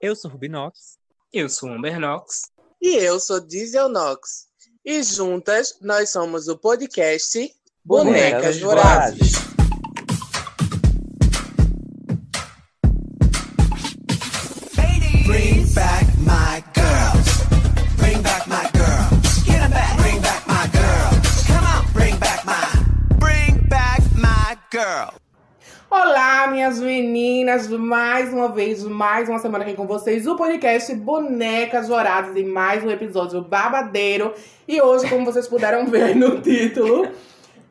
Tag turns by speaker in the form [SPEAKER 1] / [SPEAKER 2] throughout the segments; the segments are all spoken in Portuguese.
[SPEAKER 1] Eu sou Rubinox.
[SPEAKER 2] Eu sou Amber Knox.
[SPEAKER 3] E eu sou Diesel Knox. E juntas nós somos o podcast
[SPEAKER 4] Bonecas
[SPEAKER 3] Bonecas Vorazes.
[SPEAKER 5] Bring back my girls. Bring back my girls. Get 'em back. Bring back my girls. Come on. Bring back my. Bring back my girl.
[SPEAKER 6] Olá, minhas meninas! Mais uma vez, mais uma semana aqui com vocês, o podcast Bonecas Vorazes e mais um episódio babadeiro. E hoje, como vocês puderam ver no título,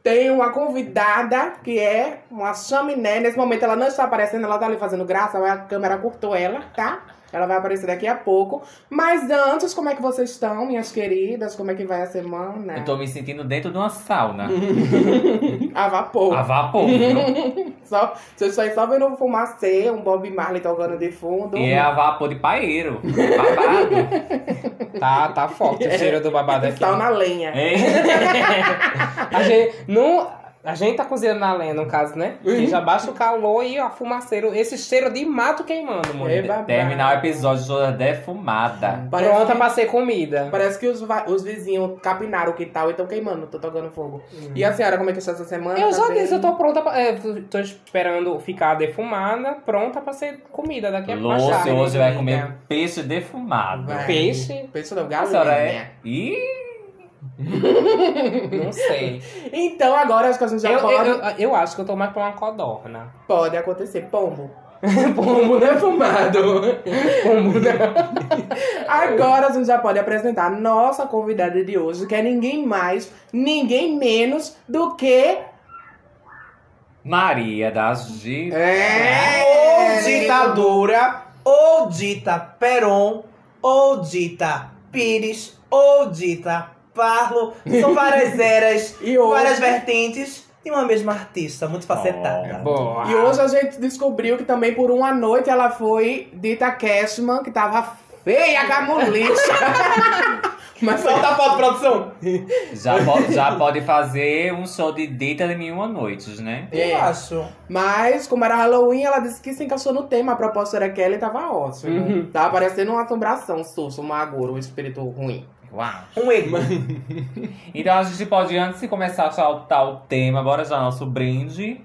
[SPEAKER 6] tem uma convidada que é uma chaminé. Nesse momento ela não está aparecendo, ela tá ali fazendo graça, mas a câmera cortou ela, tá? Ela vai aparecer daqui a pouco. Mas antes, como é que vocês estão, minhas queridas? Como é que vai a semana?
[SPEAKER 4] Eu tô me sentindo dentro de uma sauna.
[SPEAKER 6] A vapor.
[SPEAKER 4] A vapor.
[SPEAKER 6] Só, vocês só, só vendo um fumacê, um Bob Marley tocando de fundo.
[SPEAKER 4] e é a vapor de paeiro. Babado. É.
[SPEAKER 1] Tá, tá forte o cheiro do babado aqui.
[SPEAKER 6] Sal tá na lenha.
[SPEAKER 1] A gente, não, a gente tá cozinhando na lenha, no caso, né?
[SPEAKER 4] Uhum.
[SPEAKER 1] Porque já baixa o calor e a fumaceiro, esse cheiro de mato queimando, mulher.
[SPEAKER 6] babado.
[SPEAKER 4] É Terminar o episódio toda defumada.
[SPEAKER 6] Parece
[SPEAKER 1] Pronta
[SPEAKER 6] que-
[SPEAKER 1] pra ser comida.
[SPEAKER 6] Parece que os, va- os vizinhos capinaram o quintal e estão queimando, tô tocando fogo. E a senhora, como é que está essa semana?
[SPEAKER 1] Eu
[SPEAKER 6] Tá
[SPEAKER 1] já
[SPEAKER 6] bem?
[SPEAKER 1] disse, eu tô pronta pra, é, tô esperando ficar defumada, pronta pra ser comida daqui a
[SPEAKER 4] Lúcio
[SPEAKER 1] pouco.
[SPEAKER 4] hoje vai
[SPEAKER 6] menina.
[SPEAKER 4] comer peixe defumado.
[SPEAKER 6] Vai.
[SPEAKER 1] Peixe?
[SPEAKER 6] Peixe não,
[SPEAKER 4] A senhora
[SPEAKER 6] galinha.
[SPEAKER 4] é. Ih,
[SPEAKER 1] Não sei.
[SPEAKER 6] Então agora acho que a gente já
[SPEAKER 1] Eu, eu,
[SPEAKER 6] pode,
[SPEAKER 1] eu, eu acho que eu tô mais pra uma codorna.
[SPEAKER 6] pode acontecer. Pombo. Pombo não é fumado.
[SPEAKER 1] Como não?
[SPEAKER 6] Agora a gente já pode apresentar a nossa convidada de hoje, que é ninguém mais, ninguém menos do que...
[SPEAKER 4] Maria das
[SPEAKER 1] É,
[SPEAKER 4] Gírias.
[SPEAKER 5] Ou
[SPEAKER 6] tá?
[SPEAKER 5] ditadura, ou dita Peron, ou dita Pires, ou dita Parlo. São várias eras,
[SPEAKER 6] E hoje-
[SPEAKER 5] várias vertentes e uma mesma artista, muito
[SPEAKER 1] tá.
[SPEAKER 5] facetada.
[SPEAKER 1] Boa.
[SPEAKER 6] E hoje a gente descobriu que também por uma noite ela foi Dita Cashman, que tava feia camulista. Mas foi...
[SPEAKER 5] Solta a foto, produção!
[SPEAKER 4] Já, po- já pode fazer um show de Dita de Mil Uma Noites, né?
[SPEAKER 6] É.
[SPEAKER 5] Eu acho.
[SPEAKER 6] Mas, como era Halloween, ela disse que se encaixou no tema. A proposta era que ela tava ótima.
[SPEAKER 1] Uhum.
[SPEAKER 6] Tava parecendo uma assombração, um susto, um maguro, um espírito ruim.
[SPEAKER 4] Uau.
[SPEAKER 5] Um ego.
[SPEAKER 4] Então a gente pode, antes de começar a saltar o tema, bora já nosso brinde,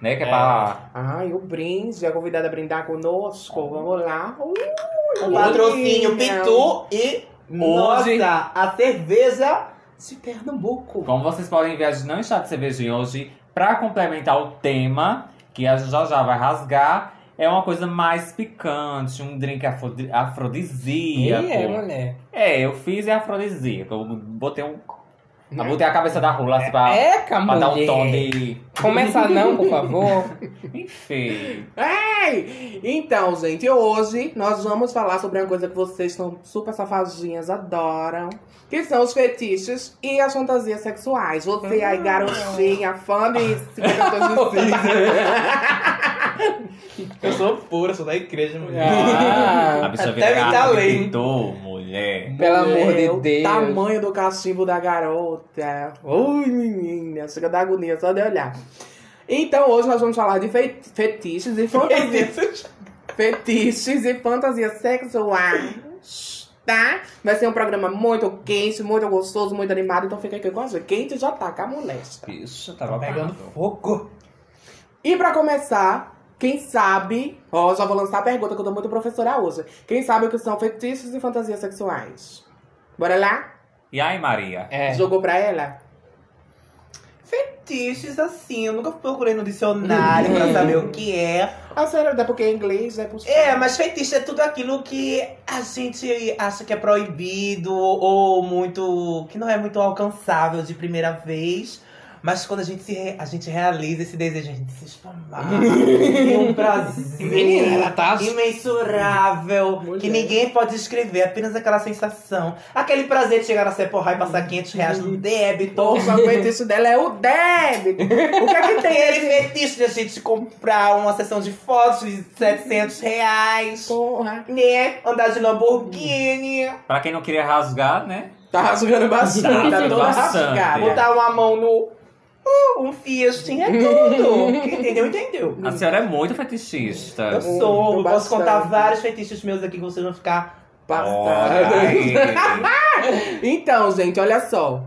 [SPEAKER 4] né? Que é,
[SPEAKER 1] É.
[SPEAKER 4] pra.
[SPEAKER 6] Ai, o brinde, a convidada a brindar conosco. Vamos lá. Uh,
[SPEAKER 5] Um patrocínio Pitu e
[SPEAKER 4] Hoje-
[SPEAKER 5] nossa, a cerveja de
[SPEAKER 1] É.
[SPEAKER 5] Pernambuco.
[SPEAKER 4] Como vocês podem ver, a gente não está de cervejinha hoje. Pra complementar o tema, que a gente já já vai rasgar, é uma coisa mais picante, um drink afrodri-
[SPEAKER 1] E
[SPEAKER 4] afrodisíaco.
[SPEAKER 1] é, mulher.
[SPEAKER 4] É, eu fiz é afrodisíaco. Eu botei um. Eu botei a cabeça da rola assim pra,
[SPEAKER 1] Eca,
[SPEAKER 4] pra
[SPEAKER 1] É, mulher.
[SPEAKER 4] dar um tom de.
[SPEAKER 1] Começa não, por favor.
[SPEAKER 4] Enfim.
[SPEAKER 6] Ei! Então, gente, hoje nós vamos falar sobre uma coisa que vocês são super safadinhas, adoram. Que são os fetiches e as fantasias sexuais. Você aí, garotinha, fã de 50 tons de
[SPEAKER 5] Eu sou pura, sou da igreja,
[SPEAKER 4] A
[SPEAKER 1] Ah,
[SPEAKER 4] bicha
[SPEAKER 5] Até
[SPEAKER 4] vira
[SPEAKER 5] me dá
[SPEAKER 4] garrafa de
[SPEAKER 5] lei.
[SPEAKER 4] pitu, mulher.
[SPEAKER 1] pelo amor
[SPEAKER 6] É,
[SPEAKER 1] de
[SPEAKER 6] o
[SPEAKER 1] Deus.
[SPEAKER 6] tamanho do cachimbo da garota. Ui, menina, chega da agonia só de olhar. Então, hoje nós vamos falar de fe- fetiches e fantasias. fetiches e fantasias sexuais. Tá? Vai ser um programa muito quente, muito gostoso, muito animado. Então fica aqui com a gente. Quente já tá, com a molesta.
[SPEAKER 4] Bicha, tava
[SPEAKER 5] Pegando
[SPEAKER 4] brava.
[SPEAKER 5] fogo.
[SPEAKER 6] E pra começar, quem sabe... Ó, já vou lançar a pergunta que eu tô muito professora hoje. Quem sabe o que são fetiches e fantasias sexuais? Bora lá?
[SPEAKER 4] E aí, Maria?
[SPEAKER 1] É.
[SPEAKER 6] Jogou pra ela?
[SPEAKER 5] Fetiches, assim, eu nunca procurei no dicionário pra saber o que é.
[SPEAKER 6] A senhora dá porque é inglês, é possível.
[SPEAKER 5] É, mas fetiche é tudo aquilo que a gente acha que é proibido ou muito. que não é muito alcançável de primeira vez. Mas quando a gente, se re- a gente realiza esse desejo, a gente se espalha. Tem um prazer.
[SPEAKER 1] Menina, ela tá
[SPEAKER 5] imensurável,
[SPEAKER 6] Mulher.
[SPEAKER 5] que ninguém pode descrever, apenas aquela sensação. Aquele prazer de chegar na Sephora e passar 500 reais no débito.
[SPEAKER 6] Poxa, o feitiço Então, dela é o débito. O que é que
[SPEAKER 5] Tem
[SPEAKER 6] tem
[SPEAKER 5] aquele
[SPEAKER 6] ele?
[SPEAKER 5] fetiche de a gente comprar uma sessão de fotos de 700 reais.
[SPEAKER 6] Porra.
[SPEAKER 5] Né? Andar de Lamborghini,
[SPEAKER 4] Pra quem não queria rasgar, né?
[SPEAKER 6] Tá rasgando bastante, tá toda
[SPEAKER 4] Bastante.
[SPEAKER 6] rasgada.
[SPEAKER 5] botar uma mão no. uh, um Fiestinha é tudo. Quem entendeu, entendeu.
[SPEAKER 4] A senhora é muito fetichista.
[SPEAKER 5] Eu sou, eu
[SPEAKER 1] Muito
[SPEAKER 5] posso contar
[SPEAKER 1] bastante.
[SPEAKER 5] vários fetiches meus aqui que vocês vão ficar.
[SPEAKER 1] Bastardo.
[SPEAKER 4] Ora aí.
[SPEAKER 6] Então, gente, olha só.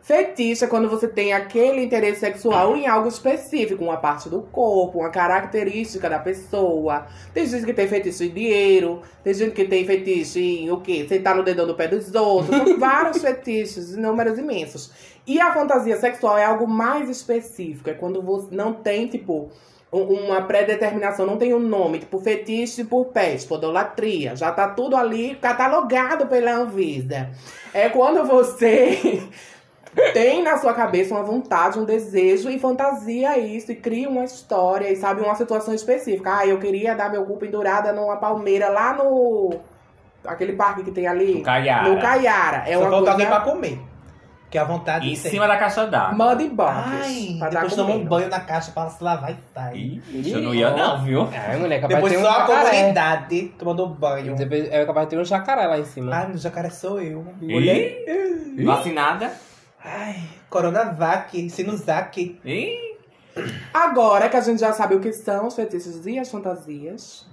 [SPEAKER 6] Fetiche é quando você tem aquele interesse sexual em algo específico, uma parte do corpo, uma característica da pessoa. Tem gente que tem fetiche em dinheiro, tem gente que tem fetiche em o quê? Sentar no dedão do pé dos outros. São vários fetiches, inúmeros imensos. E a fantasia sexual é algo mais específico, é quando você não tem, tipo, um- uma pré-determinação, não tem um nome, tipo fetiche por pés, podolatria. Já tá tudo ali catalogado pela Anvisa. É quando você tem na sua cabeça uma vontade, um desejo e fantasia isso e cria uma história e sabe uma situação específica. Ah, eu queria dar meu cu pendurada numa palmeira lá no aquele parque que tem ali
[SPEAKER 4] No Caiara.
[SPEAKER 6] no Caiara. É
[SPEAKER 5] Só
[SPEAKER 6] uma
[SPEAKER 5] falta alguém pra
[SPEAKER 6] coisa...
[SPEAKER 5] comer. Que a vontade
[SPEAKER 4] Em
[SPEAKER 5] tem.
[SPEAKER 4] cima da caixa d'água.
[SPEAKER 6] Manda embora.
[SPEAKER 5] Ai,
[SPEAKER 6] pra dar
[SPEAKER 5] depois toma um
[SPEAKER 6] comida.
[SPEAKER 5] banho na caixa pra se lavar e sai.
[SPEAKER 4] Ixi, Eu não ia não, viu?
[SPEAKER 1] Ai, mulher, é capaz
[SPEAKER 5] Depois
[SPEAKER 1] de ter um
[SPEAKER 5] só a
[SPEAKER 1] jacaré.
[SPEAKER 5] comunidade tomando banho.
[SPEAKER 1] Depois é capaz de ter um jacaré lá em cima.
[SPEAKER 5] Ai, no jacaré sou eu.
[SPEAKER 4] Ih, Vacinada?
[SPEAKER 5] Ai, Coronavac, Sinusac.
[SPEAKER 4] Ih,
[SPEAKER 6] Agora que a gente já sabe o que são os fetiches e as fantasias,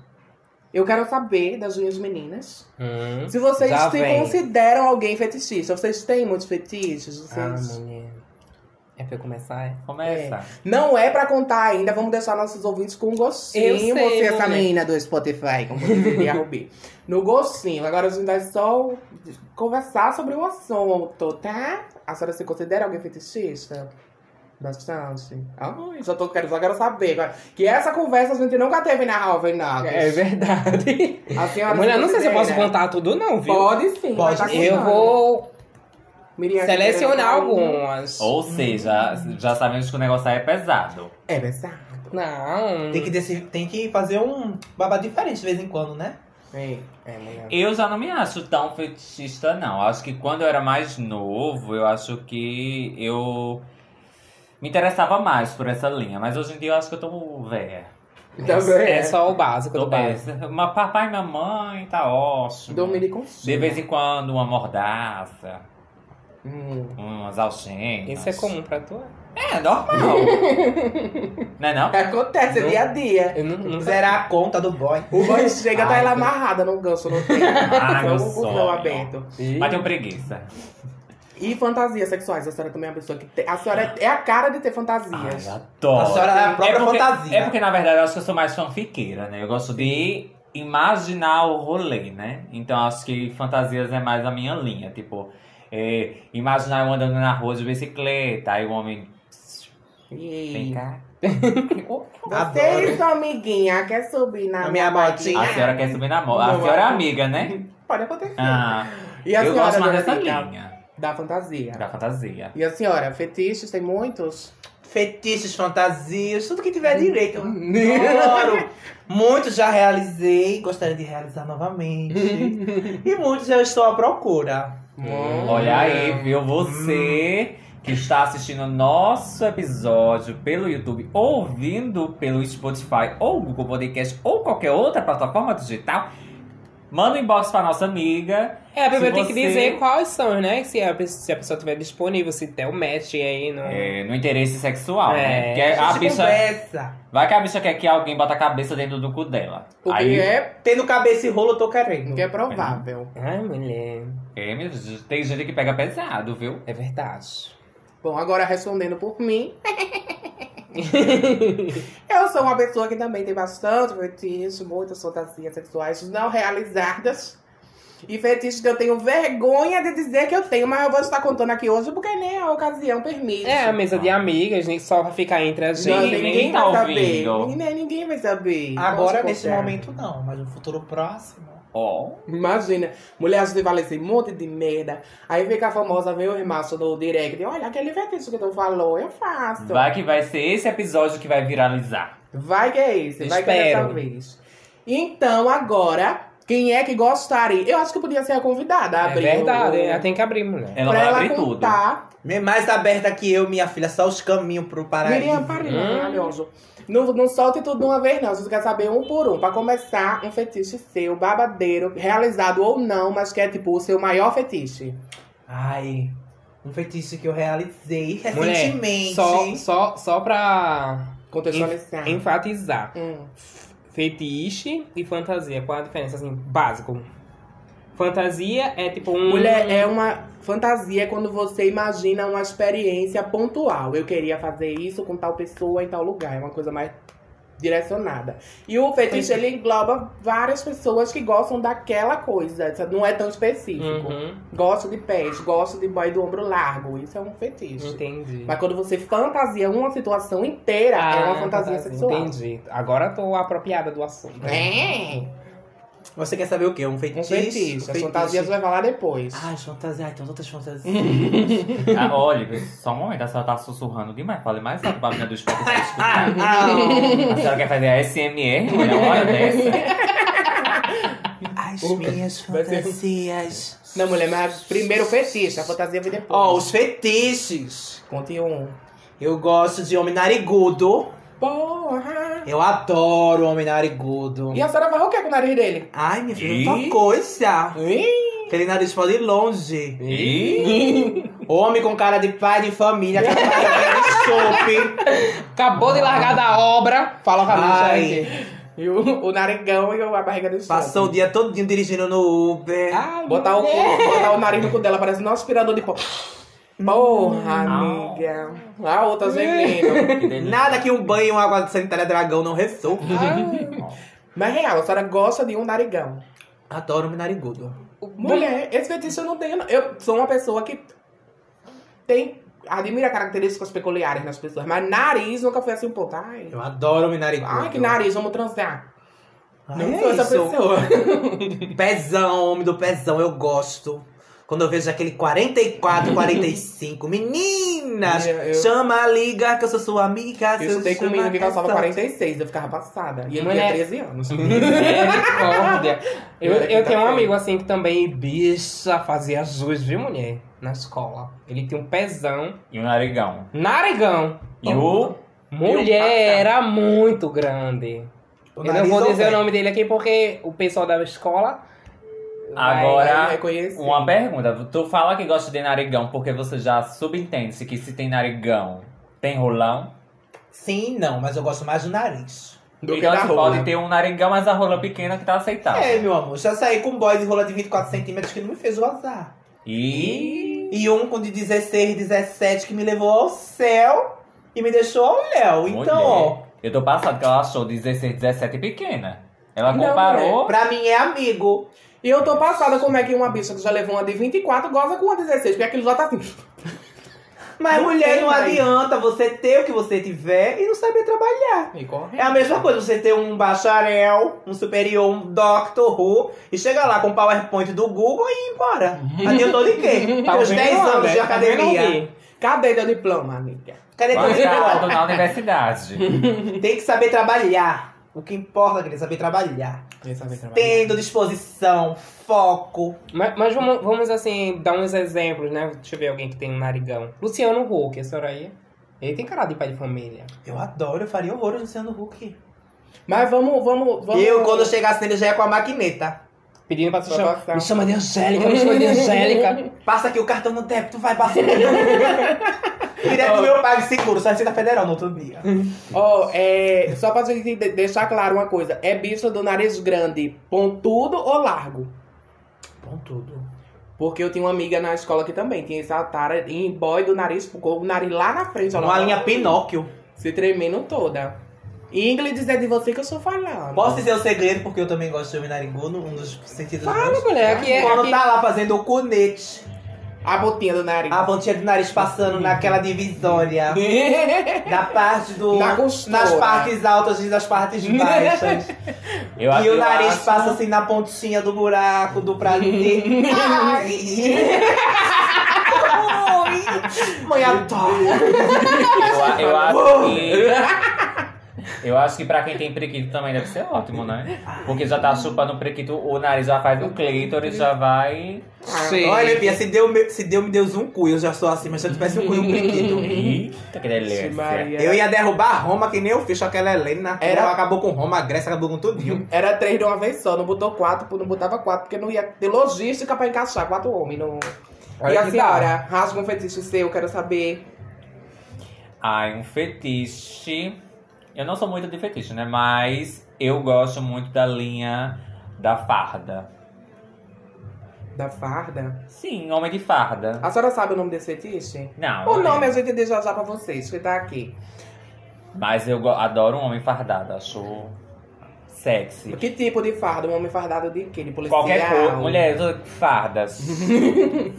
[SPEAKER 6] eu quero saber das minhas meninas.
[SPEAKER 1] Hum.
[SPEAKER 6] Se vocês
[SPEAKER 1] Já
[SPEAKER 6] se
[SPEAKER 1] vem.
[SPEAKER 6] consideram alguém fetichista, vocês têm muitos fetiches?
[SPEAKER 1] Ah,
[SPEAKER 6] Vocês...
[SPEAKER 1] mulher. É pra eu começar, é?
[SPEAKER 4] começa.
[SPEAKER 6] Não é pra contar ainda, vamos deixar nossos ouvintes com um gostinho.
[SPEAKER 1] Eu sei,
[SPEAKER 6] você, essa
[SPEAKER 1] mulher.
[SPEAKER 6] menina do Spotify, como você diria, Rubi. No gostinho. Agora a gente vai só conversar sobre o assunto, tá? A senhora se considera alguém fetichista? Bastante. Ai, já tô quero, só quero saber. agora. Que essa conversa a gente nunca teve na Halvey Nuggets.
[SPEAKER 1] É verdade.
[SPEAKER 6] A senhora
[SPEAKER 1] É, Mulher, não sei se eu posso
[SPEAKER 6] considera?
[SPEAKER 1] contar tudo, não, viu?
[SPEAKER 6] né? Pode sim.
[SPEAKER 5] Pode
[SPEAKER 6] mas tá
[SPEAKER 5] sim.
[SPEAKER 1] Eu
[SPEAKER 6] contando.
[SPEAKER 1] vou
[SPEAKER 6] Miriam, você
[SPEAKER 1] selecionar
[SPEAKER 6] quer-
[SPEAKER 1] algumas.
[SPEAKER 4] Ou seja, já sabemos que o negócio aí é pesado.
[SPEAKER 6] É pesado.
[SPEAKER 1] Não.
[SPEAKER 4] Hum.
[SPEAKER 5] Tem que, desse- tem que fazer um babado diferente de vez em quando, né?
[SPEAKER 6] É.
[SPEAKER 1] É, mulher.
[SPEAKER 4] Eu já não me acho tão fetichista, não. Acho que quando eu era mais novo, eu acho que eu me interessava mais por essa linha. Mas hoje em dia eu acho que eu tô velha.
[SPEAKER 6] Também
[SPEAKER 1] É só o básico
[SPEAKER 4] Tô
[SPEAKER 1] do básico.
[SPEAKER 4] bem. Uma papai e mamãe tá ótimo.
[SPEAKER 6] Dormir de consigo.
[SPEAKER 4] De vez em quando, uma mordaça,
[SPEAKER 6] Hum.
[SPEAKER 4] umas alchinhas.
[SPEAKER 1] Isso é comum pra tu?
[SPEAKER 4] É, normal. não é não?
[SPEAKER 6] Acontece
[SPEAKER 1] Não.
[SPEAKER 6] dia a dia.
[SPEAKER 1] Eu não,
[SPEAKER 4] Hum.
[SPEAKER 1] não
[SPEAKER 5] Zerar a conta do boy.
[SPEAKER 6] O boy chega, tá
[SPEAKER 4] Ai,
[SPEAKER 6] ela
[SPEAKER 4] meu-
[SPEAKER 6] amarrada no gancho, não tem.
[SPEAKER 4] Ah, meu
[SPEAKER 6] Só o
[SPEAKER 4] sonho.
[SPEAKER 6] cordão aberto.
[SPEAKER 4] Mas tenho preguiça.
[SPEAKER 6] E fantasias sexuais. A senhora também é uma pessoa que tem. A senhora é a cara de ter fantasias.
[SPEAKER 4] Ai, adoro.
[SPEAKER 5] A senhora é a própria
[SPEAKER 4] porque,
[SPEAKER 5] fantasia.
[SPEAKER 4] É porque, na verdade, eu acho que eu sou mais fanfiqueira, né? Eu gosto de imaginar o rolê, né? Então, acho que fantasias é mais a minha linha. Tipo, é, imaginar eu andando na rua de bicicleta, aí o homem... Vem
[SPEAKER 6] E...
[SPEAKER 4] cá.
[SPEAKER 6] Você e sua amiguinha quer subir na,
[SPEAKER 5] Na minha
[SPEAKER 4] A
[SPEAKER 5] motinha.
[SPEAKER 4] senhora quer subir na moto. A
[SPEAKER 6] Não,
[SPEAKER 4] senhora é
[SPEAKER 6] não.
[SPEAKER 4] amiga, né?
[SPEAKER 6] Pode acontecer.
[SPEAKER 4] Ah,
[SPEAKER 6] e a
[SPEAKER 4] eu
[SPEAKER 6] senhora
[SPEAKER 4] gosto mais
[SPEAKER 6] dona
[SPEAKER 4] dessa
[SPEAKER 6] Cida,
[SPEAKER 4] linha.
[SPEAKER 6] da fantasia.
[SPEAKER 4] Da fantasia.
[SPEAKER 6] E a senhora, fetiches tem muitos?
[SPEAKER 5] Fetiches, fantasias, tudo que tiver direito. Eu
[SPEAKER 6] Hum.
[SPEAKER 5] adoro. Muitos já realizei, gostaria de realizar novamente. e muitos eu estou à procura.
[SPEAKER 1] Hum.
[SPEAKER 4] Olha aí, viu? Você que está assistindo nosso episódio pelo YouTube, ouvindo pelo Spotify, ou Google Podcast, ou qualquer outra plataforma digital, manda um inbox pra nossa amiga.
[SPEAKER 1] É, a
[SPEAKER 4] Se
[SPEAKER 1] primeira tem que
[SPEAKER 4] você-
[SPEAKER 1] dizer quais são, né? Se a, pe- se a pessoa tiver disponível, se der o match aí no.
[SPEAKER 4] é, no interesse sexual, né?
[SPEAKER 1] É.
[SPEAKER 4] Que a
[SPEAKER 5] A gente
[SPEAKER 4] bicha,
[SPEAKER 5] conversa.
[SPEAKER 4] vai que a bicha quer que alguém bota a cabeça dentro do cu dela.
[SPEAKER 6] O
[SPEAKER 4] Aí,
[SPEAKER 6] que é,
[SPEAKER 5] Tendo cabeça e rolo, eu tô querendo.
[SPEAKER 6] o que é provável.
[SPEAKER 1] Ai, mulher.
[SPEAKER 4] é, meu Deus, tem gente que pega pesado, viu?
[SPEAKER 1] É verdade.
[SPEAKER 6] Bom, agora respondendo por mim. eu sou uma pessoa que também tem bastante fetiche, muitas fantasias sexuais não realizadas. E fetiche que eu tenho vergonha de dizer que eu tenho, mas eu vou estar contando aqui hoje porque nem a ocasião permite.
[SPEAKER 1] É, a mesa de amigas, nem só vai ficar entre a
[SPEAKER 6] Não,
[SPEAKER 1] gente.
[SPEAKER 4] Sim, ninguém tá
[SPEAKER 6] saber.
[SPEAKER 4] ouvindo.
[SPEAKER 6] Ninguém, ninguém vai saber.
[SPEAKER 5] Agora,
[SPEAKER 6] Posso
[SPEAKER 5] neste
[SPEAKER 6] contar.
[SPEAKER 5] momento, não. Mas no futuro próximo...
[SPEAKER 4] Ó,
[SPEAKER 6] Imagina, mulher se fala esse monte de merda. Aí fica a famosa, meu irmão, no direct. Olha, aquele fetiche que tu falou, eu faço.
[SPEAKER 4] vai que vai ser esse episódio que vai viralizar.
[SPEAKER 6] Vai que é esse, vai que é dessa
[SPEAKER 1] Espero.
[SPEAKER 6] vez. Então, agora, quem é que gostaria? Eu acho que podia ser a convidada. a
[SPEAKER 1] É
[SPEAKER 6] abrir
[SPEAKER 1] verdade,
[SPEAKER 6] o-
[SPEAKER 1] é, tem que abrir, mulher.
[SPEAKER 4] Ela
[SPEAKER 6] Pra
[SPEAKER 4] vai
[SPEAKER 6] ela
[SPEAKER 4] abrir tudo.
[SPEAKER 6] contar.
[SPEAKER 5] Mais aberta que eu, minha filha. Só os caminhos pro paraíso.
[SPEAKER 6] Miriam, parei,
[SPEAKER 1] Hum.
[SPEAKER 6] maravilhoso. Não, não solte tudo de uma vez, não. Você quer saber um por um. Pra começar, um fetiche seu, babadeiro, realizado ou não, mas que é tipo o seu maior fetiche.
[SPEAKER 5] Ai, Um fetiche que eu realizei
[SPEAKER 1] Mulher,
[SPEAKER 5] recentemente.
[SPEAKER 1] Só, só, só pra
[SPEAKER 6] Contextualizar.
[SPEAKER 1] enf- enfatizar.
[SPEAKER 6] Hum.
[SPEAKER 1] Fetiche e fantasia. Qual a diferença, assim, básico? Fantasia é tipo um...
[SPEAKER 6] Mulher, é uma fantasia é quando você imagina uma experiência pontual. Eu queria fazer isso com tal pessoa em tal lugar. É uma coisa mais direcionada. E o fetiche, ele engloba várias pessoas que gostam daquela coisa. sabe? Não é tão específico.
[SPEAKER 1] Uhum,
[SPEAKER 6] Gosto de pés, gosto de boy do ombro largo. Isso é um fetiche.
[SPEAKER 1] entendi. Ah,
[SPEAKER 6] Mas quando você fantasia uma situação inteira, é uma fantasia, sexual.
[SPEAKER 1] Entendi. Agora tô apropriada do assunto. né?
[SPEAKER 6] É.
[SPEAKER 5] Você quer saber o quê? Um
[SPEAKER 6] Um
[SPEAKER 5] feitiço?
[SPEAKER 6] fetiche. As fantasias você vai falar depois.
[SPEAKER 5] Ai, fantasia. Ai, tem outras fantasias.
[SPEAKER 4] Ah, olha, só um momento, a senhora tá sussurrando demais. Fale mais alto pra menina do esporte tá
[SPEAKER 5] Ah,
[SPEAKER 4] escutando.
[SPEAKER 5] não.
[SPEAKER 4] A senhora quer fazer a SMR, mulher, uma hora dessa?
[SPEAKER 5] As
[SPEAKER 1] Opa.
[SPEAKER 5] minhas
[SPEAKER 1] Vai ter-
[SPEAKER 5] fantasias.
[SPEAKER 6] Não, mulher, mas primeiro o fetiche. A fantasia vem depois.
[SPEAKER 5] Ó, os fetiches.
[SPEAKER 6] Conte um.
[SPEAKER 5] Eu gosto de homem narigudo.
[SPEAKER 6] Porra!
[SPEAKER 5] Eu adoro homem narigudo.
[SPEAKER 6] E a senhora vai o que com o nariz dele?
[SPEAKER 5] Ai, minha filha,
[SPEAKER 4] Ih.
[SPEAKER 5] outra coisa.
[SPEAKER 6] Ih,
[SPEAKER 5] Aquele nariz pode ir longe.
[SPEAKER 4] Ih,
[SPEAKER 5] Homem com cara de pai de família, que tá faz chope.
[SPEAKER 1] Acabou de largar da obra. Fala com a
[SPEAKER 5] Ai.
[SPEAKER 1] bicha aí.
[SPEAKER 6] E o, o narigão e o- a barriga do chão.
[SPEAKER 5] Passou o dia todinho dirigindo no Uber.
[SPEAKER 1] Ai,
[SPEAKER 6] Botar o,
[SPEAKER 1] mulher.
[SPEAKER 6] botar o nariz no cu dela, parece um aspirador de pó. Porra, amiga. A outra gemendo.
[SPEAKER 4] que delícia.
[SPEAKER 5] Nada que um banho e uma água sanitária dragão não resolva.
[SPEAKER 6] Ai. Mas real, a senhora gosta de um narigão.
[SPEAKER 5] Adoro homem narigudo.
[SPEAKER 6] Mulher, esse fetiche eu não tenho. não. Eu sou uma pessoa que tem. Admira características peculiares nas pessoas, mas nariz nunca foi assim um ponto. Ai,
[SPEAKER 5] Eu adoro homem narigudo.
[SPEAKER 6] ai que nariz, vamos transar.
[SPEAKER 5] Ai,
[SPEAKER 6] Não
[SPEAKER 5] é
[SPEAKER 6] Ah, sou essa
[SPEAKER 5] isso.
[SPEAKER 6] pessoa.
[SPEAKER 5] Pezão, homem do pezão, eu gosto. Quando eu vejo aquele 44, 45. Meninas!
[SPEAKER 6] Eu- eu-
[SPEAKER 5] Chama a liga que eu sou sua amiga.
[SPEAKER 6] Eu
[SPEAKER 5] seu
[SPEAKER 6] estudei com um
[SPEAKER 5] chama
[SPEAKER 6] menino que calçava
[SPEAKER 5] essa-
[SPEAKER 6] 46, eu ficava passada. E ele tinha
[SPEAKER 1] Mulher.
[SPEAKER 6] 13 anos.
[SPEAKER 1] Misericórdia. Eu,
[SPEAKER 6] Olha que
[SPEAKER 1] eu
[SPEAKER 6] tá
[SPEAKER 1] tenho um
[SPEAKER 6] feio.
[SPEAKER 1] amigo assim que também, bicha, fazia jus, viu, mulher? Na escola. Ele tinha um pezão.
[SPEAKER 4] E o narigão.
[SPEAKER 1] Narigão.
[SPEAKER 4] E o...
[SPEAKER 1] Mulher era muito grande.
[SPEAKER 5] O
[SPEAKER 1] eu não
[SPEAKER 5] nariz
[SPEAKER 1] vou
[SPEAKER 5] ou
[SPEAKER 1] dizer o
[SPEAKER 5] pé?
[SPEAKER 1] nome dele aqui porque o pessoal da escola. vai-
[SPEAKER 4] Agora,
[SPEAKER 1] vai reconhecer.
[SPEAKER 4] Uma pergunta, tu fala que gosta de narigão porque você já subentende que se tem narigão, tem rolão.
[SPEAKER 5] Sim, não, mas eu gosto mais do nariz.
[SPEAKER 6] Do que
[SPEAKER 4] então
[SPEAKER 6] da
[SPEAKER 4] você
[SPEAKER 6] rola.
[SPEAKER 4] pode ter um narigão, mas a rola pequena que tá aceitável.
[SPEAKER 5] É, meu amor, já saí com um boy de rola de 24 centímetros que não me fez vazar.
[SPEAKER 4] E...
[SPEAKER 5] E um com de 16, 17 que me levou ao céu e me deixou ao léu. Então, ó,
[SPEAKER 4] Mulher, Eu tô passado que ela achou 16, 17 pequena. Ela
[SPEAKER 6] Não,
[SPEAKER 4] comparou.
[SPEAKER 5] pra mim é amigo.
[SPEAKER 6] E eu tô passada como é que uma bicha que já levou uma de 24 goza com uma 16, porque aquilo já tá assim.
[SPEAKER 5] Mas
[SPEAKER 6] Não
[SPEAKER 5] mulher,
[SPEAKER 6] tem
[SPEAKER 5] não
[SPEAKER 6] mais.
[SPEAKER 5] adianta você ter o que você tiver e não saber trabalhar.
[SPEAKER 6] E corre.
[SPEAKER 5] É a mesma coisa você ter um bacharel, um superior, um doctor who e chega lá com o PowerPoint do Google e ir embora. Adiantou de quê?
[SPEAKER 1] Tá
[SPEAKER 5] Teus
[SPEAKER 1] vendo,
[SPEAKER 5] 10 anos
[SPEAKER 1] André?
[SPEAKER 5] de
[SPEAKER 1] Tá vendo
[SPEAKER 5] É academia.
[SPEAKER 1] aqui?
[SPEAKER 6] Cadê teu diploma, amiga?
[SPEAKER 5] Cadê teu
[SPEAKER 4] Passado
[SPEAKER 5] diploma?
[SPEAKER 4] na universidade.
[SPEAKER 5] Tem que saber trabalhar. O que importa, querida, é saber trabalhar. Tendo disposição, foco.
[SPEAKER 1] Mas, mas vamos, vamos, assim, dar uns exemplos, né? Deixa eu ver alguém que tem um narigão. Luciano Huck, a senhora aí. Ele tem cara de pai de família.
[SPEAKER 5] Eu adoro, eu faria horror Luciano Huck.
[SPEAKER 6] Mas vamos, vamos, vamos.
[SPEAKER 5] Eu, quando eu chegasse nele, já ia com a maquineta.
[SPEAKER 1] Pedindo pra se
[SPEAKER 6] Vai
[SPEAKER 1] chamar.
[SPEAKER 6] passar.
[SPEAKER 1] Me chama de Angélica, me chama de Angélica.
[SPEAKER 5] Passa aqui o cartão no débito, vai passar. Direto do meu pai, seguro, só receita federal no outro dia.
[SPEAKER 6] Ó, é, só pra gente de- deixar claro uma coisa: é bicha do nariz grande, pontudo ou largo?
[SPEAKER 5] Bom tudo.
[SPEAKER 6] Porque eu tinha uma amiga na escola que também tinha essa tara em boy do nariz, com o nariz lá na frente. ó,
[SPEAKER 5] Uma
[SPEAKER 6] lá-
[SPEAKER 5] linha Pinóquio.
[SPEAKER 6] Se tremendo toda. Inglês é de você que eu estou falando.
[SPEAKER 5] Posso dizer o segredo, porque eu também gosto de homem narigudo, um dos sentidos
[SPEAKER 1] Fala,
[SPEAKER 5] meus.
[SPEAKER 1] mulher, aqui é.
[SPEAKER 5] Quando
[SPEAKER 1] Aqui...
[SPEAKER 5] tá lá fazendo o cunete,
[SPEAKER 6] A botinha do nariz.
[SPEAKER 5] a pontinha do nariz passando naquela divisória da parte do...
[SPEAKER 1] Tá
[SPEAKER 6] Na costura.
[SPEAKER 5] nas partes altas e das partes baixas.
[SPEAKER 4] Eu,
[SPEAKER 5] E
[SPEAKER 4] eu
[SPEAKER 5] o nariz
[SPEAKER 4] acho-
[SPEAKER 5] passa assim na pontinha do buraco, do prazer. Ai! Ui! Mãe adora.
[SPEAKER 4] Eu, eu acho
[SPEAKER 5] Uou!
[SPEAKER 4] que. Eu acho que pra quem tem prequito também deve ser ótimo, né? Porque já tá chupando o prequito, o nariz já faz o clítoris, já vai.
[SPEAKER 1] Sim.
[SPEAKER 5] Olha, Bia, se deu, me- se deu me Deus um cu, eu já sou assim, mas se eu tivesse um cu e um brinquedo.
[SPEAKER 4] Eita, que delícia.
[SPEAKER 6] Ixi, Maria.
[SPEAKER 5] Eu ia derrubar Roma que nem eu fiz com aquela Helena. né?
[SPEAKER 6] Era-
[SPEAKER 5] Ela acabou com Roma, a Grécia acabou com tudinho.
[SPEAKER 6] Era três de uma vez só, não botou quatro, não botava quatro, porque não ia ter logística pra encaixar quatro homens. Não...
[SPEAKER 1] Olha
[SPEAKER 6] e a
[SPEAKER 1] que
[SPEAKER 6] senhora, rasga um fetiche seu, quero saber.
[SPEAKER 4] Ai, um fetiche. Eu não sou muito de fetiche, né? Mas eu gosto muito da linha da farda.
[SPEAKER 6] Da farda?
[SPEAKER 4] Sim, homem de farda.
[SPEAKER 6] A senhora sabe o nome desse fetiche?
[SPEAKER 4] Ah, Não. é.
[SPEAKER 6] O
[SPEAKER 4] eu
[SPEAKER 6] nome é- a
[SPEAKER 4] tenho.
[SPEAKER 6] gente deixa já pra vocês, que tá aqui.
[SPEAKER 4] Mas eu go- adoro um homem fardado, acho sexy.
[SPEAKER 6] Que tipo de farda? Um homem fardado de quê? De policial?
[SPEAKER 4] Qualquer coisa, mulher, eu- fardas.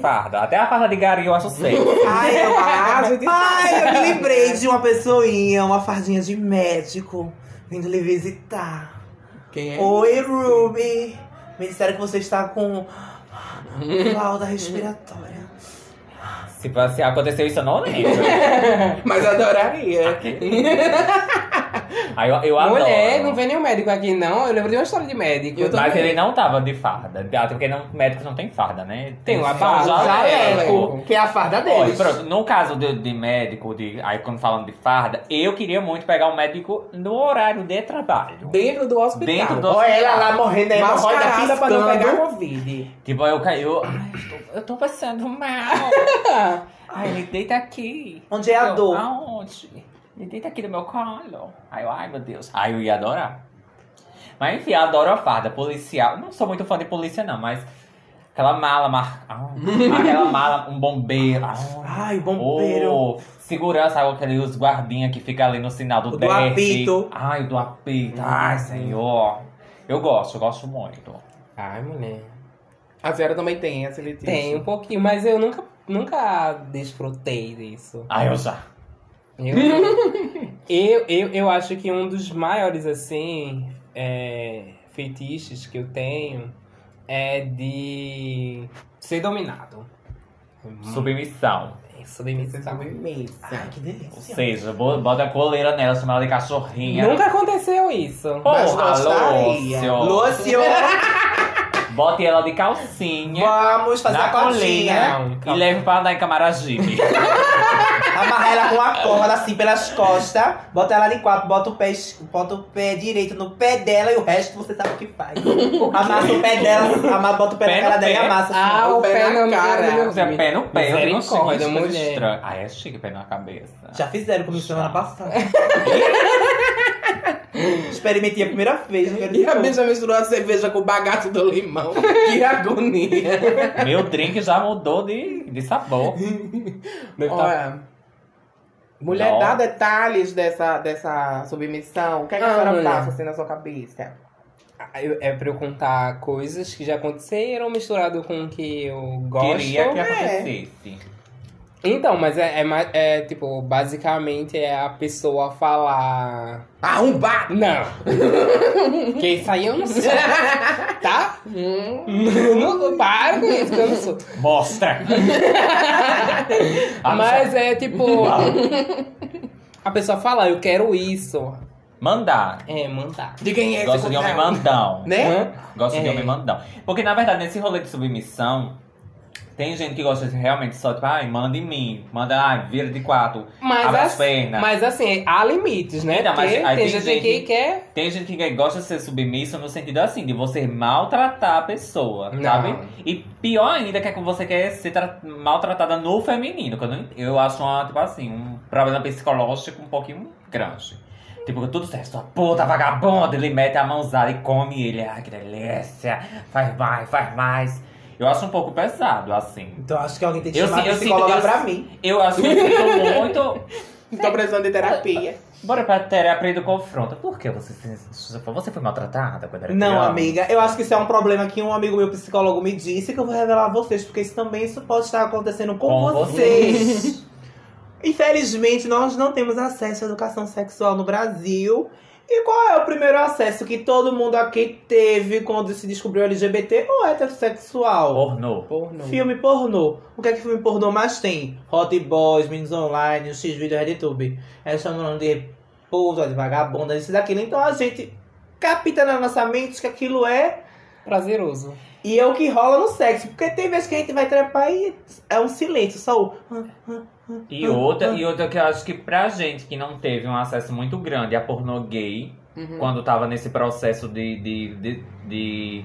[SPEAKER 4] farda. Até a farda de gari eu acho sexy.
[SPEAKER 6] Ai, eu acho de
[SPEAKER 5] Ai, eu me lembrei de uma pessoinha, uma fardinha de médico, vindo lhe visitar.
[SPEAKER 6] Quem é?
[SPEAKER 5] Oi, Ruby. Me disseram que você está com lauda respiratória.
[SPEAKER 4] Se, Tipo, se aconteceu isso, eu não lembro.
[SPEAKER 6] Mas adoraria.
[SPEAKER 4] Aí eu, Ah, eu adoro.
[SPEAKER 1] Mulher, não vem nenhum médico aqui, não. Eu lembro de uma história de médico.
[SPEAKER 6] Eu tô-
[SPEAKER 4] Mas ele não tava de farda. Até porque não, médicos não tem farda, né?
[SPEAKER 1] Tem uma
[SPEAKER 4] só
[SPEAKER 1] barra,
[SPEAKER 4] jaleco.
[SPEAKER 1] jaleco.
[SPEAKER 6] Que é a farda
[SPEAKER 4] Olha,
[SPEAKER 6] deles.
[SPEAKER 4] pronto, no caso de, de médico, de, aí quando falando de farda, eu queria muito pegar um médico no horário de trabalho.
[SPEAKER 6] Dentro do hospital.
[SPEAKER 4] Dentro do
[SPEAKER 6] Olha
[SPEAKER 4] hospital.
[SPEAKER 6] ela lá morrendo, aí
[SPEAKER 1] Mascarada
[SPEAKER 6] hemorroida
[SPEAKER 1] pra não pegar
[SPEAKER 6] piscando.
[SPEAKER 1] Covid.
[SPEAKER 4] Tipo, eu caí, eu, ai, eu tô- eu tô passando mal. Ai, ele deita aqui.
[SPEAKER 5] Onde é a
[SPEAKER 4] Eu,
[SPEAKER 5] dor?
[SPEAKER 4] Aonde? Ele deita aqui no meu colo. Aí eu, ai meu Deus. Aí eu ia adorar. Mas enfim, eu adoro a farda policial. Não sou muito fã de polícia, não, mas aquela mala, mar... ah, aquela mala, um bombeiro. Ah,
[SPEAKER 5] Ai, bombeiro.
[SPEAKER 4] Oh, segurança, sabe, aquele os guardinha que fica ali no sinal do
[SPEAKER 5] O do
[SPEAKER 4] DERT.
[SPEAKER 5] apito. Uhum.
[SPEAKER 4] Ai, do apito. Ai, senhor. Eu gosto, eu gosto muito.
[SPEAKER 1] Ai, mulher.
[SPEAKER 6] A senhora também tem essa fetiche.
[SPEAKER 1] Tem um pouquinho, mas eu nunca, nunca desfrutei disso.
[SPEAKER 4] Ai, eu já.
[SPEAKER 1] Eu, eu, eu, eu acho que um dos maiores, assim, é, feitiços que eu tenho é de ser dominado.
[SPEAKER 5] Uhum.
[SPEAKER 1] É,
[SPEAKER 4] Submissão.
[SPEAKER 1] Submissão.
[SPEAKER 5] Ai, que
[SPEAKER 4] Ou
[SPEAKER 5] delícia.
[SPEAKER 4] seja, bo- bota a coleira nela, chama ela de cachorrinha.
[SPEAKER 1] é. Nunca aconteceu isso.
[SPEAKER 5] Mas
[SPEAKER 4] Porra,
[SPEAKER 5] gostaria.
[SPEAKER 4] Lúcio.
[SPEAKER 5] Lúcio,
[SPEAKER 4] Bote ela de calcinha.
[SPEAKER 5] vamos fazer
[SPEAKER 4] Na
[SPEAKER 5] a cordinha.
[SPEAKER 4] colinha
[SPEAKER 1] Não,
[SPEAKER 4] e leve pra andar em Camaragibe.
[SPEAKER 5] Amarrar ela com a corda assim pelas costas. Bota ela em quatro, bota o pé, es- bota o pé direito no pé dela e o resto você sabe o que faz. Amassa o pé dela, amassa, bota o pé,
[SPEAKER 4] Pé
[SPEAKER 5] na
[SPEAKER 4] no
[SPEAKER 5] cara dela e
[SPEAKER 4] pé?
[SPEAKER 5] amassa assim.
[SPEAKER 1] Ah,
[SPEAKER 5] ó.
[SPEAKER 1] o pé
[SPEAKER 6] na
[SPEAKER 1] no
[SPEAKER 6] cara.
[SPEAKER 1] cara.
[SPEAKER 4] Você é pé no pé, eu não
[SPEAKER 1] Misericórdia,
[SPEAKER 4] consigo, isso é
[SPEAKER 1] mulher.
[SPEAKER 4] estranho. Ah, é chique pé na cabeça.
[SPEAKER 5] Já fizeram comigo semana passada. Experimentei a primeira vez. né? não quero
[SPEAKER 6] E
[SPEAKER 5] de
[SPEAKER 6] a
[SPEAKER 5] novo.
[SPEAKER 6] bicha misturou a cerveja com o bagaço do limão. Que agonia.
[SPEAKER 4] Meu drink já mudou de, de sabor.
[SPEAKER 1] Deve tá-
[SPEAKER 6] Olha, mulher,
[SPEAKER 4] Não.
[SPEAKER 6] dá detalhes dessa, dessa submissão. O que, é que a
[SPEAKER 1] Ah,
[SPEAKER 6] senhora
[SPEAKER 1] mulher.
[SPEAKER 6] passa assim na sua cabeça?
[SPEAKER 1] Eu- É pra eu contar coisas que já aconteceram misturado com o que eu gosto.
[SPEAKER 4] Queria que
[SPEAKER 6] é.
[SPEAKER 4] acontecesse.
[SPEAKER 1] Então, mas é, é, mais- é, tipo, basicamente é a pessoa falar.
[SPEAKER 6] Arrombado!
[SPEAKER 1] Não! Porque isso aí eu não sou. Tá? não, não, para com isso, que eu não sou.
[SPEAKER 4] Mostra! Ah,
[SPEAKER 1] Mas é tipo. A pessoa fala, "Ah, eu quero isso.
[SPEAKER 4] Mandar.
[SPEAKER 1] É, mandar.
[SPEAKER 6] De quem é
[SPEAKER 4] Gosto
[SPEAKER 6] esse
[SPEAKER 4] de homem
[SPEAKER 6] contrato?
[SPEAKER 4] mandão.
[SPEAKER 6] Né?
[SPEAKER 1] Hã?
[SPEAKER 4] Gosto de
[SPEAKER 1] É.
[SPEAKER 4] homem mandão. Porque, na verdade, nesse rolê de submissão, tem gente que gosta de realmente só, tipo, ai, manda em mim. Manda, ai, vira de quatro.
[SPEAKER 1] Mas,
[SPEAKER 4] abre as
[SPEAKER 1] assim,
[SPEAKER 4] pernas.
[SPEAKER 1] mas assim, há limites, né?
[SPEAKER 4] Ah, Não, mas aí
[SPEAKER 1] Porque tem
[SPEAKER 4] tem
[SPEAKER 1] gente que
[SPEAKER 4] gente-
[SPEAKER 1] quer.
[SPEAKER 4] Tem gente que gosta de ser submissa no sentido assim, de você maltratar a pessoa,
[SPEAKER 1] Não.
[SPEAKER 4] sabe? E pior ainda que é que você quer ser tra- maltratada no feminino. Que eu, não ent- eu acho, uma, tipo assim, um problema psicológico um pouquinho grande. Tipo, tudo certo, sua puta vagabunda, ele mete a mãozada e come ele. Ai, que delícia, faz mais, faz mais. Eu acho um pouco pesado, assim.
[SPEAKER 5] Então acho que alguém tem que
[SPEAKER 4] Eu
[SPEAKER 5] chamar
[SPEAKER 4] sinto- eu
[SPEAKER 5] a psicóloga
[SPEAKER 4] sinto- eu
[SPEAKER 5] pra
[SPEAKER 4] sinto-
[SPEAKER 5] mim.
[SPEAKER 4] Eu acho que eu sinto muito.
[SPEAKER 6] Tô precisando de terapia.
[SPEAKER 4] Bora pra terapia do confronto. Por que você se- Você foi maltratada quando era
[SPEAKER 5] Não,
[SPEAKER 4] criança?
[SPEAKER 5] amiga, eu acho que isso é um problema que um amigo meu psicólogo me disse que eu vou revelar a vocês, porque isso também isso pode estar acontecendo com,
[SPEAKER 4] Com
[SPEAKER 5] vocês. Infelizmente, nós não temos acesso à educação sexual no Brasil. E qual é o primeiro acesso que todo mundo aqui teve quando se descobriu LGBT ou heterossexual?
[SPEAKER 4] Pornô.
[SPEAKER 1] Pornô.
[SPEAKER 5] Filme pornô. O que é que filme pornô mais tem? Hot Boys, Meninos Online, o X-Video, RedTube. É chamando de puta, de vagabunda, isso e daquilo. Então a gente capta na nossa mente que aquilo é
[SPEAKER 1] Prazeroso.
[SPEAKER 5] e é o que rola no sexo. Porque tem vezes que a gente vai trepar e é um silêncio, só o...
[SPEAKER 4] E outra, e outra que eu acho que pra gente que não teve um acesso muito grande a pornô gay,
[SPEAKER 6] Uhum.
[SPEAKER 4] quando tava nesse processo de. de, de, de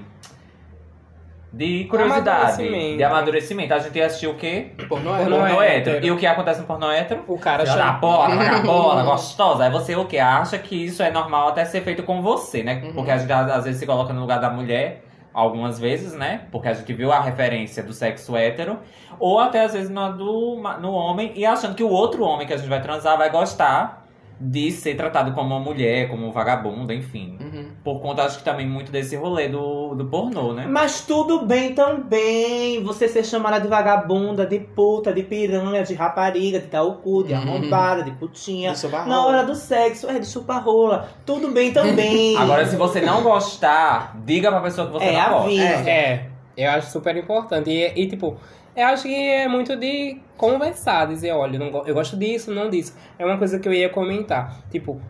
[SPEAKER 4] De curiosidade,
[SPEAKER 1] Amadurecimento.
[SPEAKER 4] de amadurecimento. A gente ia assistir o quê?
[SPEAKER 1] Pornô é
[SPEAKER 4] Pornô é
[SPEAKER 1] hétero.
[SPEAKER 4] hétero. E o que acontece no pornô hétero?
[SPEAKER 1] O cara
[SPEAKER 4] Filha da
[SPEAKER 1] chama.
[SPEAKER 4] bola, vagabola, gostosa. Aí você o que? Acha que isso é normal até ser feito com você, né?
[SPEAKER 6] Uhum.
[SPEAKER 4] Porque a gente às às vezes se coloca no lugar da mulher, algumas vezes, né? Porque a gente viu a referência do sexo hétero. Ou até às vezes na do, ma- no homem, e achando que o outro homem que a gente vai transar vai gostar de ser tratado como uma mulher, como um vagabundo, enfim.
[SPEAKER 6] Uhum.
[SPEAKER 4] Por conta, acho que também muito desse rolê do, do pornô, né?
[SPEAKER 5] Mas tudo bem também você ser chamada de vagabunda, de puta, de piranha, de rapariga, de tal cu, de
[SPEAKER 6] Uhum.
[SPEAKER 5] arrombada, de putinha.
[SPEAKER 6] Isso
[SPEAKER 1] é
[SPEAKER 6] vai
[SPEAKER 5] Na hora do sexo, é de chupa-rola. Tudo bem também.
[SPEAKER 4] Agora, se você não gostar, diga pra pessoa que você tá
[SPEAKER 5] é
[SPEAKER 4] não
[SPEAKER 5] a
[SPEAKER 4] gosta.
[SPEAKER 5] vida.
[SPEAKER 1] É, eu acho super importante. E, e, tipo, eu acho que é muito de conversar, dizer, olha, eu, não go- eu gosto disso, não disso. É uma coisa que eu ia comentar. Tipo,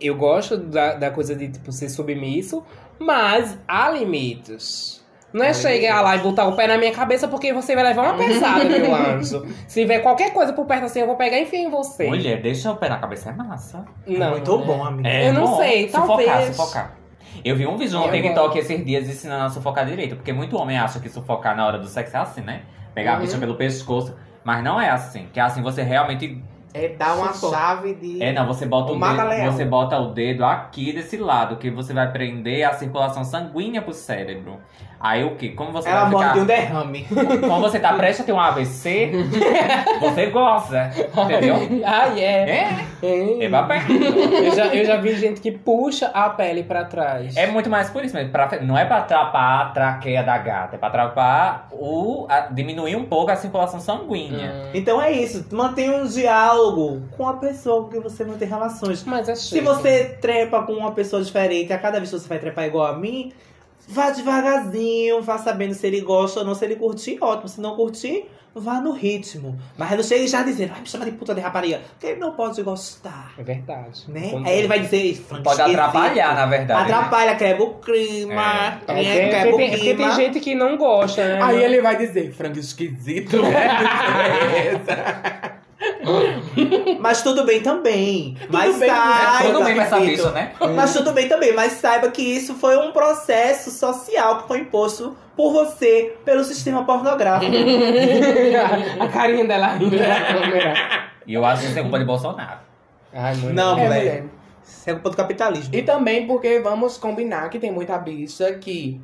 [SPEAKER 1] eu gosto da, da coisa de, tipo, ser submisso, mas há limites. Não é chegar lá e botar o pé na minha cabeça porque você vai levar uma pesada, meu anjo. Se tiver qualquer coisa por perto assim, eu vou pegar enfim em você.
[SPEAKER 4] Mulher, deixa o pé na cabeça, é massa.
[SPEAKER 1] não.
[SPEAKER 5] Muito bom, amiga.
[SPEAKER 4] É
[SPEAKER 1] Eu não
[SPEAKER 4] bom.
[SPEAKER 1] sei,
[SPEAKER 4] sufocar,
[SPEAKER 1] talvez.
[SPEAKER 4] Sufocar, Eu vi um vídeo no
[SPEAKER 1] Eu
[SPEAKER 4] TikTok esses dias ensinando a sufocar direito, porque muito homem acha que sufocar na hora do sexo é assim, né? Pegar a
[SPEAKER 6] Uhum.
[SPEAKER 4] bicha pelo pescoço. Mas não é assim, que é assim você realmente.
[SPEAKER 6] É dar uma
[SPEAKER 1] Sufoco.
[SPEAKER 6] chave de.
[SPEAKER 4] É, não, você bota o,
[SPEAKER 6] O
[SPEAKER 4] dedo,
[SPEAKER 6] mata-leão.
[SPEAKER 4] você bota o dedo aqui desse lado, que você vai prender a circulação sanguínea pro cérebro. Aí o quê? Como você
[SPEAKER 5] Ela
[SPEAKER 4] vai ficar...
[SPEAKER 5] morre de um derrame.
[SPEAKER 4] Quando você tá prestes a ter um AVC, você gosta, entendeu?
[SPEAKER 1] Ah, yeah.
[SPEAKER 4] É,
[SPEAKER 1] é.
[SPEAKER 4] é babado.
[SPEAKER 1] Eu já, eu já vi gente que puxa a pele pra trás.
[SPEAKER 4] É muito mais por isso mesmo. pra- não é pra atrapar a traqueia da gata, é pra atrapar o. a- diminuir um pouco a circulação sanguínea.
[SPEAKER 5] Então é isso. Mantenha um diálogo com a pessoa que você mantém relações.
[SPEAKER 1] Mas é
[SPEAKER 5] Se você trepa com uma pessoa diferente, a cada vez que você vai trepar igual a mim, vá devagarzinho, vá sabendo se ele gosta ou não. Se ele curtir, ótimo. Se não curtir, vá no ritmo. Mas não chegue já dizendo, vai me chamar de puta de rapariga. Porque ele não pode gostar,
[SPEAKER 1] É verdade.
[SPEAKER 5] né?
[SPEAKER 1] Quando-
[SPEAKER 5] Aí ele vai dizer,
[SPEAKER 4] Não Pode
[SPEAKER 5] Hum. esquisito.
[SPEAKER 4] atrapalhar, na verdade. né?
[SPEAKER 5] Atrapalha, quebra o clima.
[SPEAKER 1] É,
[SPEAKER 5] né?
[SPEAKER 1] tem-
[SPEAKER 5] Quebra o
[SPEAKER 1] tem, porque tem
[SPEAKER 5] clima.
[SPEAKER 1] gente que não gosta, né?
[SPEAKER 6] Aí ele vai dizer, frango esquisito. né?"
[SPEAKER 5] Mas tudo bem também. mas
[SPEAKER 6] bem, né?
[SPEAKER 5] saiba.
[SPEAKER 4] É todo mundo essa
[SPEAKER 5] esquisito.
[SPEAKER 4] bicha, né?
[SPEAKER 5] Mas tudo bem também, mas saiba que isso foi um processo social que foi imposto por você pelo sistema pornográfico.
[SPEAKER 1] a carinha dela ainda na
[SPEAKER 6] né?
[SPEAKER 1] câmera.
[SPEAKER 4] E eu acho que isso é culpa de Bolsonaro.
[SPEAKER 1] Ai, mano.
[SPEAKER 5] Não,
[SPEAKER 6] É,
[SPEAKER 5] mulher.
[SPEAKER 6] mulher.
[SPEAKER 5] Isso é culpa do capitalismo.
[SPEAKER 6] E também porque vamos combinar que tem muita bicha que,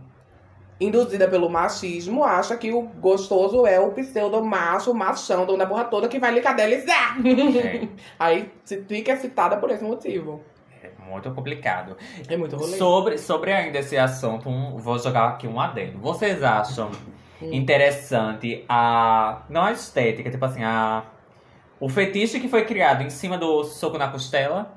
[SPEAKER 6] induzida pelo machismo, acha que o gostoso é o pseudo macho, machão, dono da porra toda, que vai lhe cadelizar.
[SPEAKER 4] É,
[SPEAKER 6] Aí se fica excitada por esse motivo.
[SPEAKER 4] é muito complicado.
[SPEAKER 6] É muito rolê.
[SPEAKER 4] Sobre, sobre ainda esse assunto, um- vou jogar aqui um adendo. Vocês acham
[SPEAKER 6] Hum.
[SPEAKER 4] interessante a. Não a estética, tipo assim, a. O fetiche que foi criado em cima do soco na costela.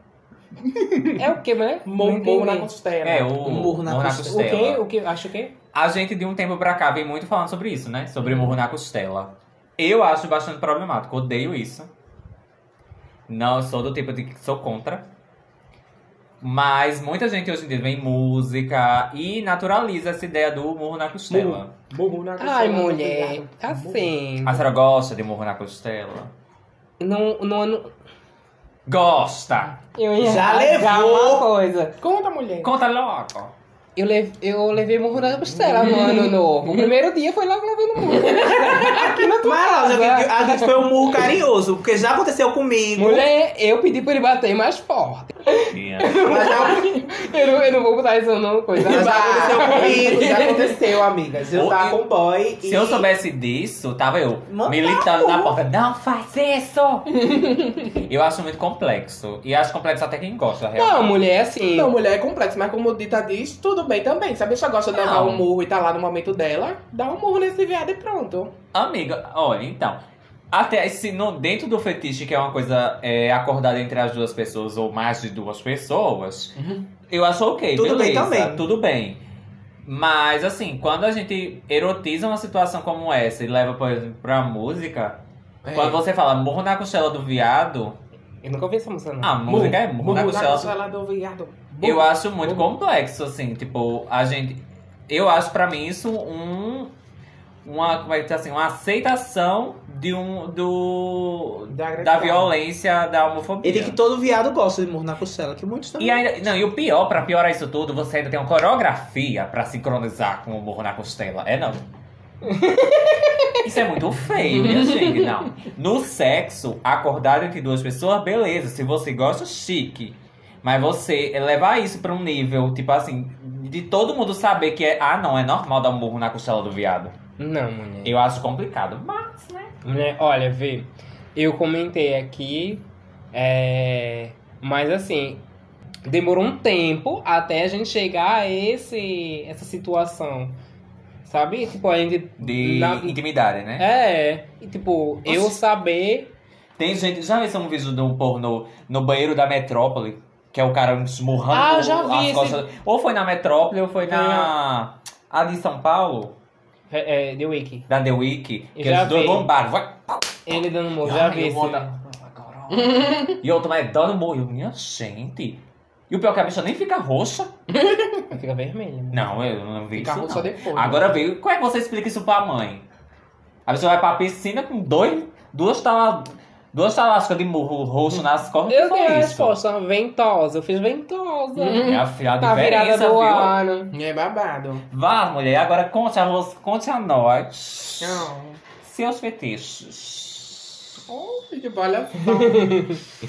[SPEAKER 1] É o que, né? Não
[SPEAKER 6] Morro morro na
[SPEAKER 1] entendi.
[SPEAKER 6] costela.
[SPEAKER 4] É, o
[SPEAKER 5] Murro na
[SPEAKER 4] murro
[SPEAKER 5] costela.
[SPEAKER 1] O que? O que? Acho que?
[SPEAKER 4] A gente, de um tempo pra cá, vem muito falando sobre isso, né? Sobre murro na costela. Eu acho bastante problemático, odeio isso. Não, eu sou do tipo de que sou contra. Mas muita gente hoje em dia vem música e naturaliza essa ideia do murro na costela.
[SPEAKER 6] Morro na costela.
[SPEAKER 1] Ai, mulher.
[SPEAKER 6] obrigado.
[SPEAKER 1] Assim.
[SPEAKER 4] A senhora gosta de murro na costela?
[SPEAKER 1] Não, não, não-
[SPEAKER 4] Gosta!
[SPEAKER 1] eu ia
[SPEAKER 5] Já
[SPEAKER 1] rasgar
[SPEAKER 5] levou.
[SPEAKER 1] uma coisa.
[SPEAKER 6] Conta, mulher.
[SPEAKER 4] Conta logo!
[SPEAKER 1] Eu, le- eu levei murro na costela no ano novo. O primeiro dia foi logo levando murro. Aqui na tua
[SPEAKER 5] Mas a
[SPEAKER 1] casa.
[SPEAKER 5] gente, a gente foi um murro carinhoso, porque já aconteceu comigo.
[SPEAKER 1] Mulher, eu pedi pra ele bater mais forte.
[SPEAKER 5] Mas já,
[SPEAKER 1] Eu não, eu não vou botar isso não, coisa.
[SPEAKER 5] mas já
[SPEAKER 1] Bah.
[SPEAKER 5] aconteceu comigo, já aconteceu, amigas. Eu tava com um boy e.
[SPEAKER 4] Se eu soubesse disso, tava eu
[SPEAKER 5] Mandava.
[SPEAKER 4] militando na porta. Não faz isso! eu acho muito complexo. E acho complexo até quem gosta, realmente.
[SPEAKER 1] Não, mulher, assim.
[SPEAKER 6] Não, mulher é complexo, mas como o Dita diz, tudo bem também. Se a bicha gosta de levar
[SPEAKER 4] Não.
[SPEAKER 6] um murro e tá lá no momento dela, dá um murro nesse viado e pronto.
[SPEAKER 4] Amiga, olha, então. Até se no, dentro do fetiche, que é uma coisa é, acordada entre as duas pessoas ou mais de duas pessoas, eu acho ok.
[SPEAKER 5] Tudo bem
[SPEAKER 4] beleza,
[SPEAKER 5] também.
[SPEAKER 4] Tudo bem. Mas, assim, quando a gente erotiza uma situação como essa e leva, por exemplo, pra música,
[SPEAKER 1] É.
[SPEAKER 4] quando você fala morro na costela do viado,
[SPEAKER 1] Eu nunca ouvi essa música, não.
[SPEAKER 4] a música é morro na
[SPEAKER 6] Murro
[SPEAKER 4] costela do
[SPEAKER 6] do viado.
[SPEAKER 4] Eu acho muito
[SPEAKER 6] Bom.
[SPEAKER 4] complexo, assim, tipo, a gente. Eu acho pra mim isso um. Uma, como é que diz assim, uma aceitação de um, do,
[SPEAKER 6] Da,
[SPEAKER 4] da
[SPEAKER 6] agressão.
[SPEAKER 4] violência, da homofobia.
[SPEAKER 5] Ele que todo viado gosta de morro na costela, que muitos também.
[SPEAKER 4] E ainda, não, e o pior, pra piorar isso tudo, você ainda tem uma coreografia pra sincronizar com o morro na costela. É não. Isso é muito feio, minha gente, não. No sexo, acordar entre duas pessoas, beleza. Se você gosta, chique. Mas você levar isso pra um nível, tipo assim, de todo mundo saber que é, ah, não, é normal dar um morro na costela do viado.
[SPEAKER 1] Não, mulher.
[SPEAKER 4] Eu acho complicado. Mas, né?
[SPEAKER 1] Mulher, olha, vê. Eu comentei aqui, é, mas assim, demorou um tempo até a gente chegar a esse, essa situação. Sabe? Tipo, a gente.
[SPEAKER 4] De
[SPEAKER 1] na-
[SPEAKER 4] intimidade, né?
[SPEAKER 1] É, e, tipo, eu saber
[SPEAKER 4] Tem gente. Já viu esse um vídeo do pornô no banheiro da metrópole? Que é o cara esmurrando
[SPEAKER 1] Ah, eu já vi
[SPEAKER 4] as
[SPEAKER 1] esse-
[SPEAKER 4] costas. Ou foi na metrópole, ou foi na. A de São Paulo,
[SPEAKER 1] é, é, The Wiki.
[SPEAKER 4] da The Week. Que
[SPEAKER 1] Já
[SPEAKER 4] os dois
[SPEAKER 1] vi.
[SPEAKER 4] bombaram. Vai.
[SPEAKER 1] Ele dando morro, já vi esse.
[SPEAKER 4] E outro mais dando morro. Minha gente. E o pior é que a bicha nem fica roxa.
[SPEAKER 1] Fica vermelho. mulher.
[SPEAKER 4] Não, eu não vi
[SPEAKER 6] Fica
[SPEAKER 4] isso.
[SPEAKER 6] roxa
[SPEAKER 4] não.
[SPEAKER 1] né?
[SPEAKER 6] depois.
[SPEAKER 4] Agora veio. Como é que você explica isso pra mãe? A pessoa vai pra piscina com dois. Duas tala, duas talascas de murro roxo nas costas. que
[SPEAKER 1] Eu
[SPEAKER 4] foi
[SPEAKER 1] dei a
[SPEAKER 4] isso?
[SPEAKER 1] resposta, ventosa. Eu fiz ventosa.
[SPEAKER 4] É a, fi- a
[SPEAKER 1] Na virada
[SPEAKER 4] diferença,
[SPEAKER 1] do
[SPEAKER 4] viu?
[SPEAKER 1] ano.
[SPEAKER 6] É babado.
[SPEAKER 4] Vá, mulher, agora conte a, vo- conte a nós seus fetiches.
[SPEAKER 6] Olha, tipo, olha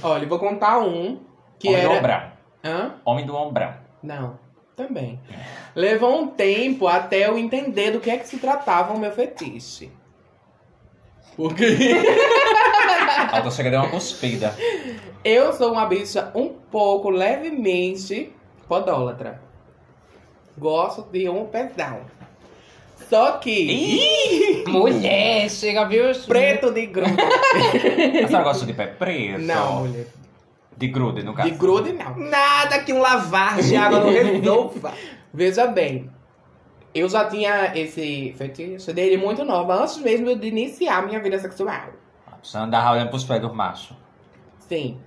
[SPEAKER 6] só. Olha, eu vou contar um que
[SPEAKER 4] Homem do
[SPEAKER 6] era.
[SPEAKER 4] ombrão.
[SPEAKER 6] Hã?
[SPEAKER 4] Homem do ombrão.
[SPEAKER 6] Não, também. Levou um tempo até eu entender do que é que se tratava o meu fetiche. Porque
[SPEAKER 4] A outra chega deu uma cuspida.
[SPEAKER 6] eu sou uma bicha um pouco levemente podólatra. Gosto de um pesão. Só que
[SPEAKER 4] Hum.
[SPEAKER 1] Mulher, chega, viu?
[SPEAKER 6] preto de grude.
[SPEAKER 4] A senhora gosta de pé preto?
[SPEAKER 6] Não, mulher.
[SPEAKER 4] De grude, no caso.
[SPEAKER 6] De grude não.
[SPEAKER 5] Nada que um lavar de água não resolva.
[SPEAKER 6] Veja bem, eu já tinha esse fetiche dele muito nova, antes mesmo de iniciar minha vida sexual.
[SPEAKER 4] A pessoa andava olhando pros pés dos machos.
[SPEAKER 6] Sim.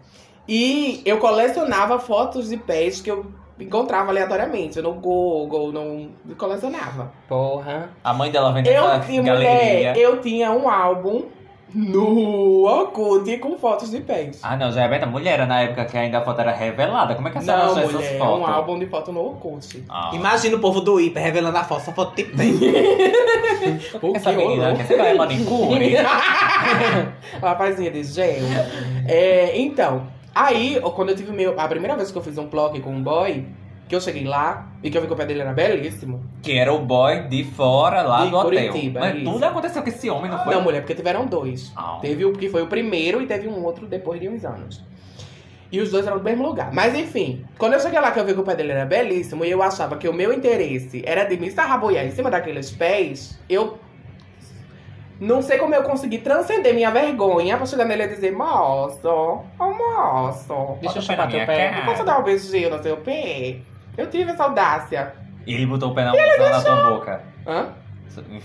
[SPEAKER 6] E eu colecionava fotos de pés que eu encontrava aleatoriamente no Google, não colecionava.
[SPEAKER 1] Porra.
[SPEAKER 4] A mãe dela vende
[SPEAKER 6] Eu
[SPEAKER 4] aquela
[SPEAKER 6] tinha,
[SPEAKER 4] É galeria.
[SPEAKER 6] mulher, eu tinha um álbum no Orkut com fotos de pés.
[SPEAKER 4] Ah, não, já é bem da mulher, era na época que ainda a foto era revelada. Como é que a senhora
[SPEAKER 6] Não,
[SPEAKER 4] achou essas
[SPEAKER 6] mulher,
[SPEAKER 4] fotos?
[SPEAKER 6] um álbum de foto no Orkut.
[SPEAKER 4] Ah.
[SPEAKER 5] Imagina o povo do hiper revelando a foto, só foto tem tem.
[SPEAKER 6] O
[SPEAKER 4] Essa
[SPEAKER 6] que
[SPEAKER 4] menina,
[SPEAKER 6] horror.
[SPEAKER 4] que ela é manicure.
[SPEAKER 6] Rapazinha de gel. É, então, aí, ó, quando eu tive meu. A primeira vez que eu fiz um vlog com um boy, que eu cheguei lá e que eu vi que o pé dele era belíssimo.
[SPEAKER 4] Que era o boy de fora lá
[SPEAKER 6] De
[SPEAKER 4] do hotel.
[SPEAKER 6] Curitiba, é
[SPEAKER 4] Mas
[SPEAKER 6] isso.
[SPEAKER 4] tudo aconteceu com esse homem, não foi?
[SPEAKER 6] Não, mulher, porque tiveram dois.
[SPEAKER 4] Ah,
[SPEAKER 6] Teve o que foi o primeiro e teve um outro depois de uns anos. E os dois eram do mesmo lugar. Mas enfim, quando eu cheguei lá que eu vi que o pé dele era belíssimo e eu achava que o meu interesse era de me sarraboiar em cima daqueles pés, eu. Não sei como eu consegui transcender minha vergonha pra chegar nele e dizer, moço, ô moço,
[SPEAKER 1] Deixa
[SPEAKER 4] Bota
[SPEAKER 1] eu chupar
[SPEAKER 4] pra
[SPEAKER 1] teu
[SPEAKER 4] minha
[SPEAKER 1] pé.
[SPEAKER 4] cara.
[SPEAKER 6] posso dar um beijinho no seu pé? Eu tive essa audácia.
[SPEAKER 4] E ele botou o pé na, na, tua boca.
[SPEAKER 6] Hã?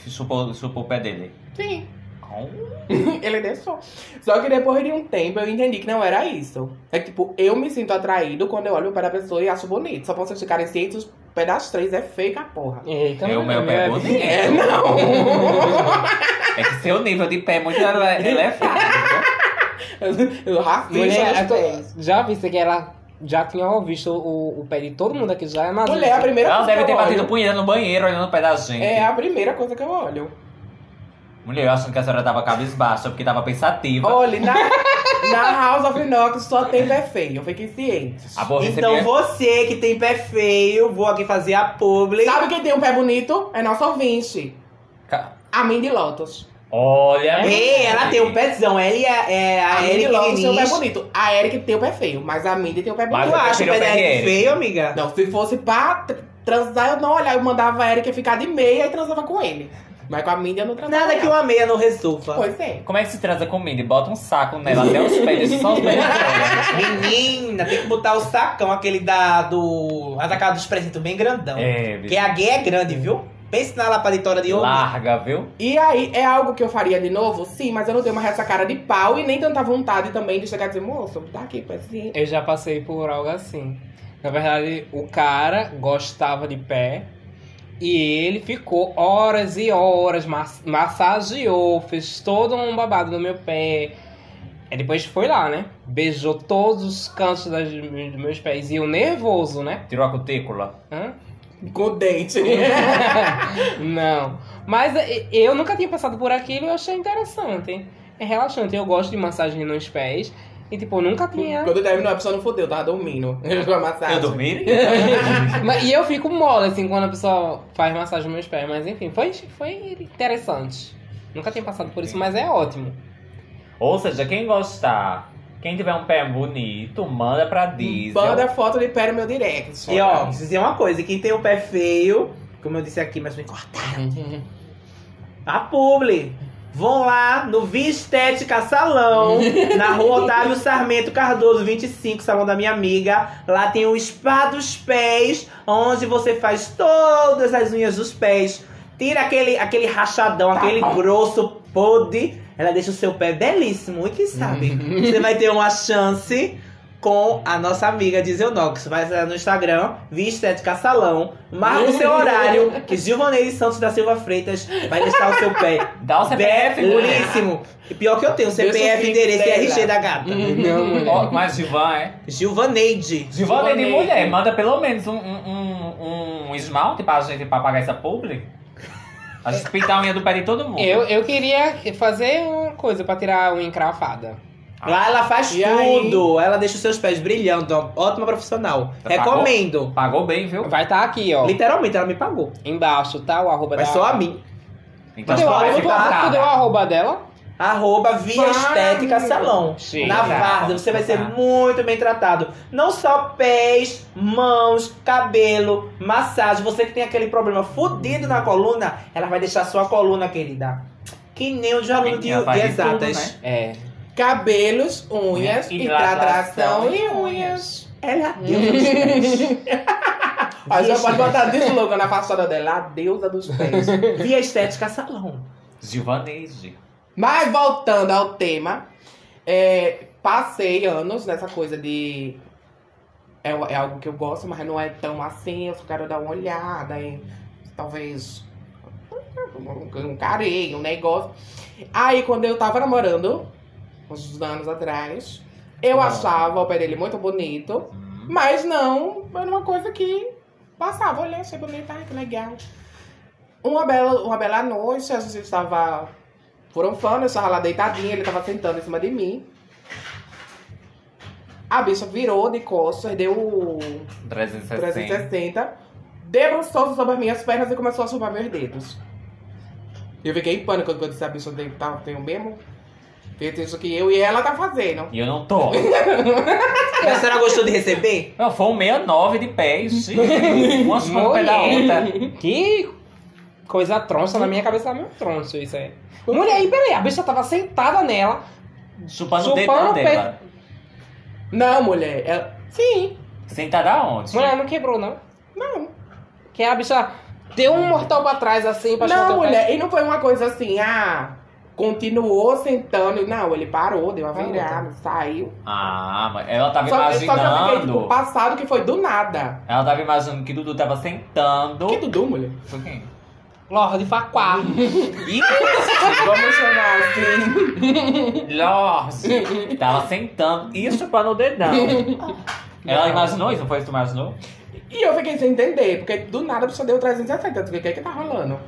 [SPEAKER 4] Chupou, chupou o pé dele.
[SPEAKER 6] Sim.
[SPEAKER 4] Ah,
[SPEAKER 6] Ele deixou. Só que depois de um tempo eu entendi que não era isso. É que, tipo, eu me sinto atraído quando eu olho para a pessoa e acho bonito. Só pra vocês ficarem cientes, o pé das três é feio que a porra.
[SPEAKER 1] Eita,
[SPEAKER 4] É o meu pé bonito.
[SPEAKER 6] É, não!
[SPEAKER 4] É que seu nível de pé é muito ele- elevado. viu?
[SPEAKER 6] Eu rafinho
[SPEAKER 1] Mulher,
[SPEAKER 5] é
[SPEAKER 6] os
[SPEAKER 1] eu tô-
[SPEAKER 6] pés.
[SPEAKER 1] já vi isso aqui, ela já tinha visto o, o pé de todo mundo aqui já. é Mas
[SPEAKER 6] Mulher, é a primeira
[SPEAKER 4] Ela
[SPEAKER 6] coisa
[SPEAKER 4] deve
[SPEAKER 6] que
[SPEAKER 4] ter
[SPEAKER 6] eu
[SPEAKER 4] batido
[SPEAKER 6] olho...
[SPEAKER 4] punheta no banheiro olhando o pé da gente.
[SPEAKER 6] É a primeira coisa que eu olho.
[SPEAKER 4] Mulher, eu achando que a senhora tava cabisbaixa, porque tava pensativa.
[SPEAKER 6] Olha, na, na House of Knox só tem pé feio. Eu fiquei ciente.
[SPEAKER 4] a boa
[SPEAKER 5] Então
[SPEAKER 4] recebia...
[SPEAKER 5] você que tem pé feio, vou aqui fazer a publi.
[SPEAKER 6] Sabe quem tem um pé bonito? É nosso ouvinte.
[SPEAKER 4] Ca-
[SPEAKER 6] A Mindy Lotus. é?
[SPEAKER 4] Olha...
[SPEAKER 5] Ei, É, ela tem um pezão. Ela e a, é, a,
[SPEAKER 6] A Mindy
[SPEAKER 5] Eric
[SPEAKER 6] Lotus tem um pé
[SPEAKER 5] Diniz.
[SPEAKER 6] bonito. A Eric tem o pé feio, mas a Mindy tem o pé bonito.
[SPEAKER 4] Mas é
[SPEAKER 5] Tu
[SPEAKER 4] eu
[SPEAKER 5] acha o
[SPEAKER 4] prefiro o
[SPEAKER 5] pé da
[SPEAKER 4] pé de
[SPEAKER 5] Eric
[SPEAKER 4] Eric.
[SPEAKER 5] feio, amiga?
[SPEAKER 6] Não, se fosse pra tr- transar, eu não olhava. Eu mandava a Erika ficar de meia e transava com ele. Mas com a Mindy eu não transava.
[SPEAKER 5] Nada que
[SPEAKER 6] eu...
[SPEAKER 5] uma meia não resolva.
[SPEAKER 6] Pois é.
[SPEAKER 4] Como é que se transa comida? Bota um saco nela até os pés, deixa só os pés fora.
[SPEAKER 5] Menina, tem que botar o sacão, aquele da, do atacado dos presentes, bem grandão.
[SPEAKER 4] É,
[SPEAKER 5] Porque
[SPEAKER 4] bicho.
[SPEAKER 5] a gay é grande, viu? Pense na lapaditória de homem.
[SPEAKER 4] Larga, viu?
[SPEAKER 6] E aí, é algo que eu faria de novo? Sim, mas eu não tenho mais essa cara de pau e nem tanta vontade também de chegar e dizer, moço, dá aqui pra esse.
[SPEAKER 1] Eu já passei por algo assim. Na verdade, o cara gostava de pé E ele ficou horas e horas, mas- massageou, fez todo um babado no meu pé. Aí depois foi lá, né? Beijou todos os cantos das- dos meus pés. E eu nervoso, né?
[SPEAKER 4] Tirou a cutícula.
[SPEAKER 1] Hã?
[SPEAKER 6] Com o dente.
[SPEAKER 1] Não. Mas eh, eu nunca tinha passado por aquilo e eu achei interessante. É relaxante. Eu gosto de massagem nos pés. E, tipo, eu nunca tinha.
[SPEAKER 6] Quando terminou, a pessoa não fodeu, tava dormindo. Com a massagem.
[SPEAKER 4] Eu dormi?
[SPEAKER 1] Mas- e eu fico mole, assim, quando a pessoa faz massagem nos meus pés. Mas, enfim, foi, foi interessante. Nunca tinha passado por isso, mas é ótimo.
[SPEAKER 4] Ou seja, quem gostar, quem tiver um pé bonito, manda pra Disney.
[SPEAKER 6] Manda foto de pé no meu direct.
[SPEAKER 5] E ó, preciso dizer uma coisa: quem tem o pé feio, como eu disse aqui, mas me cortaram.
[SPEAKER 6] Uhum.
[SPEAKER 5] A publi. Vão lá no Via Estética Salão, na rua Otávio Sarmento Cardoso, 25, salão da minha amiga. Lá tem o Spa dos Pés, onde você faz todas as unhas dos pés. Tira aquele, aquele rachadão, aquele grosso podre. Ela deixa o seu pé belíssimo. E quem sabe? Você vai ter uma chance com a nossa amiga Diesel Nox. Vai lá no Instagram, Via Estética Salão. Marca o seu horário, que Gilvanei Santos da Silva Freitas vai deixar o seu pé
[SPEAKER 4] Dá o
[SPEAKER 6] É.
[SPEAKER 4] CPF, mulher.
[SPEAKER 5] Belíssimo. E pior que eu tenho, um
[SPEAKER 6] Deixa
[SPEAKER 5] CPF,
[SPEAKER 6] o
[SPEAKER 5] endereço e
[SPEAKER 6] pix
[SPEAKER 5] RG
[SPEAKER 6] dela.
[SPEAKER 5] da gata.
[SPEAKER 1] Não, mulher.
[SPEAKER 4] Ó, Mas Givan é.
[SPEAKER 5] Gilvaneide.
[SPEAKER 4] Givan é de
[SPEAKER 1] Givaneide.
[SPEAKER 4] mulher. Manda pelo menos um, um, um, um esmalte pra gente pra pagar essa publi. A gente pintar a unha do pé de todo mundo.
[SPEAKER 1] Eu, eu queria fazer uma coisa pra tirar uma encravada.
[SPEAKER 4] Ah.
[SPEAKER 5] Lá ela faz
[SPEAKER 6] E
[SPEAKER 5] tudo. Ela deixa os seus pés brilhando. ó. Ótima profissional.
[SPEAKER 4] Tá
[SPEAKER 5] Recomendo.
[SPEAKER 4] Pagou bem, viu?
[SPEAKER 1] Vai estar aqui, ó.
[SPEAKER 5] Literalmente, ela me pagou.
[SPEAKER 1] Embaixo, tá? O arroba
[SPEAKER 5] Mas
[SPEAKER 1] dela.
[SPEAKER 5] só a mim.
[SPEAKER 1] Tu
[SPEAKER 4] Então
[SPEAKER 1] deu,
[SPEAKER 5] Mas
[SPEAKER 1] o
[SPEAKER 5] pode
[SPEAKER 1] arroba-
[SPEAKER 5] ficar.
[SPEAKER 1] tu deu o arroba dela?
[SPEAKER 5] Arroba Via
[SPEAKER 6] Vai.
[SPEAKER 5] Estética Salão.
[SPEAKER 1] Sim.
[SPEAKER 5] Na
[SPEAKER 4] Tá,
[SPEAKER 5] farda, você vai ser
[SPEAKER 4] tá.
[SPEAKER 5] muito bem tratado. Não só pés, mãos, cabelo, massagem. Você que tem aquele problema fudido na coluna, ela vai deixar sua coluna, querida. Que nem o de aluno de,
[SPEAKER 4] Ela
[SPEAKER 5] de
[SPEAKER 4] faz de tudo,
[SPEAKER 5] exatas.
[SPEAKER 4] né?
[SPEAKER 1] É.
[SPEAKER 6] Cabelos, unhas,
[SPEAKER 4] Hidratação
[SPEAKER 6] hidratação e unhas.
[SPEAKER 5] Ela é a deusa dos pés.
[SPEAKER 6] A gente pode botar de slogan na fachada dela, a deusa dos pés.
[SPEAKER 5] Via Estética Salão.
[SPEAKER 4] Givaneide.
[SPEAKER 6] Mas voltando ao tema, é, passei anos nessa coisa de. É, é algo que eu gosto, mas não é tão assim. Eu só quero dar uma olhada em. Talvez. Um carinho, um negócio. Aí, quando eu tava namorando, uns anos atrás, eu
[SPEAKER 4] Ah.
[SPEAKER 6] achava o pé dele muito bonito,
[SPEAKER 4] Hum.
[SPEAKER 6] mas não era uma coisa que passava. Olha, achei bonito, ai que legal. Uma bela, uma bela noite, a gente estava forofando, eu estava lá deitadinha, ele estava sentando em cima de mim. A bicha virou de costas, deu o
[SPEAKER 4] 360.
[SPEAKER 6] 360, debruçou um sobre as minhas pernas e começou a chupar meus dedos. Eu fiquei em pânico quando eu disse a bicha tem, tá, tem o mesmo fetiche que eu e ela tá fazendo.
[SPEAKER 4] E eu não tô.
[SPEAKER 5] Mas a senhora gostou de receber?
[SPEAKER 4] Não, foi um 69 de pés. Uma chupando o pé da outra.
[SPEAKER 1] Que coisa tronça. Na minha cabeça tá meio tronço isso aí. Mulher, e peraí, a bicha tava sentada nela.
[SPEAKER 4] Chupando o
[SPEAKER 1] Chupando
[SPEAKER 4] dedão
[SPEAKER 1] o pé.
[SPEAKER 4] dela.
[SPEAKER 6] Não, mulher, ela- sim,
[SPEAKER 4] Sentada aonde?
[SPEAKER 6] É.
[SPEAKER 1] Mulher, não quebrou, não.
[SPEAKER 6] não.
[SPEAKER 1] Que a bicha deu um mortal pra trás, assim, pra chupar
[SPEAKER 6] Não,
[SPEAKER 1] teu pé.
[SPEAKER 6] mulher, e não foi uma coisa assim, ah, continuou sentando. Não, Tá ele parou, deu uma
[SPEAKER 1] Parou,
[SPEAKER 6] virada, saiu.
[SPEAKER 4] Ah, mas ela tava
[SPEAKER 6] Só, que- só que eu fiquei,
[SPEAKER 4] imaginando.
[SPEAKER 6] tipo, passado que foi do nada.
[SPEAKER 4] Ela tava imaginando que Dudu tava sentando.
[SPEAKER 6] Que Dudu, mulher?
[SPEAKER 4] Foi quem?
[SPEAKER 1] Lorde Faquá.
[SPEAKER 6] Vamos chamar assim.
[SPEAKER 4] Lorde! Tava sentando e chupando o dedão. Ela imaginou isso? Não foi isso que tu imaginou?
[SPEAKER 6] E eu fiquei sem entender, porque do nada a pessoa deu 360. Eu falei, o que é que tá rolando?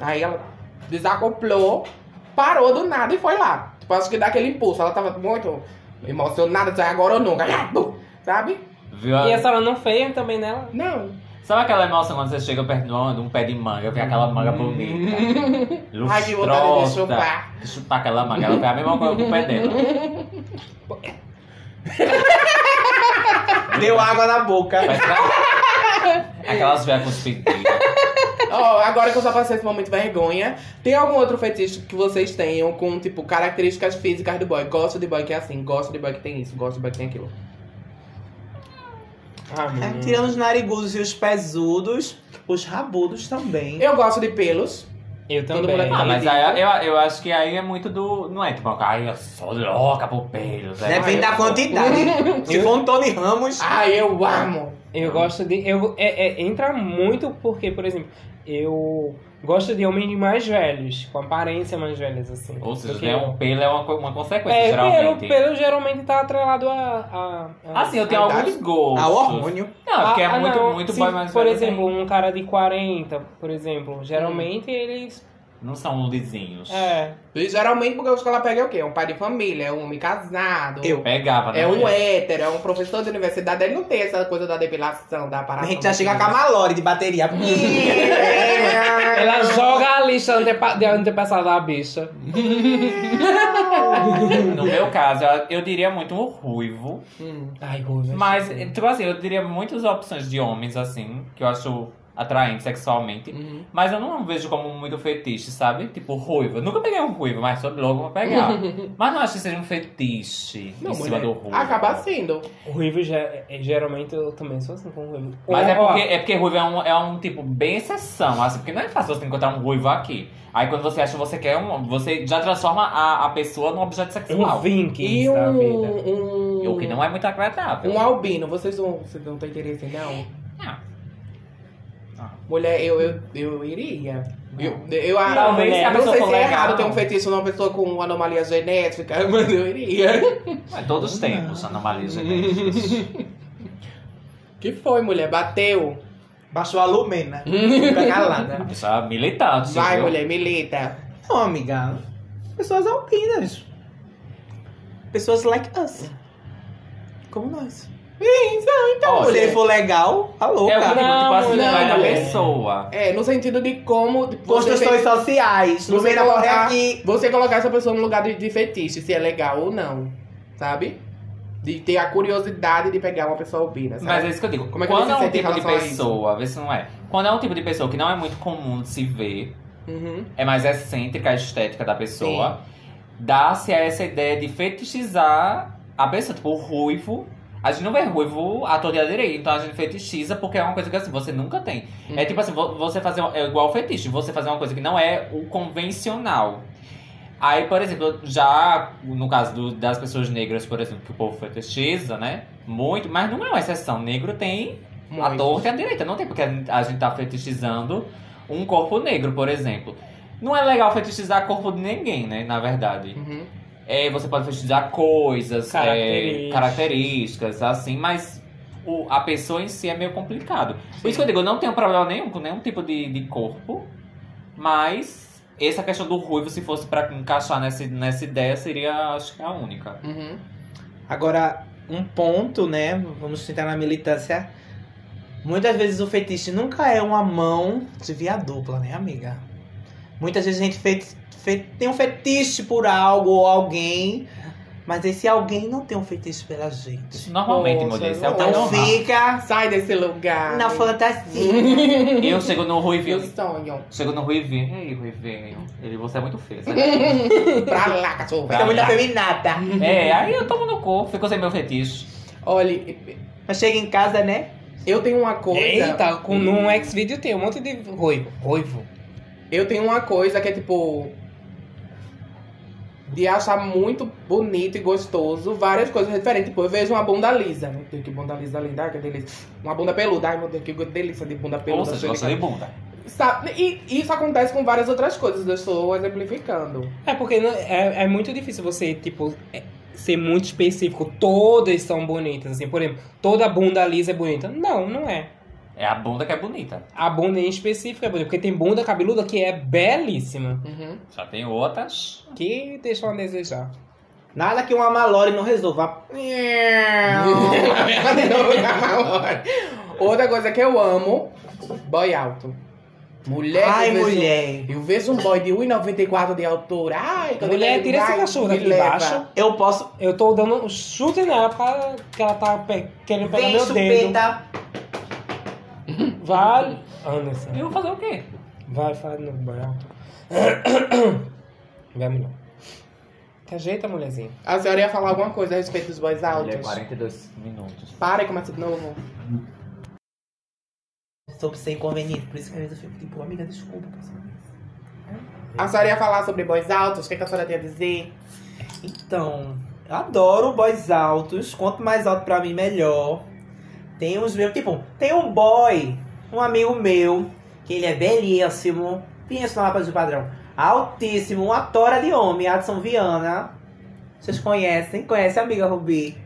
[SPEAKER 6] Aí ela desacoplou, parou do nada e foi lá. Tipo, acho que dá aquele impulso. Ela tava muito emocionada, disse, agora ou nunca. Sabe?
[SPEAKER 4] Viu?
[SPEAKER 1] E
[SPEAKER 6] é
[SPEAKER 1] a senhora não feia também nela?
[SPEAKER 6] Não.
[SPEAKER 4] Sabe aquela emoção quando você chega perto de um- de um pé de manga, vê aquela manga bonita?
[SPEAKER 6] Ai, que vontade de
[SPEAKER 4] Lustrosa.
[SPEAKER 6] chupar.
[SPEAKER 4] Chupar aquela manga, ela fez a mesma coisa com o pé dela.
[SPEAKER 5] Deu água na boca.
[SPEAKER 4] Mas pra- Aquelas velhas cuspidas.
[SPEAKER 6] Ó, agora que eu já passei esse momento de vergonha, tem algum outro fetiche que vocês tenham com, tipo, características físicas do boy? Gosto de boy que é assim, gosto de boy que tem isso, gosto de boy que tem aquilo.
[SPEAKER 1] Ah,
[SPEAKER 5] É,
[SPEAKER 1] menina.
[SPEAKER 5] Tirando os narigudos e os pesudos, os rabudos também.
[SPEAKER 6] Eu gosto de pelos.
[SPEAKER 1] Eu
[SPEAKER 6] Todo
[SPEAKER 1] também.
[SPEAKER 6] mundo
[SPEAKER 4] Ah,
[SPEAKER 6] é
[SPEAKER 4] mas aí, eu, eu acho que aí é muito do. Não é tipo, ai, eu sou louca por pelos. é, mas eu
[SPEAKER 5] Depende Né,
[SPEAKER 4] sou.
[SPEAKER 5] da quantidade. Se for um Tony Ramos,
[SPEAKER 6] Ah, eu amo.
[SPEAKER 1] Eu gosto de. Eu, é, é- entra muito porque, por exemplo, eu gosto de homens mais velhos, com aparência mais velhas, assim.
[SPEAKER 4] Ou seja,
[SPEAKER 1] do que
[SPEAKER 4] né,
[SPEAKER 1] eu.
[SPEAKER 4] um pelo é uma, co- uma consequência,
[SPEAKER 1] É,
[SPEAKER 4] geralmente.
[SPEAKER 1] pelo, pelo geralmente tá atrelado a. a, a
[SPEAKER 4] Assim, eu tenho
[SPEAKER 1] a
[SPEAKER 4] alguns gostos.
[SPEAKER 5] Ah, o hormônio.
[SPEAKER 4] Não, porque é
[SPEAKER 1] Ah, ah,
[SPEAKER 4] muito,
[SPEAKER 1] não,
[SPEAKER 4] muito
[SPEAKER 1] se,
[SPEAKER 4] boy mais
[SPEAKER 1] Por
[SPEAKER 4] velho
[SPEAKER 1] exemplo, um cara de 40, por exemplo,
[SPEAKER 4] Hum.
[SPEAKER 1] geralmente eles.
[SPEAKER 4] tem. Não são lisinhos.
[SPEAKER 1] É.
[SPEAKER 6] E geralmente, porque os que ela pega é o quê? É um pai de família, é um homem casado.
[SPEAKER 5] Eu.
[SPEAKER 4] Pegava, né?
[SPEAKER 6] É um
[SPEAKER 4] mulher?
[SPEAKER 6] hétero, é um professor de universidade. Ele não tem essa coisa da depilação, da
[SPEAKER 5] A
[SPEAKER 6] parada.
[SPEAKER 5] gente já chega com a Malore de bateria.
[SPEAKER 1] Ela joga a lista antepa de antepassada da bicha.
[SPEAKER 4] No meu caso, eu- eu diria muito um ruivo.
[SPEAKER 6] Hum.
[SPEAKER 1] Ai,
[SPEAKER 6] né,
[SPEAKER 1] Ruiva.
[SPEAKER 4] Mas, tipo assim, eu diria muitas opções de homens, assim, que eu acho atraente sexualmente. Mas eu não vejo como muito fetiche, sabe? Tipo, ruivo. Eu nunca peguei um ruivo, mas sou logo pra pegar. mas não acho que seja um fetiche
[SPEAKER 1] Não,
[SPEAKER 4] em cima
[SPEAKER 1] mulher, assim.
[SPEAKER 4] do ruivo.
[SPEAKER 6] Uhum. Acaba sendo.
[SPEAKER 1] Ruivo ge- é- geralmente eu também sou assim com ruivo.
[SPEAKER 4] Mas é
[SPEAKER 1] Ó,
[SPEAKER 4] porque, é porque ruivo é um, é um tipo bem exceção, assim, porque não é fácil você encontrar um ruivo aqui. Aí quando você acha que você quer um. Você já transforma a, a pessoa num objeto
[SPEAKER 1] Um
[SPEAKER 4] sexual.
[SPEAKER 1] Vinkins
[SPEAKER 6] E
[SPEAKER 1] da vida.
[SPEAKER 6] um. um...
[SPEAKER 4] o que não é muito agradável.
[SPEAKER 6] Um albino, vocês não, vocês não têm interesse, não? Ah.
[SPEAKER 4] Não. Não.
[SPEAKER 6] Mulher, eu, eu, eu iria. Eu, eu, ah,
[SPEAKER 4] Talvez se a
[SPEAKER 6] eu não
[SPEAKER 4] pessoa
[SPEAKER 6] sei
[SPEAKER 4] for
[SPEAKER 6] se é
[SPEAKER 4] legal.
[SPEAKER 6] errado ter um feitiço numa pessoa com anomalia genética, mas eu iria.
[SPEAKER 4] Mas todos temos anomalias genéticas.
[SPEAKER 6] Que foi, mulher? Bateu?
[SPEAKER 5] Baixou a Lumena. Fica calada.
[SPEAKER 4] Isso é militante.
[SPEAKER 6] Vai,
[SPEAKER 4] viu?
[SPEAKER 6] mulher, milita.
[SPEAKER 5] Não, amiga. Pessoas alpinas. Pessoas like us. então, Como nós.
[SPEAKER 4] Ó,
[SPEAKER 5] Se ele for legal, tá alô,
[SPEAKER 4] É o que,
[SPEAKER 5] cara.
[SPEAKER 4] tipo assim,
[SPEAKER 6] não,
[SPEAKER 4] vai da
[SPEAKER 6] mulher.
[SPEAKER 4] pessoa.
[SPEAKER 6] É, no sentido de como. de- você
[SPEAKER 5] Construções
[SPEAKER 6] fe-
[SPEAKER 5] sociais.
[SPEAKER 6] Você
[SPEAKER 5] Lumena
[SPEAKER 6] colocar-
[SPEAKER 5] morre aqui.
[SPEAKER 6] Você colocar essa pessoa no lugar de, de fetiche, se é legal ou não. Sabe? De ter a curiosidade de pegar uma pessoa albina,
[SPEAKER 4] Mas é
[SPEAKER 6] sabe?
[SPEAKER 4] isso que eu digo.
[SPEAKER 6] Como é que
[SPEAKER 4] Quando
[SPEAKER 6] você
[SPEAKER 4] é um
[SPEAKER 6] sente em
[SPEAKER 4] tipo de
[SPEAKER 6] relação a isso?
[SPEAKER 4] pessoa, vê se não é. Quando é um tipo de pessoa que não é muito comum de se ver,
[SPEAKER 6] Uhum.
[SPEAKER 4] é mais excêntrica a estética da pessoa, dá-se a essa ideia de fetichizar a pessoa, tipo, o ruivo. A gente não vê ruivo à toa direito, então a gente fetichiza porque é uma coisa que assim, você nunca tem. É tipo assim, vo- você fazer. É igual fetiche, você fazer uma coisa que não é o convencional. Aí, por exemplo, já no caso do- das pessoas negras, por exemplo, que o povo fetichiza, né? Muito, mas não é uma exceção. Negro tem a
[SPEAKER 6] Muito.
[SPEAKER 4] torta e a direita. Não tem porque a gente tá fetichizando um corpo negro, por exemplo. Não é legal fetichizar corpo de ninguém, né? Na verdade.
[SPEAKER 6] Uhum.
[SPEAKER 4] É, você pode fetichizar coisas,
[SPEAKER 1] Características.
[SPEAKER 4] é, características, assim, mas o- a pessoa em si é meio complicado. Por isso que eu digo, eu não tenho problema nenhum com nenhum tipo de, de corpo, mas essa questão do ruivo, se fosse pra encaixar nessa, nessa ideia, seria, acho que, a única.
[SPEAKER 6] Uhum.
[SPEAKER 5] Agora, um ponto, né? Vamos tentar na militância. Muitas vezes o fetiche nunca é uma mão de via dupla, né, amiga? Muitas vezes a gente fe- fe- tem um fetiche por algo ou alguém, mas esse alguém não tem um fetiche pela gente.
[SPEAKER 4] Isso normalmente,
[SPEAKER 6] Nossa,
[SPEAKER 4] mulher, isso é o que é
[SPEAKER 5] Então
[SPEAKER 6] não.
[SPEAKER 4] normal.
[SPEAKER 5] fica
[SPEAKER 6] Ah, Sai desse lugar.
[SPEAKER 5] na fantasia.
[SPEAKER 4] Eu chego no
[SPEAKER 6] Meu
[SPEAKER 4] ruivinho,
[SPEAKER 6] sonho.
[SPEAKER 4] chego no ruivinho, ei, ruivinho, ele, você é muito feio, sai daqui."
[SPEAKER 6] pra lá, cachorro.
[SPEAKER 5] Fica muito afeminada.
[SPEAKER 4] É, aí eu tomo no cu, fico sem meu fetiche.
[SPEAKER 6] Olha,
[SPEAKER 5] Mas chega em casa, né?
[SPEAKER 6] eu tenho uma coisa.
[SPEAKER 1] Eita, com, num X-Video tem um monte de ruivo. Ruivo.
[SPEAKER 6] Eu tenho uma coisa que é tipo. De achar muito bonito e gostoso várias coisas diferentes. Tipo, eu vejo uma bunda lisa. Meu Deus, que bunda lisa linda, ai, que delícia. Uma bunda peluda. Ai, meu Deus, que delícia de bunda
[SPEAKER 4] Ou
[SPEAKER 6] peluda.
[SPEAKER 4] seja, gosta de bunda.
[SPEAKER 6] Sabe? E isso acontece com várias outras coisas. Eu estou exemplificando.
[SPEAKER 1] É porque não- é, é muito difícil você, tipo, é- ser muito específico. Todas são bonitas, assim. Por exemplo, toda bunda lisa é bonita. Não, não é.
[SPEAKER 4] É a bunda que é bonita.
[SPEAKER 1] A bunda em específico é bonita. Porque tem bunda cabeluda que é belíssima.
[SPEAKER 6] Uhum.
[SPEAKER 4] Já tem outras.
[SPEAKER 1] Que deixam a desejar.
[SPEAKER 5] Nada que uma malore não resolva.
[SPEAKER 6] tá Outra coisa que eu amo: boy alto. Mulher. que
[SPEAKER 5] Ai,
[SPEAKER 6] eu vejo-
[SPEAKER 5] mulher.
[SPEAKER 6] Eu vejo um boy de 1,94 de altura. Ai, quando
[SPEAKER 1] Mulher,
[SPEAKER 6] ele
[SPEAKER 1] tira esse
[SPEAKER 6] vai,
[SPEAKER 1] cachorro
[SPEAKER 6] me
[SPEAKER 1] daqui
[SPEAKER 6] leva.
[SPEAKER 1] embaixo.
[SPEAKER 5] Eu posso.
[SPEAKER 1] Eu tô dando um chute nela pra que ela tá pe- querendo pegar
[SPEAKER 5] Vem,
[SPEAKER 1] meu dedo.
[SPEAKER 5] chupeta.
[SPEAKER 1] Vai, Anderson.
[SPEAKER 4] Eu vou fazer o quê?
[SPEAKER 1] Vai, fala no buraco. Vai, mulher. Te ajeita, mulherzinha.
[SPEAKER 6] A senhora ia falar alguma coisa a respeito dos boys
[SPEAKER 5] é
[SPEAKER 6] altos?
[SPEAKER 4] Olha, 42 minutos.
[SPEAKER 6] Para e começa de novo.
[SPEAKER 5] Soube ser inconveniente, por isso que às vezes eu fico tipo, amiga, desculpa, pessoal.
[SPEAKER 6] A senhora ia falar sobre boys altos? O que, que a senhora tem a dizer?
[SPEAKER 5] Então, eu adoro boys altos. Quanto mais alto pra mim, melhor. Tem uns meus, tipo, tem um boy, um amigo meu, que ele é belíssimo, pensa na lapa de padrão, altíssimo, uma tora de homem, Adson Viana. Vocês conhecem? Conhece a amiga Rubi?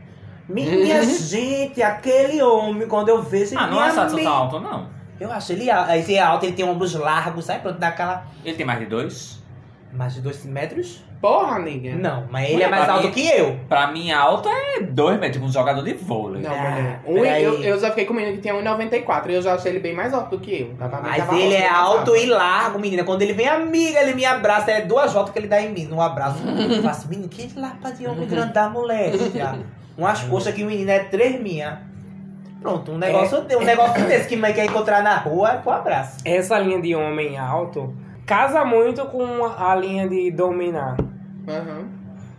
[SPEAKER 5] Minha gente, aquele homem, quando eu vejo ele.
[SPEAKER 4] Ah, não é
[SPEAKER 5] minha
[SPEAKER 4] só tão
[SPEAKER 5] amiga-
[SPEAKER 4] alto, não.
[SPEAKER 5] Eu acho ele alto, ele é alto, ele tem ombros largos, sabe? Pronto, dá aquela.
[SPEAKER 4] Ele tem mais de dois?
[SPEAKER 5] Mais de dois metros?
[SPEAKER 6] Porra, amiga.
[SPEAKER 5] Não, mas ele
[SPEAKER 4] Olha,
[SPEAKER 5] é mais
[SPEAKER 4] pra
[SPEAKER 5] alto
[SPEAKER 4] mim-
[SPEAKER 5] que eu.
[SPEAKER 4] Pra mim, alto é dois metros, tipo um jogador de vôlei.
[SPEAKER 6] Não,
[SPEAKER 5] Ah,
[SPEAKER 6] mulher. Um,
[SPEAKER 5] peraí.
[SPEAKER 6] eu, eu já fiquei com um menino que tinha 1,94 e eu já achei ele bem mais alto do que eu. Tava-
[SPEAKER 5] Mas
[SPEAKER 6] tava
[SPEAKER 5] ele é
[SPEAKER 6] tava
[SPEAKER 5] alto e largo, menina. Quando ele vem, amiga, ele me abraça. É duas voltas que ele dá em mim, num abraço. Eu faço, menino, que lapa de homem grande da moléstia. Umas coxas que o menino é três minha. Pronto, um negócio, de- um negócio desse que mãe quer encontrar na rua é pro abraço.
[SPEAKER 1] Essa linha de homem alto casa muito com a linha de dominar.
[SPEAKER 6] Aham.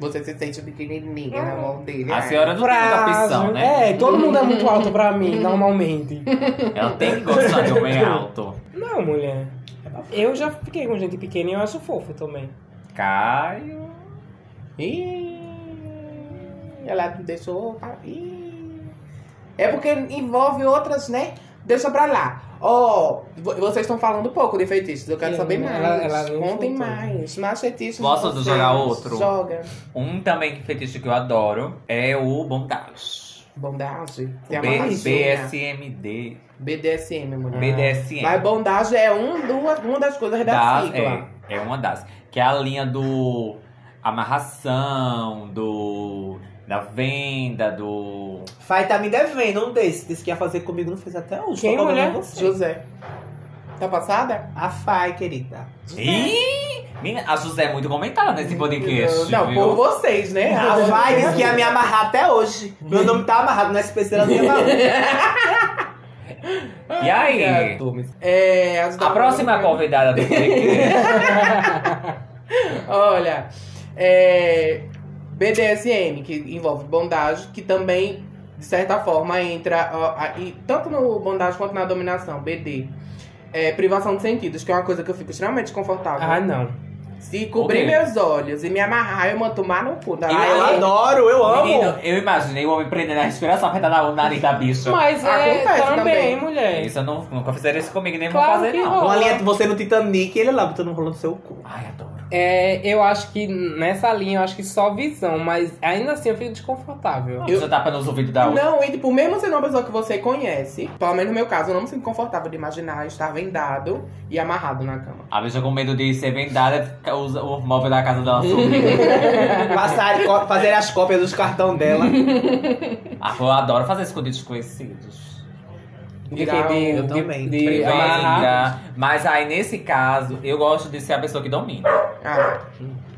[SPEAKER 6] Você se sente pequenininha na mão dele. né?
[SPEAKER 4] A
[SPEAKER 6] ai.
[SPEAKER 4] senhora não tem muita opção, né?
[SPEAKER 1] É, todo mundo é muito alto pra mim, normalmente.
[SPEAKER 4] Ela tem condição de um homem alto.
[SPEAKER 1] Não, mulher. Eu já fiquei com gente pequena e eu acho fofo também.
[SPEAKER 4] Caio.
[SPEAKER 6] Ih, ela deixou. ah, Ih. É porque envolve outras, né? Deixa pra lá. Ó, vo- vocês estão falando pouco de feitiços. Eu quero
[SPEAKER 1] Eu
[SPEAKER 6] saber
[SPEAKER 1] não-
[SPEAKER 6] mais.
[SPEAKER 1] ela- ela não
[SPEAKER 6] Contem
[SPEAKER 1] escutou.
[SPEAKER 6] mais. Mais feitiços.
[SPEAKER 4] Posso
[SPEAKER 6] vocês.
[SPEAKER 4] jogar outro?
[SPEAKER 6] Joga.
[SPEAKER 4] Um também que fetiche que eu adoro é o bondage.
[SPEAKER 6] Bondage. Tem a
[SPEAKER 4] B-
[SPEAKER 6] mamadinha.
[SPEAKER 4] BSMD.
[SPEAKER 6] BDSM, mulher.
[SPEAKER 4] BDSM.
[SPEAKER 6] Mas bondage é um, duas, uma das coisas da,
[SPEAKER 4] Das-
[SPEAKER 6] sigla.
[SPEAKER 4] é, é uma das. Que é a linha do amarração, do. da venda, do.
[SPEAKER 5] Fai tá me devendo um desse. Disse que ia fazer comigo, não fez até hoje.
[SPEAKER 1] Quem,
[SPEAKER 5] Tô cobrando
[SPEAKER 1] mulher?
[SPEAKER 5] você.
[SPEAKER 6] José. Tá passada?
[SPEAKER 5] A Fai, querida.
[SPEAKER 4] Ih! Menina, a José é muito comentada nesse podcast.
[SPEAKER 6] Não,
[SPEAKER 4] viu?
[SPEAKER 6] por vocês, né?
[SPEAKER 5] A Fai disse que ia me amarrar até hoje. Meu nome tá amarrado no SPC, ela não ia falar.
[SPEAKER 4] E aí?
[SPEAKER 6] É, as da-
[SPEAKER 4] A próxima convidada do é podcast.
[SPEAKER 6] Olha, é, BDSM, que envolve bondage, que também, de certa forma, entra ó, a- e tanto no bondage quanto na dominação, BD. É, privação de sentidos, que é uma coisa que eu fico extremamente confortável.
[SPEAKER 1] Ah, não.
[SPEAKER 6] Se cobrir
[SPEAKER 4] Ok.
[SPEAKER 6] meus olhos e me amarrar, eu mando tomar no cu. Tá?
[SPEAKER 4] Eu
[SPEAKER 5] Ah, eu
[SPEAKER 4] Ai,
[SPEAKER 5] adoro, eu amo.
[SPEAKER 4] Menino, eu imaginei o homem prendendo a respiração pra dar o nariz da bicha.
[SPEAKER 1] Mas é
[SPEAKER 6] Acontece
[SPEAKER 1] também,
[SPEAKER 6] também.
[SPEAKER 1] mulher.
[SPEAKER 4] Isso eu não, nunca fizeram isso comigo, nem
[SPEAKER 1] Claro
[SPEAKER 4] vou fazer,
[SPEAKER 1] que
[SPEAKER 4] não.
[SPEAKER 1] rola.
[SPEAKER 5] Uma linha de você no Titanic, ele lá botando um rolo no seu cu.
[SPEAKER 4] Ai, adoro.
[SPEAKER 1] É, eu acho que nessa linha, eu acho que só visão, mas ainda assim eu fico desconfortável.
[SPEAKER 4] Eu... Você tapa nos ouvidos da outra.
[SPEAKER 6] Não, e tipo, mesmo sendo uma pessoa que você conhece, pelo menos no meu caso, eu não me sinto confortável de imaginar estar vendado e amarrado na cama.
[SPEAKER 4] A bicha com medo de ser vendada, fica- usa o móvel da casa dela subir.
[SPEAKER 5] Passar, có- fazer as cópias dos cartão dela.
[SPEAKER 4] ah, eu adoro fazer escondidos conhecidos.
[SPEAKER 1] De,
[SPEAKER 5] Não,
[SPEAKER 1] de,
[SPEAKER 5] eu
[SPEAKER 1] de,
[SPEAKER 5] também.
[SPEAKER 1] um, de
[SPEAKER 4] Venda.
[SPEAKER 1] amarrar.
[SPEAKER 4] Mas aí, nesse caso, eu gosto de ser a pessoa que domina.
[SPEAKER 6] Ah,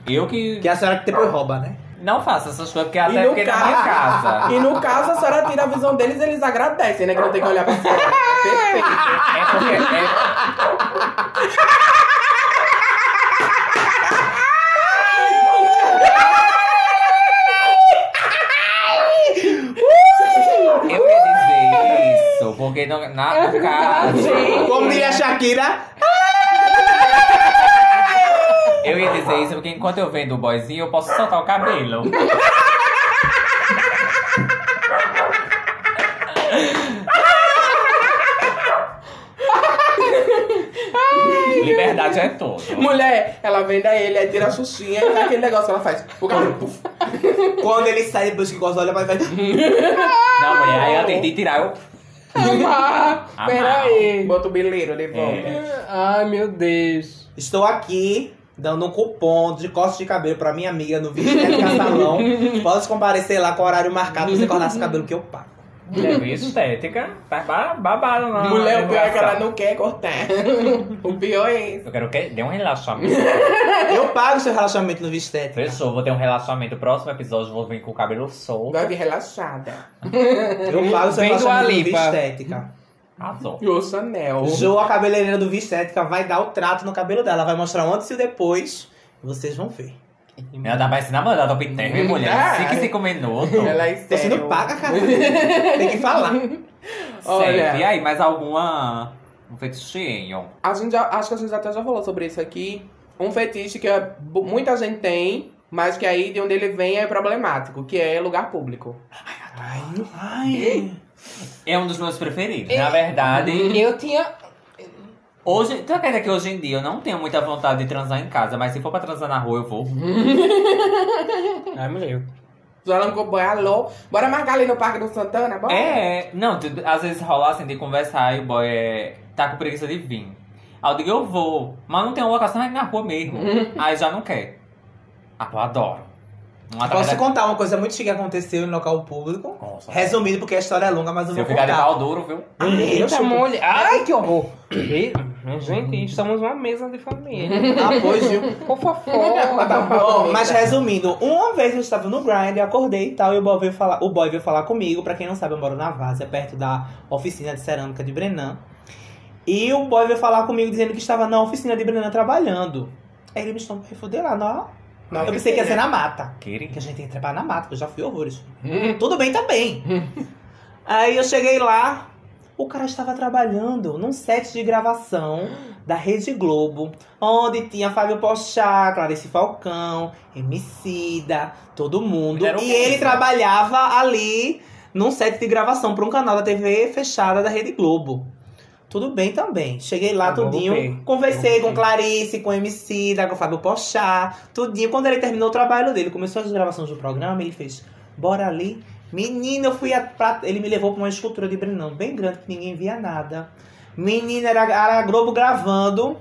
[SPEAKER 4] Eu que
[SPEAKER 5] Que é a senhora que depois rouba, né?
[SPEAKER 4] não faço essas coisas, porque
[SPEAKER 6] E
[SPEAKER 4] até
[SPEAKER 6] no
[SPEAKER 4] porque na
[SPEAKER 6] caso-
[SPEAKER 4] minha casa.
[SPEAKER 6] E no caso, a senhora tira a visão deles eles agradecem, né? Que não tem que olhar pra cima. Perfeito.
[SPEAKER 4] É porque. É... é, Eu ia dizer isso, porque no, na, no caso.
[SPEAKER 5] Como diria a Shakira,
[SPEAKER 4] Eu ia dizer isso porque enquanto eu vendo o boyzinho, eu posso soltar o cabelo. Liberdade é tudo.
[SPEAKER 6] Mulher, ela vende a ele, aí tira a xuxinha e faz aquele negócio que ela faz. O cara. puf.
[SPEAKER 5] quando ele sai depois que gosta, olha pra ele e faz.
[SPEAKER 4] Não, mulher, aí eu tentei tirar eu.
[SPEAKER 1] Amarrar.
[SPEAKER 4] Amarrar.
[SPEAKER 1] Peraí.
[SPEAKER 6] Bota o bileiro de volta.
[SPEAKER 4] É.
[SPEAKER 1] Ai, meu Deus.
[SPEAKER 5] Estou aqui dando um cupom de corte de cabelo pra minha amiga no vídeo Técnica Salão. Pode comparecer lá com o horário marcado pra você cortar esse cabelo que eu pago.
[SPEAKER 4] Deve estética. Tá ba- babado na.
[SPEAKER 6] Mulher, o pior é que ela
[SPEAKER 4] divulgação.
[SPEAKER 6] não quer cortar. O pior é isso.
[SPEAKER 4] Eu quero que dê um relaxamento.
[SPEAKER 5] Eu pago seu relaxamento no vídeo Técnica.
[SPEAKER 4] Fechou, vou ter um relaxamento. Próximo episódio, vou vir com o cabelo solto.
[SPEAKER 6] Vai vir relaxada.
[SPEAKER 5] Eu pago seu
[SPEAKER 1] Vem do
[SPEAKER 5] relaxamento no
[SPEAKER 1] Alipa.
[SPEAKER 5] vídeo Técnica.
[SPEAKER 4] Arrasou.
[SPEAKER 6] E o Chanel.
[SPEAKER 5] Jo, a cabeleireira do vídeo Técnica, vai dar o trato no cabelo dela. Vai mostrar o antes e o depois. Vocês vão ver.
[SPEAKER 4] Ela dá pra ensinar a mandar top term, hein, mulher.
[SPEAKER 6] Ah.
[SPEAKER 4] 5 e 5 minutos.
[SPEAKER 6] Ela é
[SPEAKER 5] Então, Você
[SPEAKER 6] sério.
[SPEAKER 5] não paga, cara. Tem que falar.
[SPEAKER 6] Olha.
[SPEAKER 4] Certo. E aí, mais alguma. Um fetichinho?
[SPEAKER 6] A gente já, acho que a gente até já falou sobre isso aqui. Um fetiche que é- bu- muita gente tem, mas que aí de onde ele vem é problemático, que é lugar público.
[SPEAKER 5] Ai, ai.
[SPEAKER 4] É um dos meus preferidos.
[SPEAKER 1] É.
[SPEAKER 4] Na verdade,
[SPEAKER 1] Eu tinha.
[SPEAKER 4] Hoje, tu acredita que hoje em dia eu não tenho muita vontade de transar em casa, mas se for pra transar na rua, eu vou.
[SPEAKER 1] Ai, mulher.
[SPEAKER 6] Zola ficou boy, é, alô. Bora marcar ali no Parque do Santana, bora?
[SPEAKER 4] É, não, tu- às vezes rola assim de conversar e o boy é, tá com preguiça de vir. Aí eu digo, eu vou, mas não tem uma locação é na rua mesmo. Aí já não quer. Ah, pô, adoro. Uma
[SPEAKER 5] Posso
[SPEAKER 4] atrapalha-
[SPEAKER 5] contar uma coisa muito chique que aconteceu em local público?
[SPEAKER 4] Nossa,
[SPEAKER 5] Resumindo, porque a história é longa, mas eu
[SPEAKER 4] se eu
[SPEAKER 5] vou
[SPEAKER 4] ficar de
[SPEAKER 5] contar.
[SPEAKER 4] pau duro, viu?
[SPEAKER 1] Eita, mulher. Ai, que horror. E- Gente, estamos uma mesa de família.
[SPEAKER 5] Ah, pois, viu?
[SPEAKER 1] Com fofoca.
[SPEAKER 5] Ó, mas resumindo, uma vez eu estava no grind, eu acordei e tal, e o boy veio falar, o boy veio falar comigo. Pra quem não sabe, eu moro na Várzea, perto da oficina de cerâmica de Brenan. E o boy veio falar comigo dizendo que estava na oficina de Brenan trabalhando. Aí ele me chamou pra fuder lá, não.
[SPEAKER 6] Na
[SPEAKER 5] eu pensei que ia ser na mata. Que
[SPEAKER 4] Querida.
[SPEAKER 5] a gente tem que trabalhar na mata, que eu já fui horrores. Tudo bem também. Aí eu cheguei lá, o cara estava trabalhando num set de gravação da Rede Globo, onde tinha Fábio Pochá, Clarice Falcão, Emicida, todo mundo.
[SPEAKER 4] Era um
[SPEAKER 5] E
[SPEAKER 4] monte,
[SPEAKER 5] ele
[SPEAKER 4] né?
[SPEAKER 5] trabalhava ali num set de gravação para um canal da TV fechada da Rede Globo. Tudo bem também. Cheguei lá,
[SPEAKER 1] A
[SPEAKER 4] Tá
[SPEAKER 1] Globo
[SPEAKER 5] tudinho.
[SPEAKER 1] Pay.
[SPEAKER 5] Conversei
[SPEAKER 1] Globo
[SPEAKER 5] com Clarice, com Emicida, com Fábio Pochá, tudinho. Quando ele terminou o trabalho dele, começou as gravações do programa, ele fez, bora ali. Menina, eu fui a, pra- ele me levou pra uma escultura de Brenão bem grande que ninguém via nada. Menina, era, era a Globo gravando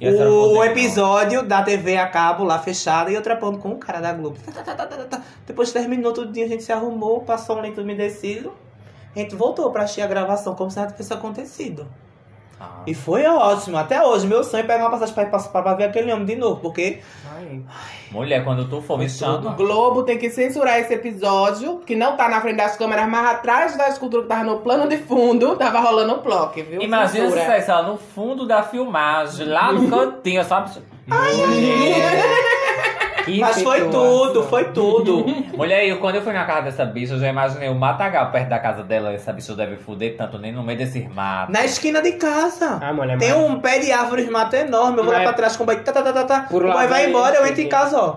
[SPEAKER 4] E essa era
[SPEAKER 5] o
[SPEAKER 4] foda, então.
[SPEAKER 5] episódio da TV a cabo lá fechada e eu trapando com o cara da Globo. Tá, tá, tá, tá, tá, tá. Depois terminou tudinho, a gente se arrumou, passou um lento umedecido. A gente voltou pra assistir a gravação como se nada tivesse acontecido.
[SPEAKER 4] Ah,
[SPEAKER 5] E foi ótimo. Até hoje, meu sonho é pegar uma passagem pra ir pra, pra ver aquele homem de novo, porque
[SPEAKER 1] Ai.
[SPEAKER 4] Mulher, quando tu for, me
[SPEAKER 6] O
[SPEAKER 4] chama.
[SPEAKER 6] Globo tem que censurar esse episódio, que não tá na frente das câmeras, mas atrás da escultura que tava no plano de fundo, tava rolando o bloco, viu?
[SPEAKER 4] Imagina se
[SPEAKER 6] Censura.
[SPEAKER 4] saísse lá no fundo da filmagem, lá no cantinho, sabe?
[SPEAKER 1] Que
[SPEAKER 5] Mas foi
[SPEAKER 1] situação.
[SPEAKER 5] tudo, foi tudo.
[SPEAKER 4] Mulher, eu, quando eu fui na casa dessa bicha, eu já imaginei o matagal perto da casa dela. Essa bicha deve fuder tanto, nem no meio desse mato.
[SPEAKER 5] Na esquina de casa.
[SPEAKER 1] Ah, mulher,
[SPEAKER 5] Tem
[SPEAKER 1] mas-
[SPEAKER 5] um pé de árvore de mato enorme. Eu vou lá
[SPEAKER 1] Mas-
[SPEAKER 5] pra trás com o boi. Tá, tá, tá, tá, tá.
[SPEAKER 1] Por
[SPEAKER 5] o
[SPEAKER 1] lá
[SPEAKER 5] boi vai
[SPEAKER 1] vai
[SPEAKER 5] embora, eu
[SPEAKER 1] esse
[SPEAKER 5] entro em
[SPEAKER 1] aqui.
[SPEAKER 5] casa, ó.
[SPEAKER 1] um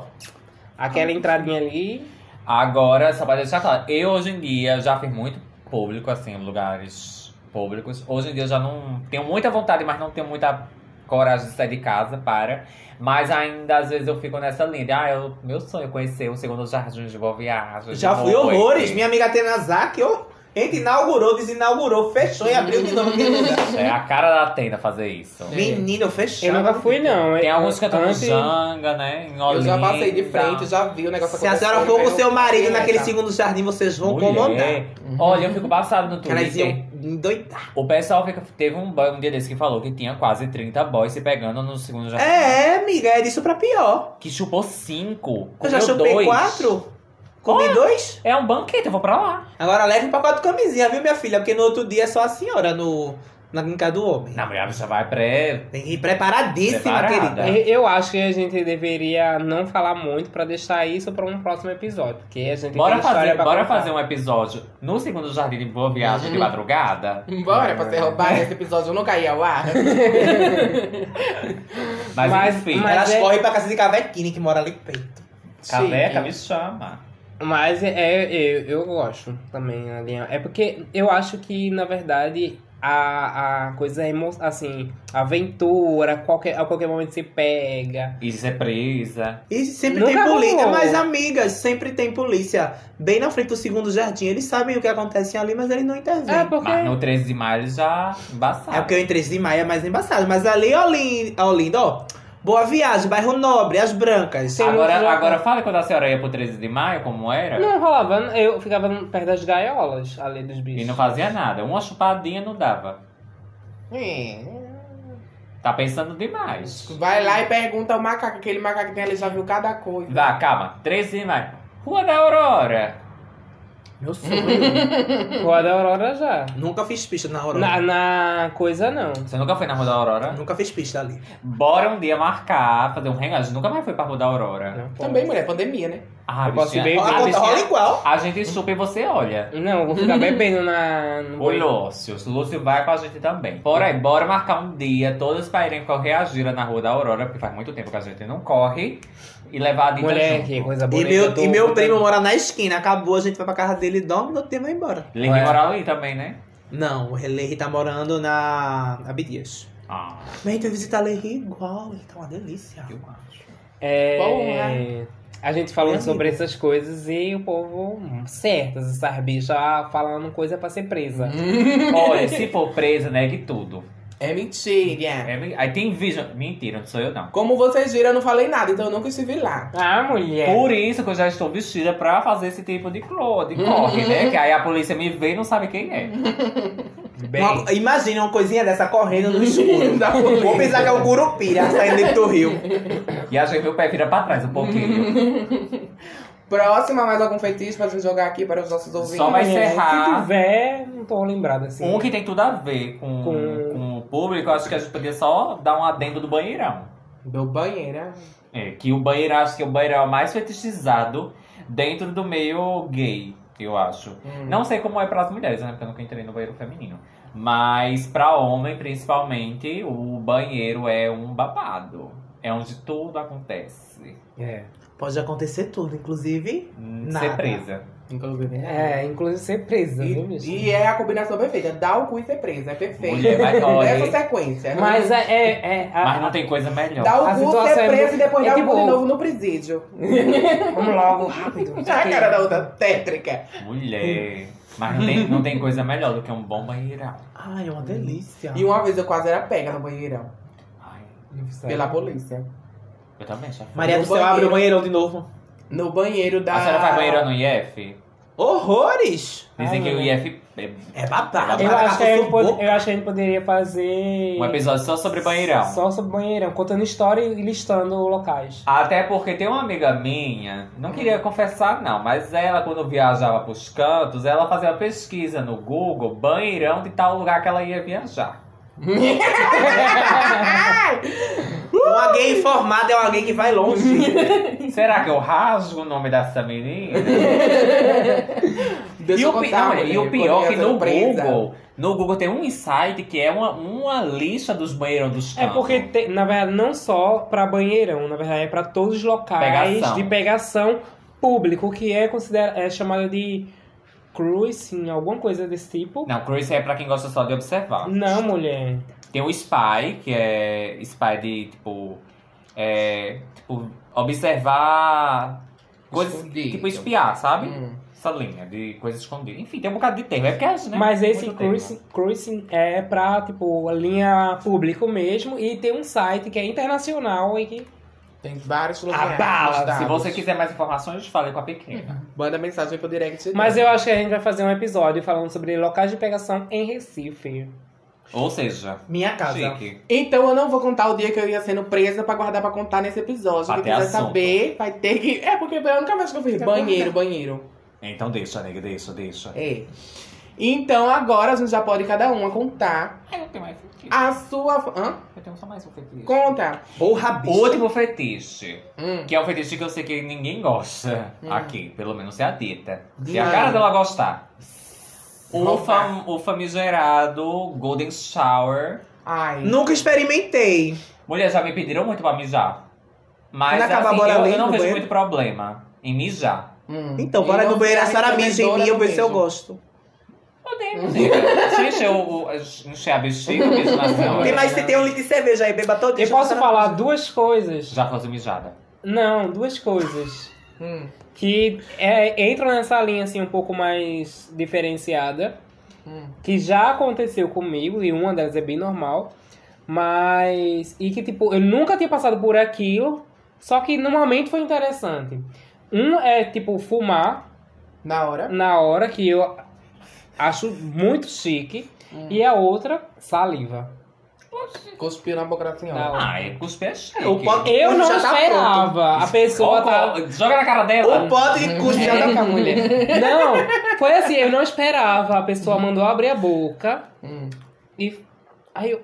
[SPEAKER 1] Aquela entradinha ali.
[SPEAKER 4] Agora, só pra deixar claro, eu hoje em dia já fiz muito público, assim, em lugares públicos. Hoje em dia eu já não tenho muita vontade, mas não tenho muita coragem de sair de casa para. Mas ainda às vezes eu fico nessa linha. de, Ah, eu, meu sonho é conhecer o segundo jardim de Boa Viagem. de
[SPEAKER 5] Já fui
[SPEAKER 4] noite."
[SPEAKER 5] horrores. Minha amiga Tenazaki, ó. Entra, inaugurou, desinaugurou, fechou e abriu de novo aquele lugar.
[SPEAKER 4] É a cara da Atena fazer isso.
[SPEAKER 5] Menino, fechou.
[SPEAKER 1] Eu nunca fui, não.
[SPEAKER 4] né? Tem
[SPEAKER 1] Eu-
[SPEAKER 4] alguns que cantam
[SPEAKER 1] antes-
[SPEAKER 4] Janga, né? Em
[SPEAKER 6] Eu já
[SPEAKER 4] Olinda.
[SPEAKER 6] passei de frente, já vi o negócio
[SPEAKER 5] Se a senhora for com o seu marido naquele
[SPEAKER 6] segundo.
[SPEAKER 5] segundo jardim, vocês vão
[SPEAKER 4] Mulher.
[SPEAKER 5] comandar.
[SPEAKER 4] Olha, eu fico passado no Twitter.
[SPEAKER 5] Elas iam
[SPEAKER 1] é
[SPEAKER 5] doidar.
[SPEAKER 4] O pessoal fica- teve um, ba- um dia desse que falou que tinha quase 30 boys se pegando no segundo jardim.
[SPEAKER 5] É, amiga, é disso pra pior.
[SPEAKER 4] Que chupou 5.
[SPEAKER 5] Eu já chupei quatro. Comi dois?
[SPEAKER 4] É um banquete, eu vou pra lá.
[SPEAKER 5] Agora leve um pacote de camisinha, viu, minha filha? Porque no outro dia é só a senhora no, na clínica do homem.
[SPEAKER 4] Na mulher já vai pré.
[SPEAKER 5] Tem que ir preparadíssima,
[SPEAKER 4] Preparada.
[SPEAKER 5] querida.
[SPEAKER 1] Eu- é, Eu acho que a gente deveria não falar muito pra deixar isso pra um próximo episódio. Porque a gente
[SPEAKER 4] Bora
[SPEAKER 1] tem história
[SPEAKER 4] fazer,
[SPEAKER 1] pra
[SPEAKER 4] bora
[SPEAKER 1] contar.
[SPEAKER 4] fazer um episódio no segundo jardim de boa viagem de
[SPEAKER 6] Uhum.
[SPEAKER 4] madrugada.
[SPEAKER 6] Bora pra ser roubada
[SPEAKER 5] É.
[SPEAKER 6] esse episódio, nunca ia ao ar.
[SPEAKER 4] Mas,
[SPEAKER 1] Mas-
[SPEAKER 4] enfim,
[SPEAKER 1] mas-
[SPEAKER 5] Elas
[SPEAKER 1] é-
[SPEAKER 5] correm pra casa de Cavequini, que mora ali perto.
[SPEAKER 4] um caveca
[SPEAKER 1] Sim. é,
[SPEAKER 4] me chama.
[SPEAKER 1] Mas é, eu, eu gosto também a linha. É porque eu acho que, na verdade, a, a coisa é emo- assim, aventura, qualquer, a qualquer momento se pega.
[SPEAKER 4] E ser é presa.
[SPEAKER 5] E sempre
[SPEAKER 1] Nunca
[SPEAKER 5] tem polícia.
[SPEAKER 1] rolou.
[SPEAKER 5] Mas, amigas, sempre tem polícia. Bem na frente do segundo jardim. Eles sabem o que acontece ali, mas eles não intervêm.
[SPEAKER 1] É, porque.
[SPEAKER 4] Mas no 13 de maio eles já embaçaram.
[SPEAKER 5] É porque eu em 13 de maio é mais embaçado. Mas ali, ó, Lin- ó, linda, ó. Boa viagem, bairro nobre, as brancas.
[SPEAKER 1] Sim.
[SPEAKER 4] Agora,
[SPEAKER 1] muito já-
[SPEAKER 4] agora fala quando a senhora ia pro 13 de maio, como era.
[SPEAKER 1] Não rolava, eu ficava perto das gaiolas ali dos bichos.
[SPEAKER 4] E não fazia nada. Uma chupadinha não dava.
[SPEAKER 1] É.
[SPEAKER 4] Tá pensando demais.
[SPEAKER 6] Vai lá e pergunta ao macaco, aquele macaco que tem ali já viu cada coisa.
[SPEAKER 4] Vá, calma. 13 de maio. Rua da Aurora.
[SPEAKER 5] Meu sonho.
[SPEAKER 1] Rua da Aurora já.
[SPEAKER 5] Nunca fiz pista na Aurora.
[SPEAKER 1] Na, na coisa não.
[SPEAKER 4] Você nunca foi na Rua da Aurora?
[SPEAKER 5] Nunca fiz pista ali.
[SPEAKER 4] Bora um dia marcar, fazer um hangout. Nunca mais foi pra Rua da Aurora.
[SPEAKER 1] Não, pô.
[SPEAKER 6] Também, mulher, pandemia, né?
[SPEAKER 4] Ah,
[SPEAKER 1] É. Eu posso
[SPEAKER 4] bichinha.
[SPEAKER 1] beber?
[SPEAKER 4] A,
[SPEAKER 1] Ah,
[SPEAKER 5] Rola
[SPEAKER 1] bichinha.
[SPEAKER 5] rola
[SPEAKER 4] gente,
[SPEAKER 5] igual.
[SPEAKER 4] a gente chupa e você olha.
[SPEAKER 1] Não, vou ficar bebendo na. no
[SPEAKER 4] O
[SPEAKER 1] banheiro.
[SPEAKER 4] Lúcio. O Lúcio vai com a gente também. Bora aí, bora marcar um dia, todas pra irem correr a gira na Rua da Aurora, porque faz muito tempo que a gente não corre. E levar a Dinda
[SPEAKER 1] Mulher,
[SPEAKER 4] tá junto.
[SPEAKER 1] que coisa boa.
[SPEAKER 5] E meu, e meu primo mora na esquina, acabou, a gente vai pra casa dele, dorme, no outro dia vai embora.
[SPEAKER 4] Lili
[SPEAKER 1] Ué.
[SPEAKER 4] morar ali também, né?
[SPEAKER 5] Não, o Lerry tá morando na Abidias.
[SPEAKER 4] Ah,
[SPEAKER 5] Mas a gente vai visitar Lerry então igual, ele tá uma delícia.
[SPEAKER 4] eu acho.
[SPEAKER 1] É,
[SPEAKER 6] Porra.
[SPEAKER 1] a gente falando
[SPEAKER 5] Meu
[SPEAKER 1] sobre essas coisas e o povo, hum, certas, essas bichas falando coisa pra ser presa.
[SPEAKER 4] Olha, se for presa, negue tudo.
[SPEAKER 6] É mentira.
[SPEAKER 4] É, aí tem vídeo. Mentira, não sou eu não.
[SPEAKER 6] Como vocês viram, eu não falei nada, então eu nunca estive lá.
[SPEAKER 1] Ah, mulher.
[SPEAKER 4] Por isso que eu já estou vestida pra fazer esse tipo de clô, de corre, né? Que aí a polícia me vê e não sabe quem é.
[SPEAKER 1] Bem,
[SPEAKER 5] Uma- imagina uma coisinha dessa correndo no escuro.
[SPEAKER 6] Da
[SPEAKER 5] Vou
[SPEAKER 6] polícia.
[SPEAKER 5] pensar que é o Curupira saindo do rio.
[SPEAKER 4] E a gente meu pé vira pra trás um pouquinho.
[SPEAKER 6] Próxima, mais algum feitiço pra gente jogar aqui para os nossos ouvintes?
[SPEAKER 4] Só vai
[SPEAKER 1] mulher,
[SPEAKER 4] encerrar.
[SPEAKER 1] Se tiver, não tô lembrada assim.
[SPEAKER 4] Um que tem tudo a ver com,
[SPEAKER 1] Com-
[SPEAKER 4] com o público, eu acho que a gente podia só dar um adendo do banheirão.
[SPEAKER 6] Do banheiro.
[SPEAKER 4] É, que o banheiro, acho que o banheirão é o mais fetichizado dentro do meio gay, eu acho.
[SPEAKER 1] Hum,
[SPEAKER 4] Não sei como é para as mulheres, né? Porque eu nunca entrei no banheiro feminino. Mas para homem, principalmente, o banheiro é um babado. É onde tudo acontece.
[SPEAKER 1] É.
[SPEAKER 5] Pode acontecer tudo, inclusive.
[SPEAKER 4] Hum,
[SPEAKER 5] Nada.
[SPEAKER 4] Ser presa.
[SPEAKER 6] Inclusive.
[SPEAKER 1] É, né? inclusive ser presa, viu, bicho?
[SPEAKER 6] E, e é a combinação perfeita. Dá o cu e ser presa. É perfeito.
[SPEAKER 4] Mulher, mas olha-
[SPEAKER 6] Essa sequência.
[SPEAKER 1] Mas é. é, é a-
[SPEAKER 4] Mas não tem coisa melhor.
[SPEAKER 6] Dá
[SPEAKER 1] A
[SPEAKER 6] o cu,
[SPEAKER 1] situação
[SPEAKER 6] ser
[SPEAKER 1] é
[SPEAKER 6] preso
[SPEAKER 1] muito-
[SPEAKER 6] e depois
[SPEAKER 1] é
[SPEAKER 6] dá o
[SPEAKER 1] tipo-
[SPEAKER 6] cu de novo no presídio.
[SPEAKER 1] Vamos logo, rápido.
[SPEAKER 6] a Ah, cara da outra tétrica.
[SPEAKER 4] Mulher. Mas não tem, não tem coisa melhor do que um bom banheirão.
[SPEAKER 5] Ai, é uma delícia.
[SPEAKER 6] E uma vez eu quase era pega no banheirão.
[SPEAKER 4] Ai,
[SPEAKER 1] Tá.
[SPEAKER 6] Pela polícia.
[SPEAKER 4] eu também já fui.
[SPEAKER 5] Maria
[SPEAKER 6] No
[SPEAKER 5] do Céu abre o
[SPEAKER 6] banheiro.
[SPEAKER 5] banheirão de novo.
[SPEAKER 6] No banheiro da.
[SPEAKER 4] A senhora faz banheirão no IF?
[SPEAKER 5] Horrores!
[SPEAKER 4] Dizem
[SPEAKER 1] Ai,
[SPEAKER 4] que o
[SPEAKER 1] não.
[SPEAKER 4] IF é
[SPEAKER 5] É babado.
[SPEAKER 1] Eu
[SPEAKER 5] Cada
[SPEAKER 1] acho, que a
[SPEAKER 5] cafuçu
[SPEAKER 1] gente pod-
[SPEAKER 5] boca.
[SPEAKER 1] eu acho que a gente poderia fazer.
[SPEAKER 4] um episódio só sobre banheirão.
[SPEAKER 1] Só sobre banheirão, contando história e listando locais.
[SPEAKER 4] Até porque tem uma amiga minha, não queria confessar não, mas ela quando viajava pros cantos, ela fazia uma pesquisa no Google, banheirão de tal lugar que ela ia viajar.
[SPEAKER 5] Uma gay informada é uma gay que vai longe.
[SPEAKER 4] Será que eu rasgo o nome dessa menina?
[SPEAKER 6] Deixa
[SPEAKER 4] e,
[SPEAKER 6] eu
[SPEAKER 4] o, pi-
[SPEAKER 6] contar,
[SPEAKER 4] não, e
[SPEAKER 6] mulher,
[SPEAKER 4] o pior
[SPEAKER 6] quando
[SPEAKER 4] é
[SPEAKER 6] eu
[SPEAKER 4] que
[SPEAKER 6] era
[SPEAKER 4] no
[SPEAKER 6] presa.
[SPEAKER 4] Google, no Google tem um insight que é uma, uma lista dos banheirões dos
[SPEAKER 1] É
[SPEAKER 4] cantos.
[SPEAKER 1] porque, tem- na verdade, não só pra banheirão, na verdade, é pra todos os locais
[SPEAKER 4] Pegação.
[SPEAKER 1] de pegação público, que é, considera é chamado de cruising, alguma coisa desse tipo.
[SPEAKER 4] Não, cruise é pra quem gosta só de observar.
[SPEAKER 1] Não, mulher.
[SPEAKER 4] Tem o spy, que é spy de tipo. É, tipo, observar coisas.
[SPEAKER 6] Escondido.
[SPEAKER 4] Tipo, espiar, sabe?
[SPEAKER 6] Hum.
[SPEAKER 4] Essa linha de coisa escondida. Enfim, tem um bocado de termo. É porque é, né?
[SPEAKER 1] Mas esse
[SPEAKER 4] muito termo.
[SPEAKER 1] cruising, cruising é pra, tipo, a linha público mesmo, e tem um site que é internacional e que
[SPEAKER 6] Tem vários
[SPEAKER 1] é
[SPEAKER 6] lugares. tá.
[SPEAKER 1] abala.
[SPEAKER 4] Se você quiser mais informações, fale com a pequena.
[SPEAKER 6] Manda mensagem pro direct.
[SPEAKER 1] Mas eu acho que a gente vai fazer um episódio falando sobre locais de pegação em Recife. Uhum.
[SPEAKER 4] Ou seja,
[SPEAKER 5] Minha casa.
[SPEAKER 4] chique.
[SPEAKER 6] Então eu não vou contar o dia que eu ia sendo presa pra guardar pra contar nesse episódio. Quem
[SPEAKER 4] Até
[SPEAKER 6] quiser
[SPEAKER 4] assunto.
[SPEAKER 6] saber, vai ter que. É, porque foi a única vez que eu fiz. Banheiro, banheiro.
[SPEAKER 4] Então deixa, nega, deixa, deixa.
[SPEAKER 6] É. Então agora a gente já pode cada uma contar
[SPEAKER 4] Ah, eu tenho mais fetiche.
[SPEAKER 6] a sua. Hã?
[SPEAKER 4] Eu tenho só mais um fetiche.
[SPEAKER 6] Conta.
[SPEAKER 5] Porra,
[SPEAKER 4] O
[SPEAKER 5] bicho.
[SPEAKER 4] último fetiche,
[SPEAKER 6] Hum.
[SPEAKER 4] que é um fetiche que eu sei que ninguém gosta
[SPEAKER 6] Hum.
[SPEAKER 4] aqui, pelo menos é a Tita. Se a
[SPEAKER 6] Não.
[SPEAKER 4] cara dela gostar. O,
[SPEAKER 6] Roupa.
[SPEAKER 4] fam- o famigerado Golden Shower.
[SPEAKER 6] Ai.
[SPEAKER 5] Nunca experimentei.
[SPEAKER 4] Mulher, já me pediram muito pra mijar. Mas
[SPEAKER 5] Quando acabar,
[SPEAKER 4] assim,
[SPEAKER 5] bora
[SPEAKER 4] eu,
[SPEAKER 5] ali
[SPEAKER 4] eu não
[SPEAKER 5] no
[SPEAKER 4] vejo
[SPEAKER 5] banheiro?
[SPEAKER 4] muito problema em mijar.
[SPEAKER 6] Hum.
[SPEAKER 5] Então,
[SPEAKER 6] E
[SPEAKER 5] bora no
[SPEAKER 6] não
[SPEAKER 5] banheiro, a
[SPEAKER 6] ficar
[SPEAKER 5] senhora mija em mim, eu
[SPEAKER 6] arrependedora
[SPEAKER 5] vejo se eu
[SPEAKER 6] mesmo.
[SPEAKER 5] gosto. Hum.
[SPEAKER 4] Podemos, nega. Se encher, o, o, encher a bexiga, assim, beijo na senhora.
[SPEAKER 5] Tem mais, se tem um litro de cerveja aí, beba todo
[SPEAKER 1] Eu posso falar duas coisas.
[SPEAKER 4] Já faço mijada.
[SPEAKER 1] Não, duas coisas.
[SPEAKER 6] Hum.
[SPEAKER 1] que é, entram nessa linha assim um pouco mais diferenciada.
[SPEAKER 6] Hum.
[SPEAKER 1] Que já aconteceu comigo, e uma delas é bem normal. Mas. E que, tipo, eu nunca tinha passado por aquilo. Só que no momento foi interessante. Um é, tipo, fumar
[SPEAKER 6] Na hora.
[SPEAKER 1] na hora, que eu acho muito chique.
[SPEAKER 6] Hum.
[SPEAKER 1] E a outra, saliva.
[SPEAKER 6] Cuspiu na boca da senhora.
[SPEAKER 4] Ah, é cuspir é chique.
[SPEAKER 5] O pote-
[SPEAKER 1] Eu
[SPEAKER 5] Hoje
[SPEAKER 1] não
[SPEAKER 5] já tá
[SPEAKER 1] esperava. a pessoa
[SPEAKER 4] Ó,
[SPEAKER 1] tá.
[SPEAKER 4] ó, Joga na cara dela.
[SPEAKER 5] O pote de custo já tá...
[SPEAKER 1] a mulher. Não, foi assim, eu não esperava. A pessoa mandou abrir a boca
[SPEAKER 6] Hum.
[SPEAKER 1] e. Aí eu.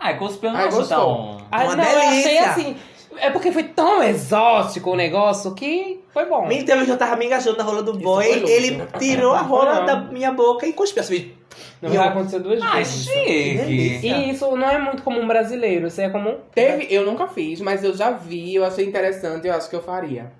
[SPEAKER 4] Ai, cuspir eu não
[SPEAKER 5] Ah,
[SPEAKER 6] Ai,
[SPEAKER 4] acho
[SPEAKER 6] gostou.
[SPEAKER 4] tão...
[SPEAKER 1] Aí,
[SPEAKER 5] Uma
[SPEAKER 1] não, eu achei
[SPEAKER 5] delícia.
[SPEAKER 1] assim. É porque foi tão exótico o negócio que Foi bom.
[SPEAKER 5] Me teve que eu tava me engajando na rola do boi,
[SPEAKER 1] foi louco. né?
[SPEAKER 5] ele tirou a rola
[SPEAKER 1] Não.
[SPEAKER 5] da minha boca e cuspiu assim.
[SPEAKER 1] Não
[SPEAKER 5] E
[SPEAKER 1] vai
[SPEAKER 5] eu-
[SPEAKER 1] acontecer duas
[SPEAKER 4] Ai,
[SPEAKER 1] vezes.
[SPEAKER 4] chique.
[SPEAKER 5] delícia.
[SPEAKER 1] E isso não é muito comum brasileiro, isso é comum.
[SPEAKER 6] Teve, eu nunca fiz, mas eu já vi, eu achei interessante, eu acho que eu faria.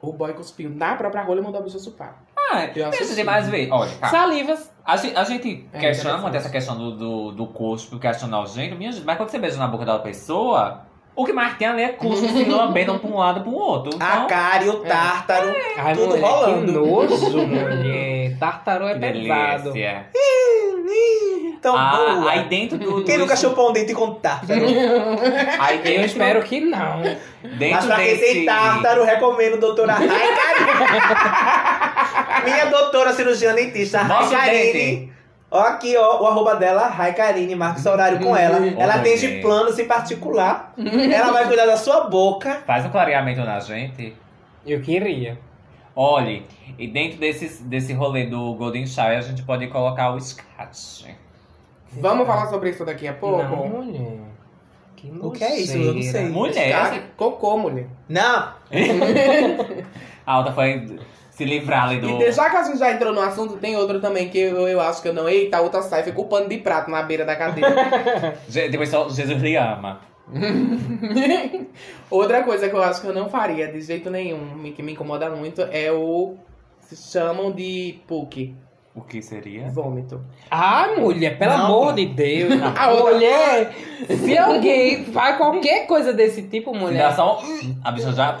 [SPEAKER 6] O boy cuspiu na própria rola e mandou a bicha chupar.
[SPEAKER 4] Ah,
[SPEAKER 6] Eu
[SPEAKER 4] deixa
[SPEAKER 6] assisti.
[SPEAKER 4] de mais ver. Olha, cara.
[SPEAKER 1] Salivas.
[SPEAKER 4] A gente, a gente
[SPEAKER 6] É
[SPEAKER 4] questiona
[SPEAKER 6] interessante.
[SPEAKER 4] muito essa questão do, do, do cuspe, que é nojento, minha gente, mas quando você beija na boca da outra pessoa, o que mais tem ali é cuspe se lambendo pra um lado e pro outro.
[SPEAKER 5] A
[SPEAKER 4] Então,
[SPEAKER 5] Ah, cara e
[SPEAKER 1] É.
[SPEAKER 5] o tártaro.
[SPEAKER 1] Ai,
[SPEAKER 5] Tudo
[SPEAKER 1] mulher,
[SPEAKER 5] rolando.
[SPEAKER 1] que nojo, mulher. Tartarão é
[SPEAKER 4] que
[SPEAKER 1] pesado.
[SPEAKER 4] delícia.
[SPEAKER 5] Tão
[SPEAKER 4] Ah,
[SPEAKER 5] Então, boa.
[SPEAKER 4] aí dentro do.
[SPEAKER 5] Quem
[SPEAKER 4] do-
[SPEAKER 5] nunca chupou um dente com tártaro?
[SPEAKER 4] Aí dentro,
[SPEAKER 1] Eu espero que não.
[SPEAKER 5] Mas
[SPEAKER 4] Dentro
[SPEAKER 5] pra quem
[SPEAKER 4] desse...
[SPEAKER 5] tem tártaro, recomendo doutora Raikarine. Minha doutora cirurgiã dentista,
[SPEAKER 4] Mostra o
[SPEAKER 5] Raikarine.
[SPEAKER 4] dente.
[SPEAKER 5] Ó aqui, ó, o arroba dela, Raikarine, marca o horário com ela. Ela
[SPEAKER 4] Olha.
[SPEAKER 5] atende planos em particular. Ela vai cuidar da sua boca.
[SPEAKER 4] Faz um clareamento na gente.
[SPEAKER 1] Eu queria.
[SPEAKER 4] Olhe, e dentro desses, desse rolê do Golden Shower, a gente pode colocar o escate.
[SPEAKER 6] Vamos falar sobre isso daqui a pouco?
[SPEAKER 1] Não, mulher. Que
[SPEAKER 5] O que é isso? Eu não
[SPEAKER 1] nojeira.
[SPEAKER 5] sei.
[SPEAKER 4] Mulher,
[SPEAKER 6] Tá?
[SPEAKER 4] essa-
[SPEAKER 6] Cocô, mulher.
[SPEAKER 5] Não,
[SPEAKER 4] a alta foi se livrar ali do...
[SPEAKER 6] E de- já que a gente já entrou no assunto, tem outro também que eu, eu acho que eu não. Eita, a outra sai, fica o pano de prato na beira da cadeira.
[SPEAKER 4] Je- Depois tipo, é só Jesus lhe ama.
[SPEAKER 6] outra coisa que eu acho que eu não faria de jeito nenhum, me- que me incomoda muito, é o. Se chamam de PUC,
[SPEAKER 4] O que seria?
[SPEAKER 6] vômito.
[SPEAKER 1] Ah, mulher, pelo
[SPEAKER 5] Não.
[SPEAKER 1] amor de Deus. A mulher, se alguém faz qualquer coisa desse tipo,
[SPEAKER 4] Se dá
[SPEAKER 1] mulher.
[SPEAKER 4] só um- A bicha já.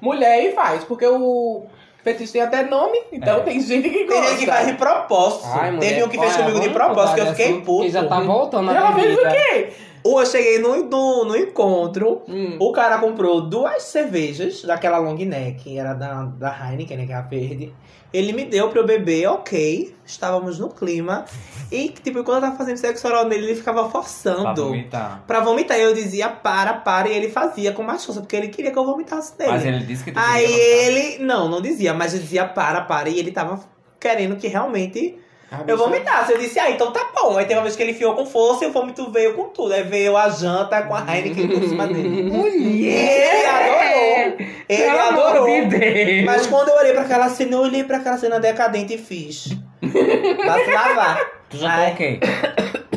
[SPEAKER 6] Mulher e faz, porque o fetiche tem até nome, então
[SPEAKER 4] É.
[SPEAKER 6] tem gente que
[SPEAKER 5] tem gente
[SPEAKER 6] gosta.
[SPEAKER 5] que faz de propósito.
[SPEAKER 1] Ai, mulher,
[SPEAKER 5] Teve um que fez
[SPEAKER 1] olha,
[SPEAKER 5] comigo de
[SPEAKER 1] vamos
[SPEAKER 5] propósito,
[SPEAKER 1] mudar
[SPEAKER 5] que eu
[SPEAKER 1] de
[SPEAKER 5] fiquei
[SPEAKER 1] assunto,
[SPEAKER 5] puto.
[SPEAKER 1] Que já tá voltando a
[SPEAKER 6] Ela fez o quê?
[SPEAKER 5] Ou eu cheguei no, no, no encontro,
[SPEAKER 6] Hum.
[SPEAKER 5] O cara comprou duas cervejas daquela long neck, era da, da Heineken, né, que é a verde. Ele me deu pra eu beber, ok. Estávamos no clima. E, tipo, quando eu tava fazendo sexo oral nele, ele ficava
[SPEAKER 4] Pra
[SPEAKER 5] forçando.
[SPEAKER 4] vomitar.
[SPEAKER 5] Pra vomitar, eu dizia para, para, e ele fazia com mais força, porque ele queria que eu vomitasse nele.
[SPEAKER 4] Mas ele disse que tu
[SPEAKER 5] Aí
[SPEAKER 4] queria
[SPEAKER 5] ele, não, não dizia, mas eu dizia para, para, e ele tava querendo que realmente
[SPEAKER 6] A
[SPEAKER 5] eu
[SPEAKER 6] bicha-
[SPEAKER 5] vomitasse. Eu disse, ah, então tá bom. Aí teve uma vez que ele enfiou com força e o vômito veio com tudo. Aí veio a janta com a Heineken por cima dele. Ele adorou. Ele
[SPEAKER 1] Pelo
[SPEAKER 5] adorou.
[SPEAKER 1] amor de Deus.
[SPEAKER 5] Mas quando eu olhei pra aquela cena, eu olhei pra aquela cena decadente e fiz. Vai se lavar.
[SPEAKER 4] vomitar. Tu já
[SPEAKER 5] Ai.
[SPEAKER 4] tá ok.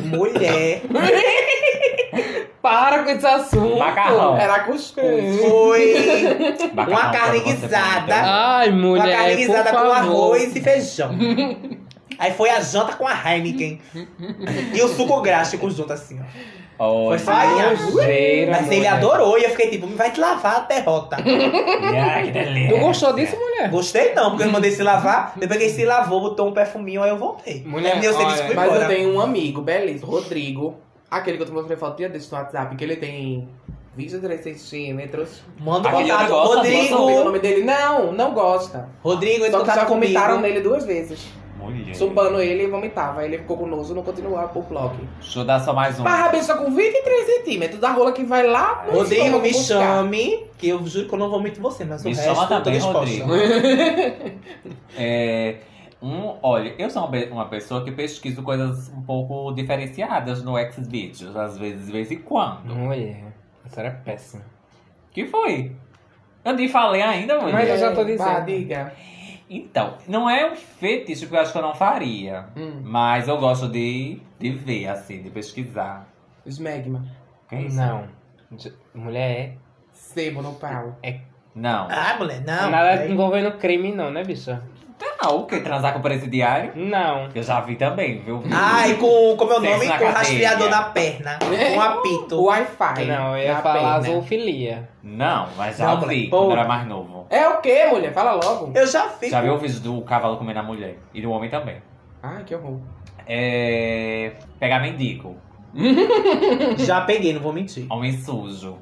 [SPEAKER 5] Mulher.
[SPEAKER 1] Para com esse assunto.
[SPEAKER 4] Macarrão.
[SPEAKER 6] Era
[SPEAKER 1] É.
[SPEAKER 6] cuscuz.
[SPEAKER 5] Foi
[SPEAKER 4] Macarrão,
[SPEAKER 5] Uma carne
[SPEAKER 4] quando você
[SPEAKER 5] guisada.
[SPEAKER 4] vomita.
[SPEAKER 1] Ai,
[SPEAKER 5] uma
[SPEAKER 4] é,
[SPEAKER 1] mulher.
[SPEAKER 5] carne
[SPEAKER 4] um
[SPEAKER 5] guisada
[SPEAKER 1] por favor.
[SPEAKER 5] com arroz e feijão. Aí foi a janta com a Heineken. E o suco gráfico junto assim, ó.
[SPEAKER 4] Olha.
[SPEAKER 5] Foi farinha.
[SPEAKER 1] Nojeira,
[SPEAKER 5] Mas ele
[SPEAKER 1] mulher.
[SPEAKER 5] adorou e eu fiquei tipo, vai te lavar a derrota. assim.
[SPEAKER 4] Ai, que delícia.
[SPEAKER 1] Tu gostou disso,
[SPEAKER 4] É.
[SPEAKER 1] mulher?
[SPEAKER 5] Gostei não, porque eu mandei se lavar. Depois que ele se lavou, botou um perfuminho, aí eu voltei.
[SPEAKER 1] Mulher,
[SPEAKER 5] Aí meu serviço
[SPEAKER 1] olha,
[SPEAKER 5] foi
[SPEAKER 6] Mas eu
[SPEAKER 5] embora.
[SPEAKER 6] tenho um amigo, belíssimo, Rodrigo. Aquele que eu tô mostrando foto dia desse no WhatsApp, que ele tem 23 centímetros.
[SPEAKER 5] Manda um
[SPEAKER 4] Aquele
[SPEAKER 5] contato.
[SPEAKER 4] negócio,
[SPEAKER 5] Rodrigo.
[SPEAKER 6] Não sei o nome dele. Não, não gosta.
[SPEAKER 5] Rodrigo,
[SPEAKER 6] Só
[SPEAKER 5] então
[SPEAKER 6] que já
[SPEAKER 5] tá comigo.
[SPEAKER 6] vomitaram nele duas vezes.
[SPEAKER 4] Mulher.
[SPEAKER 5] um
[SPEAKER 6] Chupando ele e vomitava. Ele ficou com nojo, não continuava o bloco.
[SPEAKER 4] Deixa eu dar só mais um.
[SPEAKER 6] Barra bicha com 23 centímetros. A rola que vai lá no
[SPEAKER 5] Rodrigo,
[SPEAKER 6] estômago
[SPEAKER 5] me
[SPEAKER 6] buscar.
[SPEAKER 5] chame, que eu juro que eu não vomito você, mas o
[SPEAKER 4] Me
[SPEAKER 5] resto
[SPEAKER 4] chama
[SPEAKER 5] eu tô
[SPEAKER 4] também,
[SPEAKER 5] disposta.
[SPEAKER 4] Rodrigo. É, um, olha, eu sou uma, pe- uma pessoa que pesquiso coisas um pouco diferenciadas no Xvideos, às vezes, de vez em quando.
[SPEAKER 1] Mulher, isso era péssimo.
[SPEAKER 4] Que foi? Eu nem falei ainda, mulher.
[SPEAKER 1] Mas eu já tô
[SPEAKER 6] É, Vá,
[SPEAKER 1] dizendo.
[SPEAKER 6] diga.
[SPEAKER 4] Então, não é um fetiche porque eu acho que eu não faria.
[SPEAKER 6] Hum,
[SPEAKER 4] Mas eu gosto de, de ver, assim, de pesquisar.
[SPEAKER 6] esmegma.
[SPEAKER 4] Que é isso?
[SPEAKER 1] Não. J- né? Mulher, é?
[SPEAKER 6] Sebo no pau.
[SPEAKER 4] Não.
[SPEAKER 5] Ah, mulher, não.
[SPEAKER 1] nada
[SPEAKER 5] peraí.
[SPEAKER 1] envolvendo crime não, né, bicha?
[SPEAKER 4] Ah, o que? Transar com o presidiário?
[SPEAKER 1] Não.
[SPEAKER 4] Eu já vi também, viu?
[SPEAKER 5] Ai, com, como é o
[SPEAKER 4] Sexo
[SPEAKER 5] nome?
[SPEAKER 4] na
[SPEAKER 5] Com
[SPEAKER 4] cadeia. É.
[SPEAKER 5] rastreador na perna. Com apito.
[SPEAKER 6] Wi-Fi.
[SPEAKER 1] Não, eu ia
[SPEAKER 6] na
[SPEAKER 1] falar
[SPEAKER 6] perna.
[SPEAKER 1] zoofilia.
[SPEAKER 4] Não, mas já
[SPEAKER 5] Não, mulher,
[SPEAKER 4] vi
[SPEAKER 5] porra.
[SPEAKER 4] quando era mais novo.
[SPEAKER 6] É o quê, mulher? Fala logo.
[SPEAKER 5] Eu já fiz.
[SPEAKER 4] Já vi o vídeo do cavalo comendo a mulher. E do homem também.
[SPEAKER 6] Ai, que horror.
[SPEAKER 4] É. Pegar mendigo.
[SPEAKER 5] Já peguei, não vou mentir.
[SPEAKER 4] Homem sujo.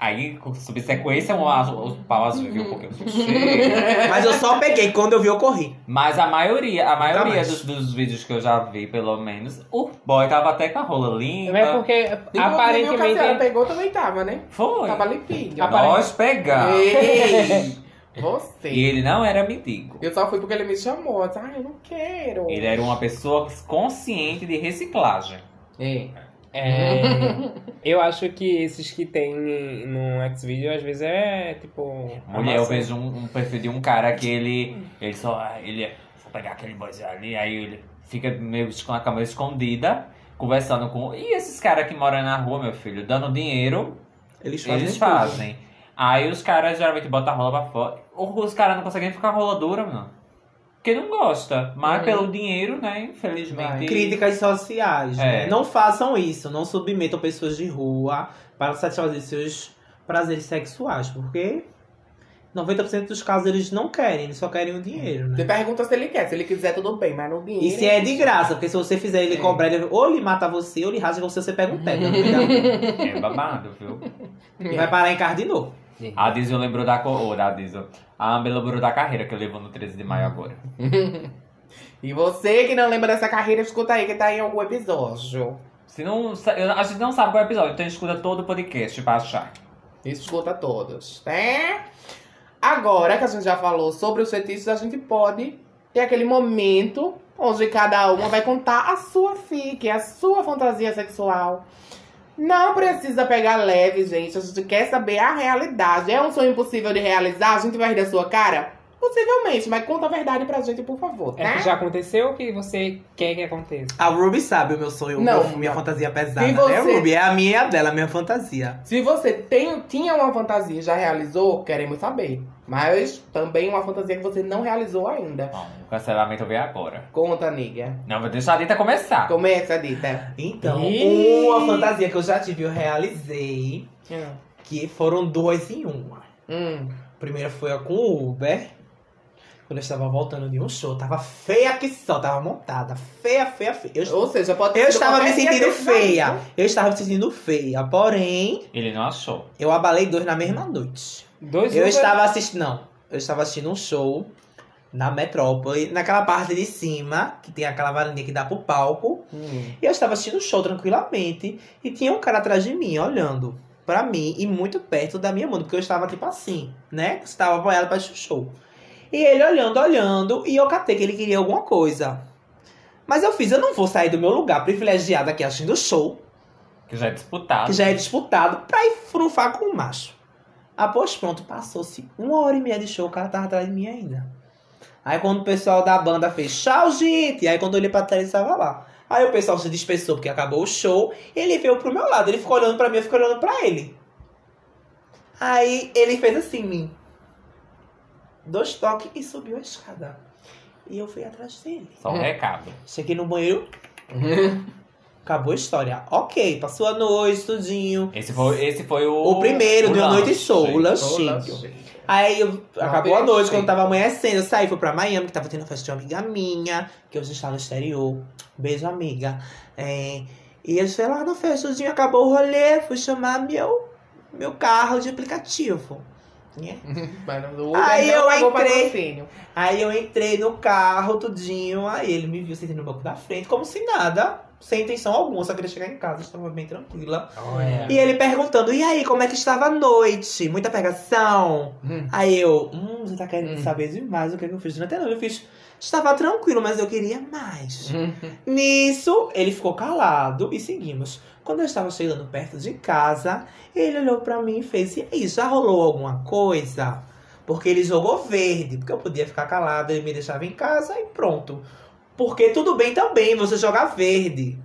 [SPEAKER 4] Aí, com subsequência, o, o pau azul viu um pouquinho.
[SPEAKER 5] Uhum. Mas eu só peguei, quando eu vi, eu corri.
[SPEAKER 4] Mas a maioria, a maioria
[SPEAKER 5] mais.
[SPEAKER 4] dos, dos vídeos que eu já vi, pelo menos, o boy tava até com a rola
[SPEAKER 1] É
[SPEAKER 4] limpa.
[SPEAKER 1] porque
[SPEAKER 6] Inclusive, o que a senhora
[SPEAKER 1] aparentemente.
[SPEAKER 6] pegou também tava, né?
[SPEAKER 4] Foi.
[SPEAKER 6] Tava limpinho.
[SPEAKER 4] Nós pegamos.
[SPEAKER 6] Ei,
[SPEAKER 4] E
[SPEAKER 6] você.
[SPEAKER 4] ele não era mendigo.
[SPEAKER 6] Eu só fui porque ele me chamou. Eu disse, Ai, eu não quero.
[SPEAKER 4] Ele era uma pessoa consciente de reciclagem.
[SPEAKER 1] Ei, É, eu acho que esses que tem no Xvideo às vezes é tipo.
[SPEAKER 4] Mulher, eu
[SPEAKER 1] amassado.
[SPEAKER 4] vejo um, um perfil de um cara que ele. Ele só. ah, Ele. Vou pegar aquele boyzinho ali. Aí ele fica meio es- com a câmera escondida, conversando com. E esses caras que moram na rua, meu filho, dando dinheiro,
[SPEAKER 5] Eles fazem.
[SPEAKER 4] eles
[SPEAKER 5] tudo.
[SPEAKER 4] fazem. Aí os caras geralmente botam a rola pra fora. Ou Os caras não conseguem ficar rola dura, mano. Porque não gosta. Mas
[SPEAKER 5] É.
[SPEAKER 6] Uhum.
[SPEAKER 4] pelo dinheiro, né? Infelizmente.
[SPEAKER 5] Críticas sociais, né?
[SPEAKER 4] É.
[SPEAKER 5] Não façam isso, não submetam pessoas de rua para satisfazer seus prazeres sexuais, porque 90% dos casos eles não querem, eles só querem o dinheiro,
[SPEAKER 6] Você
[SPEAKER 5] né?
[SPEAKER 6] pergunta se ele quer. Se ele quiser, tudo bem, mas no
[SPEAKER 4] Hum.
[SPEAKER 6] dinheiro.
[SPEAKER 5] E se é de graça, porque se você fizer ele
[SPEAKER 6] É.
[SPEAKER 5] cobrar, ele ou ele mata você, ou ele rasga você, você pega um pé. né? Cuidado.
[SPEAKER 4] É babado, viu?
[SPEAKER 5] E vai parar em casa de novo.
[SPEAKER 4] A Diesel lembrou da. co- Ô, da Diesel. A Amber lembrou da carreira que eu levou no 13 de maio
[SPEAKER 5] Hum.
[SPEAKER 4] agora.
[SPEAKER 6] E você que não lembra dessa carreira, escuta aí que tá em algum episódio.
[SPEAKER 4] Se não, sa- eu- a gente não sabe qual é o episódio, então escuta todo o podcast pra achar.
[SPEAKER 6] Escuta todos, né? Agora que a gente já falou sobre os fetiches, a gente pode ter aquele momento onde cada uma vai contar a sua fique, a sua fantasia sexual. Não precisa pegar leve, gente. A gente quer saber a realidade. É um sonho impossível de realizar? A gente vai rir da sua cara? Possivelmente, mas conta a verdade pra gente, por favor,
[SPEAKER 1] É
[SPEAKER 6] tá?
[SPEAKER 1] que já aconteceu o que você quer que aconteça.
[SPEAKER 5] A Ruby sabe o meu sonho,
[SPEAKER 6] Não.
[SPEAKER 5] meu- minha fantasia pesada,
[SPEAKER 6] E
[SPEAKER 5] né,
[SPEAKER 6] você?
[SPEAKER 5] Ruby? É a minha e a dela, a minha fantasia.
[SPEAKER 6] Se você tem, tinha uma fantasia e já realizou, queremos saber. Mas também uma fantasia que você não realizou ainda.
[SPEAKER 4] Bom, o cancelamento veio agora.
[SPEAKER 6] Conta, nega.
[SPEAKER 4] Não, vou deixar a Dita começar.
[SPEAKER 6] Começa, é Dita.
[SPEAKER 5] Então,
[SPEAKER 1] Ih.
[SPEAKER 5] uma fantasia que eu já tive, eu realizei, que foram duas em uma.
[SPEAKER 6] Hum.
[SPEAKER 5] Primeira foi a com o Uber. Quando eu estava voltando de um show, tava feia que só, tava montada. Feia, feia, feia. Eu,
[SPEAKER 6] Ou seja, pode ter
[SPEAKER 5] eu
[SPEAKER 6] sido
[SPEAKER 5] estava me
[SPEAKER 6] qualquer dia
[SPEAKER 5] sentindo
[SPEAKER 6] desses aí,
[SPEAKER 5] feia.
[SPEAKER 6] né?
[SPEAKER 5] Eu estava me sentindo feia. Porém,
[SPEAKER 4] Ele não achou.
[SPEAKER 5] eu abalei dois na mesma noite.
[SPEAKER 1] Dois
[SPEAKER 5] Eu
[SPEAKER 1] Uber-
[SPEAKER 5] estava assistindo. Não, eu estava assistindo um show na metrópole, naquela parte de cima, que tem aquela varandinha que dá pro palco.
[SPEAKER 1] Hum.
[SPEAKER 5] E eu estava assistindo o show tranquilamente. E tinha um cara atrás de mim, olhando pra mim e muito perto da minha mão, porque eu estava tipo assim, né? Estava apoiado pra assistir o show. E ele olhando, olhando, e eu catei que ele queria alguma coisa. Mas eu fiz, eu não vou sair do meu lugar privilegiado aqui assistindo o show
[SPEAKER 4] Que já é disputado.
[SPEAKER 5] que já é disputado, pra ir frufar com o macho. Após pronto, passou-se uma hora e meia de show, o cara tava atrás de mim ainda. Aí quando o pessoal da banda fez tchau, gente! Aí quando eu olhei pra trás, ele tava lá. Aí o pessoal se dispersou porque acabou o show, ele veio pro meu lado, ele ficou olhando pra mim, eu fiquei olhando pra ele. Aí ele fez assim em mim. Dois toques e subiu a escada. E eu fui atrás dele.
[SPEAKER 4] Só um recado.
[SPEAKER 5] Cheguei no banheiro, acabou a história. Ok, passou a noite, tudinho.
[SPEAKER 4] Esse foi, esse foi o.
[SPEAKER 5] O primeiro, deu
[SPEAKER 4] lanche.
[SPEAKER 5] noite e show, o
[SPEAKER 6] Olá,
[SPEAKER 5] lanchinho.
[SPEAKER 6] gente.
[SPEAKER 5] Aí eu- acabou a noite,
[SPEAKER 1] apertei.
[SPEAKER 5] quando tava amanhecendo, eu saí, fui pra Miami, que tava tendo a festa de uma amiga minha, que hoje está no exterior. Beijo, amiga. É, e eu fui lá na festudinha, acabou o rolê, fui chamar meu, meu carro de aplicativo. né?
[SPEAKER 6] Mas o Uber
[SPEAKER 5] Aí
[SPEAKER 6] não pagou
[SPEAKER 5] eu entrei.
[SPEAKER 6] patrocínio.
[SPEAKER 5] Aí eu entrei no carro, tudinho, aí ele me viu sentado no banco da frente, como se nada, sem intenção alguma, só queria chegar em casa, estava bem tranquila.
[SPEAKER 1] Olha.
[SPEAKER 5] E ele perguntando, e aí, como é que estava a noite? Muita pegação?
[SPEAKER 6] Hum.
[SPEAKER 5] Aí eu, hum, você tá querendo
[SPEAKER 6] Hum.
[SPEAKER 5] saber demais o que, é que eu fiz durante a noite. Eu fiz, estava tranquilo, mas eu queria mais.
[SPEAKER 6] Hum.
[SPEAKER 5] Nisso, ele ficou calado e seguimos. Quando eu estava chegando perto de casa, ele olhou pra mim e fez, e aí, já rolou alguma coisa? Porque ele jogou verde, porque eu podia ficar calado, ele me deixava em casa e pronto. Porque tudo bem também você jogar verde.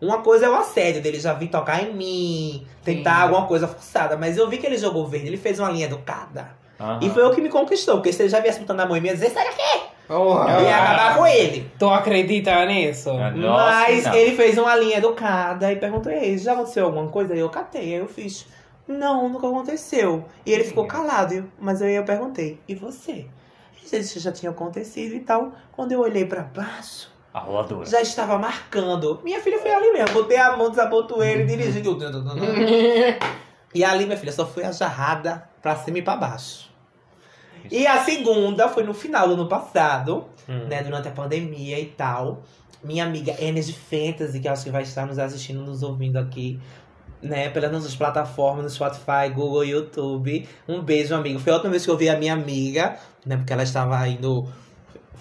[SPEAKER 5] Uma coisa é o assédio dele já vir tocar em mim, tentar
[SPEAKER 6] Sim.
[SPEAKER 5] alguma coisa forçada, mas eu vi que ele jogou verde, ele fez uma linha educada.
[SPEAKER 4] Aham.
[SPEAKER 5] E foi o que me conquistou, porque se ele já viesse botando a mão em mim, eu ia dizer, sai daqui, eu ia
[SPEAKER 1] Ah.
[SPEAKER 5] acabar com ele.
[SPEAKER 1] Tu acredita nisso?
[SPEAKER 4] Ah, nossa,
[SPEAKER 5] Mas
[SPEAKER 4] não.
[SPEAKER 5] ele fez uma linha educada e perguntou, ei, já aconteceu alguma coisa? Aí eu catei, aí eu fiz, não, nunca aconteceu. E ele ficou calado, eu- mas aí eu perguntei, e você? Ele disse que já tinha acontecido e tal. Quando eu olhei pra baixo,
[SPEAKER 4] A roladora.
[SPEAKER 5] já estava marcando. Minha filha foi ali mesmo. Botei a mão, desabotoei ele, dirigi. du- du- du- du- du. E ali, minha filha, só foi a jarrada pra cima e pra baixo. E a segunda foi no final do ano passado,
[SPEAKER 1] Hum.
[SPEAKER 5] né? Durante a pandemia e tal. Minha amiga Energy Fantasy, que eu acho que vai estar nos assistindo, nos ouvindo aqui, né? Pelas nossas plataformas, no Spotify, Google, YouTube. Um beijo, amigo. Foi a última vez que eu vi a minha amiga, né? Porque ela estava indo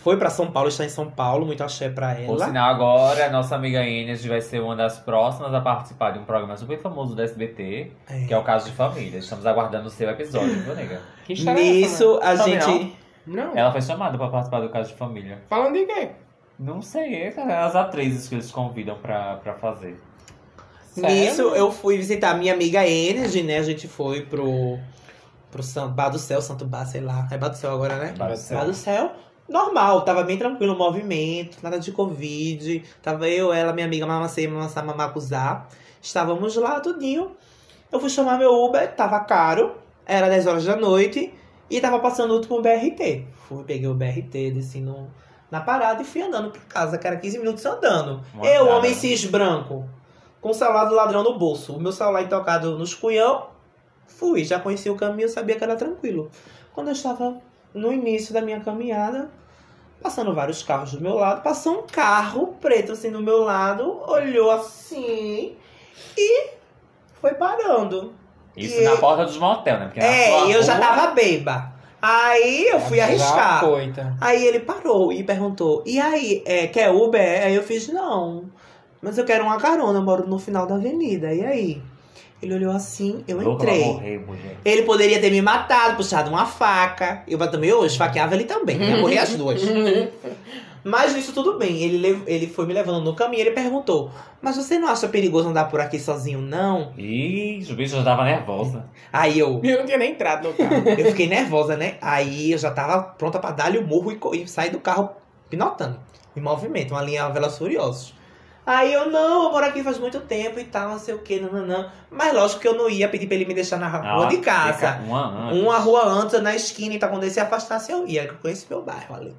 [SPEAKER 5] foi pra São Paulo, está em São Paulo, muito axé pra
[SPEAKER 4] Por
[SPEAKER 5] ela.
[SPEAKER 4] sinal, agora a nossa amiga Inês vai ser uma das próximas a participar de um programa super famoso do SBT, que é o Caso de Família. Estamos aguardando o seu episódio, viu, nega?
[SPEAKER 1] Que história é essa,
[SPEAKER 5] Nisso, a
[SPEAKER 4] Também
[SPEAKER 5] gente.
[SPEAKER 1] mano? Não.
[SPEAKER 4] Ela foi chamada pra participar do Caso de Família.
[SPEAKER 6] Falando de quê?
[SPEAKER 4] Não sei, é as atrizes que eles convidam pra, pra fazer.
[SPEAKER 1] Sério?
[SPEAKER 5] Nisso, eu fui visitar minha amiga Energy, né? A gente foi pro. pro San- Bar do Céu, Santo Bar, sei lá. É Bar do Céu agora, né?
[SPEAKER 4] Vai
[SPEAKER 5] Bar
[SPEAKER 4] ser.
[SPEAKER 5] do Céu. Normal, tava bem tranquilo o movimento, nada de Covid. Tava eu, ela, minha amiga Mamacê, Mamacá, Mamacuzá. Estávamos lá, tudinho. Eu fui chamar meu Uber, tava caro. Era 10 horas da noite. E tava passando o último BRT. Fui, peguei o BRT, desci no, na parada e fui andando pra casa, cara. 15 minutos andando.
[SPEAKER 4] Uma
[SPEAKER 5] eu,
[SPEAKER 4] andada.
[SPEAKER 5] homem cis branco, com o celular do ladrão no bolso, o meu celular intocado nos cunhão, fui. Já conheci o caminho, sabia que era tranquilo. Quando eu estava no início da minha caminhada, passando vários carros do meu lado, passou um carro preto assim do meu lado, olhou assim e foi parando.
[SPEAKER 4] Isso na porta dos motel, né? Porque na
[SPEAKER 5] É,
[SPEAKER 4] sua
[SPEAKER 5] e eu já
[SPEAKER 4] rua-
[SPEAKER 5] tava beba. Aí eu fui
[SPEAKER 1] Tá, Já
[SPEAKER 5] arriscar.
[SPEAKER 1] foi, tá?
[SPEAKER 5] Aí ele parou e perguntou: E aí, é, quer Uber? Aí eu fiz: Não, mas eu quero uma carona, eu moro no final da avenida. E aí? Ele olhou assim, eu
[SPEAKER 4] Louca pra
[SPEAKER 5] entrei.
[SPEAKER 4] morrer, mulher.
[SPEAKER 5] Ele poderia ter me matado, puxado uma faca. Eu também eu esfaqueava ele também, ia morrer as duas. Mas nisso tudo bem. Ele, lev- ele foi me levando no caminho ele perguntou: Mas você não acha perigoso andar por aqui sozinho, não?
[SPEAKER 4] Ih, os bichos já tava nervosa.
[SPEAKER 5] Aí eu.
[SPEAKER 6] Eu não tinha nem entrado no carro.
[SPEAKER 5] Eu fiquei nervosa, né? Aí eu já tava pronta pra dar-lhe o murro e, co- e sair do carro pinotando. Em movimento, uma linha Velas Furiosos. Aí eu, não, eu moro aqui faz muito tempo e tal, não sei o que, não, não, não. Mas lógico que eu não ia pedir pra ele me deixar na rua
[SPEAKER 4] Ah,
[SPEAKER 5] de casa. Um
[SPEAKER 4] fica Uma antes.
[SPEAKER 5] Uma rua antes, na esquina, então quando ele se afastasse, eu ia, que eu conheci meu bairro ali.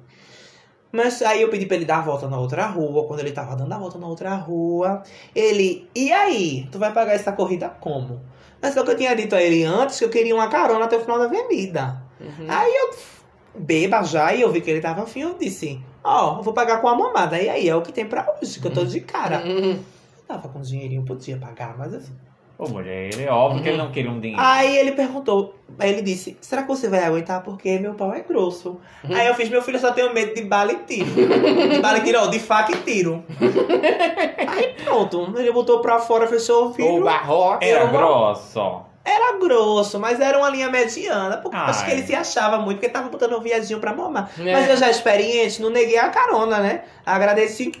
[SPEAKER 5] Mas aí eu pedi pra ele dar a volta na outra rua. Quando ele tava dando a volta na outra rua, ele, e aí? Tu vai pagar essa corrida como? Mas só que eu tinha dito a ele antes que eu queria uma carona até o final da avenida.
[SPEAKER 6] Uhum.
[SPEAKER 5] Aí eu, beba já, e eu vi que ele tava afim, eu disse: Ó, eu vou pagar com a mamada. E aí é o que tem pra hoje, que eu tô de cara.
[SPEAKER 6] Uhum.
[SPEAKER 5] Eu tava com dinheirinho, podia pagar, mas eu
[SPEAKER 4] Ô, mulher, ele é óbvio que ele não queria um dinheiro.
[SPEAKER 5] Aí ele perguntou, aí ele disse, será que você vai aguentar? Porque meu pau é grosso.
[SPEAKER 6] Hum.
[SPEAKER 5] Aí eu fiz, meu filho, eu só tenho medo de bala e tiro. de bala e tiro, ó, de faca e tiro. aí pronto, ele botou pra fora, fechou o
[SPEAKER 6] O
[SPEAKER 5] vidro.
[SPEAKER 6] barroca. É.
[SPEAKER 4] Era
[SPEAKER 5] eu-
[SPEAKER 4] grosso, ó.
[SPEAKER 5] Era grosso, mas era uma linha mediana. Porque eu acho
[SPEAKER 4] Ai.
[SPEAKER 5] que ele se achava muito, porque tava botando um viadinho pra mamar.
[SPEAKER 6] É.
[SPEAKER 1] Né?
[SPEAKER 5] Mas eu já experiente, não neguei a carona, né? Agradeci.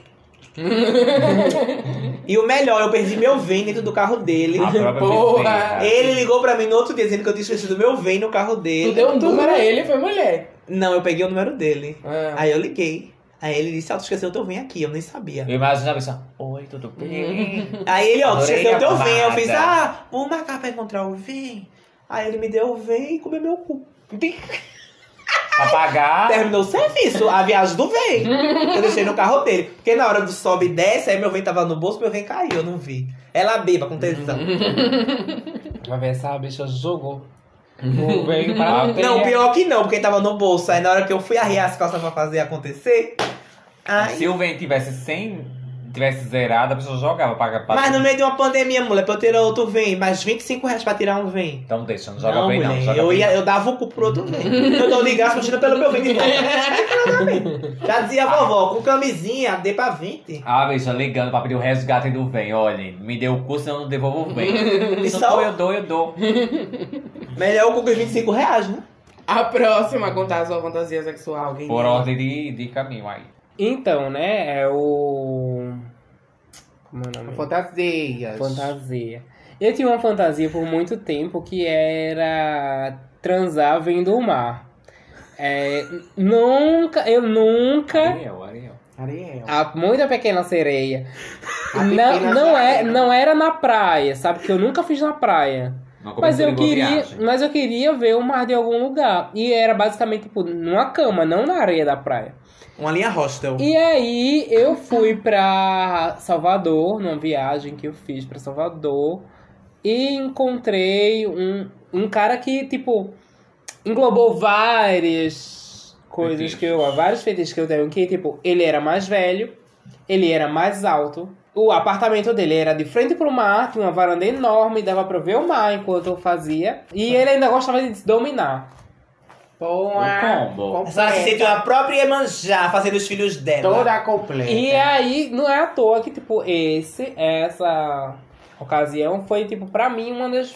[SPEAKER 5] e o melhor, eu perdi meu vinho dentro do carro dele.
[SPEAKER 4] A própria
[SPEAKER 6] Porra.
[SPEAKER 4] bezerra.
[SPEAKER 5] é Ele ligou pra mim no outro dia dizendo que eu tinha esquecido meu VEM no carro dele.
[SPEAKER 6] Tu deu um número a ele e foi mulher.
[SPEAKER 5] Não, eu peguei o número dele.
[SPEAKER 1] Ah.
[SPEAKER 5] Aí eu liguei. Aí ele disse, ah, tu esqueceu teu VEM aqui, eu nem sabia.
[SPEAKER 4] Eu imagino a pessoa, oi, tudo bem?
[SPEAKER 5] Aí ele, ó, tu
[SPEAKER 4] Adorei
[SPEAKER 5] esqueceu
[SPEAKER 4] a
[SPEAKER 5] teu VEM. Eu
[SPEAKER 4] pomada.
[SPEAKER 5] fiz, ah, vou marcar pra encontrar o VEM. Aí ele me deu o VEM e comeu meu cu.
[SPEAKER 4] pra pagar.
[SPEAKER 5] Terminou o serviço, a viagem do VEM. Eu deixei no carro dele. Porque na hora do sobe e desce, aí meu VEM tava no bolso, meu VEM caiu, eu não vi. Ela beba com tesão.
[SPEAKER 1] Uma vez essa bicha jogou. O veio pra
[SPEAKER 4] Ah,
[SPEAKER 5] Não, pior que não, porque tava no bolso. Aí na hora que eu fui arriar as calças pra fazer acontecer... Ai,
[SPEAKER 4] Se o vem tivesse 100, tivesse zerado, a pessoa jogava pra pagar.
[SPEAKER 5] Mas no meio de uma pandemia, mulher, pra eu tirar outro vem, mais 25 reais pra tirar um vem.
[SPEAKER 4] Então deixa, não joga bem não.
[SPEAKER 5] mulher,
[SPEAKER 4] Joga
[SPEAKER 5] eu,
[SPEAKER 4] bem
[SPEAKER 5] ia, eu dava o cu pro outro vem. Eu tô ligado, eu tiro pelo meu vem de volta. Já dizia a vovó, com camisinha, dê pra 20.
[SPEAKER 4] Ah, bicha, ligando pra pedir o resgate do bem. Olha, me deu o curso, senão eu não devolvo o bem.
[SPEAKER 5] E
[SPEAKER 4] Se
[SPEAKER 5] só-
[SPEAKER 4] não, eu dou, eu dou.
[SPEAKER 5] Melhor o cu que os 25 reais, né?
[SPEAKER 6] A próxima a contar a sua fantasia sexual. Quem
[SPEAKER 4] Por
[SPEAKER 6] é?
[SPEAKER 4] ordem de, de caminho aí.
[SPEAKER 1] Então, né? É o. Como é o nome?
[SPEAKER 6] Fantasias.
[SPEAKER 1] Fantasia. Eu tinha uma fantasia por muito tempo que era transar vendo o mar. É, nunca, eu nunca.
[SPEAKER 4] Ariel, Ariel.
[SPEAKER 5] é,
[SPEAKER 6] Ariel.
[SPEAKER 1] A muita pequena sereia.
[SPEAKER 6] A
[SPEAKER 1] não,
[SPEAKER 6] pequena
[SPEAKER 1] não, é,
[SPEAKER 5] né?
[SPEAKER 6] sereia.
[SPEAKER 1] não era na praia, sabe? Que eu nunca fiz na praia.
[SPEAKER 4] Não
[SPEAKER 1] Mas
[SPEAKER 4] começou
[SPEAKER 1] eu
[SPEAKER 4] de boa
[SPEAKER 1] queria, um
[SPEAKER 4] viagem.
[SPEAKER 1] mas eu queria ver o mar de algum lugar. E era basicamente tipo, numa cama, não na areia da praia.
[SPEAKER 5] Uma linha hostel.
[SPEAKER 1] E aí eu fui pra Salvador, numa viagem que eu fiz pra Salvador, e encontrei um, um cara que, tipo, englobou várias coisas que eu. vários feitiços que eu tenho que, tipo, ele era mais velho, ele era mais alto. O apartamento dele era de frente pro mar, tinha uma varanda enorme, dava pra eu ver o mar enquanto eu fazia. E ele ainda gostava de se dominar.
[SPEAKER 6] Pô,
[SPEAKER 4] O
[SPEAKER 6] ah,
[SPEAKER 4] Um combo.
[SPEAKER 5] A senhora
[SPEAKER 1] é,
[SPEAKER 5] se
[SPEAKER 1] tá.
[SPEAKER 5] sente
[SPEAKER 6] completa.
[SPEAKER 5] uma própria Iemanjá fazendo os filhos dela.
[SPEAKER 6] Toda completa.
[SPEAKER 1] E aí, não é à toa que, tipo, esse, essa ocasião foi, tipo, pra mim, uma das,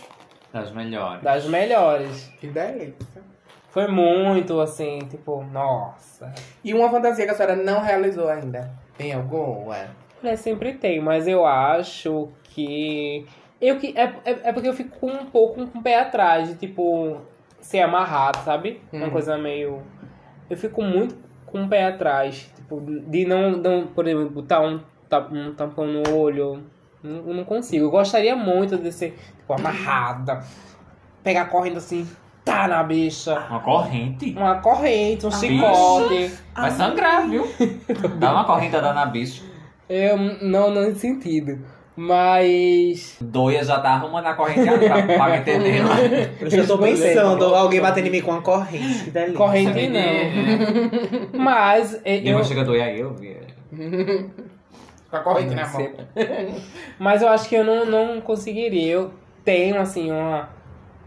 [SPEAKER 4] Das melhores.
[SPEAKER 1] das melhores.
[SPEAKER 6] Que delícia.
[SPEAKER 1] Foi muito, assim, tipo, nossa.
[SPEAKER 6] E uma fantasia que a senhora não realizou ainda? Tem alguma?
[SPEAKER 1] Mulher Né, sempre tem, mas eu acho que. Eu que é, é, é porque eu fico com um pouco com o pé atrás de, tipo, ser amarrado, sabe? Uma
[SPEAKER 6] Hum.
[SPEAKER 1] coisa meio. Eu fico muito com o pé atrás, tipo, de não, não por exemplo, botar um, ta- um tampão no olho. Não, eu não consigo. Eu gostaria muito de ser, tipo, amarrada. Pegar correndo assim, tá na bicha.
[SPEAKER 4] Uma corrente.
[SPEAKER 1] Uma corrente, um
[SPEAKER 4] bicha.
[SPEAKER 1] chicote.
[SPEAKER 5] Ah.
[SPEAKER 4] Vai sangrar, viu? Dá uma corrente da na bicha.
[SPEAKER 1] Eu, não, não nesse sentido. Mas.
[SPEAKER 4] Doia já tá arrumando a corrente pra, pra entender.
[SPEAKER 5] Eu já tô
[SPEAKER 1] Pois é.
[SPEAKER 5] pensando, alguém batendo em mim com uma corrente. Que delícia.
[SPEAKER 1] Corrente não. Mas é, eu,
[SPEAKER 4] Depois chega doia eu, vi.
[SPEAKER 6] Com a corrente na mão.
[SPEAKER 1] Sempre. mas eu acho que eu não, não conseguiria. Eu tenho, assim, uma,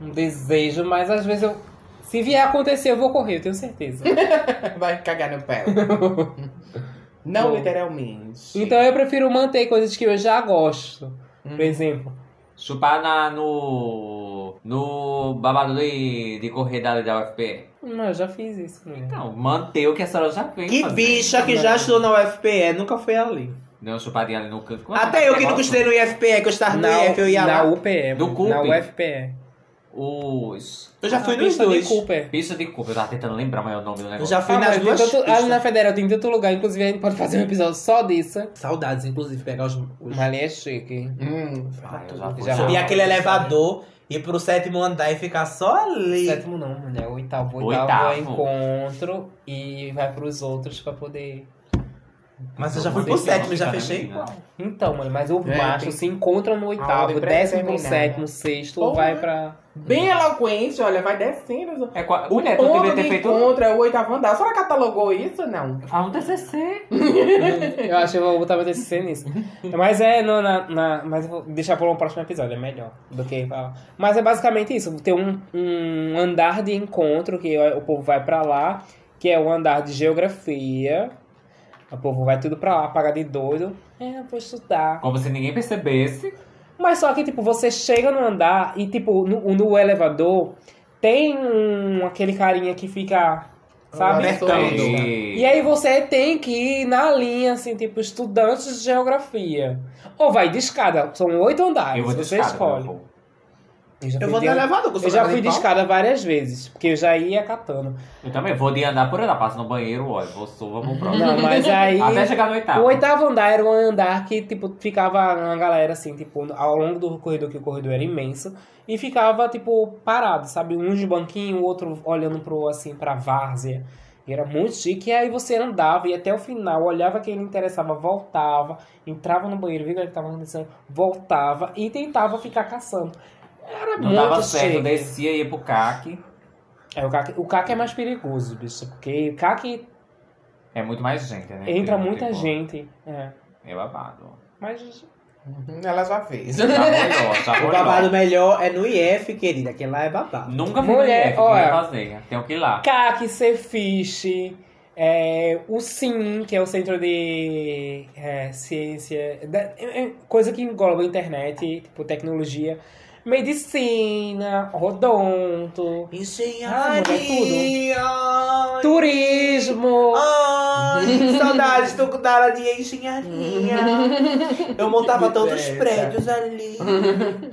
[SPEAKER 1] um desejo, mas às vezes eu. Se vier a acontecer, eu vou correr, eu tenho certeza.
[SPEAKER 6] Vai cagar no pé. não
[SPEAKER 1] Bom.
[SPEAKER 6] literalmente.
[SPEAKER 1] Então eu prefiro manter coisas que eu já gosto.
[SPEAKER 6] Hum.
[SPEAKER 5] Uhum.
[SPEAKER 1] Por exemplo,
[SPEAKER 4] Chupar na, no. No babado de, de correr da, da UFP.
[SPEAKER 1] não, eu já fiz isso. Né?
[SPEAKER 5] Então,
[SPEAKER 4] Não, manter o que a senhora já fez.
[SPEAKER 5] Que
[SPEAKER 4] fazer.
[SPEAKER 5] bicha que já estudou na UFPE, nunca foi ali.
[SPEAKER 4] Deu uma chupadinha ali no canto. Como é
[SPEAKER 5] Até eu que nunca
[SPEAKER 4] negócio?
[SPEAKER 5] estudei no IFPE, que eu estava no
[SPEAKER 1] Na,
[SPEAKER 5] IF, eu ia
[SPEAKER 1] na
[SPEAKER 5] lá.
[SPEAKER 1] UPE,
[SPEAKER 4] Do
[SPEAKER 1] na
[SPEAKER 4] Cooper.
[SPEAKER 1] UFPE.
[SPEAKER 4] Os.
[SPEAKER 5] Eu já
[SPEAKER 1] Na
[SPEAKER 5] fui nos
[SPEAKER 1] pista Ah, tá de
[SPEAKER 5] dois.
[SPEAKER 1] Cooper.
[SPEAKER 4] Pista de culpa. Eu tava tentando lembrar mais o nome do
[SPEAKER 5] Eu
[SPEAKER 4] negócio.
[SPEAKER 5] já fui
[SPEAKER 1] Ah,
[SPEAKER 5] nas
[SPEAKER 1] mas
[SPEAKER 5] duas
[SPEAKER 1] tem tanto, ali
[SPEAKER 5] pistas.
[SPEAKER 1] na Federa tem tanto lugar, inclusive a gente pode fazer um episódio só disso.
[SPEAKER 5] Saudades, inclusive, pegar os... os...
[SPEAKER 1] Mas ali é chique.
[SPEAKER 6] Hum.
[SPEAKER 4] Ah, eu já fui.
[SPEAKER 1] Já
[SPEAKER 5] Subir
[SPEAKER 1] Ah,
[SPEAKER 5] aquele
[SPEAKER 1] sabe.
[SPEAKER 5] elevador, ir pro sétimo andar e ficar só ali.
[SPEAKER 1] Sétimo não, né? Oitavo, oitavo,
[SPEAKER 4] Oitavo.
[SPEAKER 1] é encontro e vai pros outros pra poder.
[SPEAKER 5] Mas eu
[SPEAKER 4] Então,
[SPEAKER 5] já fui
[SPEAKER 4] não
[SPEAKER 5] pro
[SPEAKER 4] sei se
[SPEAKER 5] sétimo,
[SPEAKER 4] não
[SPEAKER 5] já
[SPEAKER 4] fica
[SPEAKER 5] fechei.
[SPEAKER 4] na
[SPEAKER 1] Então, mano, mas o
[SPEAKER 6] É,
[SPEAKER 1] macho
[SPEAKER 6] tem-
[SPEAKER 1] se encontra no oitavo,
[SPEAKER 6] ordem
[SPEAKER 1] décimo pro
[SPEAKER 6] pré-determinada.
[SPEAKER 1] sétimo, sexto,
[SPEAKER 6] Porra.
[SPEAKER 1] vai pra.
[SPEAKER 6] Bem eloquente, olha, vai descendo.
[SPEAKER 4] É, qua-
[SPEAKER 6] O
[SPEAKER 4] mulher, tu devia
[SPEAKER 6] ponto
[SPEAKER 4] ter
[SPEAKER 6] de
[SPEAKER 4] feito. um-
[SPEAKER 6] encontro é o oitavo andar. A senhora catalogou isso? Não.
[SPEAKER 4] Faz um TCC.
[SPEAKER 1] eu acho que eu vou botar meu TCC nisso. Mas é, não, na, na- mas eu vou deixar pra um próximo episódio, é melhor do que falar. Mas é basicamente isso: tem um, um andar de encontro que o povo vai pra lá, que é o andar de geografia. O povo vai tudo pra lá, paga de doido. É, eu vou estudar.
[SPEAKER 4] Como se ninguém percebesse.
[SPEAKER 1] Mas só que, tipo, você chega no andar e, tipo, no, no elevador tem um, aquele carinha que fica, sabe?
[SPEAKER 6] Roberto.
[SPEAKER 4] né,
[SPEAKER 1] Então,
[SPEAKER 4] E-
[SPEAKER 1] E aí você tem que ir na linha, assim, tipo, estudantes de geografia. Ou vai de escada, são oito andares,
[SPEAKER 4] Eu vou né?
[SPEAKER 1] você
[SPEAKER 4] deixar,
[SPEAKER 1] escolhe.
[SPEAKER 4] eu vou.
[SPEAKER 1] já
[SPEAKER 5] Eu
[SPEAKER 1] fui
[SPEAKER 5] vou
[SPEAKER 1] de-
[SPEAKER 5] no elevador, que eu sou
[SPEAKER 1] eu já
[SPEAKER 5] cara
[SPEAKER 1] fui de
[SPEAKER 5] pau.
[SPEAKER 1] escada várias vezes, porque eu já ia catando.
[SPEAKER 4] Eu também vou de andar por andar, passo no banheiro, olha, vou só, vou pro próximo.
[SPEAKER 1] Não, mas aí...
[SPEAKER 4] Até chegar no oitavo.
[SPEAKER 1] O oitavo andar era um andar que, tipo, ficava uma galera assim, tipo, ao longo do corredor, que o corredor era imenso, e ficava, tipo, parado, sabe? Um de banquinho, o outro olhando pro, assim, pra várzea. E era muito chique. E aí você andava e até o final, olhava quem lhe interessava, voltava, entrava no banheiro, via o que tava acontecendo, voltava e tentava ficar caçando. Era
[SPEAKER 4] Não
[SPEAKER 1] muito
[SPEAKER 4] dava certo, né?
[SPEAKER 1] chique.
[SPEAKER 4] descia e ia pro CAC.
[SPEAKER 1] É, o, caque, o caque é mais perigoso, bicho, porque caque
[SPEAKER 4] É muito mais gente, né?
[SPEAKER 1] entra
[SPEAKER 4] Tem muito
[SPEAKER 1] muita
[SPEAKER 4] igual.
[SPEAKER 1] gente. É.
[SPEAKER 4] É babado. Tá
[SPEAKER 1] Mas
[SPEAKER 6] Uhum, Ela já fez.
[SPEAKER 4] Já rolou, já
[SPEAKER 5] O
[SPEAKER 4] rolou.
[SPEAKER 5] babado melhor é no IF, querida, que lá é babado.
[SPEAKER 4] Nunca fui
[SPEAKER 1] Mulher,
[SPEAKER 4] mulher, o que
[SPEAKER 1] olha.
[SPEAKER 4] ia fazer? Tenho que ir lá.
[SPEAKER 1] CAC, Cefish, é, o SIM, que é o Centro de é, Ciência, da- é, é, coisa que engloba a internet, tipo tecnologia, medicina, rodonto, Ah, mulher,
[SPEAKER 5] Engenharia!
[SPEAKER 1] turismo.
[SPEAKER 5] Ai, saudades, tô com da área de engenharia. Eu montava
[SPEAKER 6] Que
[SPEAKER 5] todos os
[SPEAKER 6] beleza.
[SPEAKER 5] prédios ali.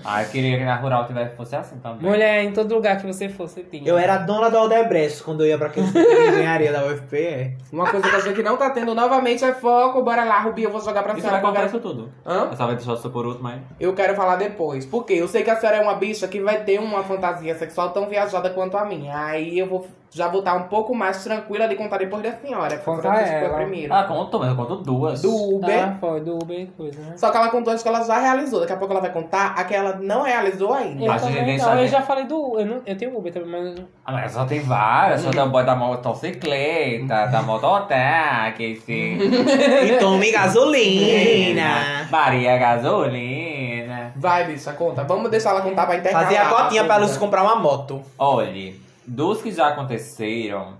[SPEAKER 4] Ah, eu queria que na rural tivesse, fosse assim também.
[SPEAKER 1] Mulher, em todo lugar que você fosse, tinha.
[SPEAKER 5] Eu era a dona do Aldebrecht quando eu ia pra aquele centro de engenharia da UFPE.
[SPEAKER 6] Uma coisa que a gente não tá tendo novamente é foco. Bora lá, Rubi, eu vou jogar pra
[SPEAKER 4] Isso
[SPEAKER 6] senhora.
[SPEAKER 4] vai
[SPEAKER 6] que eu
[SPEAKER 4] comprar
[SPEAKER 6] quero-
[SPEAKER 4] isso tudo.
[SPEAKER 6] Hã?
[SPEAKER 4] Eu só vou deixar isso por último, mas...
[SPEAKER 6] Eu quero falar depois. Porque eu sei que a senhora é uma bicha que vai ter uma fantasia sexual tão viajada quanto a minha. Aí eu vou já vou estar um pouco mais tranquila de contar depois da senhora. porque a
[SPEAKER 1] Conta
[SPEAKER 6] senhora disse que foi a
[SPEAKER 1] ela.
[SPEAKER 6] primeira.
[SPEAKER 4] Ah, conto, mas eu conto duas.
[SPEAKER 6] Do Uber.
[SPEAKER 1] Ah, foi, do Uber, coisa, né?
[SPEAKER 6] Só que ela contou antes que ela já realizou. Daqui a pouco ela vai contar a que ela não realizou ainda.
[SPEAKER 1] Eu,
[SPEAKER 4] Mas
[SPEAKER 1] também
[SPEAKER 4] ele nem
[SPEAKER 1] não,
[SPEAKER 4] sabe.
[SPEAKER 1] eu já falei do eu, não, eu tenho Uber também, mas
[SPEAKER 4] Ah, mas só tem várias. Só tem o boy da motocicleta, da mototáxi, esse...
[SPEAKER 5] E tome gasolina.
[SPEAKER 4] Maria Gasolina.
[SPEAKER 6] Vai, bicha, conta. Vamos deixar ela contar pra intercalar.
[SPEAKER 5] Fazia a cotinha pra Lúcia
[SPEAKER 6] Conta.
[SPEAKER 5] comprar uma moto.
[SPEAKER 4] Olhe, Dos que já aconteceram,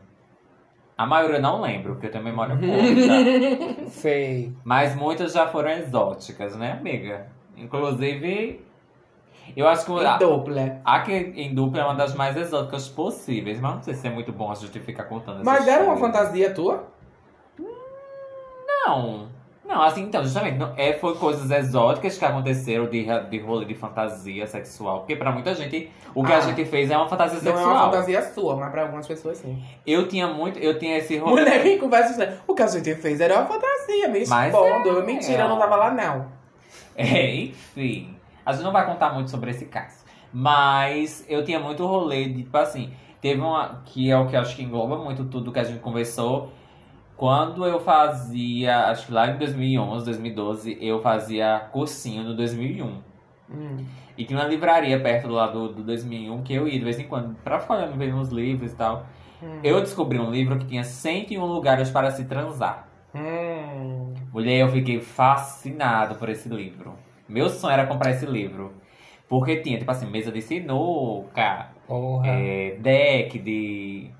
[SPEAKER 4] a maioria eu não lembro, porque eu tenho memória curta.
[SPEAKER 1] Sei.
[SPEAKER 4] mas muitas já foram exóticas, né, amiga? Inclusive, eu acho que a,
[SPEAKER 6] Então- Dupla.
[SPEAKER 4] a que em dupla é uma das mais exóticas possíveis, mas não sei se é muito bom a gente ficar contando essas
[SPEAKER 6] Mas era uma
[SPEAKER 4] coisas.
[SPEAKER 6] fantasia tua?
[SPEAKER 4] Não. Não, assim, então, justamente, não, é, foi coisas exóticas que aconteceram de, ra- de rolê de fantasia sexual. Porque pra muita gente, o que
[SPEAKER 6] Ah.
[SPEAKER 4] a gente fez é uma fantasia
[SPEAKER 6] Não é
[SPEAKER 4] sexual.
[SPEAKER 6] uma fantasia sua, mas pra algumas pessoas sim.
[SPEAKER 4] Eu tinha muito, eu tinha esse rolê.
[SPEAKER 6] Mulher que conversa isso. O que a gente fez era uma fantasia, me
[SPEAKER 4] Mas
[SPEAKER 6] expondo.
[SPEAKER 4] é.
[SPEAKER 6] Mentira, eu não tava lá, não.
[SPEAKER 4] É, enfim. A gente não vai contar muito sobre esse caso. Mas eu tinha muito rolê de, tipo assim, teve uma. Que é o que eu acho que engloba muito tudo que a gente conversou. Quando eu fazia, acho que lá em 2011, 2012, eu fazia cursinho no 2001.
[SPEAKER 6] Hum.
[SPEAKER 4] E tinha uma livraria perto do lado do 2001 que eu ia de vez em quando pra ficar olhando, vendo uns livros e tal. Eu descobri um livro que tinha 101 lugares para se transar.
[SPEAKER 6] Hum.
[SPEAKER 4] Mulher, eu fiquei fascinado por esse livro. Meu sonho era comprar esse livro. Porque tinha, tipo assim, mesa de sinuca,
[SPEAKER 1] Porra.
[SPEAKER 4] é, deck de.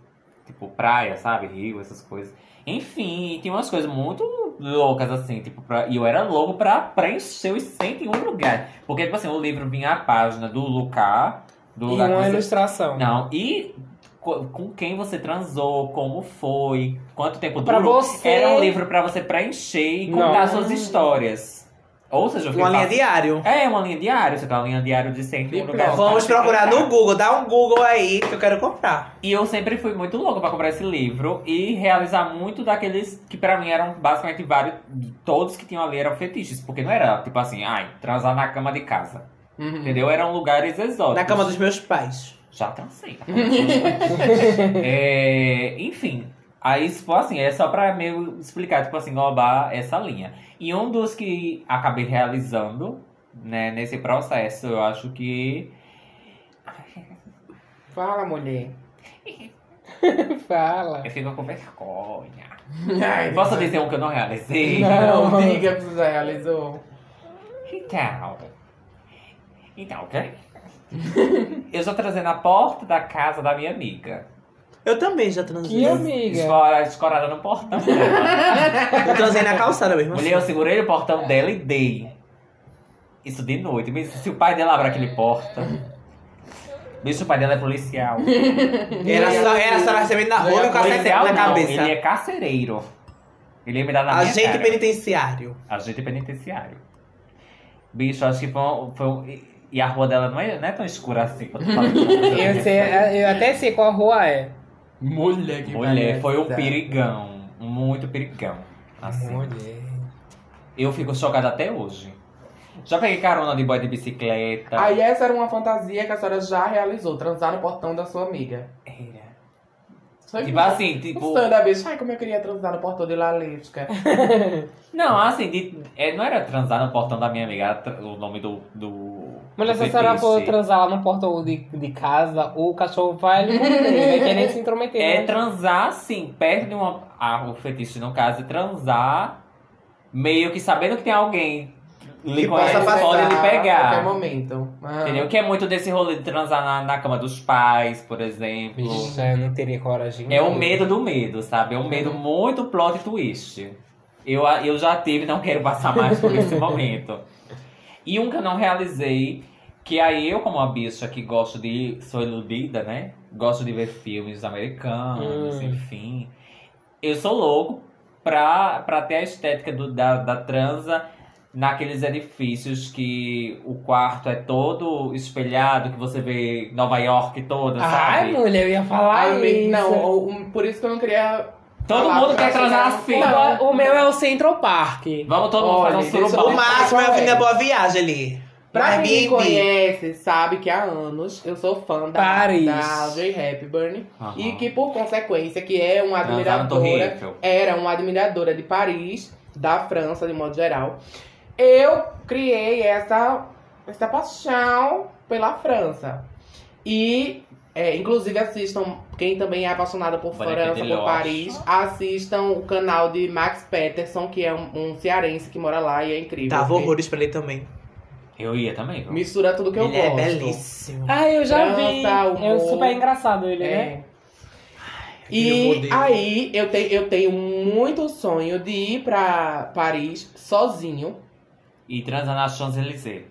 [SPEAKER 4] Tipo, praia, sabe? Rio, essas coisas. Enfim, tinha umas coisas muito loucas, assim, tipo, pra- e eu era louco pra preencher os 101 lugares. Porque, tipo assim, o livro vinha a página do lugar. Do
[SPEAKER 1] E
[SPEAKER 4] lugar que
[SPEAKER 1] uma
[SPEAKER 4] você-
[SPEAKER 1] ilustração.
[SPEAKER 4] Não, e co- com quem você transou, como foi, quanto tempo
[SPEAKER 1] Pra
[SPEAKER 4] durou.
[SPEAKER 1] você.
[SPEAKER 4] Era um livro pra você preencher e contar
[SPEAKER 1] Não.
[SPEAKER 4] suas histórias. Ou seja, eu
[SPEAKER 5] Uma
[SPEAKER 4] fiquei
[SPEAKER 5] linha
[SPEAKER 4] fácil.
[SPEAKER 5] diário.
[SPEAKER 4] É, uma linha diária. Você tá uma linha diária de 101
[SPEAKER 6] E
[SPEAKER 4] lugares. pra
[SPEAKER 5] Vamos
[SPEAKER 4] você
[SPEAKER 5] procurar
[SPEAKER 4] comprar.
[SPEAKER 5] no Google, dá um Google aí que eu quero comprar.
[SPEAKER 4] E eu sempre fui muito louca pra comprar esse livro e realizar muito daqueles que pra mim eram basicamente vários. Todos que tinham ali eram fetiches, porque não era tipo assim, ai, transar na cama de casa. Entendeu? Eram lugares exóticos.
[SPEAKER 5] Na cama dos meus pais.
[SPEAKER 4] Já cansei. tá? né? É, enfim. Aí, tipo assim, é só pra meio explicar, tipo assim, englobar essa linha. E um dos que acabei realizando, né, nesse processo, eu acho que.
[SPEAKER 6] Fala, mulher. Fala.
[SPEAKER 4] Eu fico com vergonha.
[SPEAKER 6] Ai,
[SPEAKER 4] Posso dizer um que eu não realizei?
[SPEAKER 6] Não, diga que você já realizou.
[SPEAKER 4] Então. Então, ok? eu já trazendo na porta da casa da minha amiga.
[SPEAKER 5] Eu também já transei.
[SPEAKER 1] Que amiga.
[SPEAKER 4] Escora- Escorada no portão dela.
[SPEAKER 5] Eu transei na calçada mesmo.
[SPEAKER 4] Mulher, eu segurei o portão dela e dei. Isso de noite. Mas se o pai dela abre aquele porta. Bicho, o pai dela é policial.
[SPEAKER 5] Era só, era só nascimento na rua e um cacete
[SPEAKER 4] policial
[SPEAKER 5] na
[SPEAKER 4] não,
[SPEAKER 5] cabeça.
[SPEAKER 4] ele é carcereiro. Ele ia me dar na minha
[SPEAKER 5] Agente
[SPEAKER 4] cara.
[SPEAKER 5] penitenciário.
[SPEAKER 4] Agente penitenciário. Bicho, acho que foi um... foi um- e- E a rua dela não é, não é tão escura assim. quanto fala. É.
[SPEAKER 1] Eu, sei, é, eu até sei qual rua é.
[SPEAKER 6] Mulher que
[SPEAKER 4] Mulher, foi um
[SPEAKER 6] realizar.
[SPEAKER 4] perigão. Muito perigão. Assim.
[SPEAKER 1] Mulher.
[SPEAKER 4] Eu fico chocada até hoje. Já peguei carona de boy de bicicleta.
[SPEAKER 6] Aí essa era uma fantasia que a senhora já realizou, transar no portão da sua amiga.
[SPEAKER 4] Era.
[SPEAKER 6] Só que
[SPEAKER 4] Tipo assim, tipo.
[SPEAKER 6] Gostando da bicha. Ai, como eu queria transar no portão de Lalesca.
[SPEAKER 4] Não, assim, de- é, não era transar no portão da minha amiga, era tra- o nome do. do
[SPEAKER 1] Mulher,
[SPEAKER 4] do
[SPEAKER 1] se a senhora for
[SPEAKER 4] fetiche.
[SPEAKER 1] transar lá no portão de, de casa, o cachorro vai lhe morder, ele vai querer se intrometer.
[SPEAKER 4] É
[SPEAKER 1] né?
[SPEAKER 4] transar, assim, perto de uma. Ah, o fetiche, no caso, é transar, meio que sabendo que tem alguém lhe
[SPEAKER 5] Que
[SPEAKER 4] conhece,
[SPEAKER 5] possa
[SPEAKER 4] pode lhe
[SPEAKER 6] a Tipo, qualquer
[SPEAKER 4] pegar.
[SPEAKER 6] momento. Ah.
[SPEAKER 4] Entendeu? Que é muito desse rolê de transar na, na cama dos pais, por exemplo.
[SPEAKER 1] Vixe, eu não teria coragem.
[SPEAKER 4] É o
[SPEAKER 1] não.
[SPEAKER 4] medo do medo, sabe? É um medo muito plot twist. Eu, eu já tive, não quero passar mais por esse momento. E um que eu não realizei, que aí eu, como uma bicha que gosto de. sou iludida, né? Gosto de ver filmes americanos,
[SPEAKER 1] Hum.
[SPEAKER 4] enfim. Eu sou louco pra, pra ter a estética do, da, da transa naqueles edifícios que o quarto é todo espelhado, que você vê Nova York toda,
[SPEAKER 1] Ai,
[SPEAKER 4] sabe? Ah,
[SPEAKER 1] mulher, eu ia falar
[SPEAKER 6] Ai,
[SPEAKER 1] isso.
[SPEAKER 6] Ah, não, o- o- por isso que eu não queria.
[SPEAKER 4] Todo
[SPEAKER 6] falar
[SPEAKER 4] mundo
[SPEAKER 6] pra
[SPEAKER 4] quer transar
[SPEAKER 6] chegar no
[SPEAKER 4] assim.
[SPEAKER 6] final.
[SPEAKER 1] Não, o meu é o Central Park.
[SPEAKER 4] Vamos todo mundo
[SPEAKER 6] Olha,
[SPEAKER 4] fazer um
[SPEAKER 6] deixa
[SPEAKER 5] O
[SPEAKER 6] eu-
[SPEAKER 4] surubão.
[SPEAKER 5] máximo é a
[SPEAKER 6] qual é?
[SPEAKER 5] Avenida Boa Viagem ali.
[SPEAKER 6] Pra
[SPEAKER 5] Mas,
[SPEAKER 6] quem me
[SPEAKER 5] Bibi,
[SPEAKER 6] conhece, sabe que há anos eu sou fã da,
[SPEAKER 1] Paris.
[SPEAKER 6] da Audrey Hepburn.
[SPEAKER 4] Aham.
[SPEAKER 6] E que, por consequência, que é uma
[SPEAKER 4] Transar no Torre
[SPEAKER 6] admiradora.
[SPEAKER 4] Eiffel.
[SPEAKER 6] Era uma admiradora de Paris, da França, de modo geral. Eu criei essa, essa paixão pela França. E, é, inclusive, assistam, quem também é apaixonada por
[SPEAKER 4] Boneca de
[SPEAKER 6] França, por
[SPEAKER 4] Loche.
[SPEAKER 6] Paris, assistam o canal de Max Peterson, que é um, um cearense que mora lá e é incrível.
[SPEAKER 5] Tava
[SPEAKER 6] porque-
[SPEAKER 5] horrores pra ele também.
[SPEAKER 4] Eu ia também. viu?
[SPEAKER 6] Mistura tudo que eu
[SPEAKER 5] Ele é
[SPEAKER 6] gosto.
[SPEAKER 5] belíssimo.
[SPEAKER 7] Ah, eu já
[SPEAKER 6] Dança,
[SPEAKER 7] vi. É
[SPEAKER 6] humor.
[SPEAKER 7] super engraçado ele, né?
[SPEAKER 6] É.
[SPEAKER 5] Aquele
[SPEAKER 6] E
[SPEAKER 5] modelo.
[SPEAKER 6] aí eu, te, eu tenho muito sonho de ir pra Paris sozinho
[SPEAKER 4] E transar na Champs-Élysées.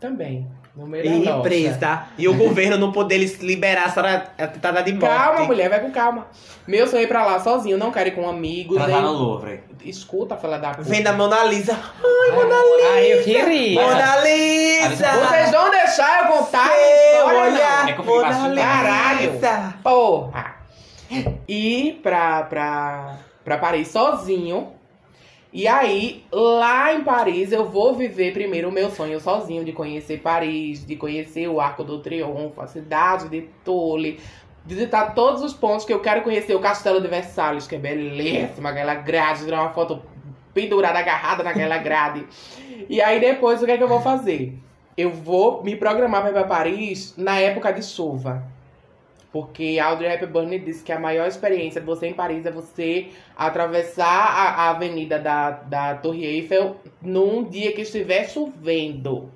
[SPEAKER 6] também. No meio da
[SPEAKER 5] Ele
[SPEAKER 6] roça.
[SPEAKER 5] presa. E o governo não poder lhes liberar a senhora é tentada de morte.
[SPEAKER 6] Calma, mulher, vai com calma. Meu sonho é ir pra lá sozinho, não quero ir com amigos.
[SPEAKER 4] Transar no
[SPEAKER 6] Nem...
[SPEAKER 4] Louvre.
[SPEAKER 6] Escuta, fala da puta.
[SPEAKER 5] Vem da Mona Lisa.
[SPEAKER 7] Ai, Mona Ah, eu queria.
[SPEAKER 5] Mona Lisa!
[SPEAKER 6] Vocês vão deixar eu contar a
[SPEAKER 5] Seu
[SPEAKER 6] história,
[SPEAKER 5] olhar,
[SPEAKER 4] É que eu fiquei
[SPEAKER 5] Mona
[SPEAKER 4] bastante-
[SPEAKER 5] Lisa.
[SPEAKER 6] Caralho. não? Porra! Ir pra, pra, pra Paris sozinho. E aí, lá em Paris, eu vou viver primeiro o meu sonho sozinho de conhecer Paris, de conhecer o Arco do Triunfo, a cidade de Tule, visitar todos os pontos que eu quero conhecer, o Castelo de Versalhes, que é belíssimo, aquela grade, tirar uma foto pendurada, agarrada naquela grade. E aí depois, o que é que eu vou fazer? Eu vou me programar para ir pra Paris na época de chuva. Porque Audrey Hepburn disse que a maior experiência de você em Paris é você atravessar a, a avenida da, da Torre Eiffel num dia que estiver chovendo.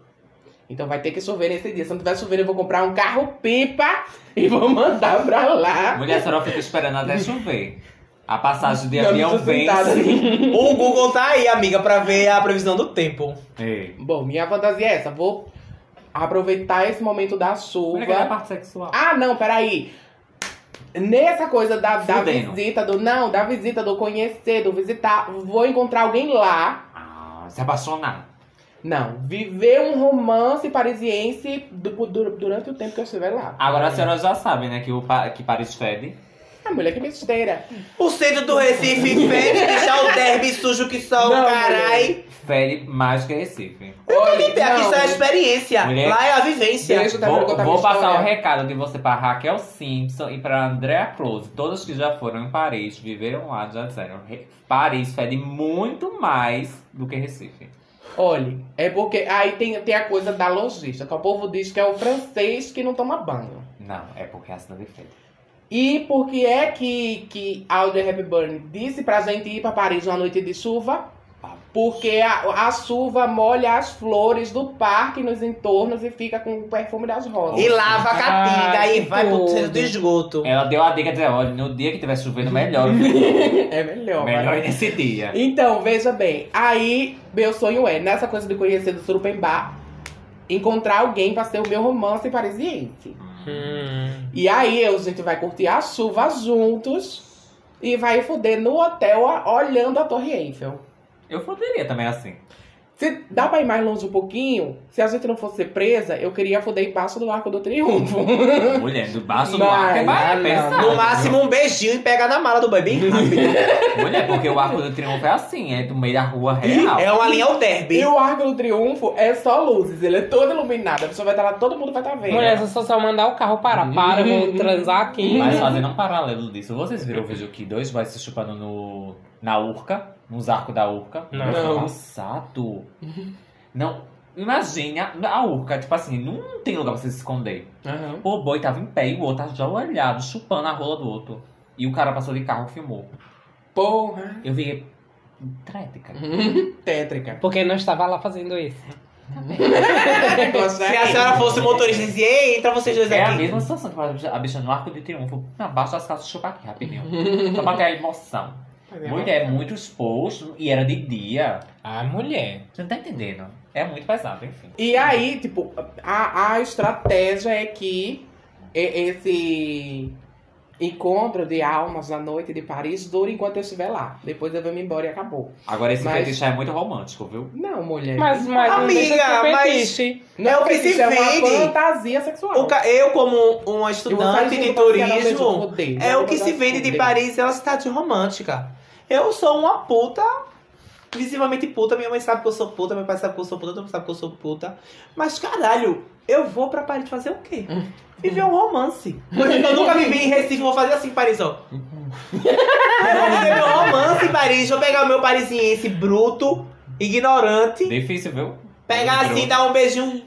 [SPEAKER 6] Então vai ter que chover nesse dia. Se não tiver chovendo, eu vou comprar um carro pipa e vou mandar pra lá.
[SPEAKER 4] Mulher, a senhora fica esperando até chover. A passagem de
[SPEAKER 6] Eu não
[SPEAKER 4] avião
[SPEAKER 6] tô sentada
[SPEAKER 4] vence.
[SPEAKER 6] ali.
[SPEAKER 5] O Google tá aí, amiga, pra ver a previsão do tempo.
[SPEAKER 4] Ei.
[SPEAKER 6] Bom, minha fantasia é essa. Vou aproveitar esse momento da
[SPEAKER 4] Como é que é a
[SPEAKER 6] chuva.
[SPEAKER 4] parte sexual?
[SPEAKER 6] Ah, não, peraí. Nessa coisa da, da
[SPEAKER 4] Fudendo.
[SPEAKER 6] visita, do. Não, da visita, do conhecer, do visitar. Vou encontrar alguém lá.
[SPEAKER 4] Ah, se apaixonar.
[SPEAKER 6] Não, viver um romance parisiense du- du- durante o tempo que eu estiver lá.
[SPEAKER 4] Agora a senhora já sabe, né, que, o pa- que Paris fede.
[SPEAKER 6] Ah, mulher, que besteira.
[SPEAKER 5] O centro do Recife fez deixar o derby sujo que só o
[SPEAKER 6] Não,
[SPEAKER 5] carai.
[SPEAKER 4] Fede mais que Recife.
[SPEAKER 6] Olha,
[SPEAKER 5] Aqui só é a experiência.
[SPEAKER 4] Mulher.
[SPEAKER 5] Lá é a vivência.
[SPEAKER 6] Deixa eu terminar de
[SPEAKER 4] Vou,
[SPEAKER 6] contar
[SPEAKER 4] vou
[SPEAKER 6] minha
[SPEAKER 4] passar o
[SPEAKER 6] história.
[SPEAKER 4] recado de você pra Raquel Simpson e pra Andrea Close. Todos que já foram em Paris, viveram lá, já disseram. Re- Paris fede muito mais do que Recife.
[SPEAKER 6] Olha, é porque aí tem, tem a coisa da logística. O povo diz que é o francês que não toma banho.
[SPEAKER 4] Não, é porque a cidade fede.
[SPEAKER 6] E por que é que, que Audrey Hepburn disse pra gente ir pra Paris numa noite de chuva? Porque a, a chuva molha as flores do parque nos entornos e fica com o perfume das rosas.
[SPEAKER 5] E lava a caatinga
[SPEAKER 7] Ai,
[SPEAKER 5] e
[SPEAKER 7] que
[SPEAKER 5] vai pro
[SPEAKER 7] tudo.
[SPEAKER 5] centro do esgoto.
[SPEAKER 4] Ela deu a dica de dizer, olha, no dia que tiver chovendo, melhor.
[SPEAKER 6] É melhor.
[SPEAKER 4] melhor
[SPEAKER 6] né?
[SPEAKER 4] nesse dia.
[SPEAKER 6] Então, veja bem. Aí, meu sonho é, nessa coisa de conhecer do Surupembá, encontrar alguém pra ser o meu romance parisiense. E aí a gente vai curtir a chuva juntos e vai foder no hotel a- olhando a Torre Eiffel.
[SPEAKER 4] Eu foderia também assim.
[SPEAKER 6] Se dá pra ir mais longe um pouquinho, se a gente não fosse presa, eu queria foder embaixo do Arco do Triunfo.
[SPEAKER 4] Mulher, do baixo do arco é
[SPEAKER 6] Mas,
[SPEAKER 4] mais
[SPEAKER 6] não,
[SPEAKER 4] pesado.
[SPEAKER 5] No máximo um beijinho e pega na mala do bem rápido.
[SPEAKER 4] Mulher, porque o arco do triunfo é assim, é do meio da rua real.
[SPEAKER 5] É uma linha ao
[SPEAKER 6] E
[SPEAKER 5] derby.
[SPEAKER 6] o Arco do Triunfo é só luzes, ele é todo iluminado, a pessoa vai estar lá, todo mundo vai estar vendo.
[SPEAKER 7] Mulher, se eu só mandar o carro parar, para, eu vou transar aqui.
[SPEAKER 4] Mas fazendo um paralelo disso, vocês viram o vídeo que dois vai se chupando no, na urca, nos arcos da urca?
[SPEAKER 2] Não.
[SPEAKER 4] Nossa, Passado. Não, imagina a urca, tipo assim, não tem lugar pra você se esconder.
[SPEAKER 6] Aham.
[SPEAKER 4] O boi tava em pé e o outro tava ajoelhado, chupando a rola do outro. E o cara passou de carro e filmou.
[SPEAKER 6] Porra.
[SPEAKER 4] Eu vi. Trética.
[SPEAKER 6] Tétrica.
[SPEAKER 7] Porque não estava lá fazendo isso.
[SPEAKER 5] Se a senhora fosse motorista e dizia, ei, entra vocês dois
[SPEAKER 4] É a
[SPEAKER 5] aqui.
[SPEAKER 4] mesma situação que a bicha- a bicha no arco de triunfo. Abaixa as calças e chupa aqui rapidinho. Só pra ter a emoção. Mulher, é muito exposto e era de dia.
[SPEAKER 1] Ah, mulher.
[SPEAKER 4] Você não tá entendendo? É muito pesado, enfim.
[SPEAKER 6] E aí, tipo, a, a estratégia é que e- esse encontro de almas na noite de Paris dure enquanto eu estiver lá. Depois eu vou me embora e acabou.
[SPEAKER 4] Agora esse
[SPEAKER 6] Mas-
[SPEAKER 4] fetiche é muito romântico, viu?
[SPEAKER 6] Não, mulher.
[SPEAKER 7] Mas, mas não deixa de
[SPEAKER 5] Amiga,
[SPEAKER 7] ser
[SPEAKER 5] mas-
[SPEAKER 7] fetiche.
[SPEAKER 6] não
[SPEAKER 5] é o que
[SPEAKER 6] fetiche,
[SPEAKER 5] se
[SPEAKER 6] é uma
[SPEAKER 5] vende.
[SPEAKER 6] fantasia sexual.
[SPEAKER 5] O ca- Eu, como uma
[SPEAKER 6] Eu vou sair
[SPEAKER 5] estudante de
[SPEAKER 6] junto com você, não, beijo,
[SPEAKER 5] turismo,
[SPEAKER 6] fudeu.
[SPEAKER 5] é
[SPEAKER 6] Não,
[SPEAKER 5] o que
[SPEAKER 6] não,
[SPEAKER 5] se
[SPEAKER 6] não,
[SPEAKER 5] vende de
[SPEAKER 6] fudeu.
[SPEAKER 5] Paris, é uma cidade romântica. Eu sou uma puta, visivelmente puta. Minha mãe sabe que eu sou puta, meu pai sabe que eu sou puta, todo mundo sabe que eu sou puta. Mas caralho, eu vou pra Paris fazer o quê? Viver um romance. Coisa que eu nunca vivi em Recife, vou fazer assim em Paris, ó. Eu vou viver meu romance em Paris, vou pegar o meu parisiense bruto, ignorante,
[SPEAKER 4] Difícil, viu?
[SPEAKER 5] pegar assim, dar um beijinho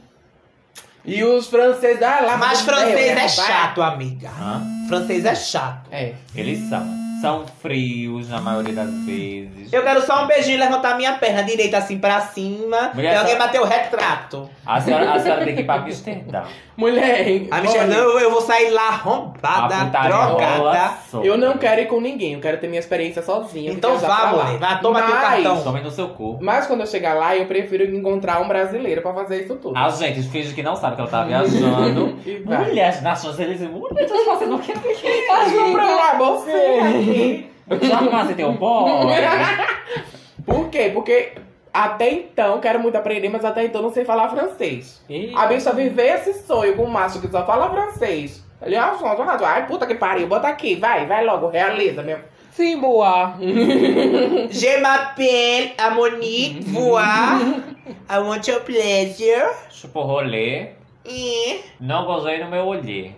[SPEAKER 6] E os franceses. Ah, lá
[SPEAKER 5] mas
[SPEAKER 6] fudeu,
[SPEAKER 5] francês
[SPEAKER 6] né,
[SPEAKER 5] é
[SPEAKER 6] vai.
[SPEAKER 5] chato, amiga.
[SPEAKER 4] Hã?
[SPEAKER 5] Francês é chato.
[SPEAKER 6] É.
[SPEAKER 4] Eles são. São frios na maioria das vezes.
[SPEAKER 5] Eu quero só um beijinho e levantar minha perna direita assim pra cima.
[SPEAKER 4] Mulher,
[SPEAKER 5] e alguém
[SPEAKER 4] só-
[SPEAKER 5] bater o retrato.
[SPEAKER 4] A senhora, a senhora tem que ir pra Amsterdã.
[SPEAKER 6] Mulher,
[SPEAKER 5] A
[SPEAKER 6] olha,
[SPEAKER 5] Michelle, não, eu vou sair lá
[SPEAKER 4] A
[SPEAKER 5] arrombada,
[SPEAKER 4] putaria
[SPEAKER 5] drogada.
[SPEAKER 4] rola solta.
[SPEAKER 6] eu não quero ir com ninguém, eu quero ter minha experiência sozinha. eu
[SPEAKER 5] Então
[SPEAKER 6] quero viajar
[SPEAKER 5] vá,
[SPEAKER 6] pra lá.
[SPEAKER 5] mulher. Vá, toma teu
[SPEAKER 6] Mas-
[SPEAKER 5] cartão.
[SPEAKER 4] Tome no seu cu.
[SPEAKER 6] Mas quando eu chegar lá, eu prefiro encontrar um brasileiro pra fazer isso tudo.
[SPEAKER 4] A Ah, gente finge que não sabe que ela tá viajando.
[SPEAKER 6] E vai.
[SPEAKER 4] Mulheres nas Champs-Élysées, mulheres fazendo o que é que
[SPEAKER 6] Tá comprando uma bolsinha.
[SPEAKER 4] Eu te arrumar, você tem um boy.
[SPEAKER 6] Por quê? Porque até então, quero muito aprender, mas até então não sei falar francês. A bicha viver esse sonho com um macho que só fala francês. Ele é um sonho, ai puta que pariu, bota aqui, vai, vai logo, realiza mesmo.
[SPEAKER 7] Sim, boa.
[SPEAKER 5] Je m'appelle a Monique
[SPEAKER 4] Uhum.
[SPEAKER 5] Voar. I want your pleasure.
[SPEAKER 4] Chupa o rolê.
[SPEAKER 5] E
[SPEAKER 4] Não gozei no meu olhê.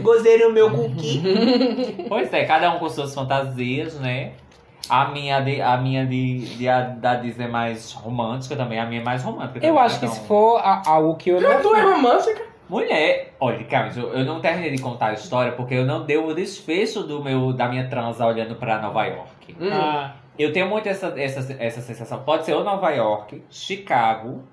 [SPEAKER 5] gozei no meu cookie.
[SPEAKER 4] Pois é, cada um com suas fantasias, né? A minha, de, a minha de, de- a da Disney é mais romântica também. A minha é mais romântica.
[SPEAKER 7] Eu
[SPEAKER 4] também,
[SPEAKER 7] acho que
[SPEAKER 4] então.
[SPEAKER 7] se for a- algo que eu não
[SPEAKER 6] Tu é romântica?
[SPEAKER 4] Mulher, olha, cara, eu, eu não terminei de contar a história porque eu não dei o desfecho do meu, da minha transa olhando pra Nova York.
[SPEAKER 6] Hum.
[SPEAKER 7] Ah,
[SPEAKER 4] Eu tenho muito essa, essa, essa sensação. Pode ser ou Nova York, Chicago,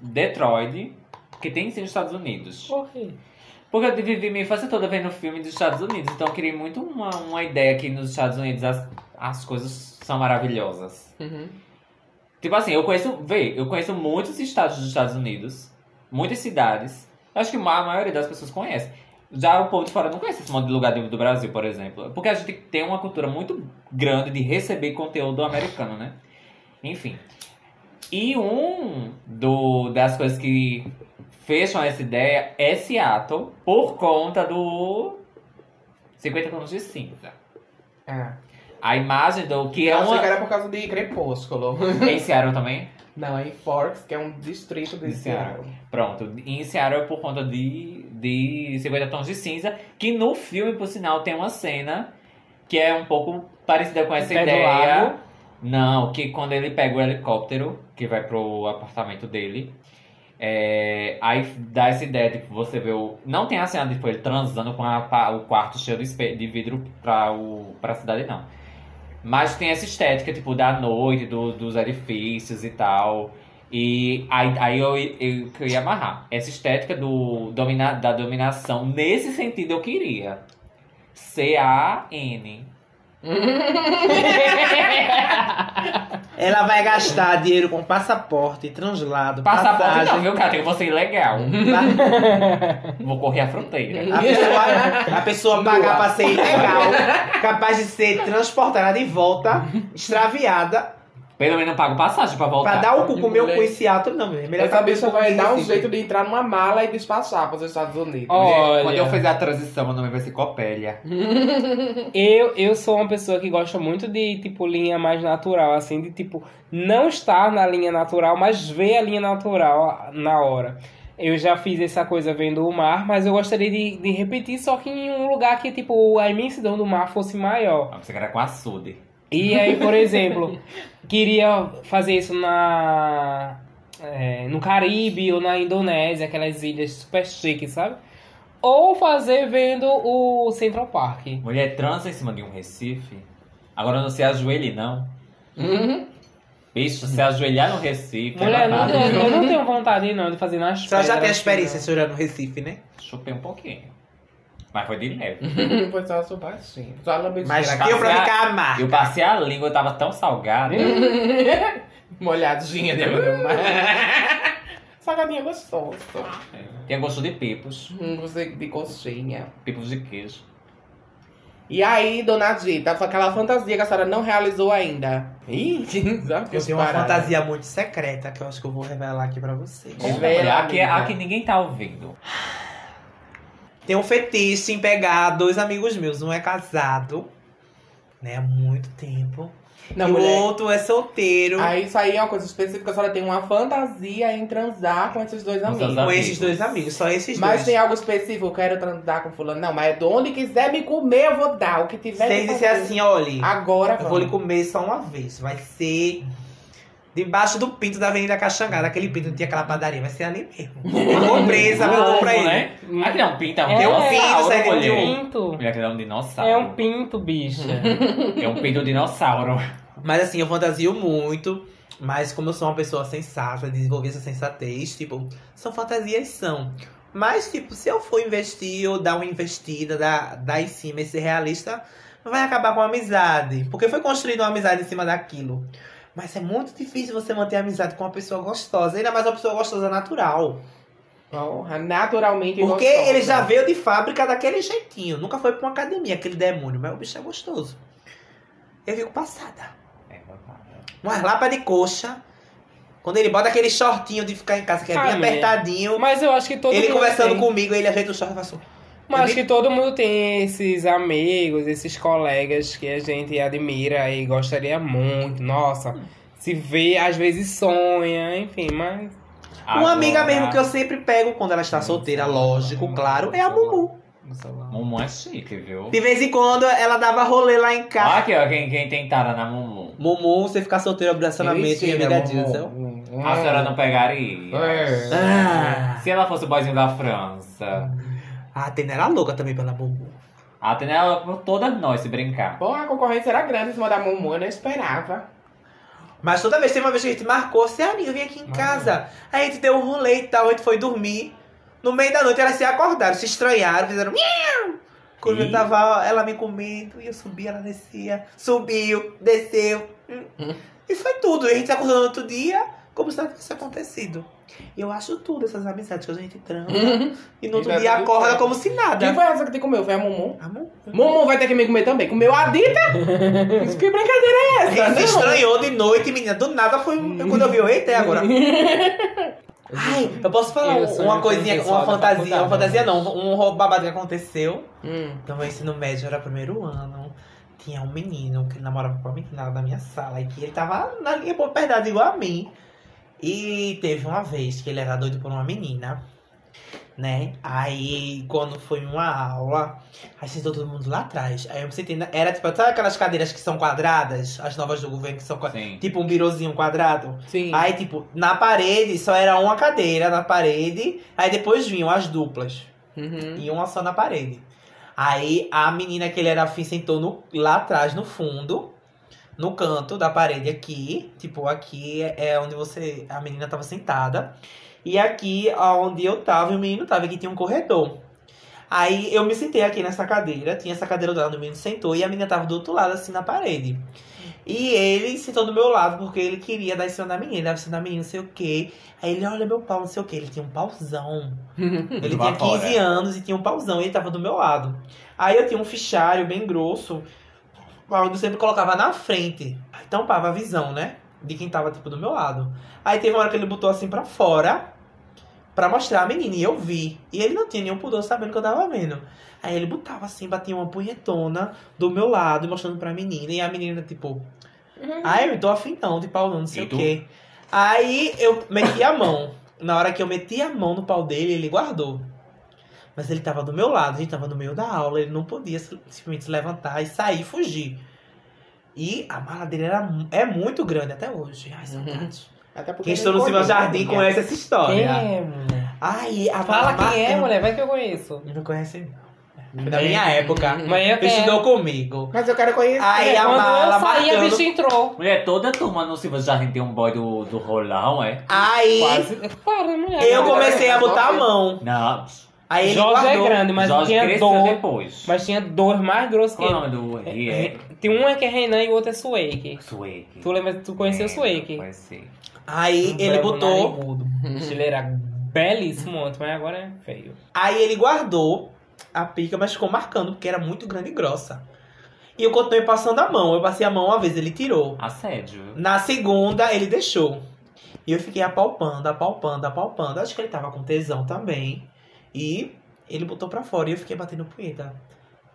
[SPEAKER 4] Detroit, que tem sim nos Estados Unidos.
[SPEAKER 7] por quê?
[SPEAKER 4] Porque eu vivi minha infância toda vendo filme dos Estados Unidos, então eu queria muito uma, uma ideia que nos Estados Unidos as, as coisas são maravilhosas. Tipo assim, eu conheço, vê, eu conheço muitos estados dos Estados Unidos, muitas cidades. Eu acho que a maioria das pessoas conhece. Já o povo de fora não conhece esse monte de lugar do do Brasil, por exemplo. Porque a gente tem uma cultura muito grande de receber conteúdo americano, né? Enfim. E um do, das coisas que fecham essa ideia é Seattle, por conta do 50 Tons de Cinza.
[SPEAKER 6] Ah.
[SPEAKER 4] A imagem do que é
[SPEAKER 6] eu achei
[SPEAKER 4] uma...
[SPEAKER 6] que era por causa de Crepúsculo.
[SPEAKER 4] Em Seattle também?
[SPEAKER 6] Não, é em Forks, que é um distrito de
[SPEAKER 4] De Seattle.
[SPEAKER 6] Seattle.
[SPEAKER 4] Pronto, em Seattle é por conta de, de 50 Tons de Cinza, que no filme, por sinal, tem uma cena que é um pouco parecida com essa
[SPEAKER 7] Pé do
[SPEAKER 4] ideia.
[SPEAKER 7] lago.
[SPEAKER 4] Não, que quando ele pega o helicóptero, que vai pro apartamento dele, é, aí dá essa ideia de que você vê o. Não tem a cena de tipo, ele transando com a pa- o quarto cheio de, espe- de vidro pra, o, pra cidade, não. Mas tem essa estética, tipo, da noite, do- dos edifícios e tal. E aí, aí eu, eu, que eu ia amarrar. Essa estética do, domina, da dominação, nesse sentido eu queria. C-A-N.
[SPEAKER 5] Ela vai gastar dinheiro com passaporte, translado,
[SPEAKER 4] Passaporte não,
[SPEAKER 5] passagem.
[SPEAKER 4] viu, cara? Tem que você ilegal.
[SPEAKER 5] pa-
[SPEAKER 4] Vou correr a fronteira.
[SPEAKER 5] A pessoa, a pessoa pagar pra ser ilegal, capaz de ser transportada de volta, extraviada,
[SPEAKER 4] Pelo menos eu pago passagem pra voltar.
[SPEAKER 5] pra dar o cu com o meu
[SPEAKER 6] Mulher.
[SPEAKER 5] cu em Seattle, não, mulher. Melhor
[SPEAKER 6] Essa
[SPEAKER 5] saber
[SPEAKER 6] bicha
[SPEAKER 5] como
[SPEAKER 6] vai
[SPEAKER 5] que
[SPEAKER 6] dar um
[SPEAKER 5] existe.
[SPEAKER 6] jeito de entrar numa mala e despachar para os Estados Unidos.
[SPEAKER 7] Olha,
[SPEAKER 4] Quando eu fizer a transição, meu nome vai ser Copélia.
[SPEAKER 7] eu, eu sou uma pessoa que gosta muito de, tipo, linha mais natural, assim, de, tipo, não estar na linha natural, mas ver a linha natural na hora. Eu já fiz essa coisa vendo o mar, mas eu gostaria de, de repetir, só que em um lugar que, tipo, a imensidão do mar fosse maior.
[SPEAKER 4] Ah, Você quer com açude.
[SPEAKER 7] E aí, por exemplo, queria fazer isso na é, no Caribe ou na Indonésia, aquelas ilhas super chiques, sabe? Ou fazer vendo o Central Park.
[SPEAKER 4] Mulher transa em cima de um Recife. Agora não se ajoelhe, não.
[SPEAKER 6] Uhum.
[SPEAKER 4] Bicho, se ajoelhar no Recife.
[SPEAKER 7] Mulher,
[SPEAKER 4] é
[SPEAKER 7] não,
[SPEAKER 4] babado.
[SPEAKER 7] eu não tenho vontade não de fazer nas
[SPEAKER 5] Só já tem a
[SPEAKER 7] pedras, assim,
[SPEAKER 5] experiência
[SPEAKER 7] não.
[SPEAKER 5] senhora no Recife, né?
[SPEAKER 4] Chupei um pouquinho. Mas foi de leve.
[SPEAKER 6] Foi só subastinho. Só lambidinha.
[SPEAKER 5] Mas
[SPEAKER 6] na
[SPEAKER 5] deu pra
[SPEAKER 4] passear-
[SPEAKER 5] ficar amar.
[SPEAKER 4] Eu passei a língua, eu tava tão salgada.
[SPEAKER 6] Molhadinha,
[SPEAKER 5] Uh!
[SPEAKER 6] né? meu Deus? Salgadinha gostosa.
[SPEAKER 4] Tinha gosto de pipos.
[SPEAKER 6] Hum, você de coxinha.
[SPEAKER 4] Pipos de queijo.
[SPEAKER 6] E aí, dona Dita, aquela fantasia que a senhora não realizou ainda. Ih, sabe que
[SPEAKER 5] Eu tenho uma
[SPEAKER 6] parada.
[SPEAKER 5] fantasia muito secreta que eu acho que eu vou revelar aqui pra vocês.
[SPEAKER 6] Conta,
[SPEAKER 4] Mulher,
[SPEAKER 6] mulher,
[SPEAKER 4] aqui,
[SPEAKER 6] amiga.
[SPEAKER 4] aqui ninguém tá ouvindo.
[SPEAKER 5] Tem um fetiche em pegar dois amigos meus. Um é casado, né? Há muito tempo.
[SPEAKER 6] Não,
[SPEAKER 5] e o
[SPEAKER 6] mulher.
[SPEAKER 5] outro é solteiro.
[SPEAKER 6] Aí isso aí é uma coisa específica, a senhora tem uma fantasia em transar com esses dois
[SPEAKER 4] Com seus
[SPEAKER 6] amigos.
[SPEAKER 5] com
[SPEAKER 4] amigos.
[SPEAKER 5] esses dois amigos, só esses
[SPEAKER 6] Mas tem
[SPEAKER 5] dois.
[SPEAKER 6] algo específico, eu quero transar com fulano. Não, mas é de onde quiser me comer, eu vou dar. O que tiver.
[SPEAKER 5] Se
[SPEAKER 6] que
[SPEAKER 5] ele disser
[SPEAKER 6] fazer.
[SPEAKER 5] assim, olha,
[SPEAKER 6] Agora
[SPEAKER 5] assim.
[SPEAKER 6] vamos.
[SPEAKER 5] eu vou lhe comer só uma vez. Vai ser Debaixo do pinto da Avenida Caxangada. Aquele pinto não tinha aquela padaria, vai ser ali mesmo. Vou presa, eu vou pra ele.
[SPEAKER 4] né?
[SPEAKER 6] Ah,
[SPEAKER 4] Aquele é um pinto, é um
[SPEAKER 5] Tem um
[SPEAKER 4] dinossauro,
[SPEAKER 5] pinto saindo de
[SPEAKER 4] mulher.
[SPEAKER 5] um.
[SPEAKER 1] Pinto.
[SPEAKER 4] Mulher, Aquele é um dinossauro.
[SPEAKER 1] É um pinto, bicha.
[SPEAKER 4] É um pinto dinossauro.
[SPEAKER 5] Mas assim, eu fantasio muito. Mas como eu sou uma pessoa sensata, desenvolvi essa sensatez, tipo, são fantasias são. Mas, tipo, se eu for investir ou dar uma investida, dar, dar em cima esse realista, vai acabar com a amizade. Porque foi construída uma amizade em cima daquilo. Mas é muito difícil você manter a amizade com uma pessoa gostosa. Ainda mais uma pessoa gostosa natural.
[SPEAKER 6] Porra, naturalmente
[SPEAKER 5] Porque
[SPEAKER 6] gostosa.
[SPEAKER 5] ele já veio de fábrica daquele jeitinho. Nunca foi pra uma academia, aquele demônio. Mas o bicho é gostoso. Eu fico passada
[SPEAKER 4] É, babado.
[SPEAKER 5] umas lapas de coxa. Quando ele bota aquele shortinho de ficar em casa, que é
[SPEAKER 1] Ah,
[SPEAKER 5] bem
[SPEAKER 1] mulher.
[SPEAKER 5] apertadinho.
[SPEAKER 1] Mas eu acho que todo
[SPEAKER 5] ele
[SPEAKER 1] mundo
[SPEAKER 5] conversando
[SPEAKER 1] tem.
[SPEAKER 5] comigo, ele ajeita o short e faz assim.
[SPEAKER 1] Mas acho que todo mundo tem esses amigos, esses colegas que a gente admira e gostaria muito. Nossa, se vê, às vezes sonha, enfim, mas.
[SPEAKER 5] Uma amiga
[SPEAKER 4] Agora,
[SPEAKER 5] mesmo que eu sempre pego quando ela está solteira, lógico, claro, é a Mumu.
[SPEAKER 4] Mumu é chique, viu?
[SPEAKER 5] De vez em quando ela dava rolê lá em
[SPEAKER 4] Olha
[SPEAKER 5] casa.
[SPEAKER 4] aqui, ó, quem, quem tentara na Mumu.
[SPEAKER 5] Mumu, você ficar solteira
[SPEAKER 1] Ei,
[SPEAKER 5] obrigatoriamente, minha
[SPEAKER 1] filha,
[SPEAKER 5] amiga
[SPEAKER 1] amor.
[SPEAKER 5] Dilson. É.
[SPEAKER 1] Ah,
[SPEAKER 4] A Ah, senhora não pegaria.
[SPEAKER 1] É.
[SPEAKER 5] Ah,
[SPEAKER 4] Se ela fosse o boyzinho da França.
[SPEAKER 5] a Atena era louca também pela Mumu.
[SPEAKER 4] Até nela, por todas nós, se brincar.
[SPEAKER 6] Bom, a concorrência era grande em cima da Mumu, eu não esperava.
[SPEAKER 5] Mas toda vez, teve uma vez que a gente marcou, Cearinho, vem aqui em casa. Aí a gente deu um rolê e tal, a gente foi dormir. No meio da noite elas se acordaram, se estranharam, fizeram miau. Quando eu
[SPEAKER 4] Ih.
[SPEAKER 5] tava ela me comendo, e eu subia, ela descia, subiu, desceu. hum. E foi tudo. E a gente se acordou no outro dia, como se nada tivesse acontecido. E eu acho tudo essas amizades que a gente tranca. E no
[SPEAKER 6] E
[SPEAKER 5] outro
[SPEAKER 6] dá
[SPEAKER 5] dia
[SPEAKER 6] tudo
[SPEAKER 5] acorda
[SPEAKER 6] certo.
[SPEAKER 5] como se nada.
[SPEAKER 6] Quem foi é essa que te comeu? Foi a Mumu?
[SPEAKER 5] Amor,
[SPEAKER 6] Mumu vai ter que me comer também. Comeu a Dita? Isso, que brincadeira é
[SPEAKER 5] a
[SPEAKER 6] essa?
[SPEAKER 5] gente se
[SPEAKER 6] Não.
[SPEAKER 5] estranhou de noite, menina. Do nada foi. Quando eu vi, eu, eita, é agora. Ai, eu posso falar
[SPEAKER 7] Eu
[SPEAKER 5] um-
[SPEAKER 7] sou tá
[SPEAKER 5] uma
[SPEAKER 7] um
[SPEAKER 5] coisinha,
[SPEAKER 7] pessoal
[SPEAKER 5] uma
[SPEAKER 7] da
[SPEAKER 5] fantasia,
[SPEAKER 7] faculdade,
[SPEAKER 5] uma fantasia não, um roubo babado que aconteceu.
[SPEAKER 6] Hum.
[SPEAKER 5] No Então, meu ensino médio, era primeiro ano, tinha um menino que ele namorava com uma menina lá da minha sala e que ele tava na linha por perdada igual a mim. E teve uma vez que ele era doido por uma menina, né? Aí, quando foi uma aula, aí sentou todo mundo lá atrás. Aí eu me sentei, na- era tipo, sabe aquelas cadeiras que são quadradas? As novas do governo que são quadradas?
[SPEAKER 4] Sim.
[SPEAKER 5] Tipo um birozinho quadrado?
[SPEAKER 6] Sim.
[SPEAKER 5] Aí, tipo, na parede só era uma cadeira na parede, aí depois vinham as duplas.
[SPEAKER 6] Uhum.
[SPEAKER 5] E uma só na parede. Aí a menina que ele era afim sentou no- lá atrás, no fundo, no canto da parede aqui. Tipo, aqui é é onde você. A menina tava sentada. E aqui, onde eu tava, e o menino tava, aqui tinha um corredor. Aí eu me sentei aqui nessa cadeira, tinha essa cadeira do lado, o menino sentou e a menina tava do outro lado, assim, na parede. E ele sentou do meu lado, porque ele queria dar em cima da menina, dar em cima da menina, não sei o quê. Aí ele, olha meu pau, não sei o quê. Ele tinha um pauzão. Ele tinha 15
[SPEAKER 4] Vapora.
[SPEAKER 5] anos e tinha um pauzão e ele tava do meu lado. Aí eu tinha um fichário bem grosso, onde eu sempre colocava na frente. Aí tampava a visão, né? De quem tava, tipo, do meu lado. Aí teve uma hora que ele botou assim pra fora, pra mostrar a menina, e eu vi. E ele não tinha nenhum pudor sabendo que eu tava vendo. Aí ele botava assim, batia uma punhetona do meu lado, mostrando pra menina. E a menina, tipo, ai, eu me tô afim não, de pau não, não sei
[SPEAKER 4] E
[SPEAKER 5] o
[SPEAKER 4] tu?
[SPEAKER 5] quê. Aí eu meti a mão. Na hora que eu meti a mão no pau dele, ele guardou. Mas ele tava do meu lado, a gente tava no meio da aula, ele não podia se- simplesmente se levantar e sair e fugir. E a mala dele era, mu- é muito grande até hoje. Ai, saudade.
[SPEAKER 6] Até porque
[SPEAKER 5] Quem estou no Silva Jardim conhece essa
[SPEAKER 1] Quem
[SPEAKER 5] história.
[SPEAKER 1] é, mulher?
[SPEAKER 5] Ai, a
[SPEAKER 1] Fala
[SPEAKER 5] mala
[SPEAKER 1] quem é,
[SPEAKER 5] marca-
[SPEAKER 1] mulher, é vai que eu conheço.
[SPEAKER 5] Não conhece, não. Da minha época.
[SPEAKER 1] Mas eu quero.
[SPEAKER 5] Que estudou comigo.
[SPEAKER 6] Mas eu quero conhecer.
[SPEAKER 5] Aí a
[SPEAKER 1] Quando
[SPEAKER 5] mala
[SPEAKER 1] eu saí, a
[SPEAKER 5] marcando.
[SPEAKER 1] bicha entrou.
[SPEAKER 4] Mulher, toda turma no Silva Jardim tem um boy do, do rolão, é?
[SPEAKER 5] Aí
[SPEAKER 1] Quase. Para, mulher.
[SPEAKER 5] eu
[SPEAKER 1] Não,
[SPEAKER 5] comecei a botar a mão.
[SPEAKER 4] Não,
[SPEAKER 5] Aí ele
[SPEAKER 1] Jorge é
[SPEAKER 5] guardou.
[SPEAKER 1] grande, mas
[SPEAKER 4] Jorge
[SPEAKER 1] tinha
[SPEAKER 4] cresceu
[SPEAKER 1] dor.
[SPEAKER 4] depois. Ah.
[SPEAKER 1] Mas tinha dois mais grossos que
[SPEAKER 4] Qual o
[SPEAKER 1] ele.
[SPEAKER 4] nome do Riek?
[SPEAKER 1] Tem um é que é Renan e o outro é Sueik.
[SPEAKER 4] Sueik.
[SPEAKER 1] Tu lembra, tu conheceu o Sueik?
[SPEAKER 4] É, Conheci.
[SPEAKER 5] Aí ele botou.
[SPEAKER 1] Ele era belíssimo ontem, mas agora é feio.
[SPEAKER 5] Aí ele guardou a pica, mas ficou marcando, porque era muito grande e grossa. E eu continuei passando a mão. Eu passei a mão uma vez, ele tirou.
[SPEAKER 4] Assédio.
[SPEAKER 5] Na segunda, ele deixou. E eu fiquei apalpando, apalpando, apalpando. Acho que ele tava com tesão também. E ele botou pra fora. E eu fiquei batendo punheta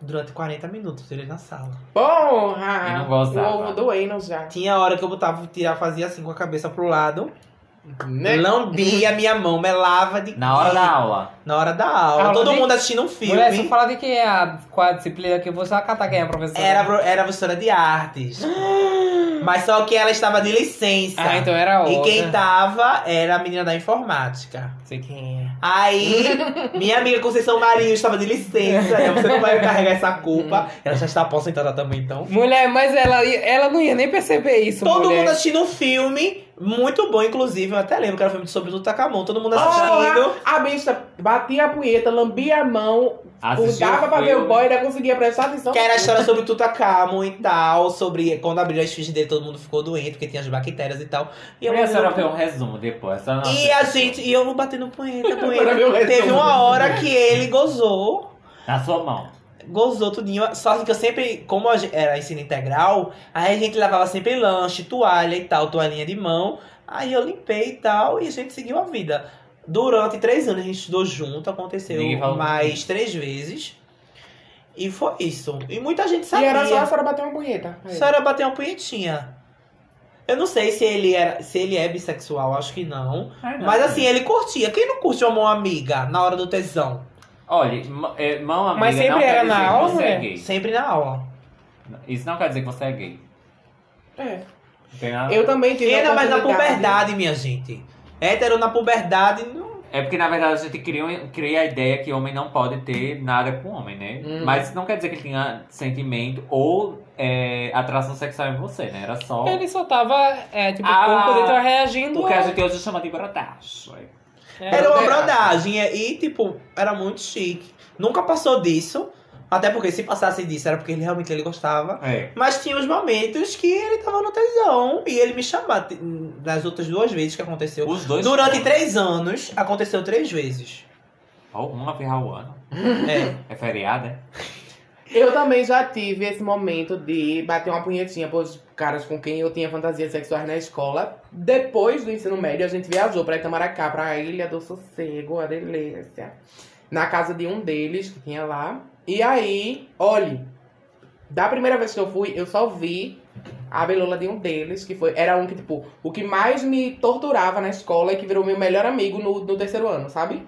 [SPEAKER 5] durante 40 minutos, ele na sala.
[SPEAKER 6] Porra!
[SPEAKER 4] Eu não gozava.
[SPEAKER 6] O ovo doendo já.
[SPEAKER 5] Tinha hora que eu botava, tirar, fazia assim com a cabeça pro lado.
[SPEAKER 6] Né?
[SPEAKER 5] Lambia a minha mão, melava de
[SPEAKER 4] Na hora da aula.
[SPEAKER 5] Na hora da aula.
[SPEAKER 1] Aula
[SPEAKER 5] Todo
[SPEAKER 1] de-
[SPEAKER 5] mundo assistindo um filme.
[SPEAKER 1] Mulher, se eu falar de quem
[SPEAKER 7] é Ah,
[SPEAKER 1] é a, qual a disciplina que eu vou já catar quem é a professora.
[SPEAKER 5] Era, pro- era professora de artes. Mas só que ela estava de licença.
[SPEAKER 7] Ah, então era outra.
[SPEAKER 5] E
[SPEAKER 6] tá-
[SPEAKER 5] quem tava era a menina da informática.
[SPEAKER 7] Não sei quem é.
[SPEAKER 5] Aí, minha amiga Conceição Marinho estava de licença, né? Você não vai me carregar essa culpa. Hum, Ela já está aposentada também, então.
[SPEAKER 7] Mulher, mas ela, ela não ia nem perceber isso,
[SPEAKER 5] Todo
[SPEAKER 7] mulher.
[SPEAKER 5] mundo assistindo um filme, muito bom, inclusive. Eu até lembro que era um filme sobre o Takamon. Todo mundo assistindo.
[SPEAKER 6] Porra, a bicha batia a punheta, lambia a mão,
[SPEAKER 4] Assistiu
[SPEAKER 6] dava pra
[SPEAKER 4] o
[SPEAKER 6] ver o
[SPEAKER 4] filme.
[SPEAKER 6] boy, ainda conseguia prestar atenção.
[SPEAKER 5] Que era a história sobre o Tutacamo e tal, sobre quando abriu as fichas dele, todo mundo ficou doente, porque tinha as bactérias e tal. E eu
[SPEAKER 4] E a senhora vê um resumo depois. a senhora não
[SPEAKER 5] E a gente, e eu vou batendo punheta,
[SPEAKER 6] Para ver o
[SPEAKER 5] punheta.
[SPEAKER 6] resumo.
[SPEAKER 5] Teve uma hora que ele gozou,
[SPEAKER 4] Na sua mão.
[SPEAKER 5] gozou tudinho. Só que eu sempre, como a gente- era ensino integral, aí a gente lavava sempre lanche, toalha e tal, toalhinha de mão. Aí eu limpei e tal, e a gente seguiu a vida. Durante três anos a gente estudou junto, aconteceu
[SPEAKER 4] Ninguém falou.
[SPEAKER 5] mais três vezes. E foi isso. E muita gente
[SPEAKER 6] E
[SPEAKER 5] sabia.
[SPEAKER 6] era só a senhora bater uma punheta. É.
[SPEAKER 5] A senhora bateu uma punhetinha. Eu não sei se ele era, se ele é bissexual, acho que não.
[SPEAKER 6] É.
[SPEAKER 5] Mas assim, ele curtia. Quem não curte uma amiga na hora do tesão?
[SPEAKER 4] Olha, ma- é, mão amiga
[SPEAKER 7] Mas sempre
[SPEAKER 4] não quer
[SPEAKER 7] era
[SPEAKER 4] dizer
[SPEAKER 7] na
[SPEAKER 4] que
[SPEAKER 7] aula,
[SPEAKER 4] você é
[SPEAKER 7] né?
[SPEAKER 4] gay.
[SPEAKER 5] Sempre na aula.
[SPEAKER 4] Isso não quer dizer que você é gay.
[SPEAKER 6] É.
[SPEAKER 4] Não tem nada-
[SPEAKER 6] Eu também tive
[SPEAKER 5] Ainda
[SPEAKER 6] a
[SPEAKER 5] mais na
[SPEAKER 6] oportunidade-
[SPEAKER 5] puberdade, minha gente. Hétero na puberdade. não-
[SPEAKER 4] É porque, na verdade, a gente cria, um- cria a ideia que homem não pode ter nada com homem, né?
[SPEAKER 7] Uhum.
[SPEAKER 4] Mas isso não quer dizer que ele tinha sentimento ou é, atração sexual em você, né? Era só
[SPEAKER 7] Ele só tava, é, tipo,
[SPEAKER 4] Ah,
[SPEAKER 7] o corpo dele tava reagindo.
[SPEAKER 4] o que a gente hoje chama de é. brotagem.
[SPEAKER 6] É,
[SPEAKER 5] Era uma brodagem. E, tipo, era muito chique. Nunca passou disso. Até porque se passasse disso, era porque ele realmente ele gostava.
[SPEAKER 4] É.
[SPEAKER 5] Mas tinha os momentos que ele tava no tesão. E ele me chamava. Te- Nas outras duas vezes que aconteceu.
[SPEAKER 4] Os dois.
[SPEAKER 6] é.
[SPEAKER 5] Durante três anos, aconteceu três vezes.
[SPEAKER 4] Oh, uma ferrar o ano.
[SPEAKER 5] É.
[SPEAKER 4] É feriado, é?
[SPEAKER 6] Eu também já tive esse momento de bater uma punhetinha pros caras com quem eu tinha fantasias sexuais na escola. Depois do ensino médio, a gente viajou pra Itamaracá, pra Ilha do Sossego, a delícia. Na casa de um deles, que tinha lá. E aí, olhe, da primeira vez que eu fui, eu só vi a belola de um deles, que foi, era um que, tipo, o que mais me torturava na escola e que virou meu melhor amigo no, no terceiro ano, sabe?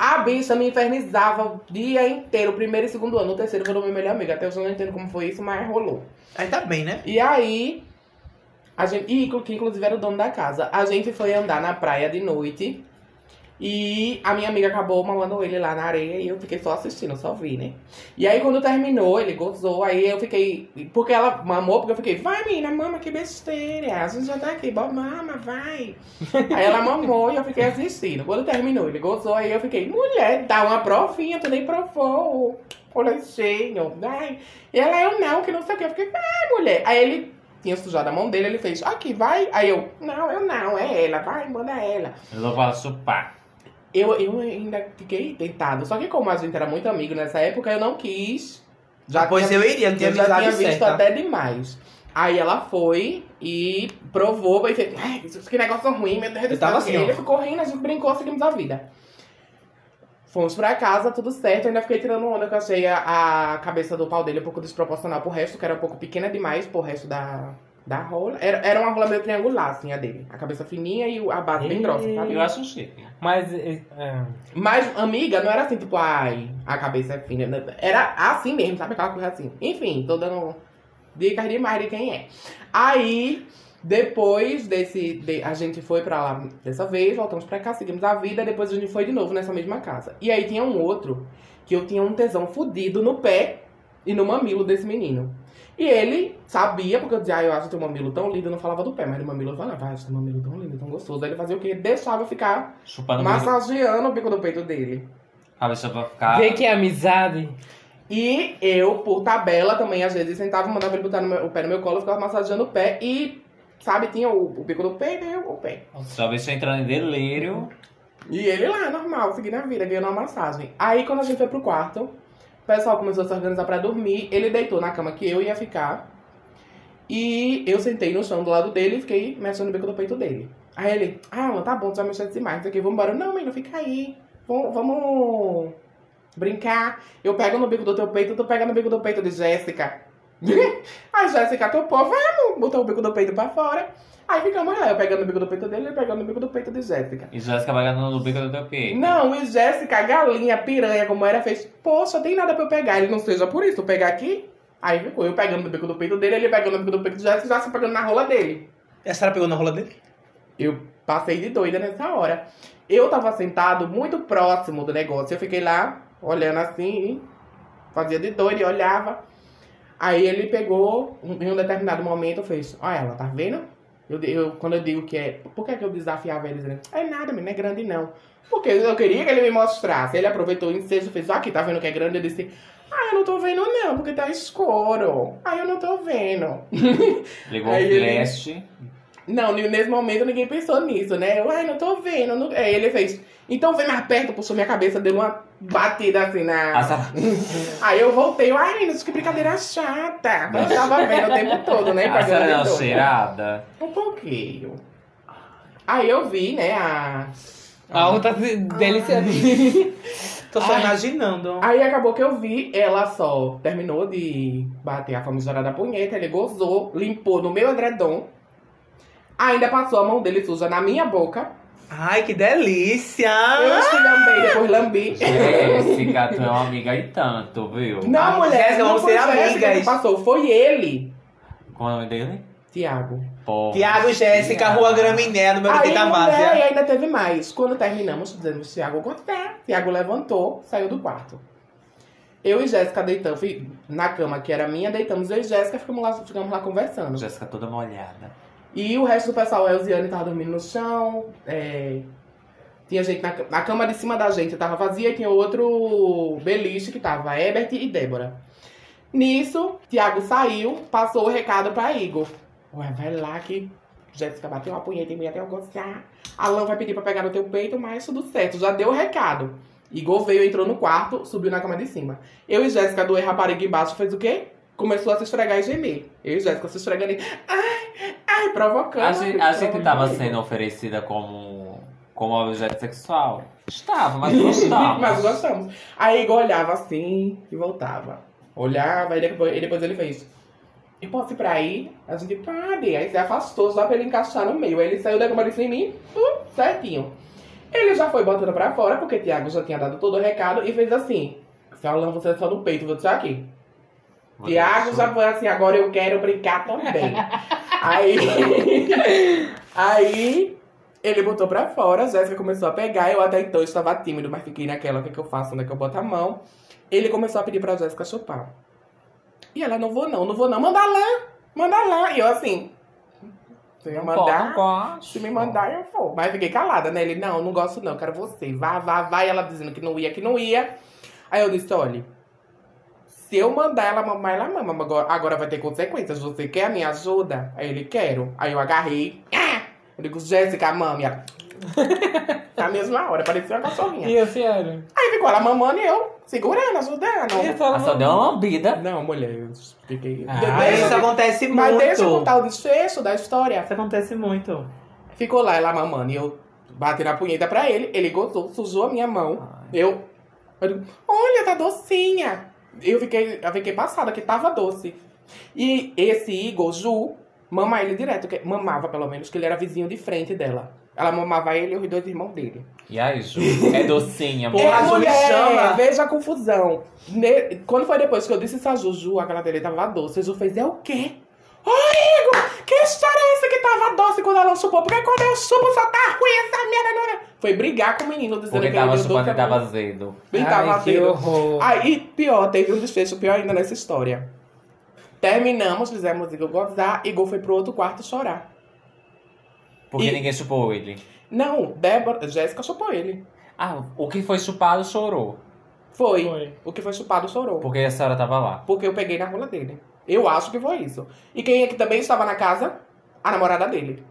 [SPEAKER 6] A bicha me infernizava o dia inteiro, o primeiro e segundo ano, o terceiro virou meu melhor amigo. Até hoje eu não entendo como foi isso, mas rolou.
[SPEAKER 5] Ainda bem, né?
[SPEAKER 6] E aí, a gente, e inclu- que inclusive era o dono da casa, a gente foi andar na praia de noite e a minha amiga acabou mamando ele lá na areia e eu fiquei só assistindo, só vi, né? E aí quando terminou, ele gozou, aí eu fiquei, porque ela mamou, porque eu fiquei, vai menina, mama, que besteira, a gente já tá aqui, bom, mama, vai. aí ela mamou e eu fiquei assistindo. Quando terminou, ele gozou, aí eu fiquei, mulher, dá uma provinha, tu nem provou. Olha cheio, vai. E ela, eu não, que não sei o que. Eu fiquei, mulher. Aí ele tinha sujado a mão dele, ele fez, aqui, vai. Aí eu, não, eu não, é ela, vai, manda ela.
[SPEAKER 4] Eu só falo chupar.
[SPEAKER 6] Eu, eu ainda fiquei tentado. Só que como a gente era muito amigo nessa época, eu não quis. Já
[SPEAKER 5] Ah, pois
[SPEAKER 6] tinha,
[SPEAKER 5] eu iria, não tinha
[SPEAKER 6] eu já tinha
[SPEAKER 5] amizade
[SPEAKER 6] visto
[SPEAKER 5] certa.
[SPEAKER 6] até demais. Aí ela foi e provou, e fez, ai, isso- que negócio ruim, meu Deus do
[SPEAKER 5] Eu
[SPEAKER 6] céu.
[SPEAKER 5] tava assim, ó.
[SPEAKER 6] ele ficou rindo, a gente brincou, seguimos a vida. Fomos pra casa, tudo certo. Eu ainda fiquei tirando onda que eu achei a, a cabeça do pau dele um pouco desproporcional pro resto, que era um pouco pequena demais pro resto da, da rola. Era, era uma rola meio triangular, assim, a dele. A cabeça fininha e o- a base Tá bem grossa, sabe?
[SPEAKER 4] Eu acho chique.
[SPEAKER 7] Mas, é, é,
[SPEAKER 6] Mas, amiga, não era assim, tipo, ai, a cabeça é fina. né? Era assim mesmo, sabe? Aquela coisa assim. Enfim, tô dando dicas demais de quem é. Aí, depois desse. de- a gente foi pra lá dessa vez, voltamos pra cá, seguimos a vida, depois a gente foi de novo nessa mesma casa. E aí tinha um outro que eu tinha um tesão fudido no pé e no mamilo desse menino. E ele sabia, porque eu dizia, ah, eu acho teu mamilo tão lindo, eu não falava do pé, mas do mamilo eu falava, ah, acho teu mamilo tão lindo, tão gostoso. Aí ele fazia o quê? Deixava eu ficar
[SPEAKER 4] Chupando muito.
[SPEAKER 6] massageando o bico do peito dele.
[SPEAKER 4] A bicha vai ficar.
[SPEAKER 7] vê que é amizade.
[SPEAKER 6] E eu, por tabela também, às vezes, sentava, mandava ele botar no meu- o pé no meu colo, ficava massageando o pé e, sabe, tinha o, o bico do peito e o, o pé.
[SPEAKER 4] Nossa, a bicha entrando em delírio.
[SPEAKER 6] E ele lá, normal, seguindo a vida, ganhando uma massagem. Aí, quando a gente foi pro quarto, o pessoal começou a se organizar pra dormir. Ele deitou na cama que eu ia ficar. E eu sentei no chão do lado dele e fiquei mexendo no bico do peito dele. Aí ele, ah, Alan, tá bom, tu vai mexer demais, não sei o que, vambora. Eu, Não, menino, fica aí. Vamos, vamos brincar. Eu pego no bico do teu peito, tu pega no bico do peito de Jéssica. Aí Jéssica topou, vamos, botou o bico do peito pra fora. Aí ficamos lá, eu pegando o bico do peito dele, ele pegando o bico do peito de Jéssica.
[SPEAKER 4] E Jéssica vai no bico do teu peito.
[SPEAKER 6] Não, e Jéssica, galinha, piranha, como era, fez, poxa, tem nada pra eu pegar. Ele não seja por isso, pegar aqui. Aí ficou eu pegando no bico do peito dele, ele pegando no bico do peito do Jackson e o Jackson pegando na rola dele.
[SPEAKER 5] A senhora pegou na rola dele?
[SPEAKER 6] Eu passei de doida nessa hora. Eu tava sentado muito próximo do negócio. Eu fiquei lá, olhando assim, fazia de doida e olhava. Aí ele pegou, um- em um determinado momento, fez: Olha ela, tá vendo? Eu, eu- quando eu digo que é. Por que, é que eu desafiava ele dizendo? É nada, menino, é grande não. Porque eu queria que ele me mostrasse. Ele aproveitou o ensejo e fez: "Ó, Aqui, tá vendo que é grande? Eu disse: Ah, eu não tô vendo não, porque tá escuro. Ah, eu não tô vendo.
[SPEAKER 4] Ligou
[SPEAKER 6] Aí
[SPEAKER 4] um
[SPEAKER 6] ele-
[SPEAKER 4] flash.
[SPEAKER 6] Não, n- nesse momento ninguém pensou nisso, né? Eu, ai, não tô vendo. não- É, ele fez, então vem mais perto, puxou minha cabeça, deu uma batida assim
[SPEAKER 4] A
[SPEAKER 6] na.
[SPEAKER 4] senhora-
[SPEAKER 6] Aí eu voltei, eu, ai, meninos, que brincadeira chata. Eu tava vendo o tempo todo, né?
[SPEAKER 4] a senhora
[SPEAKER 6] pagando
[SPEAKER 4] não
[SPEAKER 6] de doida.
[SPEAKER 4] é cheirada.
[SPEAKER 6] Um pouquinho. Aí eu vi, né, a...
[SPEAKER 7] A outra delícia.
[SPEAKER 5] Tô só imaginando.
[SPEAKER 6] Aí acabou que eu vi, ela só terminou de bater a famigerada da punheta, ele gozou, limpou no meu edredom, ainda passou a mão dele suja na minha boca,
[SPEAKER 5] Ai, que delícia!
[SPEAKER 6] eu estilhambei, depois lambi.
[SPEAKER 4] Jéssica, tu é uma amiga e tanto, viu?
[SPEAKER 6] Não,
[SPEAKER 5] Ah,
[SPEAKER 6] mulher,
[SPEAKER 5] Jéssica,
[SPEAKER 6] não
[SPEAKER 5] vamos
[SPEAKER 6] foi
[SPEAKER 5] ser
[SPEAKER 6] Jéssica
[SPEAKER 5] amigas.
[SPEAKER 6] que passou, foi ele,
[SPEAKER 4] Qual é o nome dele?
[SPEAKER 6] Tiago.
[SPEAKER 4] Porra.
[SPEAKER 5] Tiago, Jéssica, Rua Graminé, número né?
[SPEAKER 6] Aí,
[SPEAKER 5] 80
[SPEAKER 6] mulher, e
[SPEAKER 5] Várzea.
[SPEAKER 6] ainda teve mais. Quando terminamos, dizemos Tiago Gosté. Tiago levantou, saiu do quarto. Eu e Jéssica deitamos, fui na cama que era minha, deitamos eu e Jéssica, ficamos lá, ficamos lá conversando.
[SPEAKER 4] Jéssica toda molhada.
[SPEAKER 6] E o resto do pessoal, a Elziane tava dormindo no chão, é, tinha gente na, ca- na cama de cima da gente, tava vazia, e tinha outro beliche que tava Ebert e Débora. Nisso, Tiago saiu, passou o recado pra Igor. Ué, vai lá que Jéssica bateu uma punheta em mim até eu gostar. Alan vai pedir pra pegar no teu peito, mas tudo certo, já deu o recado. Igor veio, entrou no quarto, subiu na cama de cima. Eu e Jéssica, do rapariga embaixo, fez o quê? Começou a se esfregar e gemer. Eu e Jéssica se esfregando e... Ai, ai, provocando.
[SPEAKER 4] A gente, a gente
[SPEAKER 6] provocando.
[SPEAKER 4] tava sendo oferecida como, como objeto sexual. Estava, mas gostava.
[SPEAKER 6] Mas gostamos. Aí Igor olhava assim e voltava. Olhava e depois, e depois ele fez. Eu posso ir pra aí? A gente, pare. Aí se afastou só pra ele encaixar no meio. Aí ele saiu da cama de cima em mim, hum, certinho. Ele já foi botando pra fora, porque Tiago já tinha dado todo o recado e fez assim. Se Alan, você é só no peito, vou deixar aqui.
[SPEAKER 4] Vou
[SPEAKER 6] Tiago
[SPEAKER 4] deixar.
[SPEAKER 6] já foi assim, agora eu quero brincar também. aí, aí ele botou pra fora, a Jéssica começou a pegar, eu até então estava tímido, mas fiquei naquela, o que, que eu faço, onde é que eu boto a mão. Ele começou a pedir pra Jéssica chupar. E ela, não vou não, não vou não, manda lá, manda lá. E eu assim, se eu mandar, se me mandar eu vou. Mas fiquei calada, né? Ele, não, não gosto não, quero você. Vá, vá, vá. E ela dizendo que não ia, que não ia. Aí eu disse, olha, se eu mandar ela mamar, ela mama. mas Agora, agora vai ter consequências. Você quer a minha ajuda? Aí ele, quero. Aí eu agarrei. Ah! Eu digo, Jéssica, mame. Ela, "Tá Na mesma hora, parecia uma cachorrinha.
[SPEAKER 7] E a senhora?
[SPEAKER 6] Aí ficou ela mamando e eu segurando,
[SPEAKER 7] E a
[SPEAKER 6] ajudando.
[SPEAKER 4] Ah, só
[SPEAKER 7] senhora?
[SPEAKER 4] deu uma lambida.
[SPEAKER 6] Não, mulher, eu fiquei...
[SPEAKER 7] Ah,
[SPEAKER 5] Ai,
[SPEAKER 6] Deixa-
[SPEAKER 5] isso acontece
[SPEAKER 6] mas
[SPEAKER 5] muito.
[SPEAKER 6] deixa eu contar o desfecho da história.
[SPEAKER 5] Isso acontece muito.
[SPEAKER 6] Ficou lá ela mamando e eu bati na punheta pra ele, ele gozou, sujou a minha mão. Eu, eu digo, olha, tá docinha. Eu fiquei, eu fiquei passada que tava doce. E esse Igor, Ju, mama ele direto, que, mamava pelo menos, que ele era vizinho de frente dela. Ela mamava ele e os dois irmãos dele.
[SPEAKER 4] E aí, Ju? É docinha,
[SPEAKER 5] Porra,
[SPEAKER 6] É,
[SPEAKER 5] a Ju me chama.
[SPEAKER 6] veja a confusão. Ne- quando foi depois que eu disse isso a Juju, a cara dele tava doce. A Ju fez, é o quê? Ô, Igor, que história é essa que tava doce quando ela chupou? Porque quando eu chupo só tá ruim essa merda. Não, não. Foi brigar com o menino, dizendo
[SPEAKER 4] Porque
[SPEAKER 6] que
[SPEAKER 4] tava
[SPEAKER 6] ele deu
[SPEAKER 4] chupando e
[SPEAKER 6] doce a
[SPEAKER 4] tava azedo.
[SPEAKER 6] Bem, tava
[SPEAKER 7] Ai, que
[SPEAKER 6] vendo.
[SPEAKER 7] horror.
[SPEAKER 6] Aí, pior, teve um desfecho pior ainda nessa história. Terminamos, fizemos Igor gozar, Igor foi pro outro quarto chorar.
[SPEAKER 4] Porque
[SPEAKER 6] E-
[SPEAKER 4] ninguém chupou ele.
[SPEAKER 6] Não, Débora, Jéssica chupou ele.
[SPEAKER 4] Ah, o que foi chupado chorou.
[SPEAKER 6] Foi.
[SPEAKER 7] Foi.
[SPEAKER 6] O que foi chupado chorou.
[SPEAKER 4] Porque a senhora tava lá.
[SPEAKER 6] Porque eu peguei na rola dele. Eu acho que foi isso. E quem é que também estava na casa? A namorada dele.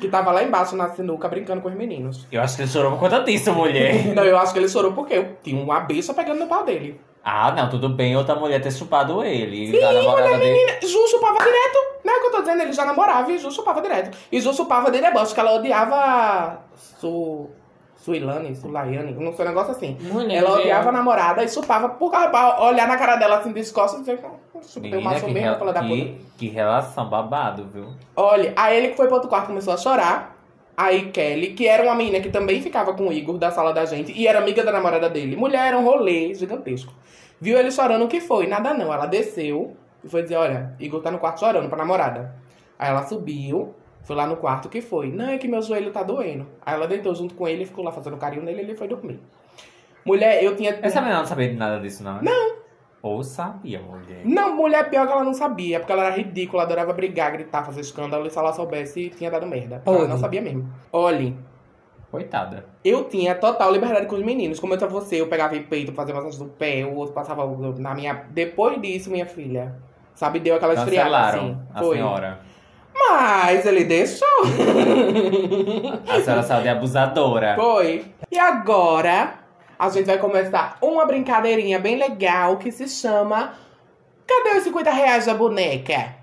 [SPEAKER 6] Que tava lá embaixo na sinuca brincando com os meninos.
[SPEAKER 4] Eu acho que ele chorou por conta disso, mulher.
[SPEAKER 6] Não, eu acho que ele chorou porque eu tinha uma bicha pegando no pau dele.
[SPEAKER 4] Ah, não, tudo bem outra mulher ter chupado ele. Sim, a namorada dele.
[SPEAKER 6] Ju chupava direto. Não é o que eu tô dizendo, ele já namorava e Ju chupava direto. E Ju chupava de deboche, que ela odiava Su... Suilane, Sulaiane, não sei, um negócio assim.
[SPEAKER 7] Mulher,
[SPEAKER 6] Ela
[SPEAKER 4] é.
[SPEAKER 7] eu-
[SPEAKER 6] odiava a namorada e chupava por causa pra olhar na cara dela assim, descosta e dizer... Chupei uma
[SPEAKER 4] Menina, que,
[SPEAKER 6] soberba,
[SPEAKER 4] rela...
[SPEAKER 6] fala da puta.
[SPEAKER 4] que, que relação babado, viu?
[SPEAKER 6] Olha, aí ele que foi pro outro quarto começou a chorar. Aí Kelly, que era uma menina que também ficava com o Igor da sala da gente e era amiga da namorada dele. Mulher, era um rolê gigantesco. Viu ele chorando, o que foi? Nada não. Ela desceu, e foi dizer: Olha, Igor tá no quarto chorando pra namorada. Aí ela subiu, foi lá no quarto, o que foi? Não, é que meu joelho tá doendo. Aí ela deitou junto com ele, ficou lá fazendo carinho nele e ele foi dormir. Mulher, eu tinha.
[SPEAKER 4] Essa menina não sabia de nada disso, não? Não. Ou sabia, mulher.
[SPEAKER 6] Não, mulher pior que ela não sabia, porque ela era ridícula, adorava brigar, gritar, fazer escândalo, e se ela soubesse, tinha dado merda. Ela
[SPEAKER 1] Olhe.
[SPEAKER 6] não sabia mesmo. Olhem,
[SPEAKER 4] Coitada.
[SPEAKER 6] eu tinha total liberdade com os meninos. Como eu disse a você, eu pegava em peito, fazia massagem do pé, o outro passava na minha. Depois disso, minha filha. Sabe, deu aquela esfriada assim.
[SPEAKER 4] Cancelaram a senhora.
[SPEAKER 6] Mas ele deixou.
[SPEAKER 4] A senhora saiu de abusadora.
[SPEAKER 6] Foi. E agora a gente vai começar uma brincadeirinha bem legal que se chama Cadê os 50 reais da boneca?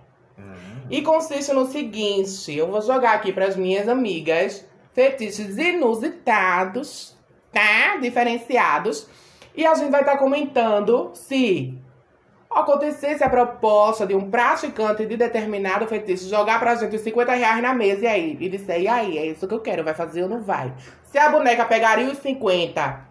[SPEAKER 6] E consiste no seguinte: eu vou jogar aqui para as minhas amigas fetiches inusitados, tá? Diferenciados. E a gente vai estar comentando se acontecesse a proposta de um praticante de determinado fetiche jogar pra gente os 50 reais na mesa e aí, e disser, e aí, é isso que eu quero, vai fazer ou não vai? Se a boneca pegaria os 50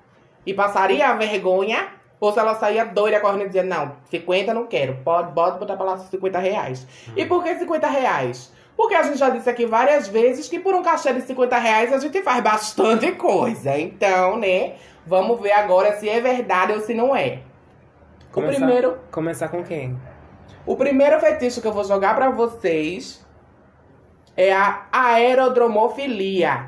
[SPEAKER 6] e passaria a vergonha, ou se ela saía doida correndo e dizia, não, 50 não quero, pode, pode botar pra lá os 50 reais. E por que 50 reais? Porque a gente já disse aqui várias vezes que por um cachê de 50 reais a gente faz bastante coisa. Então, né, vamos ver agora se é verdade ou se não é. O
[SPEAKER 1] Começar.
[SPEAKER 6] primeiro
[SPEAKER 1] Começar com quem?
[SPEAKER 6] o primeiro fetiche que eu vou jogar pra vocês é a aerodromofilia.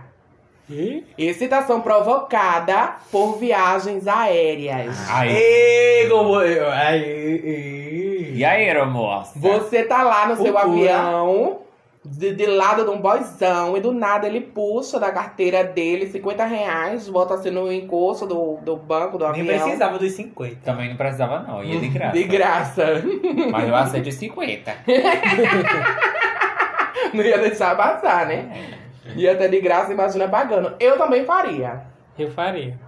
[SPEAKER 6] Excitação provocada por viagens aéreas.
[SPEAKER 5] Ah,
[SPEAKER 4] Aí.
[SPEAKER 5] Ei, como eu. Ai, ei, ei.
[SPEAKER 4] E aí, Romoça?
[SPEAKER 6] Você tá lá no seu
[SPEAKER 5] Loucura.
[SPEAKER 6] avião, de, de lado de um boizão, e do nada ele puxa da carteira dele 50 reais, bota assim no encosto do, do banco do
[SPEAKER 5] Nem
[SPEAKER 6] avião.
[SPEAKER 5] precisava dos 50.
[SPEAKER 4] Também não precisava, não. Ia de graça.
[SPEAKER 6] De graça.
[SPEAKER 4] Mas eu aceito os 50.
[SPEAKER 6] Não ia deixar passar, né?
[SPEAKER 4] É.
[SPEAKER 5] É.
[SPEAKER 6] Ia até de graça, imagina pagando. Eu também faria.
[SPEAKER 1] Eu faria.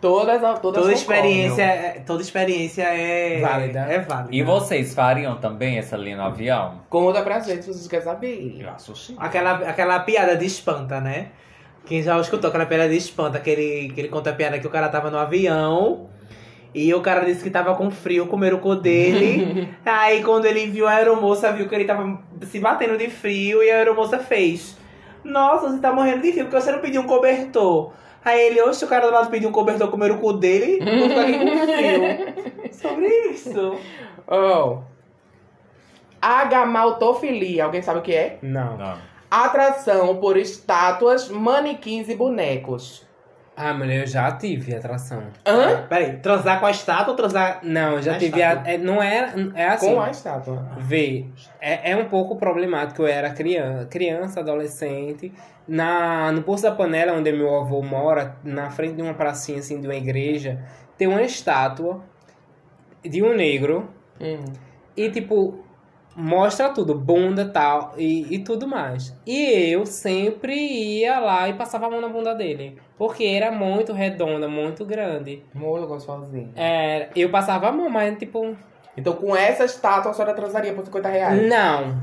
[SPEAKER 6] Todas, todas
[SPEAKER 5] Toda
[SPEAKER 6] concordam.
[SPEAKER 5] experiência, é- toda experiência é
[SPEAKER 1] Válida.
[SPEAKER 5] É válida.
[SPEAKER 4] E vocês fariam também essa linha no avião?
[SPEAKER 6] Conta pra gente se vocês querem saber.
[SPEAKER 4] acho sim.
[SPEAKER 5] Aquela, aquela piada de espanta, né? Quem já escutou aquela piada de espanta, que ele, que ele conta a piada que o cara tava no avião e o cara disse que tava com frio, comeram o cu dele. aí quando ele viu a aeromoça, viu que ele tava se batendo de frio e a aeromoça fez. Nossa, você tá morrendo de frio, porque você não pediu um cobertor. Aí ele, oxe, o cara do lado pediu um cobertor, comeram o cu dele, vou ficar aqui com frio. Sobre isso.
[SPEAKER 6] Oh. Agamaltofilia, alguém sabe o que é?
[SPEAKER 1] Não.
[SPEAKER 4] Não.
[SPEAKER 6] Atração por estátuas, manequins e bonecos.
[SPEAKER 1] Ah, mulher, eu já tive atração.
[SPEAKER 6] Hã?
[SPEAKER 5] Peraí, transar com a estátua ou transar...
[SPEAKER 1] Não, eu já
[SPEAKER 5] Ah,
[SPEAKER 1] tive.
[SPEAKER 5] está.
[SPEAKER 1] A, é, não é, é assim.
[SPEAKER 6] Com a estátua.
[SPEAKER 1] Vê, é, é um pouco problemático. Eu era criança, criança adolescente. Na, no Poço da Panela, onde meu avô mora, na frente de uma pracinha assim, de uma igreja, tem uma estátua de um negro
[SPEAKER 6] Hum.
[SPEAKER 1] e, tipo, mostra tudo, bunda tal, e, e tudo mais. E eu sempre ia lá e passava a mão na bunda dele, porque era muito redonda, muito grande.
[SPEAKER 6] Molo gostosinho.
[SPEAKER 1] É, eu passava a mão, mas, tipo,
[SPEAKER 6] Então com essa estátua a senhora transaria por 50
[SPEAKER 1] Hum.
[SPEAKER 6] reais.
[SPEAKER 1] Não.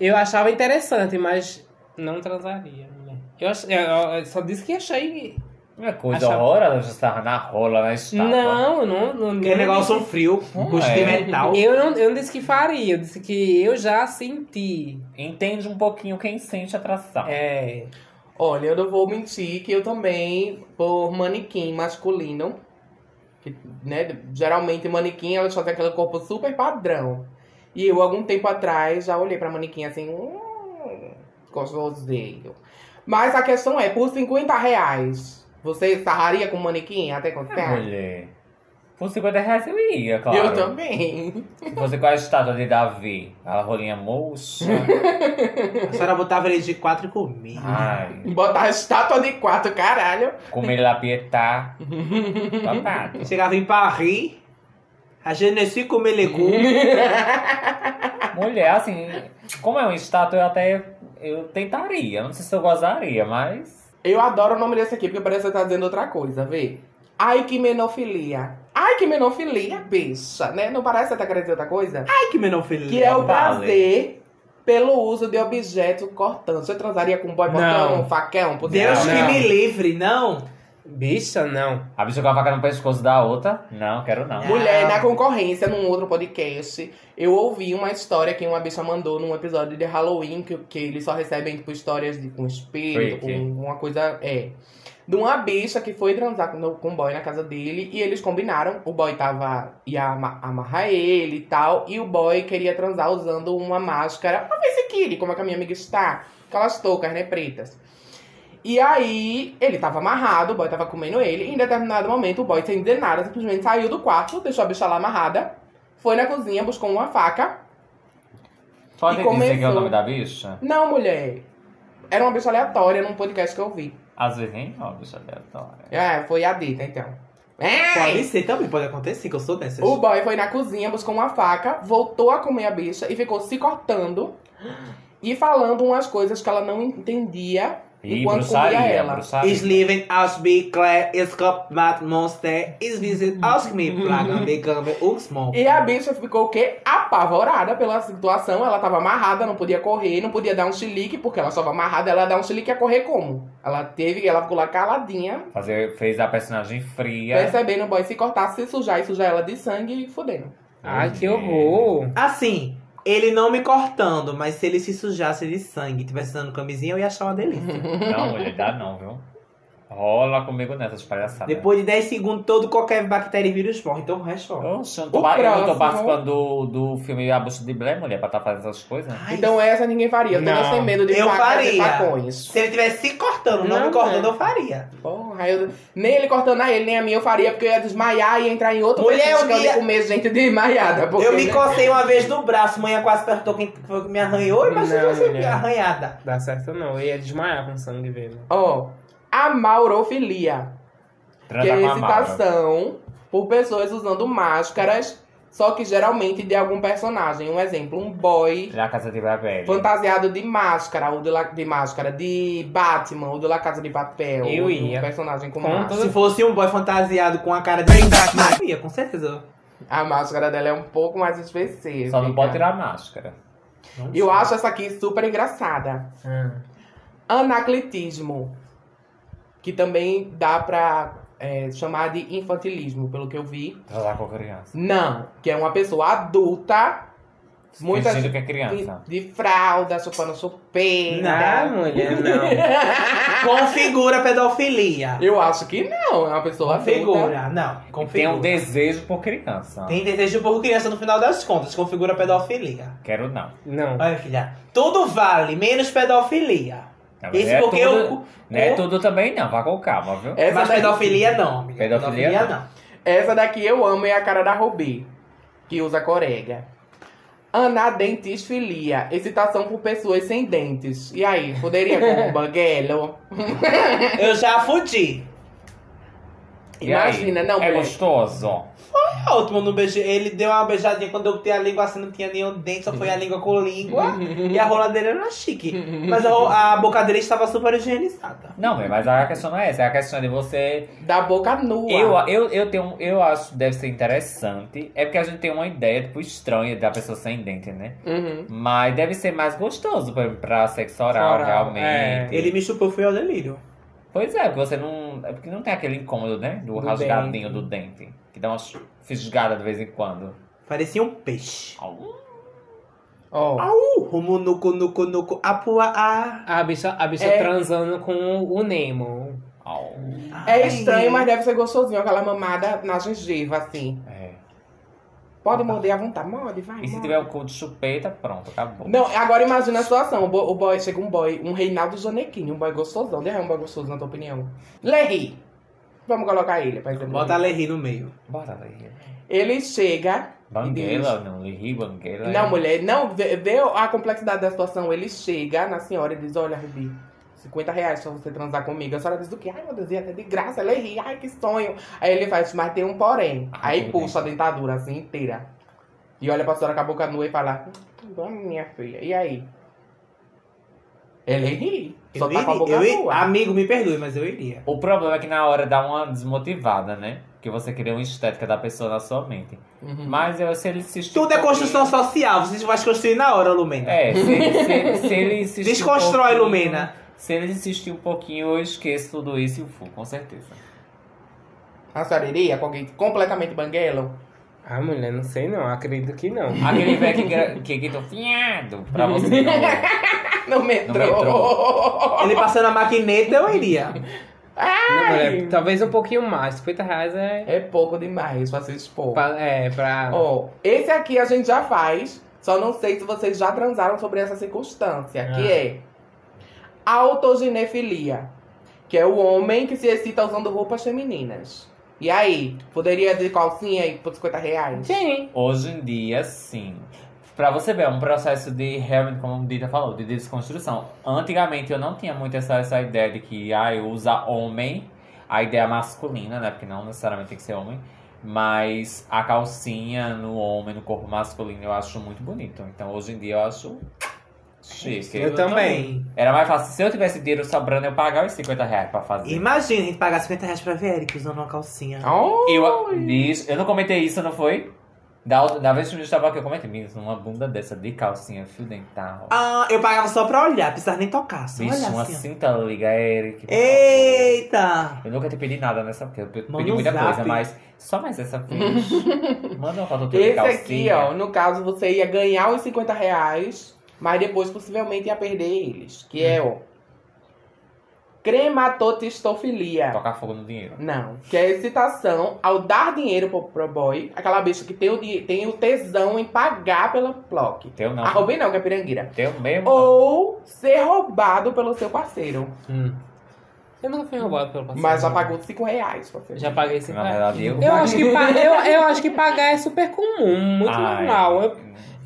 [SPEAKER 1] Eu achava interessante, mas não transaria. né? Eu, ach- eu- eu só disse que achei.
[SPEAKER 4] Uma É coisa
[SPEAKER 1] Achava-
[SPEAKER 4] horrorosa, já estava na rola, na estátua.
[SPEAKER 1] Não, eu não, não.
[SPEAKER 5] Aquele
[SPEAKER 1] não
[SPEAKER 5] um negócio
[SPEAKER 1] disse-
[SPEAKER 5] frio,
[SPEAKER 4] Não
[SPEAKER 5] gosto de
[SPEAKER 4] é.
[SPEAKER 5] metal.
[SPEAKER 1] Eu não, eu não disse que faria, eu disse que eu já senti.
[SPEAKER 4] Entende um pouquinho quem sente atração.
[SPEAKER 1] É.
[SPEAKER 6] Olha, eu não vou mentir que eu também, por manequim masculino, que, né, geralmente manequim elas fazem aquele corpo super padrão. E eu, algum tempo atrás, já olhei pra manequim assim, hum, gostosinho. Mas a questão é, por 50 reais, você sarraria com manequim até quanto
[SPEAKER 4] Ah,
[SPEAKER 6] tempo?
[SPEAKER 4] Mulher. Por 50 reais eu ia, claro.
[SPEAKER 6] Eu também.
[SPEAKER 4] Você com a estátua de Davi, a rolinha murcha.
[SPEAKER 5] A senhora botava ele de quatro e comia.
[SPEAKER 6] Ah.
[SPEAKER 4] Ai,
[SPEAKER 6] Botar a estátua de quatro, caralho.
[SPEAKER 4] comer la pietá. Babado.
[SPEAKER 5] Chegava em Paris, a Genesi comer legumes.
[SPEAKER 4] Mulher, assim, como é uma estátua, eu até eu tentaria. Não sei se eu gozaria, mas.
[SPEAKER 6] Eu adoro o nome desse aqui, porque parece que você tá dizendo outra coisa, vê. Ai, que menofilia. Ai, que menofilia, bicha, né? Não parece que você tá querendo dizer outra coisa?
[SPEAKER 5] Ai, que menofilia.
[SPEAKER 6] que é o
[SPEAKER 4] vale.
[SPEAKER 6] prazer pelo uso de objeto cortante. Você transaria com um boy botão,
[SPEAKER 1] Não.
[SPEAKER 6] um facão? por
[SPEAKER 5] Deus
[SPEAKER 6] sinal?
[SPEAKER 5] que
[SPEAKER 1] Não.
[SPEAKER 5] me livre, não.
[SPEAKER 1] Bicha, não.
[SPEAKER 4] A bicha com a faca no pescoço da outra? Não, quero não.
[SPEAKER 6] Mulher, na concorrência, num outro podcast, eu ouvi uma história que uma bicha mandou num episódio de Halloween, que, que eles só recebem, tipo, histórias de, com
[SPEAKER 4] Freak.
[SPEAKER 6] espelho, com uma coisa. É. De uma bicha que foi transar com, com um boy na casa dele e eles combinaram. O boy tava. ia ama- amarrar ele e tal. E o boy queria transar usando uma máscara. Uma face kid, como a que a minha amiga está. Aquelas toucas, né, pretas. E aí, ele tava amarrado, o boy tava comendo ele. E em determinado momento, o boy, sem dizer nada, simplesmente saiu do quarto, deixou a bicha lá amarrada, foi na cozinha, buscou uma faca.
[SPEAKER 4] Pode
[SPEAKER 6] E
[SPEAKER 4] dizer que é
[SPEAKER 6] começou.
[SPEAKER 4] o nome da bicha?
[SPEAKER 6] Não, mulher. Era uma bicha aleatória num podcast que eu vi.
[SPEAKER 4] Às vezes nem é uma bicha aleatória.
[SPEAKER 6] É, foi a Dita, então. É!
[SPEAKER 5] Pode ser também, pode acontecer, que eu sou dessas.
[SPEAKER 6] O boy foi na cozinha, buscou uma faca, voltou a comer a bicha e ficou se cortando e falando umas coisas que ela não entendia.
[SPEAKER 4] E
[SPEAKER 6] Enquanto comia
[SPEAKER 4] bruxaria,
[SPEAKER 6] ela.
[SPEAKER 4] bruxaria.
[SPEAKER 5] Is living as big clay, is cop mad monster, is visit as me plaga, become uxmon.
[SPEAKER 6] E a bicha ficou o quê? Apavorada pela situação. Ela tava amarrada, não podia correr, não podia dar um chilique, porque ela estava amarrada, ela ia dar um chilique ia correr como? Ela teve, ela ficou lá caladinha,
[SPEAKER 4] Fazer, fez a personagem fria.
[SPEAKER 6] percebendo o boy se cortar, se sujar e sujar ela de sangue e fudendo.
[SPEAKER 1] Ai, que horror.
[SPEAKER 5] Assim, ele não me cortando, mas se ele se sujasse de sangue e tivesse dando camisinha, eu ia achar uma delícia.
[SPEAKER 4] Não, mulher, dá não, viu? Rola comigo nessas palhaçadas.
[SPEAKER 5] Depois de 10 segundos, todo qualquer bactéria e vírus morre, então o resto, ó.
[SPEAKER 4] Oxe, eu não tô,
[SPEAKER 6] O
[SPEAKER 4] pa- eu não tô
[SPEAKER 6] próximo-
[SPEAKER 4] participando do, do filme A Bucha de Blair, mulher, pra tá fazendo essas coisas. né?
[SPEAKER 5] Ai,
[SPEAKER 6] Então essa ninguém faria. Eu tô
[SPEAKER 1] Não.
[SPEAKER 6] sem medo de
[SPEAKER 5] Eu
[SPEAKER 6] facas e
[SPEAKER 5] faria.
[SPEAKER 6] facões.
[SPEAKER 5] se ele tivesse se cortando, não, é.
[SPEAKER 1] Não,
[SPEAKER 5] me cortando,
[SPEAKER 1] né?
[SPEAKER 5] eu faria.
[SPEAKER 6] Porra, eu... nem ele cortando a ele, nem a mim eu faria, porque eu ia desmaiar e entrar em outro
[SPEAKER 5] Mulher,
[SPEAKER 6] fetiche
[SPEAKER 5] eu
[SPEAKER 6] que
[SPEAKER 5] ia-
[SPEAKER 6] ia comer gente desmaiada. Porque,
[SPEAKER 5] eu me
[SPEAKER 6] né?
[SPEAKER 5] cocei uma vez no braço, manhã quase perguntou quem foi que me arranhou, imagina
[SPEAKER 1] Não,
[SPEAKER 5] você
[SPEAKER 1] mulher.
[SPEAKER 5] arranhada.
[SPEAKER 1] Dá certo não. Eu ia desmaiar com sangue vendo.
[SPEAKER 6] Ó, a maurofilia. que
[SPEAKER 4] Transar
[SPEAKER 6] é
[SPEAKER 4] tá com a Mara.
[SPEAKER 6] excitação por pessoas usando máscaras, só que geralmente de algum personagem. Um exemplo, um boy
[SPEAKER 4] Na casa de Babel.
[SPEAKER 6] fantasiado de máscara, ou de, La- de máscara, de Batman, ou de La Casa de Papel.
[SPEAKER 1] Eu
[SPEAKER 6] ou de
[SPEAKER 1] ia.
[SPEAKER 6] Um personagem com
[SPEAKER 1] Com
[SPEAKER 6] máscara.
[SPEAKER 1] toda-
[SPEAKER 5] Se fosse um boy fantasiado com a cara de. Eu ia, com certeza.
[SPEAKER 6] A máscara dela é um pouco mais específica.
[SPEAKER 4] Só não pode tirar a máscara.
[SPEAKER 6] Eu acho essa aqui super engraçada. Anacletismo. Que também dá pra é, chamar de infantilismo, pelo que eu vi.
[SPEAKER 4] Transar com criança.
[SPEAKER 6] Não, que é uma pessoa adulta. Muitas
[SPEAKER 4] Fingindo que é
[SPEAKER 6] de,
[SPEAKER 4] criança.
[SPEAKER 6] de fralda, chupando
[SPEAKER 1] Não,
[SPEAKER 6] chupeira.
[SPEAKER 1] mulher, não.
[SPEAKER 5] Configura pedofilia.
[SPEAKER 6] Eu acho que não, é uma pessoa adulta.
[SPEAKER 5] Configura, não.
[SPEAKER 4] E Tem um
[SPEAKER 5] Configura.
[SPEAKER 4] desejo por criança.
[SPEAKER 5] Tem desejo por criança no final das contas, configura pedofilia.
[SPEAKER 4] Quero não.
[SPEAKER 1] Não.
[SPEAKER 5] Olha, filha, tudo vale, menos pedofilia.
[SPEAKER 4] Na verdade,
[SPEAKER 5] Isso
[SPEAKER 4] é
[SPEAKER 5] porque
[SPEAKER 4] tudo-
[SPEAKER 5] eu.
[SPEAKER 4] Não é
[SPEAKER 5] eu-
[SPEAKER 4] tudo também não, vá com calma, viu?
[SPEAKER 6] Essa,
[SPEAKER 5] Mas
[SPEAKER 6] daqui,
[SPEAKER 5] pedofilia não, amiga.
[SPEAKER 4] Pedofilia
[SPEAKER 5] não.
[SPEAKER 6] essa daqui eu amo, é a cara da Rubi, que usa corega. Anadentisfilia, excitação por pessoas sem dentes. E aí, poderia com um banguelo?
[SPEAKER 5] Eu já fudi.
[SPEAKER 4] E
[SPEAKER 6] Imagina,
[SPEAKER 4] aí?
[SPEAKER 6] não,
[SPEAKER 4] É
[SPEAKER 6] mulher.
[SPEAKER 4] gostoso.
[SPEAKER 5] O último não beijei. Ele deu uma beijadinha quando eu botei a língua assim, não tinha nenhum dente, só foi a língua com língua. e a rola dele era chique. Mas a, ro- a boca dele estava super higienizada.
[SPEAKER 4] Não, bem, mas a questão não é essa. A questão é de você.
[SPEAKER 6] Da boca nua.
[SPEAKER 4] Eu, eu, eu, tenho, um- eu acho que deve ser interessante. É porque a gente tem uma ideia, tipo, estranha da pessoa sem dente, né?
[SPEAKER 6] Uhum.
[SPEAKER 4] Mas deve ser mais gostoso pra, pra sexo oral,
[SPEAKER 1] Oral,
[SPEAKER 4] realmente.
[SPEAKER 1] é.
[SPEAKER 5] Ele me chupou, foi ao delírio.
[SPEAKER 4] Pois é, porque você não. É porque não tem aquele incômodo, né? Do, rasgadinho do dente. Que dá umas fisgadas de vez em quando.
[SPEAKER 5] Parecia um peixe.
[SPEAKER 4] Au.
[SPEAKER 6] Ó.
[SPEAKER 5] Au! Rumo nuco, nuco, nucu, apua, a.
[SPEAKER 1] A bicha, a bicha
[SPEAKER 6] É.
[SPEAKER 1] transando com o Nemo.
[SPEAKER 4] Au.
[SPEAKER 6] É estranho, mas deve ser gostosinho, aquela mamada na gengiva, assim.
[SPEAKER 4] É.
[SPEAKER 6] Pode morder à vontade, morde, vai.
[SPEAKER 4] E se
[SPEAKER 6] morde.
[SPEAKER 4] tiver um- o cu de chupeta, pronto, acabou.
[SPEAKER 6] Não, agora imagina a situação. O, bo- o boy, chega um boy, um Reinaldo Janequim, um boy gostosão. Derra um boy gostoso, na tua opinião. Lerry. Vamos colocar ele, pra exemplo.
[SPEAKER 5] Bota a Lerri no meio.
[SPEAKER 4] Bora, Lerri.
[SPEAKER 6] Ele chega.
[SPEAKER 4] Banguela, não, Lerri, Banguela. é-
[SPEAKER 6] Não, mulher, não, vê, vê a complexidade da situação. Ele chega na senhora e diz: Olha, Rubi, 50 reais pra você transar comigo. A senhora diz: O quê? Ai, meu Deus, e até de graça, Lerry, ai, que sonho. Aí ele faz, mas tem um porém.
[SPEAKER 4] Ai,
[SPEAKER 6] Aí
[SPEAKER 4] porém.
[SPEAKER 6] puxa a dentadura assim inteira. E olha pra senhora com a boca nua e fala: "Hum, Dona minha filha, e aí? Ele ri. Só
[SPEAKER 5] Eu
[SPEAKER 6] tá com a
[SPEAKER 5] iria-
[SPEAKER 6] boca
[SPEAKER 5] é eu ir-
[SPEAKER 6] nua.
[SPEAKER 5] Amigo, me perdoe, mas eu iria.
[SPEAKER 4] O problema é que na hora dá uma desmotivada, né? Porque você cria uma estética da pessoa na sua mente.
[SPEAKER 6] Uhum.
[SPEAKER 4] Mas eu, se ele se
[SPEAKER 5] Tudo é construção social, você vai construir na hora, Lumena.
[SPEAKER 4] É, se ele, se ele, se ele insistir. um
[SPEAKER 5] Desconstrói,
[SPEAKER 4] pouquinho-
[SPEAKER 5] Lumena.
[SPEAKER 4] Se ele insistir um pouquinho, eu esqueço tudo isso e eu fui, com certeza.
[SPEAKER 6] A saberia com alguém completamente banguelo?
[SPEAKER 1] Ah, mulher, não sei não. Acredito que não.
[SPEAKER 4] Aquele velho que, gra- que grita fiado pra você. no-
[SPEAKER 6] No metrô.
[SPEAKER 4] metrô.
[SPEAKER 5] Ele passando a maquineta, eu iria.
[SPEAKER 1] Não,
[SPEAKER 6] Ai.
[SPEAKER 1] mulher, talvez um pouquinho mais. 50 reais é...
[SPEAKER 6] É pouco demais pra se expor.
[SPEAKER 1] Pra, é, pra...
[SPEAKER 6] Ó, esse aqui a gente já faz, só não sei se vocês já transaram sobre essa circunstância, que é autoginefilia, que é o homem que se excita usando roupas femininas. E aí, poderia de calcinha aí por 50 reais?
[SPEAKER 1] Sim.
[SPEAKER 4] Hoje em dia, sim. Pra você ver, é um processo de realmente, como o Dita falou, de desconstrução. Antigamente eu não tinha muito essa, essa ideia de que ah, eu usa homem, a ideia masculina, né? Porque não necessariamente tem que ser homem. Mas a calcinha no homem, no corpo masculino, eu acho muito bonito. Então hoje em dia eu acho chique.
[SPEAKER 1] Eu também.
[SPEAKER 4] Era mais fácil. Se eu tivesse dinheiro sobrando, eu pagava os 50 reais pra fazer.
[SPEAKER 5] Imagina a gente pagar 50 reais pra ver Eric usando uma calcinha.
[SPEAKER 6] Oh,
[SPEAKER 4] Eu, diz- eu não comentei isso, não foi? Da, outra- da vez que o estava aqui, eu comentei. Menino, é uma bunda dessa de calcinha, é fio dental.
[SPEAKER 5] Ah, eu pagava só pra olhar, precisava nem tocar. Só
[SPEAKER 4] Bicho,
[SPEAKER 5] olhar
[SPEAKER 4] uma
[SPEAKER 5] assim. ó.
[SPEAKER 4] cinta liga, Eric. por favor.
[SPEAKER 5] Eita!
[SPEAKER 4] Eu nunca te pedi nada nessa, porque eu pedi
[SPEAKER 5] Manda um
[SPEAKER 4] muita
[SPEAKER 5] zap.
[SPEAKER 4] coisa, mas só mais essa vez. Manda uma foto tua de
[SPEAKER 6] esse aqui,
[SPEAKER 4] calcinha.
[SPEAKER 6] ó, né? no caso você ia ganhar os 50 reais, mas depois possivelmente ia perder eles, que é o crematotistofilia.
[SPEAKER 4] Tocar fogo no dinheiro.
[SPEAKER 6] Não, que é excitação ao dar dinheiro pro, pro boy, aquela bicha que tem o, di- tem o tesão em pagar pela ploc.
[SPEAKER 4] Teu não.
[SPEAKER 6] A Robin não, que é pirangueira.
[SPEAKER 4] Teu mesmo.
[SPEAKER 6] Ou ser roubado pelo seu parceiro.
[SPEAKER 4] Hum.
[SPEAKER 7] Eu nunca fui roubado pelo parceiro.
[SPEAKER 6] Mas já pagou 5 reais pra você.
[SPEAKER 7] Já paguei esse
[SPEAKER 4] Na
[SPEAKER 7] reais.
[SPEAKER 4] verdade, eu.
[SPEAKER 7] Eu acho, que pa- eu, eu acho que pagar é super comum, muito
[SPEAKER 4] Ai.
[SPEAKER 7] normal. Eu,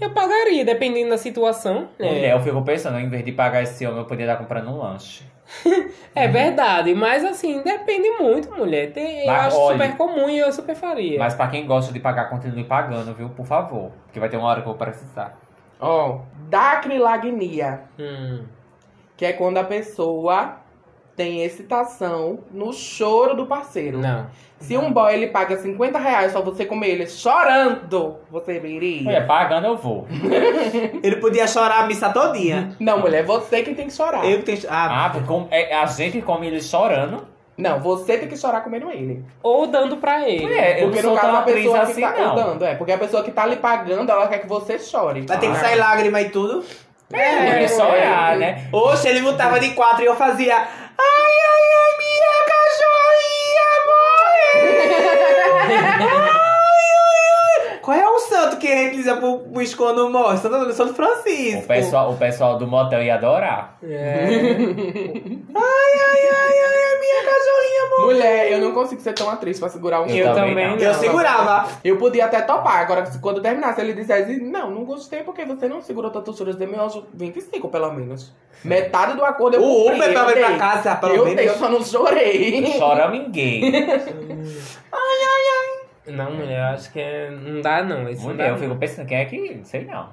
[SPEAKER 7] eu pagaria, dependendo da situação.
[SPEAKER 4] Mulher,
[SPEAKER 7] né?
[SPEAKER 4] eu fico pensando, em vez de pagar esse homem, eu podia estar comprando um lanche. Uhum.
[SPEAKER 7] É verdade, mas assim, depende muito, mulher. Tem- eu
[SPEAKER 4] Mas
[SPEAKER 7] acho
[SPEAKER 4] olha-
[SPEAKER 7] super comum e eu super
[SPEAKER 1] É.
[SPEAKER 7] faria.
[SPEAKER 4] Mas pra quem gosta de pagar, continue pagando, viu? Por favor. Porque vai ter uma hora que eu vou precisar.
[SPEAKER 6] Ó, dacrilagnia,
[SPEAKER 7] Hum.
[SPEAKER 6] que é quando a pessoa tem excitação no choro do parceiro.
[SPEAKER 7] Não.
[SPEAKER 6] Se um boy ele paga 50 reais pra você comer ele chorando, você iria?
[SPEAKER 4] Mulher, pagando eu vou.
[SPEAKER 5] Ele podia chorar a missa todinha.
[SPEAKER 6] Não, mulher, é você que tem que chorar.
[SPEAKER 5] Eu que tenho. Ah,
[SPEAKER 4] Ah, com- é, a gente come ele chorando.
[SPEAKER 6] Não, você tem que chorar comendo ele.
[SPEAKER 7] Ou dando pra ele.
[SPEAKER 4] Mulher, É, eu
[SPEAKER 6] Porque
[SPEAKER 4] não sou
[SPEAKER 6] no caso
[SPEAKER 4] tão
[SPEAKER 6] a
[SPEAKER 4] atriz
[SPEAKER 6] pessoa
[SPEAKER 4] assim,
[SPEAKER 6] que tá
[SPEAKER 4] não.
[SPEAKER 6] dando, é. Porque a pessoa que tá lhe pagando, ela quer que você chore. Ah,
[SPEAKER 5] vai ter que sair lágrima e tudo.
[SPEAKER 4] É, ele chorar,
[SPEAKER 6] é.
[SPEAKER 4] né?
[SPEAKER 5] Oxe, ele lutava de quatro e eu fazia. Ai, ai, ai, minha cachorrinha morre! ai, ai, ai. Qual é o santo que realiza pro, pro escondo morre? Santo, Santo Francisco.
[SPEAKER 4] O pessoal, o pessoal do motel ia adorar.
[SPEAKER 7] É.
[SPEAKER 5] Ai, ai, ai, ai, minha cachorrinha morre.
[SPEAKER 6] Mulher, eu não consigo ser tão atriz pra segurar um
[SPEAKER 4] Eu
[SPEAKER 6] choro.
[SPEAKER 4] também não.
[SPEAKER 5] Eu segurava.
[SPEAKER 6] Eu podia até topar, agora se- quando terminasse ele dissesse, não, não gostei porque você não segurou tantos choros de meu anjo, 25 pelo menos. Metade do acordo eu
[SPEAKER 5] O
[SPEAKER 6] cumpri,
[SPEAKER 5] Uber pra
[SPEAKER 6] eu
[SPEAKER 5] vir pra
[SPEAKER 6] dei.
[SPEAKER 5] casa, pelo
[SPEAKER 6] Eu
[SPEAKER 5] menos.
[SPEAKER 6] dei, eu só não chorei.
[SPEAKER 4] Choraminguei.
[SPEAKER 7] Não, mulher, eu acho que é- não dá não. Esse
[SPEAKER 4] Mulher, eu
[SPEAKER 7] não dá,
[SPEAKER 4] fico pensando, quem é que. Não sei não.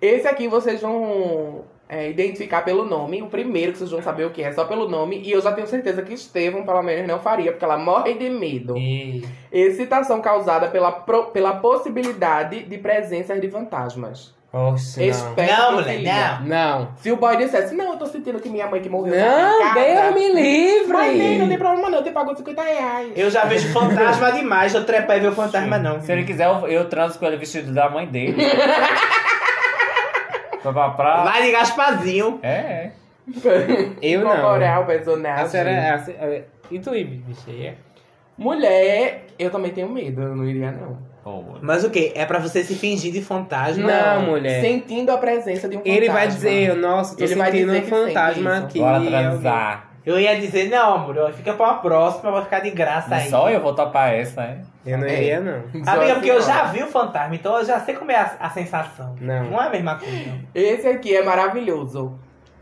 [SPEAKER 6] Esse aqui vocês vão é, identificar pelo nome. O primeiro que vocês vão saber o que é, só pelo nome. E eu já tenho certeza que Estevam, pelo menos, não faria, porque ela morre de medo.
[SPEAKER 7] não. E-
[SPEAKER 6] Excitação causada pela, pro- pela possibilidade de presenças de fantasmas.
[SPEAKER 7] Oxe, não.
[SPEAKER 5] Não,
[SPEAKER 6] mulher,
[SPEAKER 5] mulher,
[SPEAKER 7] Não.
[SPEAKER 6] Se o boy dissesse, não, eu tô sentindo que minha mãe que morreu.
[SPEAKER 7] Não,
[SPEAKER 6] tá em casa."
[SPEAKER 7] Deus me
[SPEAKER 6] Mas nem, não tem
[SPEAKER 7] livre!
[SPEAKER 6] problema não, eu te pagou 50 reais.
[SPEAKER 5] Eu já vejo fantasma demais, eu trepei ver o fantasma Ah, não.
[SPEAKER 4] Se ele quiser, eu, eu transo com ele vestido da mãe dele. Foi pra praia.
[SPEAKER 5] Vai de Gaspazinho.
[SPEAKER 4] É, é.
[SPEAKER 7] Eu não.
[SPEAKER 6] Incorporar o é assim, personagem.
[SPEAKER 7] A senhora- é- a se- a- E tu, bicho? É?
[SPEAKER 6] Mulher, eu também tenho medo, eu não iria não.
[SPEAKER 4] Pô,
[SPEAKER 5] Mas o que? É pra você se fingir de fantasma?
[SPEAKER 7] Não, mulher.
[SPEAKER 6] Sentindo a presença de um fantasma.
[SPEAKER 7] Ele vai dizer, nossa, tô
[SPEAKER 6] Ele vai
[SPEAKER 7] sentindo
[SPEAKER 6] dizer
[SPEAKER 7] um
[SPEAKER 6] que sente
[SPEAKER 7] fantasma
[SPEAKER 6] isso.
[SPEAKER 7] aqui.
[SPEAKER 4] Bora
[SPEAKER 7] Eu-
[SPEAKER 4] transar.
[SPEAKER 5] Eu ia dizer, não, amor, ó, fica pra uma próxima, vai ficar de graça aí.
[SPEAKER 4] Só eu vou topar essa, né?
[SPEAKER 7] Eu não
[SPEAKER 6] É.
[SPEAKER 7] iria, não.
[SPEAKER 5] Amiga, porque eu
[SPEAKER 6] Só assim,
[SPEAKER 5] já
[SPEAKER 6] ó.
[SPEAKER 5] vi o fantasma, então eu já sei como é a, a sensação.
[SPEAKER 7] Não.
[SPEAKER 5] é a mesma coisa.
[SPEAKER 6] Esse aqui é maravilhoso.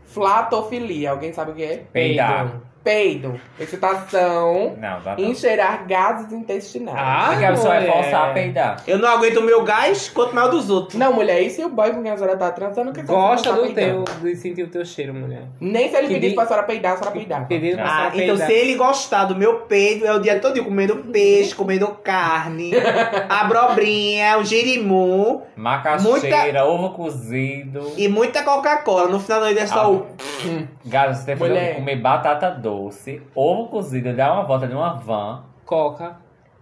[SPEAKER 6] Flatofilia, alguém sabe o que é?
[SPEAKER 4] Peidar.
[SPEAKER 6] Peido, excitação,
[SPEAKER 4] Não, dá não.
[SPEAKER 6] encheirar gases intestinais.
[SPEAKER 7] Ah,
[SPEAKER 4] Porque a pessoa vai
[SPEAKER 7] mulher.
[SPEAKER 4] forçar a peidar.
[SPEAKER 5] Eu não aguento o meu gás, quanto mais o dos outros.
[SPEAKER 6] Não, mulher, e se o boy com quem a senhora tá transando que a senhora
[SPEAKER 7] Gosta
[SPEAKER 6] não tá
[SPEAKER 7] do teu,
[SPEAKER 6] peidando?
[SPEAKER 7] de sentir o teu cheiro, mulher.
[SPEAKER 6] Nem se ele
[SPEAKER 7] Que
[SPEAKER 6] pedisse
[SPEAKER 7] de-
[SPEAKER 6] pra senhora peidar, a senhora peidava.
[SPEAKER 7] Pedindo pra
[SPEAKER 5] Ah,
[SPEAKER 7] senhora
[SPEAKER 5] então
[SPEAKER 7] peidar.
[SPEAKER 5] se ele gostar do meu peido, é o dia todo comendo peixe, comendo carne, abrobrinha, o girimum
[SPEAKER 4] Macaxeira,
[SPEAKER 5] Muita-
[SPEAKER 4] ovo cozido.
[SPEAKER 5] e muita Coca-Cola. No final da noite é só
[SPEAKER 4] Ah,
[SPEAKER 5] o...
[SPEAKER 4] Galera, você tem
[SPEAKER 6] Mulher.
[SPEAKER 4] que comer batata doce, ovo cozido, dar uma volta de uma van,
[SPEAKER 7] Coca.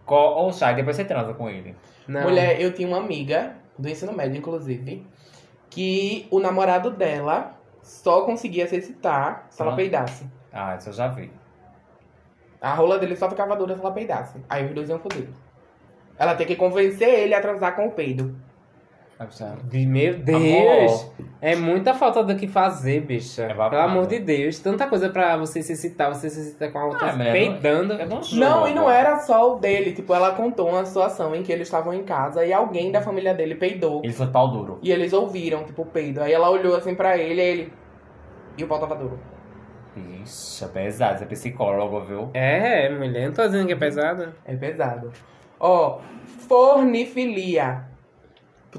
[SPEAKER 4] Co- Ou sai, depois você transa com ele.
[SPEAKER 1] Não.
[SPEAKER 6] Mulher, eu tinha uma amiga, do ensino médio, inclusive, que o namorado dela só conseguia se excitar se ela
[SPEAKER 4] Ah.
[SPEAKER 6] peidasse.
[SPEAKER 4] Ah, isso eu já vi.
[SPEAKER 6] A rola dele só ficava dura se ela peidasse. Aí os dois iam foder. Ela tem que convencer ele a transar com o peido.
[SPEAKER 4] Absurdo.
[SPEAKER 1] De- Meu Deus!
[SPEAKER 4] Amor.
[SPEAKER 1] É muita falta do que fazer, bicha.
[SPEAKER 4] É babado.
[SPEAKER 1] Pelo amor de Deus. Tanta coisa pra você se excitar, você se excita com a outra
[SPEAKER 4] Ah, mas eu não-
[SPEAKER 1] peidando.
[SPEAKER 4] Eu não julgo.
[SPEAKER 6] Não, e não é. era só o dele. Tipo, ela contou uma situação em que eles estavam em casa e alguém da família dele peidou.
[SPEAKER 4] Ele foi pau duro.
[SPEAKER 6] E eles ouviram, tipo, o peido. Aí ela olhou assim pra ele e ele. E o pau tava duro.
[SPEAKER 4] Ixi, é pesado, você é psicólogo, viu?
[SPEAKER 1] É, mulher, não tô dizendo que é pesado.
[SPEAKER 6] É pesado. Ó, fornifilia.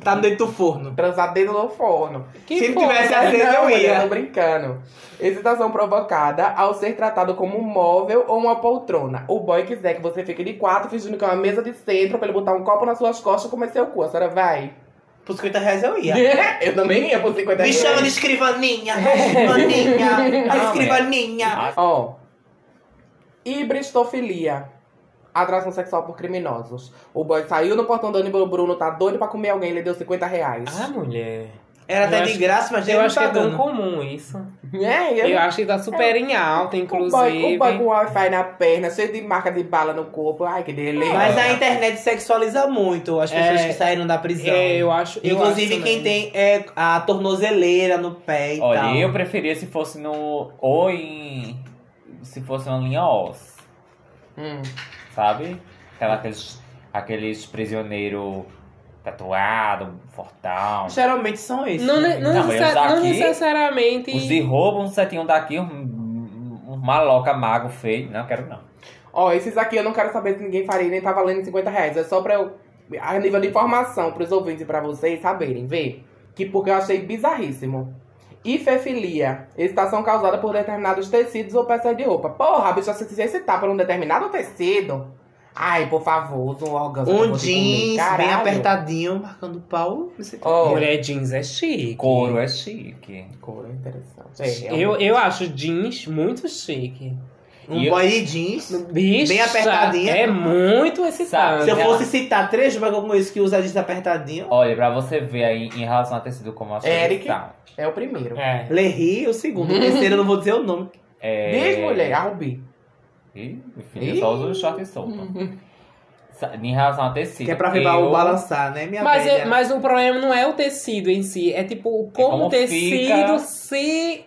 [SPEAKER 5] Tá dentro do forno.
[SPEAKER 6] Transar dentro do forno.
[SPEAKER 1] Que
[SPEAKER 5] Se ele
[SPEAKER 1] porra.
[SPEAKER 5] tivesse aceso,
[SPEAKER 6] Não,
[SPEAKER 5] eu
[SPEAKER 6] mulher,
[SPEAKER 5] ia.
[SPEAKER 6] Tô brincando. Excitação provocada ao ser tratado como um móvel ou uma poltrona. O boy quiser que você fique de quatro, fingindo que é uma mesa de centro, pra ele botar um copo nas suas costas e comer seu cu. A senhora vai?
[SPEAKER 5] Por 50 reais eu ia.
[SPEAKER 6] Eu também ia por 50
[SPEAKER 1] É.
[SPEAKER 5] Me
[SPEAKER 6] reais.
[SPEAKER 5] chama de escrivaninha, a escrivaninha, a
[SPEAKER 4] Não,
[SPEAKER 1] Ah,
[SPEAKER 5] escrivaninha.
[SPEAKER 6] Ó. Hibristofilia. Atração sexual por criminosos. O boy saiu no portão do ônibus, o Bruno tá doido pra comer alguém, ele deu 50 reais.
[SPEAKER 1] Ah, mulher.
[SPEAKER 5] Era
[SPEAKER 1] Eu
[SPEAKER 5] até de
[SPEAKER 1] acho-
[SPEAKER 5] graça, mas
[SPEAKER 1] Eu
[SPEAKER 5] ele
[SPEAKER 1] acho que
[SPEAKER 5] não
[SPEAKER 1] é
[SPEAKER 5] tá
[SPEAKER 1] tão
[SPEAKER 5] dando.
[SPEAKER 1] comum isso.
[SPEAKER 6] É,
[SPEAKER 1] Eu acho que tá super em
[SPEAKER 6] O
[SPEAKER 1] alta,
[SPEAKER 6] boy,
[SPEAKER 1] inclusive.
[SPEAKER 6] o um boy com Wi-Fi na perna, cheio de marca de bala no corpo. Ai, que delícia.
[SPEAKER 5] Mas a internet sexualiza muito as pessoas
[SPEAKER 1] É.
[SPEAKER 5] que saíram da prisão.
[SPEAKER 1] É, eu acho. eu
[SPEAKER 5] Inclusive
[SPEAKER 1] acho
[SPEAKER 5] quem
[SPEAKER 1] também.
[SPEAKER 5] tem é, a tornozeleira no pé e
[SPEAKER 4] Olha,
[SPEAKER 5] tal.
[SPEAKER 4] eu preferia se fosse no. Ou em. Se fosse na linha OS,
[SPEAKER 6] Hum.
[SPEAKER 4] sabe? Aquela, aqueles, aqueles prisioneiros tatuado, fortão.
[SPEAKER 5] Geralmente são esses.
[SPEAKER 1] Não, né? ne- não,
[SPEAKER 4] Não, mas
[SPEAKER 1] necessa- não
[SPEAKER 4] aqui-
[SPEAKER 1] necessariamente.
[SPEAKER 4] Os de roubo, um setinho daqui, um, um maloca mago feio. Não, quero não.
[SPEAKER 6] Ó, esses aqui eu não quero saber se ninguém faria, nem tá valendo 50 reais. É só pra eu. A nível de informação pros ouvintes e pra vocês saberem, vê. Que porque eu achei bizarríssimo. Ifefilia, excitação causada por determinados tecidos ou peças de roupa. Porra, a bicha se se excitar por um determinado tecido. Ai, por favor, usa um órgão.
[SPEAKER 5] Um jeans bem
[SPEAKER 6] apertado.
[SPEAKER 5] apertadinho, marcando pau.
[SPEAKER 6] Ó,
[SPEAKER 1] Mulher jeans é chique.
[SPEAKER 4] Couro é chique.
[SPEAKER 6] couro, interessante. É,
[SPEAKER 1] Eu, eu acho jeans muito chique.
[SPEAKER 5] Um
[SPEAKER 4] E eu-
[SPEAKER 5] boy de jeans.
[SPEAKER 1] Bicha,
[SPEAKER 5] apertadinha.
[SPEAKER 1] É muito
[SPEAKER 4] Sabe,
[SPEAKER 1] excitante.
[SPEAKER 5] Se eu
[SPEAKER 4] já-
[SPEAKER 5] fosse citar três mas eu conheço que usa jeans apertadinho.
[SPEAKER 4] Olha, pra você ver aí em relação a tecido como a
[SPEAKER 6] Eric.
[SPEAKER 4] seleção.
[SPEAKER 6] é o primeiro.
[SPEAKER 1] É.
[SPEAKER 5] Lerri, o segundo. O terceiro eu não vou dizer o nome.
[SPEAKER 4] É...
[SPEAKER 6] Diz, mulher, a Rubi.
[SPEAKER 4] Ih, meu filho, eu só uso short solto. Sa- Em relação a tecido.
[SPEAKER 5] Que é pra ver o
[SPEAKER 4] eu-
[SPEAKER 5] balançar, né, minha
[SPEAKER 1] Mas,
[SPEAKER 5] velha?
[SPEAKER 1] é- mas o problema não é o tecido em si, é tipo o como,
[SPEAKER 4] como
[SPEAKER 1] o tecido
[SPEAKER 4] fica.
[SPEAKER 1] se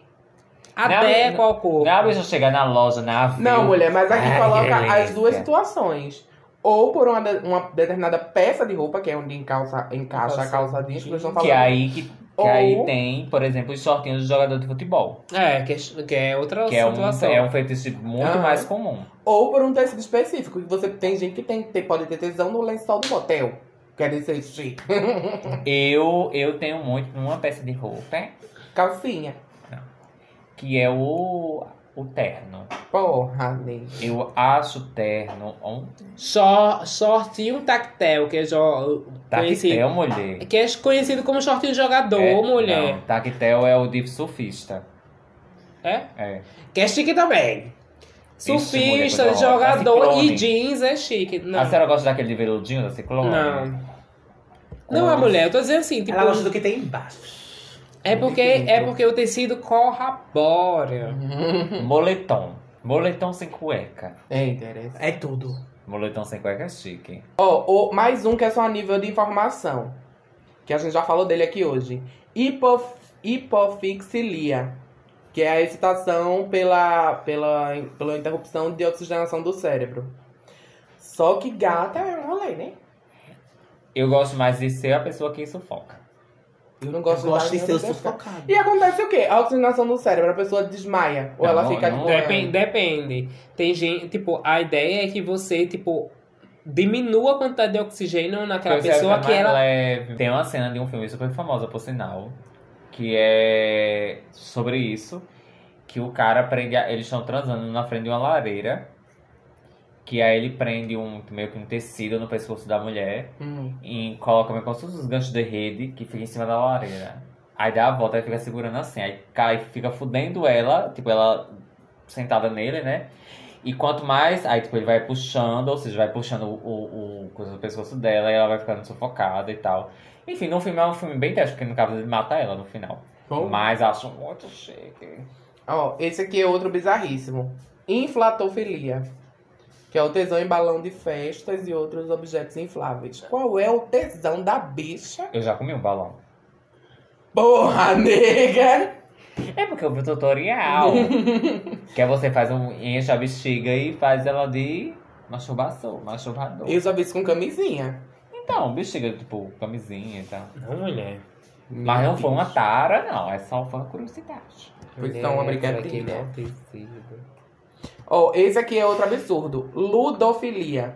[SPEAKER 1] adequa
[SPEAKER 4] não-
[SPEAKER 1] ao corpo.
[SPEAKER 4] Não é a bicha chegar na loja, na Avil.
[SPEAKER 6] Não, mulher, mas aqui
[SPEAKER 4] Ai,
[SPEAKER 6] coloca
[SPEAKER 4] delícia.
[SPEAKER 6] as duas situações. Ou por uma, de- uma determinada peça de roupa, que é onde encalça, encaixa a calça jeans, que eles estão falando.
[SPEAKER 4] Que aí, que, que
[SPEAKER 6] Ou-
[SPEAKER 4] aí tem, por exemplo, os shortinhos de jogador de futebol.
[SPEAKER 1] É, que é, que é outra
[SPEAKER 4] Que é um,
[SPEAKER 1] situação.
[SPEAKER 4] é um fetiche muito
[SPEAKER 6] Aham.
[SPEAKER 4] mais comum.
[SPEAKER 6] Ou por um tecido específico, que você tem gente que tem, tem- pode ter tesão no lençol do motel. Quer dizer, chique.
[SPEAKER 4] Eu, eu tenho muito numa peça de roupa,
[SPEAKER 6] Calcinha.
[SPEAKER 4] que é o, o terno.
[SPEAKER 6] Porra, amiga.
[SPEAKER 4] Eu acho o terno um
[SPEAKER 1] Só, shortinho tactel, que é, jo...
[SPEAKER 4] tá
[SPEAKER 1] conhecido,
[SPEAKER 4] tactel, mulher.
[SPEAKER 1] que é conhecido como shortinho jogador,
[SPEAKER 4] É,
[SPEAKER 1] mulher.
[SPEAKER 4] Não, tactel é o de surfista.
[SPEAKER 1] É?
[SPEAKER 4] É.
[SPEAKER 1] Que é chique também.
[SPEAKER 4] Ixi, mulher,
[SPEAKER 1] Surfista,
[SPEAKER 4] coisa horrorosa.
[SPEAKER 1] jogador e
[SPEAKER 4] Ciclone.
[SPEAKER 1] jeans é chique. Não,
[SPEAKER 4] A senhora gosta daquele de veludinho da ciclone?
[SPEAKER 1] não. Não, a mulher, eu tô dizendo assim, tipo,
[SPEAKER 5] Ela gosta do que tem embaixo.
[SPEAKER 1] é porque, é porque o tecido corrobora.
[SPEAKER 4] Uhum. Moletom. Moletom sem cueca.
[SPEAKER 6] É interessante.
[SPEAKER 5] É tudo.
[SPEAKER 4] Moletom sem cueca é chique.
[SPEAKER 6] Ó, ou mais um que é só a nível de informação. Que a gente já falou dele aqui hoje. Hipof hipofixilia. Que é a excitação pela, pela, pela interrupção de oxigenação do cérebro. Só que gata é um rolê, né?
[SPEAKER 4] Eu gosto mais de ser a pessoa que sufoca.
[SPEAKER 6] Eu não
[SPEAKER 5] Eu
[SPEAKER 6] gosto,
[SPEAKER 5] gosto de
[SPEAKER 6] nada
[SPEAKER 5] ser o
[SPEAKER 6] dessa-
[SPEAKER 5] sufocado.
[SPEAKER 6] E acontece o quê? A oxigenação do cérebro, a pessoa desmaia. Ou
[SPEAKER 4] Não,
[SPEAKER 6] ela
[SPEAKER 4] não-
[SPEAKER 6] fica
[SPEAKER 4] não é.
[SPEAKER 6] tipo.
[SPEAKER 1] Depen- depende. Tem gente, tipo, a ideia é que você, tipo, diminua a quantidade de oxigênio naquela
[SPEAKER 4] Porque o
[SPEAKER 1] pessoa
[SPEAKER 4] cérebro
[SPEAKER 1] que
[SPEAKER 4] é mais
[SPEAKER 1] ela.
[SPEAKER 4] leve. Tem uma cena de um filme super famosa, por sinal, que é sobre isso. Que o cara prende. a- Eles estão transando na frente de uma lareira. Que aí ele prende um meio que um tecido no pescoço da mulher
[SPEAKER 6] Hum.
[SPEAKER 4] e coloca meio como se fosse os ganchos de rede que fica em cima da lareira. Aí dá a volta e fica segurando assim. Aí cai, fica fudendo ela, tipo, ela sentada nele, né? E quanto mais, aí tipo, ele vai puxando, ou seja, vai puxando o, o, o coisa do pescoço dela e ela vai ficando sufocada e tal. Enfim, no filme é um filme bem teste, porque no caso ele mata ela no final.
[SPEAKER 6] Bom.
[SPEAKER 4] Mas acho muito chique.
[SPEAKER 6] Ó, esse aqui é outro bizarríssimo. Inflatofilia. Que é o tesão em balão de festas e outros objetos infláveis. Qual é o tesão da bicha?
[SPEAKER 4] Eu já comi um balão.
[SPEAKER 6] Porra, nega!
[SPEAKER 4] É porque eu vi o tutorial. que é você faz um. enche a bexiga e faz ela de masturbação, masturbador.
[SPEAKER 6] Eu já vi isso com camisinha.
[SPEAKER 4] Então, bexiga, tipo, camisinha e tal.
[SPEAKER 1] Não, mulher.
[SPEAKER 4] Mas não foi um uma tara, não. É só foi uma curiosidade.
[SPEAKER 6] Pois então, uma brincadeira.
[SPEAKER 4] né?
[SPEAKER 1] Não precisa.
[SPEAKER 6] Ó, esse aqui é outro absurdo. Ludofilia.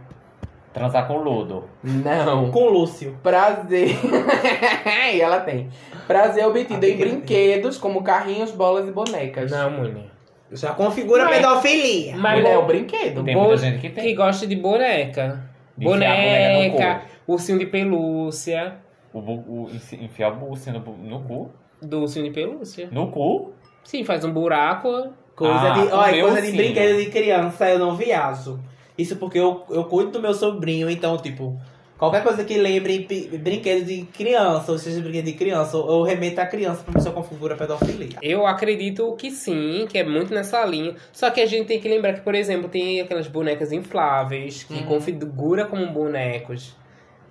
[SPEAKER 4] Transar com lodo.
[SPEAKER 6] Não.
[SPEAKER 5] Com o Lúcio.
[SPEAKER 6] Prazer. e ela tem. Prazer obtido
[SPEAKER 5] A
[SPEAKER 6] em
[SPEAKER 5] pequena
[SPEAKER 6] brinquedos, como carrinhos, bolas e bonecas.
[SPEAKER 1] Não, mulher.
[SPEAKER 5] Já configura
[SPEAKER 1] Não é.
[SPEAKER 5] pedofilia.
[SPEAKER 1] Mas
[SPEAKER 6] Mulher, é o
[SPEAKER 1] bo-
[SPEAKER 6] brinquedo.
[SPEAKER 4] Tem
[SPEAKER 1] Bo-
[SPEAKER 4] muita gente que
[SPEAKER 1] que
[SPEAKER 4] tem.
[SPEAKER 1] gosta de boneca.
[SPEAKER 4] De enfiar a boneca no
[SPEAKER 1] Boneca, ursinho de pelúcia.
[SPEAKER 4] cu. O, bu- o, enfi- enfiar a bússia no, bu- no cu.
[SPEAKER 1] Do ursinho de pelúcia.
[SPEAKER 4] No cu?
[SPEAKER 1] Sim, faz um buraco.
[SPEAKER 5] Coisa
[SPEAKER 4] Ah,
[SPEAKER 5] de. Olha,
[SPEAKER 4] comeu
[SPEAKER 5] coisa de
[SPEAKER 4] sim.
[SPEAKER 5] brinquedo de criança, eu não viajo. Isso porque eu, eu cuido do meu sobrinho, então, tipo, qualquer coisa que lembre pi- brinquedo de criança, ou seja, brinquedo de criança, eu eu remeto a criança pra ver se eu configura pedofilia.
[SPEAKER 1] Eu acredito que sim, que é muito nessa linha. Só que a gente tem que lembrar que, por exemplo, tem aquelas bonecas infláveis que
[SPEAKER 6] Uhum.
[SPEAKER 1] configura como bonecos.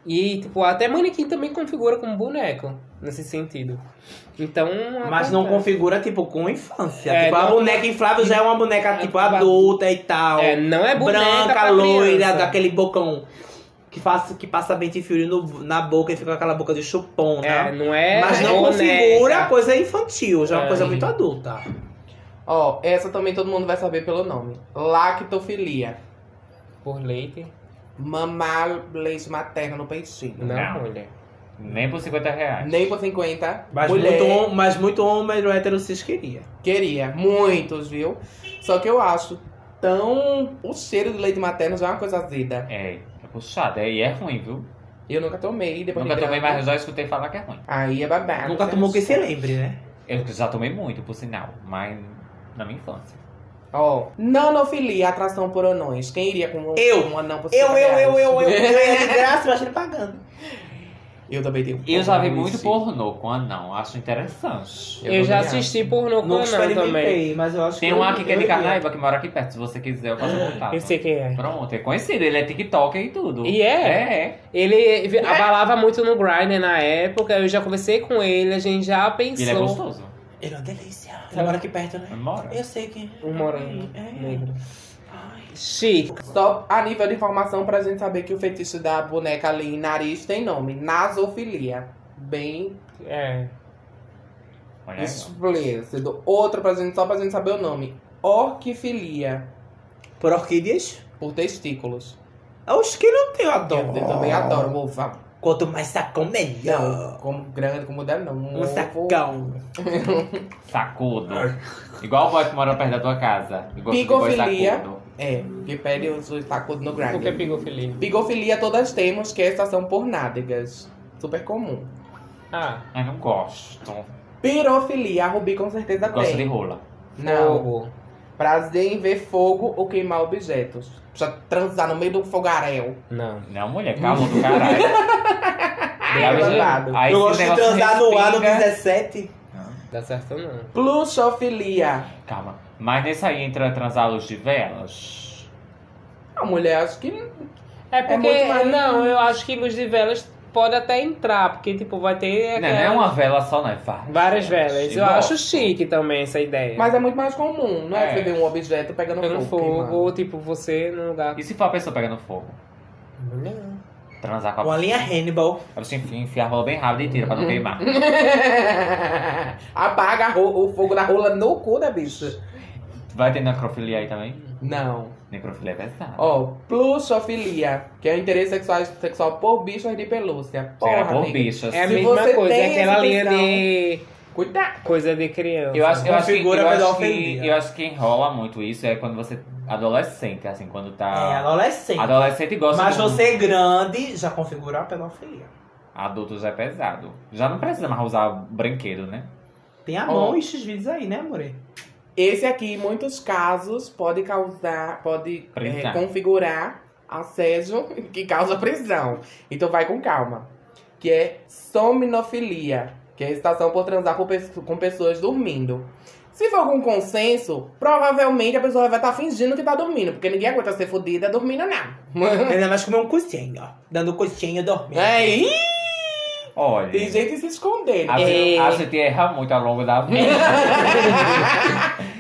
[SPEAKER 1] E, tipo, até manequim também configura como boneco, nesse sentido. Então.
[SPEAKER 5] Mas não
[SPEAKER 1] acontece.
[SPEAKER 5] configura, tipo, com infância.
[SPEAKER 1] É,
[SPEAKER 5] tipo, a
[SPEAKER 1] não-
[SPEAKER 5] boneca inflável já é uma boneca, tipo,
[SPEAKER 1] tipo,
[SPEAKER 5] adulta e tal.
[SPEAKER 1] É, não é boneca pra
[SPEAKER 5] branca,
[SPEAKER 1] criança.
[SPEAKER 5] loira, daquele bocão que, faz, que passa bem de fio no- na boca e fica com aquela boca de chupom,
[SPEAKER 1] É,
[SPEAKER 5] né?
[SPEAKER 1] não é.
[SPEAKER 5] Mas não
[SPEAKER 1] boneca.
[SPEAKER 5] configura coisa infantil, já é uma
[SPEAKER 1] É.
[SPEAKER 5] coisa muito adulta.
[SPEAKER 6] Ó, essa também todo mundo vai saber pelo nome. Lactofilia.
[SPEAKER 1] Por leite?
[SPEAKER 6] Mamar leite materno no peixinho.
[SPEAKER 1] Não,
[SPEAKER 4] Não.
[SPEAKER 1] mulher.
[SPEAKER 4] Nem por 50 reais.
[SPEAKER 6] Nem por 50.
[SPEAKER 5] Mas,
[SPEAKER 6] mulher
[SPEAKER 5] muito, hom- mas muito homem hétero cis queria.
[SPEAKER 6] queria. Muitos, viu? Só que eu acho tão. O cheiro do leite materno já é uma coisa azeda.
[SPEAKER 4] É, é puxado. É, e é ruim, viu?
[SPEAKER 6] Eu nunca tomei. Depois
[SPEAKER 4] Nunca
[SPEAKER 6] de
[SPEAKER 4] tomei,
[SPEAKER 6] grande.
[SPEAKER 4] mas já escutei falar que é ruim.
[SPEAKER 6] Aí é babado.
[SPEAKER 5] Nunca
[SPEAKER 6] né?
[SPEAKER 5] tomou que se lembre, né?
[SPEAKER 4] Eu já tomei muito, por sinal. Mas na minha infância.
[SPEAKER 6] Ó, nanofilia, atração por anões. Quem iria com um,
[SPEAKER 5] Eu.
[SPEAKER 6] um anão por
[SPEAKER 5] Eu,
[SPEAKER 6] 50
[SPEAKER 5] eu, eu, eu, eu.
[SPEAKER 6] reais?
[SPEAKER 5] Eu ia de graça, imagina pagando.
[SPEAKER 6] Eu também tenho.
[SPEAKER 4] Eu já vi
[SPEAKER 6] um
[SPEAKER 4] muito
[SPEAKER 6] bicho.
[SPEAKER 4] pornô com anão. Acho interessante.
[SPEAKER 1] Eu,
[SPEAKER 6] Eu
[SPEAKER 1] já
[SPEAKER 6] também acho.
[SPEAKER 1] assisti pornô com
[SPEAKER 5] Nunca
[SPEAKER 1] anão também.
[SPEAKER 5] experimentei, mas eu acho
[SPEAKER 4] Tem
[SPEAKER 5] que.
[SPEAKER 4] um
[SPEAKER 5] eu-
[SPEAKER 4] aqui que é
[SPEAKER 5] eu
[SPEAKER 4] de
[SPEAKER 5] iria.
[SPEAKER 4] Carnaíba, que mora aqui perto. Se você quiser, eu faço contato.
[SPEAKER 1] Eu sei quem é.
[SPEAKER 4] Pronto, é conhecido. Ele é TikTok e tudo.
[SPEAKER 1] E é?
[SPEAKER 4] É, é.
[SPEAKER 1] Ele abalava muito no Grindr na época, eu já conversei com ele, a gente já pensou.
[SPEAKER 4] Ele é gostoso.
[SPEAKER 5] Ele é uma delícia. Ele mora aqui perto, né?
[SPEAKER 4] Mora.
[SPEAKER 5] Eu sei que.
[SPEAKER 1] Um morango
[SPEAKER 5] É.
[SPEAKER 1] negro.
[SPEAKER 5] Ai.
[SPEAKER 1] Chique.
[SPEAKER 6] Só a nível de informação pra gente saber que o fetiche da boneca ali em nariz tem nome. Nasofilia. Bem
[SPEAKER 1] É.
[SPEAKER 4] Olha aí, ó.
[SPEAKER 6] explícito. Outro pra gente, só pra gente saber o nome. Orquifilia.
[SPEAKER 5] Por orquídeas?
[SPEAKER 6] Por testículos.
[SPEAKER 5] Os que não tem, eu adoro.
[SPEAKER 6] Eu também adoro um ovo.
[SPEAKER 5] Quanto mais sacão, melhor.
[SPEAKER 6] Não, como grande, como dá, não. Um
[SPEAKER 5] Um
[SPEAKER 6] ovo.
[SPEAKER 5] sacão.
[SPEAKER 4] Sacudo. Igual o boy que mora perto da tua casa. Eu gosto de boy
[SPEAKER 6] Pigofilia.
[SPEAKER 4] sacudo.
[SPEAKER 6] É, que pede os os tacudos no
[SPEAKER 1] O que é
[SPEAKER 6] grind.
[SPEAKER 1] pigofilia?
[SPEAKER 6] Bigofilia todas temos, que é estação por nádegas. Super comum.
[SPEAKER 1] Ah,
[SPEAKER 4] Ai, não gosto.
[SPEAKER 6] Pirofilia, a Rubi com certeza
[SPEAKER 4] Gosto de
[SPEAKER 6] tem.
[SPEAKER 4] rola.
[SPEAKER 6] Não.
[SPEAKER 1] fogo.
[SPEAKER 6] Prazer em ver fogo ou queimar objetos. Já transar no meio um do fogaréu.
[SPEAKER 1] Não.
[SPEAKER 4] Não, mulher, calor do caralho. Aí,
[SPEAKER 6] babado.
[SPEAKER 4] aí
[SPEAKER 5] eu
[SPEAKER 4] esse
[SPEAKER 5] gosto de
[SPEAKER 4] negócio
[SPEAKER 5] transar no ano
[SPEAKER 4] respinga.
[SPEAKER 5] 17.
[SPEAKER 1] Dá certo não.
[SPEAKER 6] Pluxofilia.
[SPEAKER 4] Calma. Mas nesse aí entra transar à luz de velas.
[SPEAKER 6] A mulher acho que
[SPEAKER 1] É porque.
[SPEAKER 6] muito mais-
[SPEAKER 1] Não, eu acho que luz de velas pode até entrar, porque tipo, vai ter.
[SPEAKER 4] Não, não
[SPEAKER 1] aquela-
[SPEAKER 4] é uma vela só, não. É várias.
[SPEAKER 1] Várias
[SPEAKER 4] E
[SPEAKER 1] velas. Eu
[SPEAKER 4] gosto.
[SPEAKER 1] acho chique também essa ideia.
[SPEAKER 6] Mas é muito mais comum, não é,
[SPEAKER 4] É.
[SPEAKER 6] você ver um objeto pegando
[SPEAKER 1] Pegando
[SPEAKER 6] fogo.
[SPEAKER 1] fogo,
[SPEAKER 6] queimando.
[SPEAKER 1] ou tipo, você no lugar.
[SPEAKER 4] E se for a pessoa pegando fogo?
[SPEAKER 1] Hum.
[SPEAKER 4] Transar com a
[SPEAKER 5] Uma linha Hannibal.
[SPEAKER 4] Aí você enfia, enfia a rola bem rápido e tira
[SPEAKER 1] Hum.
[SPEAKER 4] pra não queimar.
[SPEAKER 6] Apaga a ro- o fogo da rola no cu da bicha.
[SPEAKER 4] Vai ter necrofilia aí também?
[SPEAKER 6] Não.
[SPEAKER 4] Necrofilia é pesada.
[SPEAKER 6] Ó, pluxofilia, que é o interesse sexual, sexual por bichos de pelúcia. Porra,
[SPEAKER 4] Será por
[SPEAKER 6] nega.
[SPEAKER 4] bichas.
[SPEAKER 1] É a
[SPEAKER 6] Se
[SPEAKER 1] mesma
[SPEAKER 6] você
[SPEAKER 1] coisa,
[SPEAKER 6] tem
[SPEAKER 1] é aquela
[SPEAKER 6] essa
[SPEAKER 1] linha
[SPEAKER 6] visão-
[SPEAKER 1] de.
[SPEAKER 6] Cuidado.
[SPEAKER 1] coisa de criança.
[SPEAKER 4] Eu acho, assim, eu, acho que,
[SPEAKER 5] Configura
[SPEAKER 4] eu, acho que,
[SPEAKER 5] pedofilia.
[SPEAKER 4] eu acho que enrola muito isso é quando você. Adolescente, assim, quando
[SPEAKER 5] É,
[SPEAKER 4] tá.
[SPEAKER 5] adolescente.
[SPEAKER 4] adolescente gosta
[SPEAKER 5] Mas
[SPEAKER 4] muito.
[SPEAKER 6] é
[SPEAKER 5] você é grande já configura a pedofilia.
[SPEAKER 4] Adulto já é pesado. Já não precisa mais usar brinquedo, né?
[SPEAKER 5] Tem a mão e esses vídeos aí, né, More?
[SPEAKER 6] Esse aqui, em muitos casos, pode causar, pode é,
[SPEAKER 4] Prisão.
[SPEAKER 6] configurar assédio que causa prisão. Então vai com calma. Que é somnofilia, que é a excitação por transar por pesso- com pessoas dormindo. Se for algum consenso, provavelmente a pessoa vai estar fingindo que tá dormindo, porque ninguém aguenta ser fodida dormindo, não.
[SPEAKER 5] Ainda mais comer um coxinho, ó. Dando coxinha e dormindo.
[SPEAKER 6] É, ih,
[SPEAKER 4] Olha,
[SPEAKER 6] tem gente se escondendo.
[SPEAKER 4] a, gente,
[SPEAKER 6] É.
[SPEAKER 4] a gente erra muito ao longo da vida.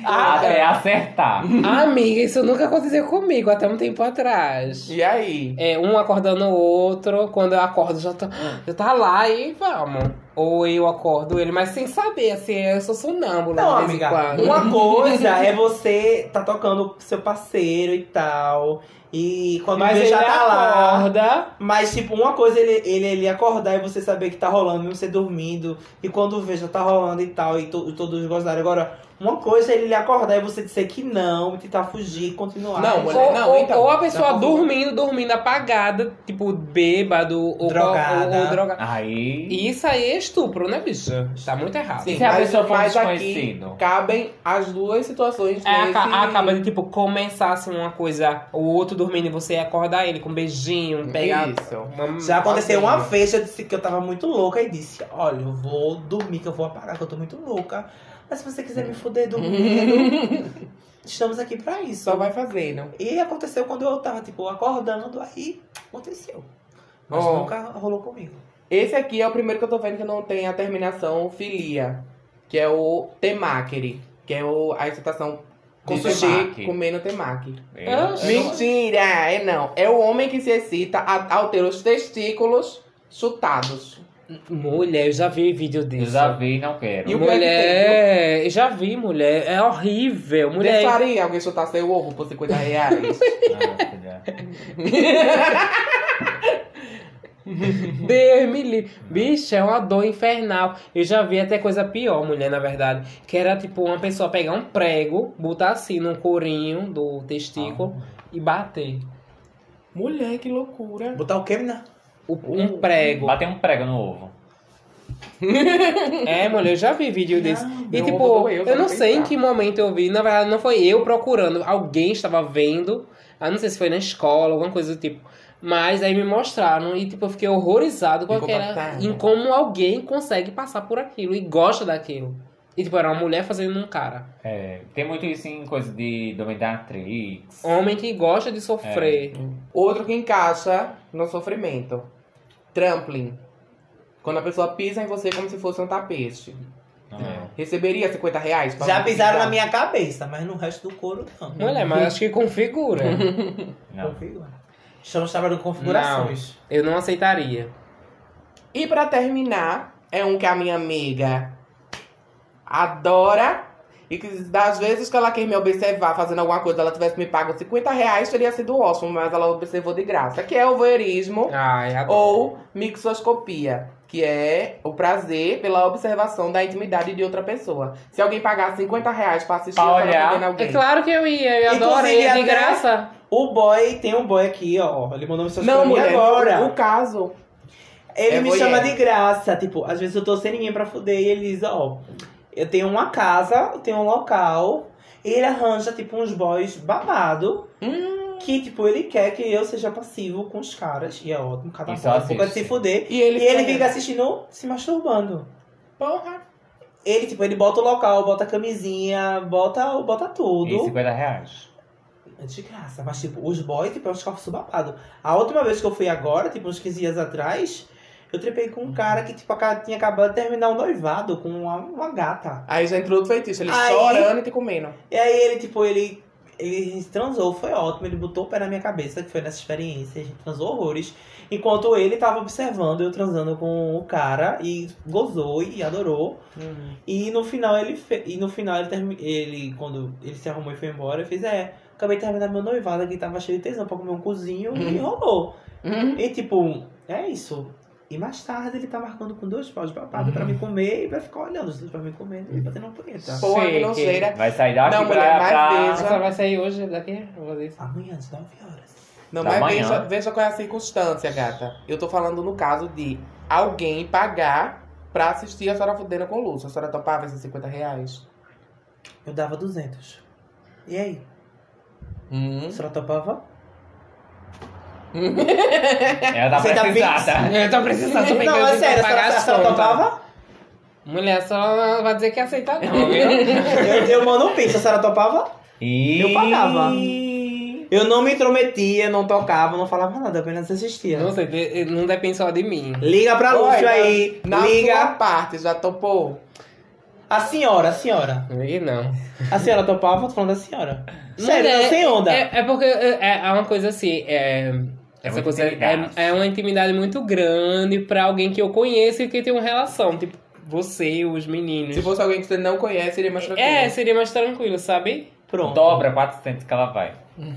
[SPEAKER 6] Ah,
[SPEAKER 4] até acertar.
[SPEAKER 1] Amiga, isso nunca aconteceu comigo até um tempo atrás.
[SPEAKER 6] E aí?
[SPEAKER 1] É, um acordando o outro, quando eu acordo já tá, já tá lá e vamos. Ou eu acordo ele, mas sem saber, assim, eu sou sonâmbula né, Um
[SPEAKER 5] Não,
[SPEAKER 1] de vez em
[SPEAKER 5] amiga,
[SPEAKER 1] quando.
[SPEAKER 5] uma coisa é você tá tocando pro seu parceiro e tal. E quando
[SPEAKER 1] Mas
[SPEAKER 5] vê,
[SPEAKER 1] ele
[SPEAKER 5] já tá lá.
[SPEAKER 1] acorda,
[SPEAKER 5] Mas, tipo, uma coisa é ele, ele, ele acordar e você saber que tá rolando, mesmo você dormindo. E quando vê, já tá rolando e tal, e, to- e todos gostaram. Agora, uma coisa é ele acordar e você dizer que não, e tentar fugir e continuar.
[SPEAKER 6] Não, mulher,
[SPEAKER 1] ou, ou-
[SPEAKER 6] então,
[SPEAKER 1] ou a
[SPEAKER 6] dá
[SPEAKER 1] pessoa
[SPEAKER 6] pra-
[SPEAKER 1] dormindo, dormindo apagada, tipo bêbado ou
[SPEAKER 5] Drogada.
[SPEAKER 1] Ou, ou drogada.
[SPEAKER 4] Aí.
[SPEAKER 1] E isso aí é estupro, né, bicha? Tá muito errado.
[SPEAKER 4] E
[SPEAKER 6] Sim,
[SPEAKER 4] se a
[SPEAKER 6] mas-
[SPEAKER 4] pessoa for um
[SPEAKER 6] mas aqui-
[SPEAKER 4] desconhecido?
[SPEAKER 6] Cabem as duas situações.
[SPEAKER 1] É,
[SPEAKER 6] nesse-
[SPEAKER 1] aca- acaba de, tipo, começar assim uma coisa, o outro dormindo e você acordar ele com um beijinho, um pegar.
[SPEAKER 6] Isso.
[SPEAKER 1] uma-
[SPEAKER 5] Já aconteceu
[SPEAKER 1] uma
[SPEAKER 5] uma vez, eu disse que eu tava muito louca e disse, olha, eu vou dormir, que eu vou apagar, que eu tô muito louca. Mas se você quiser me fuder dormindo, estamos aqui pra isso.
[SPEAKER 6] Só vai fazendo.
[SPEAKER 5] E aconteceu quando eu tava, tipo, acordando, aí aconteceu. Mas
[SPEAKER 6] Ó.
[SPEAKER 5] nunca rolou comigo.
[SPEAKER 6] Esse aqui é o primeiro que eu tô vendo que não tem a terminação filia, que é o temakeri, que é o, a excitação com
[SPEAKER 4] De
[SPEAKER 6] sushi
[SPEAKER 4] temaki.
[SPEAKER 6] comendo temaki.
[SPEAKER 5] É.
[SPEAKER 4] Eu-
[SPEAKER 6] Mentira! É não. É o homem que se excita a- ao ter os testículos chutados.
[SPEAKER 1] Mulher, eu já vi vídeo
[SPEAKER 4] Eu
[SPEAKER 1] disso.
[SPEAKER 4] já vi e não quero.
[SPEAKER 6] E o pior é que
[SPEAKER 1] mulher, eu já vi, mulher. É horrível, mulher.
[SPEAKER 6] Deixaria alguém chutar seu ovo por 50 reais?
[SPEAKER 4] Ah, filha.
[SPEAKER 1] Deus me livre. Bicho, é uma dor infernal. Eu já vi até coisa pior, mulher, na verdade. Que era tipo uma pessoa pegar um prego, botar assim no corinho do testículo
[SPEAKER 6] Ah.
[SPEAKER 1] e bater.
[SPEAKER 6] Mulher, que loucura.
[SPEAKER 5] Botar o que na.
[SPEAKER 1] O-
[SPEAKER 6] Uh.
[SPEAKER 1] um prego.
[SPEAKER 4] Bater um prego no ovo.
[SPEAKER 1] É, mulher, eu já vi vídeo desse. E
[SPEAKER 6] meu
[SPEAKER 1] tipo,
[SPEAKER 6] ovo doeu,
[SPEAKER 1] eu,
[SPEAKER 6] só
[SPEAKER 1] não
[SPEAKER 6] de
[SPEAKER 1] sei em
[SPEAKER 6] pensar.
[SPEAKER 1] que momento eu vi. Na verdade, não foi eu procurando. Alguém estava vendo. Ah, não sei se foi na escola, alguma coisa do tipo. Mas aí me mostraram e tipo, eu fiquei horrorizado com
[SPEAKER 6] Ficou
[SPEAKER 1] aquela,
[SPEAKER 6] passada.
[SPEAKER 1] em como alguém consegue passar por aquilo e gosta daquilo. E tipo, era uma mulher fazendo um cara.
[SPEAKER 4] É, tem muito isso em coisa de dominatrix.
[SPEAKER 1] Homem que gosta de sofrer.
[SPEAKER 6] Outro que encaixa no sofrimento. Trampling. Quando a pessoa pisa em você como se fosse um tapete.
[SPEAKER 4] Não é.
[SPEAKER 6] Receberia 50 reais? pra
[SPEAKER 5] Já
[SPEAKER 6] não
[SPEAKER 5] pisaram
[SPEAKER 6] pisar?
[SPEAKER 5] na minha cabeça, mas no resto do couro não.
[SPEAKER 1] Mulher, é, mas acho que configura.
[SPEAKER 5] É.
[SPEAKER 4] Não.
[SPEAKER 5] Configura. Estamos trabalhando com configurações.
[SPEAKER 1] eu não aceitaria.
[SPEAKER 6] E pra terminar, é um que a minha amiga adora. E que das vezes que ela quis me observar fazendo alguma coisa, ela tivesse me pago 50 reais, teria sido ótimo, mas ela observou de graça. Que é o voyeurismo
[SPEAKER 1] Ai, adoro.
[SPEAKER 6] ou mixoscopia, que é o prazer pela observação da intimidade de outra pessoa. Se alguém pagar 50 reais pra assistir,
[SPEAKER 4] Pra
[SPEAKER 6] eu tava
[SPEAKER 4] olhar,
[SPEAKER 6] perdendo
[SPEAKER 1] É
[SPEAKER 6] alguém.
[SPEAKER 1] claro que eu ia, eu
[SPEAKER 5] Inclusive,
[SPEAKER 1] adoro, ia de
[SPEAKER 5] até-
[SPEAKER 1] graça.
[SPEAKER 5] O boy, tem um boy aqui, ó. Ele mandou mensagem
[SPEAKER 6] Não,
[SPEAKER 5] pra mim
[SPEAKER 6] mulher,
[SPEAKER 5] agora.
[SPEAKER 6] o caso.
[SPEAKER 5] Ele
[SPEAKER 6] É
[SPEAKER 5] me
[SPEAKER 6] voyeur.
[SPEAKER 5] chama de graça. Tipo, às vezes eu tô sem ninguém pra fuder e ele diz, ó, eu tenho uma casa, eu tenho um local. E ele arranja, tipo, uns boys babado. Que, tipo, ele quer que eu seja passivo com os caras. E é ótimo, cada
[SPEAKER 4] Isso
[SPEAKER 5] boy fica de
[SPEAKER 4] assiste.
[SPEAKER 5] se fuder.
[SPEAKER 6] E ele,
[SPEAKER 5] E ele fica assistindo, se masturbando.
[SPEAKER 6] porra.
[SPEAKER 5] Ele, tipo, ele bota o local, bota a camisinha, bota, bota tudo.
[SPEAKER 4] E 50 reais.
[SPEAKER 5] De graça, mas tipo, os boys, tipo, é uns corpos babado. A última vez que eu fui agora, tipo, uns 15 dias atrás, eu trepei com um cara que, tipo, aca- tinha acabado de terminar o noivado com uma, uma gata.
[SPEAKER 6] Aí já entrou outro feitiço, ele
[SPEAKER 5] Aí-
[SPEAKER 6] chorando e te comendo.
[SPEAKER 5] E aí ele, tipo, ele, ele transou, foi ótimo, ele botou o pé na minha cabeça, que foi nessa experiência, a gente transou horrores. Enquanto ele tava observando, eu transando com o cara, e gozou e adorou.
[SPEAKER 1] Hum.
[SPEAKER 5] E no final ele fe... e no final ele, termi... ele quando ele se arrumou e foi embora, eu fiz é, acabei de terminar meu noivado aqui, tava cheio de tesão pra comer um cozinho e rolou.
[SPEAKER 6] Uhum.
[SPEAKER 5] E tipo, é isso. E mais tarde ele tá marcando com dois paus de papada pra me
[SPEAKER 1] Uhum.
[SPEAKER 5] comer e vai ficar olhando os dois pra me comer e batendo uma punheta.
[SPEAKER 6] Porra, que
[SPEAKER 1] Sei,
[SPEAKER 6] nojeira.
[SPEAKER 4] Vai sair daqui
[SPEAKER 6] Não,
[SPEAKER 4] pra,
[SPEAKER 6] mulher, mas
[SPEAKER 4] pra...
[SPEAKER 6] veja.
[SPEAKER 1] Nossa, vai sair hoje daqui? Vou fazer isso.
[SPEAKER 5] Amanhã às 9 horas.
[SPEAKER 6] Não,
[SPEAKER 4] Da
[SPEAKER 6] mas
[SPEAKER 4] manhã.
[SPEAKER 6] veja, veja qual é a circunstância, gata. Eu tô falando no caso de alguém pagar pra assistir a senhora fudendo com o Lúcio. A senhora topava esses 50 reais?
[SPEAKER 5] Eu dava 200. E aí?
[SPEAKER 6] Hum.
[SPEAKER 5] A senhora topava?
[SPEAKER 4] Ela tá
[SPEAKER 5] Você tá
[SPEAKER 4] precisada.
[SPEAKER 1] Eu tô precisando também.
[SPEAKER 5] não,
[SPEAKER 1] que eu
[SPEAKER 5] é
[SPEAKER 1] tenho
[SPEAKER 5] sério,
[SPEAKER 1] que
[SPEAKER 5] a senhora,
[SPEAKER 1] pagar
[SPEAKER 5] a
[SPEAKER 1] as
[SPEAKER 5] senhora
[SPEAKER 1] contas.
[SPEAKER 5] topava?
[SPEAKER 1] Mulher, só vai dizer que aceita não, viu?
[SPEAKER 5] Eu, eu mando um pix, a senhora topava?
[SPEAKER 4] E...
[SPEAKER 5] Eu pagava. Eu não me intrometia, não tocava, não falava nada, apenas assistia.
[SPEAKER 1] não sei, de- não depende só de mim.
[SPEAKER 5] Liga pra
[SPEAKER 6] Oi,
[SPEAKER 5] Lúcio
[SPEAKER 6] na-
[SPEAKER 5] aí.
[SPEAKER 6] Na sua
[SPEAKER 5] Liga.
[SPEAKER 6] parte, já topou?
[SPEAKER 5] A senhora, a senhora.
[SPEAKER 1] E não.
[SPEAKER 5] A senhora topava? Tô falando da senhora. Sério,
[SPEAKER 1] Mulher,
[SPEAKER 5] não, sem onda.
[SPEAKER 1] É, é porque é, é uma coisa assim, é. Essa
[SPEAKER 4] muita
[SPEAKER 1] coisa é,
[SPEAKER 4] intimidade.
[SPEAKER 1] é uma intimidade muito grande pra alguém que eu conheço e que tem uma relação. Tipo, você, os meninos.
[SPEAKER 6] Se fosse alguém que você não conhece, seria mais tranquilo.
[SPEAKER 1] É, seria mais tranquilo, sabe?
[SPEAKER 5] Pronto.
[SPEAKER 4] Dobra 400 que ela vai.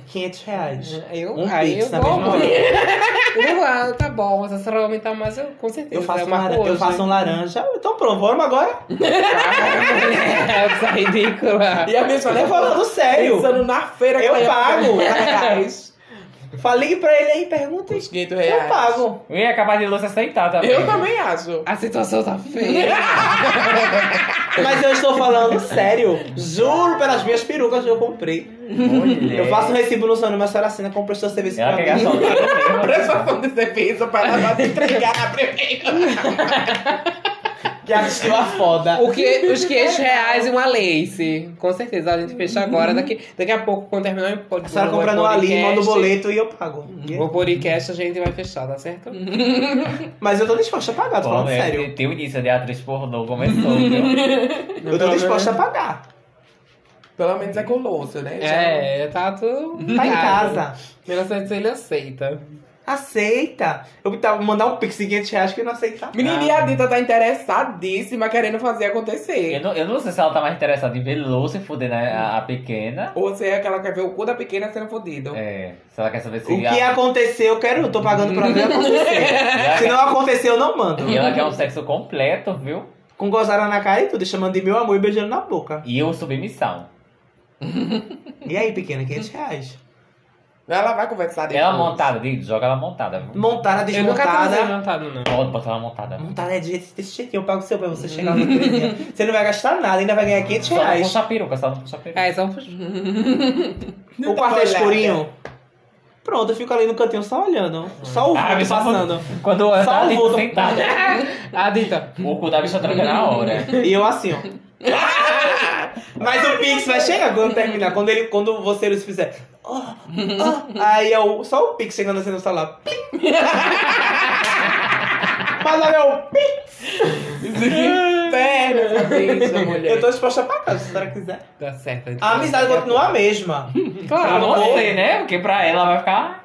[SPEAKER 5] 500 reais.
[SPEAKER 1] É, Eu,
[SPEAKER 5] Um
[SPEAKER 1] aí eu
[SPEAKER 5] pix na
[SPEAKER 1] vou.
[SPEAKER 5] mesma hora.
[SPEAKER 1] Eu vou, ah, tá bom, se a senhora aumentar mais, eu com certeza. é
[SPEAKER 5] Eu faço,
[SPEAKER 1] eu
[SPEAKER 5] um
[SPEAKER 1] marco
[SPEAKER 5] laran- eu
[SPEAKER 1] hoje.
[SPEAKER 5] faço um laranja. Então pronto, vamos agora?
[SPEAKER 1] Essa é ridícula.
[SPEAKER 6] E a minha
[SPEAKER 5] Eu tô
[SPEAKER 6] história
[SPEAKER 5] falando sério.
[SPEAKER 6] pensando na feira que
[SPEAKER 5] Eu
[SPEAKER 6] ela ia
[SPEAKER 5] pago.
[SPEAKER 6] reais.
[SPEAKER 5] Falei pra ele aí, pergunta.
[SPEAKER 6] Os 500 reais.
[SPEAKER 5] Eu pago.
[SPEAKER 4] Eu ia acabar de luz aceitar também.
[SPEAKER 6] Eu também acho.
[SPEAKER 1] A situação tá feia.
[SPEAKER 5] Mas eu estou falando sério. Juro pelas minhas perucas que eu comprei.
[SPEAKER 4] Mulher.
[SPEAKER 5] Eu faço um recibo no Sônia, mas a senhora assina, comprou seu serviço
[SPEAKER 4] É. Ela quer
[SPEAKER 5] pra mim.
[SPEAKER 4] gastar o dinheiro mesmo.
[SPEAKER 6] Prestação de serviço para ela te entregar primeiro.
[SPEAKER 5] Que assistiu a foda.
[SPEAKER 1] O que, os 500 reais e uma lace. Com certeza, a gente fecha agora. Daqui, daqui a pouco, quando terminar o pod-
[SPEAKER 5] Uhum. A
[SPEAKER 1] o podcast...
[SPEAKER 5] senhora compra no Ali, manda o boleto e eu pago. Uhum.
[SPEAKER 1] O podcast a gente vai fechar, tá certo?
[SPEAKER 5] Mas eu tô disposta a pagar, tô
[SPEAKER 4] Bom,
[SPEAKER 5] falando
[SPEAKER 4] né?
[SPEAKER 5] sério.
[SPEAKER 4] Teu início de atriz pornô começou, viu?
[SPEAKER 5] Eu tô disposta a pagar. Tá
[SPEAKER 6] Pelo menos é colosso, né? Já-
[SPEAKER 1] É, tá tudo...
[SPEAKER 5] Tá em casa.
[SPEAKER 1] Menos ele aceita.
[SPEAKER 5] Aceita. Eu tava mandar um pix de 500 reais que eu não aceitava.
[SPEAKER 6] Menininha Dita tá interessadíssima, querendo fazer acontecer.
[SPEAKER 4] Eu não, eu não sei se ela tá mais interessada em ver Lucy fudendo né? a, a pequena.
[SPEAKER 6] Ou se é aquela que quer ver o cu da pequena sendo fodido.
[SPEAKER 4] É, se ela quer saber se...
[SPEAKER 5] O que
[SPEAKER 4] a-
[SPEAKER 5] acontecer, eu quero, eu tô pagando pra ver acontecer. Se não acontecer, eu não mando.
[SPEAKER 4] E ela quer um sexo completo, viu?
[SPEAKER 5] Com gozada na cara e tudo, chamando de meu amor e beijando na boca.
[SPEAKER 4] E eu submissão.
[SPEAKER 5] E aí, pequena, 500 reais.
[SPEAKER 6] Ela vai conversar depois.
[SPEAKER 4] Ela montada, digo, joga ela montada. viu?
[SPEAKER 5] Montada,
[SPEAKER 1] Eu nunca tava
[SPEAKER 5] Tá desmontada.
[SPEAKER 1] levantado, não.
[SPEAKER 4] Pode botar ela montada.
[SPEAKER 5] Montada é de jeito- desse jeitinho, eu pago o seu pra você chegar no trem. Você não vai gastar nada, ainda vai ganhar 500
[SPEAKER 4] Só não
[SPEAKER 5] reais.
[SPEAKER 4] puxa a peruca, só não puxa a peruca.
[SPEAKER 1] É, só...
[SPEAKER 5] O quarto é
[SPEAKER 6] né?
[SPEAKER 5] escurinho. Pronto, eu fico ali no cantinho só olhando. Só o
[SPEAKER 4] Ah,
[SPEAKER 5] vulto
[SPEAKER 4] mas só
[SPEAKER 5] passando.
[SPEAKER 4] Quando eu
[SPEAKER 5] Só
[SPEAKER 4] tava
[SPEAKER 5] o
[SPEAKER 4] ali
[SPEAKER 5] vulto.
[SPEAKER 4] sentada,
[SPEAKER 1] Ah, Dita.
[SPEAKER 4] o cu da bicha tranca na hora.
[SPEAKER 5] E eu assim, ó. Mas o Pix vai chegar quando terminar. Quando, ele, quando você eles fizer. ó, ó, aí é o, só o Pix chegando assim no celular. Plim. Mas olha é o Pix.
[SPEAKER 6] Inferno essa bicha, mulher.
[SPEAKER 5] Eu tô disposta a pagar, se a senhora quiser.
[SPEAKER 1] Tá certo. gente.
[SPEAKER 5] A amizade continua a mesma.
[SPEAKER 4] Pra
[SPEAKER 1] Claro.
[SPEAKER 4] você, né? Porque pra ela vai ficar.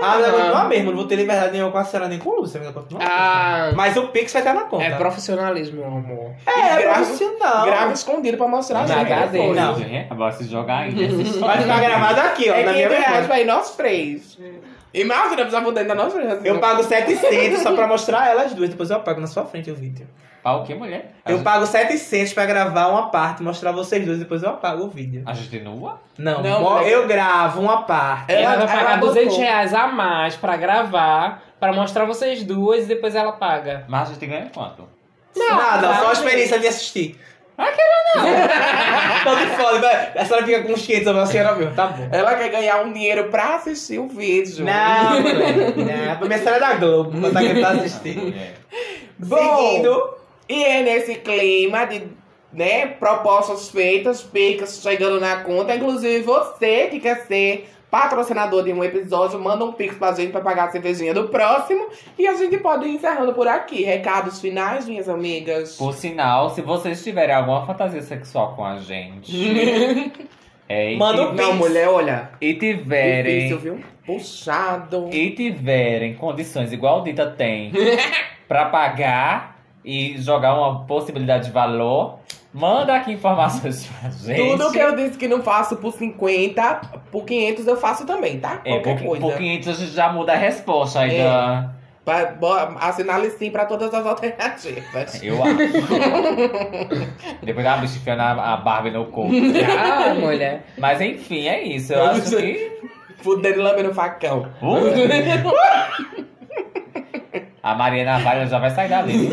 [SPEAKER 5] A amizade continua a mesma. Não vou ter liberdade nenhuma com a senhora nem com o Lúcio. A amizade continua a mesma.
[SPEAKER 1] Ah,
[SPEAKER 5] Mas o Pix vai estar na conta.
[SPEAKER 1] é profissionalismo, meu amor.
[SPEAKER 5] É, é
[SPEAKER 6] Grava-
[SPEAKER 5] profissional.
[SPEAKER 6] Grava escondido pra mostrar a gente.
[SPEAKER 1] Nada
[SPEAKER 6] depois.
[SPEAKER 1] dele.
[SPEAKER 4] né? Agora se jogar aí. nesse-
[SPEAKER 5] Vai ficar gravado aqui, ó.
[SPEAKER 6] É
[SPEAKER 5] na
[SPEAKER 6] 500
[SPEAKER 5] minha
[SPEAKER 6] reais
[SPEAKER 5] vergonha.
[SPEAKER 6] pra ir nós três. Imagina, precisava mudar ainda nós três. assim.
[SPEAKER 5] Eu tá- pago 700 só pra mostrar elas duas. Depois eu apago na sua frente o vídeo.
[SPEAKER 4] Pau o que, mulher? A
[SPEAKER 6] É.
[SPEAKER 5] Eu
[SPEAKER 4] gente-
[SPEAKER 5] pago 700 pra gravar uma parte, mostrar vocês dois, depois eu apago o vídeo.
[SPEAKER 4] A gente nua?
[SPEAKER 5] Não,
[SPEAKER 6] Não, É.
[SPEAKER 5] mo-
[SPEAKER 6] mas-
[SPEAKER 5] eu gravo uma parte.
[SPEAKER 1] Ela,
[SPEAKER 6] Ela-
[SPEAKER 1] vai pagar
[SPEAKER 6] ela botou.
[SPEAKER 1] 200 reais a mais pra gravar, pra mostrar vocês duas e depois ela paga.
[SPEAKER 4] Mas a gente ganha quanto?
[SPEAKER 5] Nada,
[SPEAKER 1] não,
[SPEAKER 5] só
[SPEAKER 1] não.
[SPEAKER 5] a experiência de assistir. Aquela não! Tô de foda, vai. A senhora fica com uns 500, a senhora viu, tá bom.
[SPEAKER 6] Ela quer ganhar um dinheiro pra assistir o vídeo.
[SPEAKER 5] Não, mulher, não. Minha senhora é da Globo, mas tá querendo assistir.
[SPEAKER 4] Ah, Mulher.
[SPEAKER 5] Seguindo,
[SPEAKER 6] E é nesse clima de né, propostas feitas, picas chegando na conta. Inclusive, você que quer ser patrocinador de um episódio, manda um pix pra gente pra pagar a cervejinha do próximo. E a gente pode ir encerrando por aqui. Recados finais, minhas amigas?
[SPEAKER 4] Por sinal, se vocês tiverem alguma fantasia sexual com a gente. é, e,
[SPEAKER 5] manda um
[SPEAKER 6] Não,
[SPEAKER 5] pix.
[SPEAKER 6] mulher, olha.
[SPEAKER 4] e
[SPEAKER 6] Difícil,
[SPEAKER 4] tiverem.
[SPEAKER 6] viu? um Puxado.
[SPEAKER 4] E tiverem condições igual o Dita tem pra pagar e jogar uma possibilidade de valor, manda aqui informações pra gente.
[SPEAKER 6] Tudo que eu disse que não faço por 50, por 500 eu faço também, tá?
[SPEAKER 4] É,
[SPEAKER 6] Qualquer
[SPEAKER 4] por,
[SPEAKER 6] coisa.
[SPEAKER 4] por 500 a gente já muda a resposta aí
[SPEAKER 6] É.
[SPEAKER 4] da-
[SPEAKER 6] Pra- bo- Assinale sim pra todas as alternativas.
[SPEAKER 4] Eu acho. Depois da bicha enfiando a, a Barbie no corpo.
[SPEAKER 1] Ah, mulher.
[SPEAKER 4] Mas enfim, é isso. Eu
[SPEAKER 6] Não,
[SPEAKER 4] acho
[SPEAKER 6] isso-
[SPEAKER 4] que.
[SPEAKER 6] Fudendo lâmina no facão.
[SPEAKER 4] Uh! a Mariana Vargas já vai sair dali.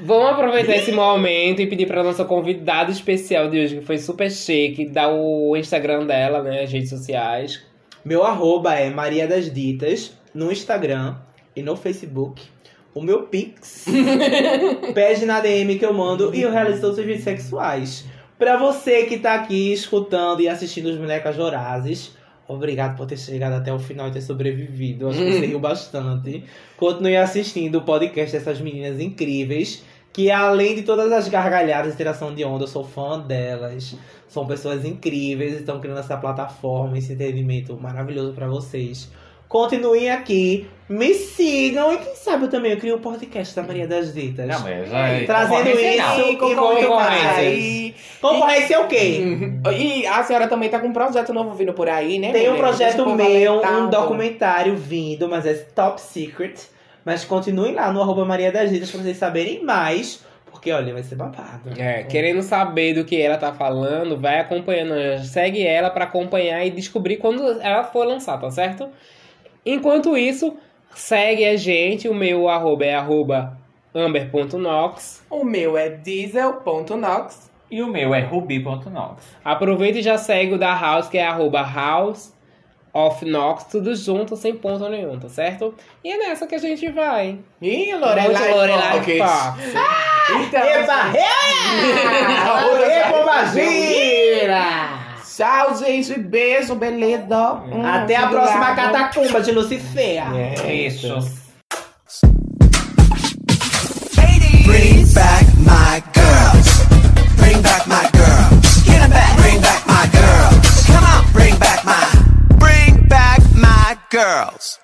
[SPEAKER 1] Vamos aproveitar esse momento e pedir pra nossa convidada especial de hoje, que foi super chique, dar o Instagram dela, né? As redes sociais.
[SPEAKER 5] Meu arroba é Maria das Ditas no Instagram e no Facebook. O meu Pix pede na DM que eu mando e eu realizo todos os vídeos sexuais. Pra você que tá aqui escutando e assistindo os Bonecas Vorazes, obrigado por ter chegado até o final e ter sobrevivido. Acho que você riu bastante. Continue assistindo o podcast dessas meninas incríveis. Que além de todas as gargalhadas e tiração de onda, eu sou fã delas. São pessoas incríveis, estão criando essa plataforma, esse entretenimento maravilhoso pra vocês. Continuem aqui, me sigam e quem sabe eu também eu crio o podcast da Maria das Ditas.
[SPEAKER 4] Não, mas é, vai.
[SPEAKER 5] Trazendo
[SPEAKER 4] Concorrência
[SPEAKER 5] isso
[SPEAKER 4] não.
[SPEAKER 5] e muito mais. Concorrência é o quê?
[SPEAKER 6] Uhum. E a senhora também tá com um projeto novo vindo por aí, né?
[SPEAKER 5] Tem
[SPEAKER 6] menina? Deixa
[SPEAKER 5] um
[SPEAKER 6] o
[SPEAKER 5] projeto
[SPEAKER 6] povo
[SPEAKER 5] meu, um
[SPEAKER 6] alertado.
[SPEAKER 5] documentário vindo, mas é top secret. Mas continuem lá no arroba Maria das Ditas pra vocês saberem mais, porque olha, vai ser babado.
[SPEAKER 1] É, querendo saber do que ela tá falando, vai acompanhando, segue ela pra acompanhar e descobrir quando ela for lançar, tá certo? Enquanto isso, segue a gente, o meu arroba é arroba amber.nox.
[SPEAKER 6] O meu é diesel.nox.
[SPEAKER 4] E o meu é rubi.nox.
[SPEAKER 1] Aproveita e já segue o da House, que é arroba house of Nox, tudo junto, sem ponto nenhum, tá certo? E é nessa que a gente vai.
[SPEAKER 6] Ih,
[SPEAKER 1] Muito
[SPEAKER 6] Lorelai.
[SPEAKER 1] Lorelai
[SPEAKER 6] Fox.
[SPEAKER 1] Fox.
[SPEAKER 6] Então,
[SPEAKER 5] Eba!
[SPEAKER 6] Eba!
[SPEAKER 5] Ê, bobageira!
[SPEAKER 6] Tchau, gente. Beijo, beleza. Hum, É.
[SPEAKER 5] Até a
[SPEAKER 6] obrigado.
[SPEAKER 5] próxima catacumba de Lucifer.
[SPEAKER 6] então.
[SPEAKER 4] Beijos.
[SPEAKER 8] Bring back my girls. Bring back my girls. Get 'em back. Bring back my girls. Come on. Bring back my. Bring back my girls.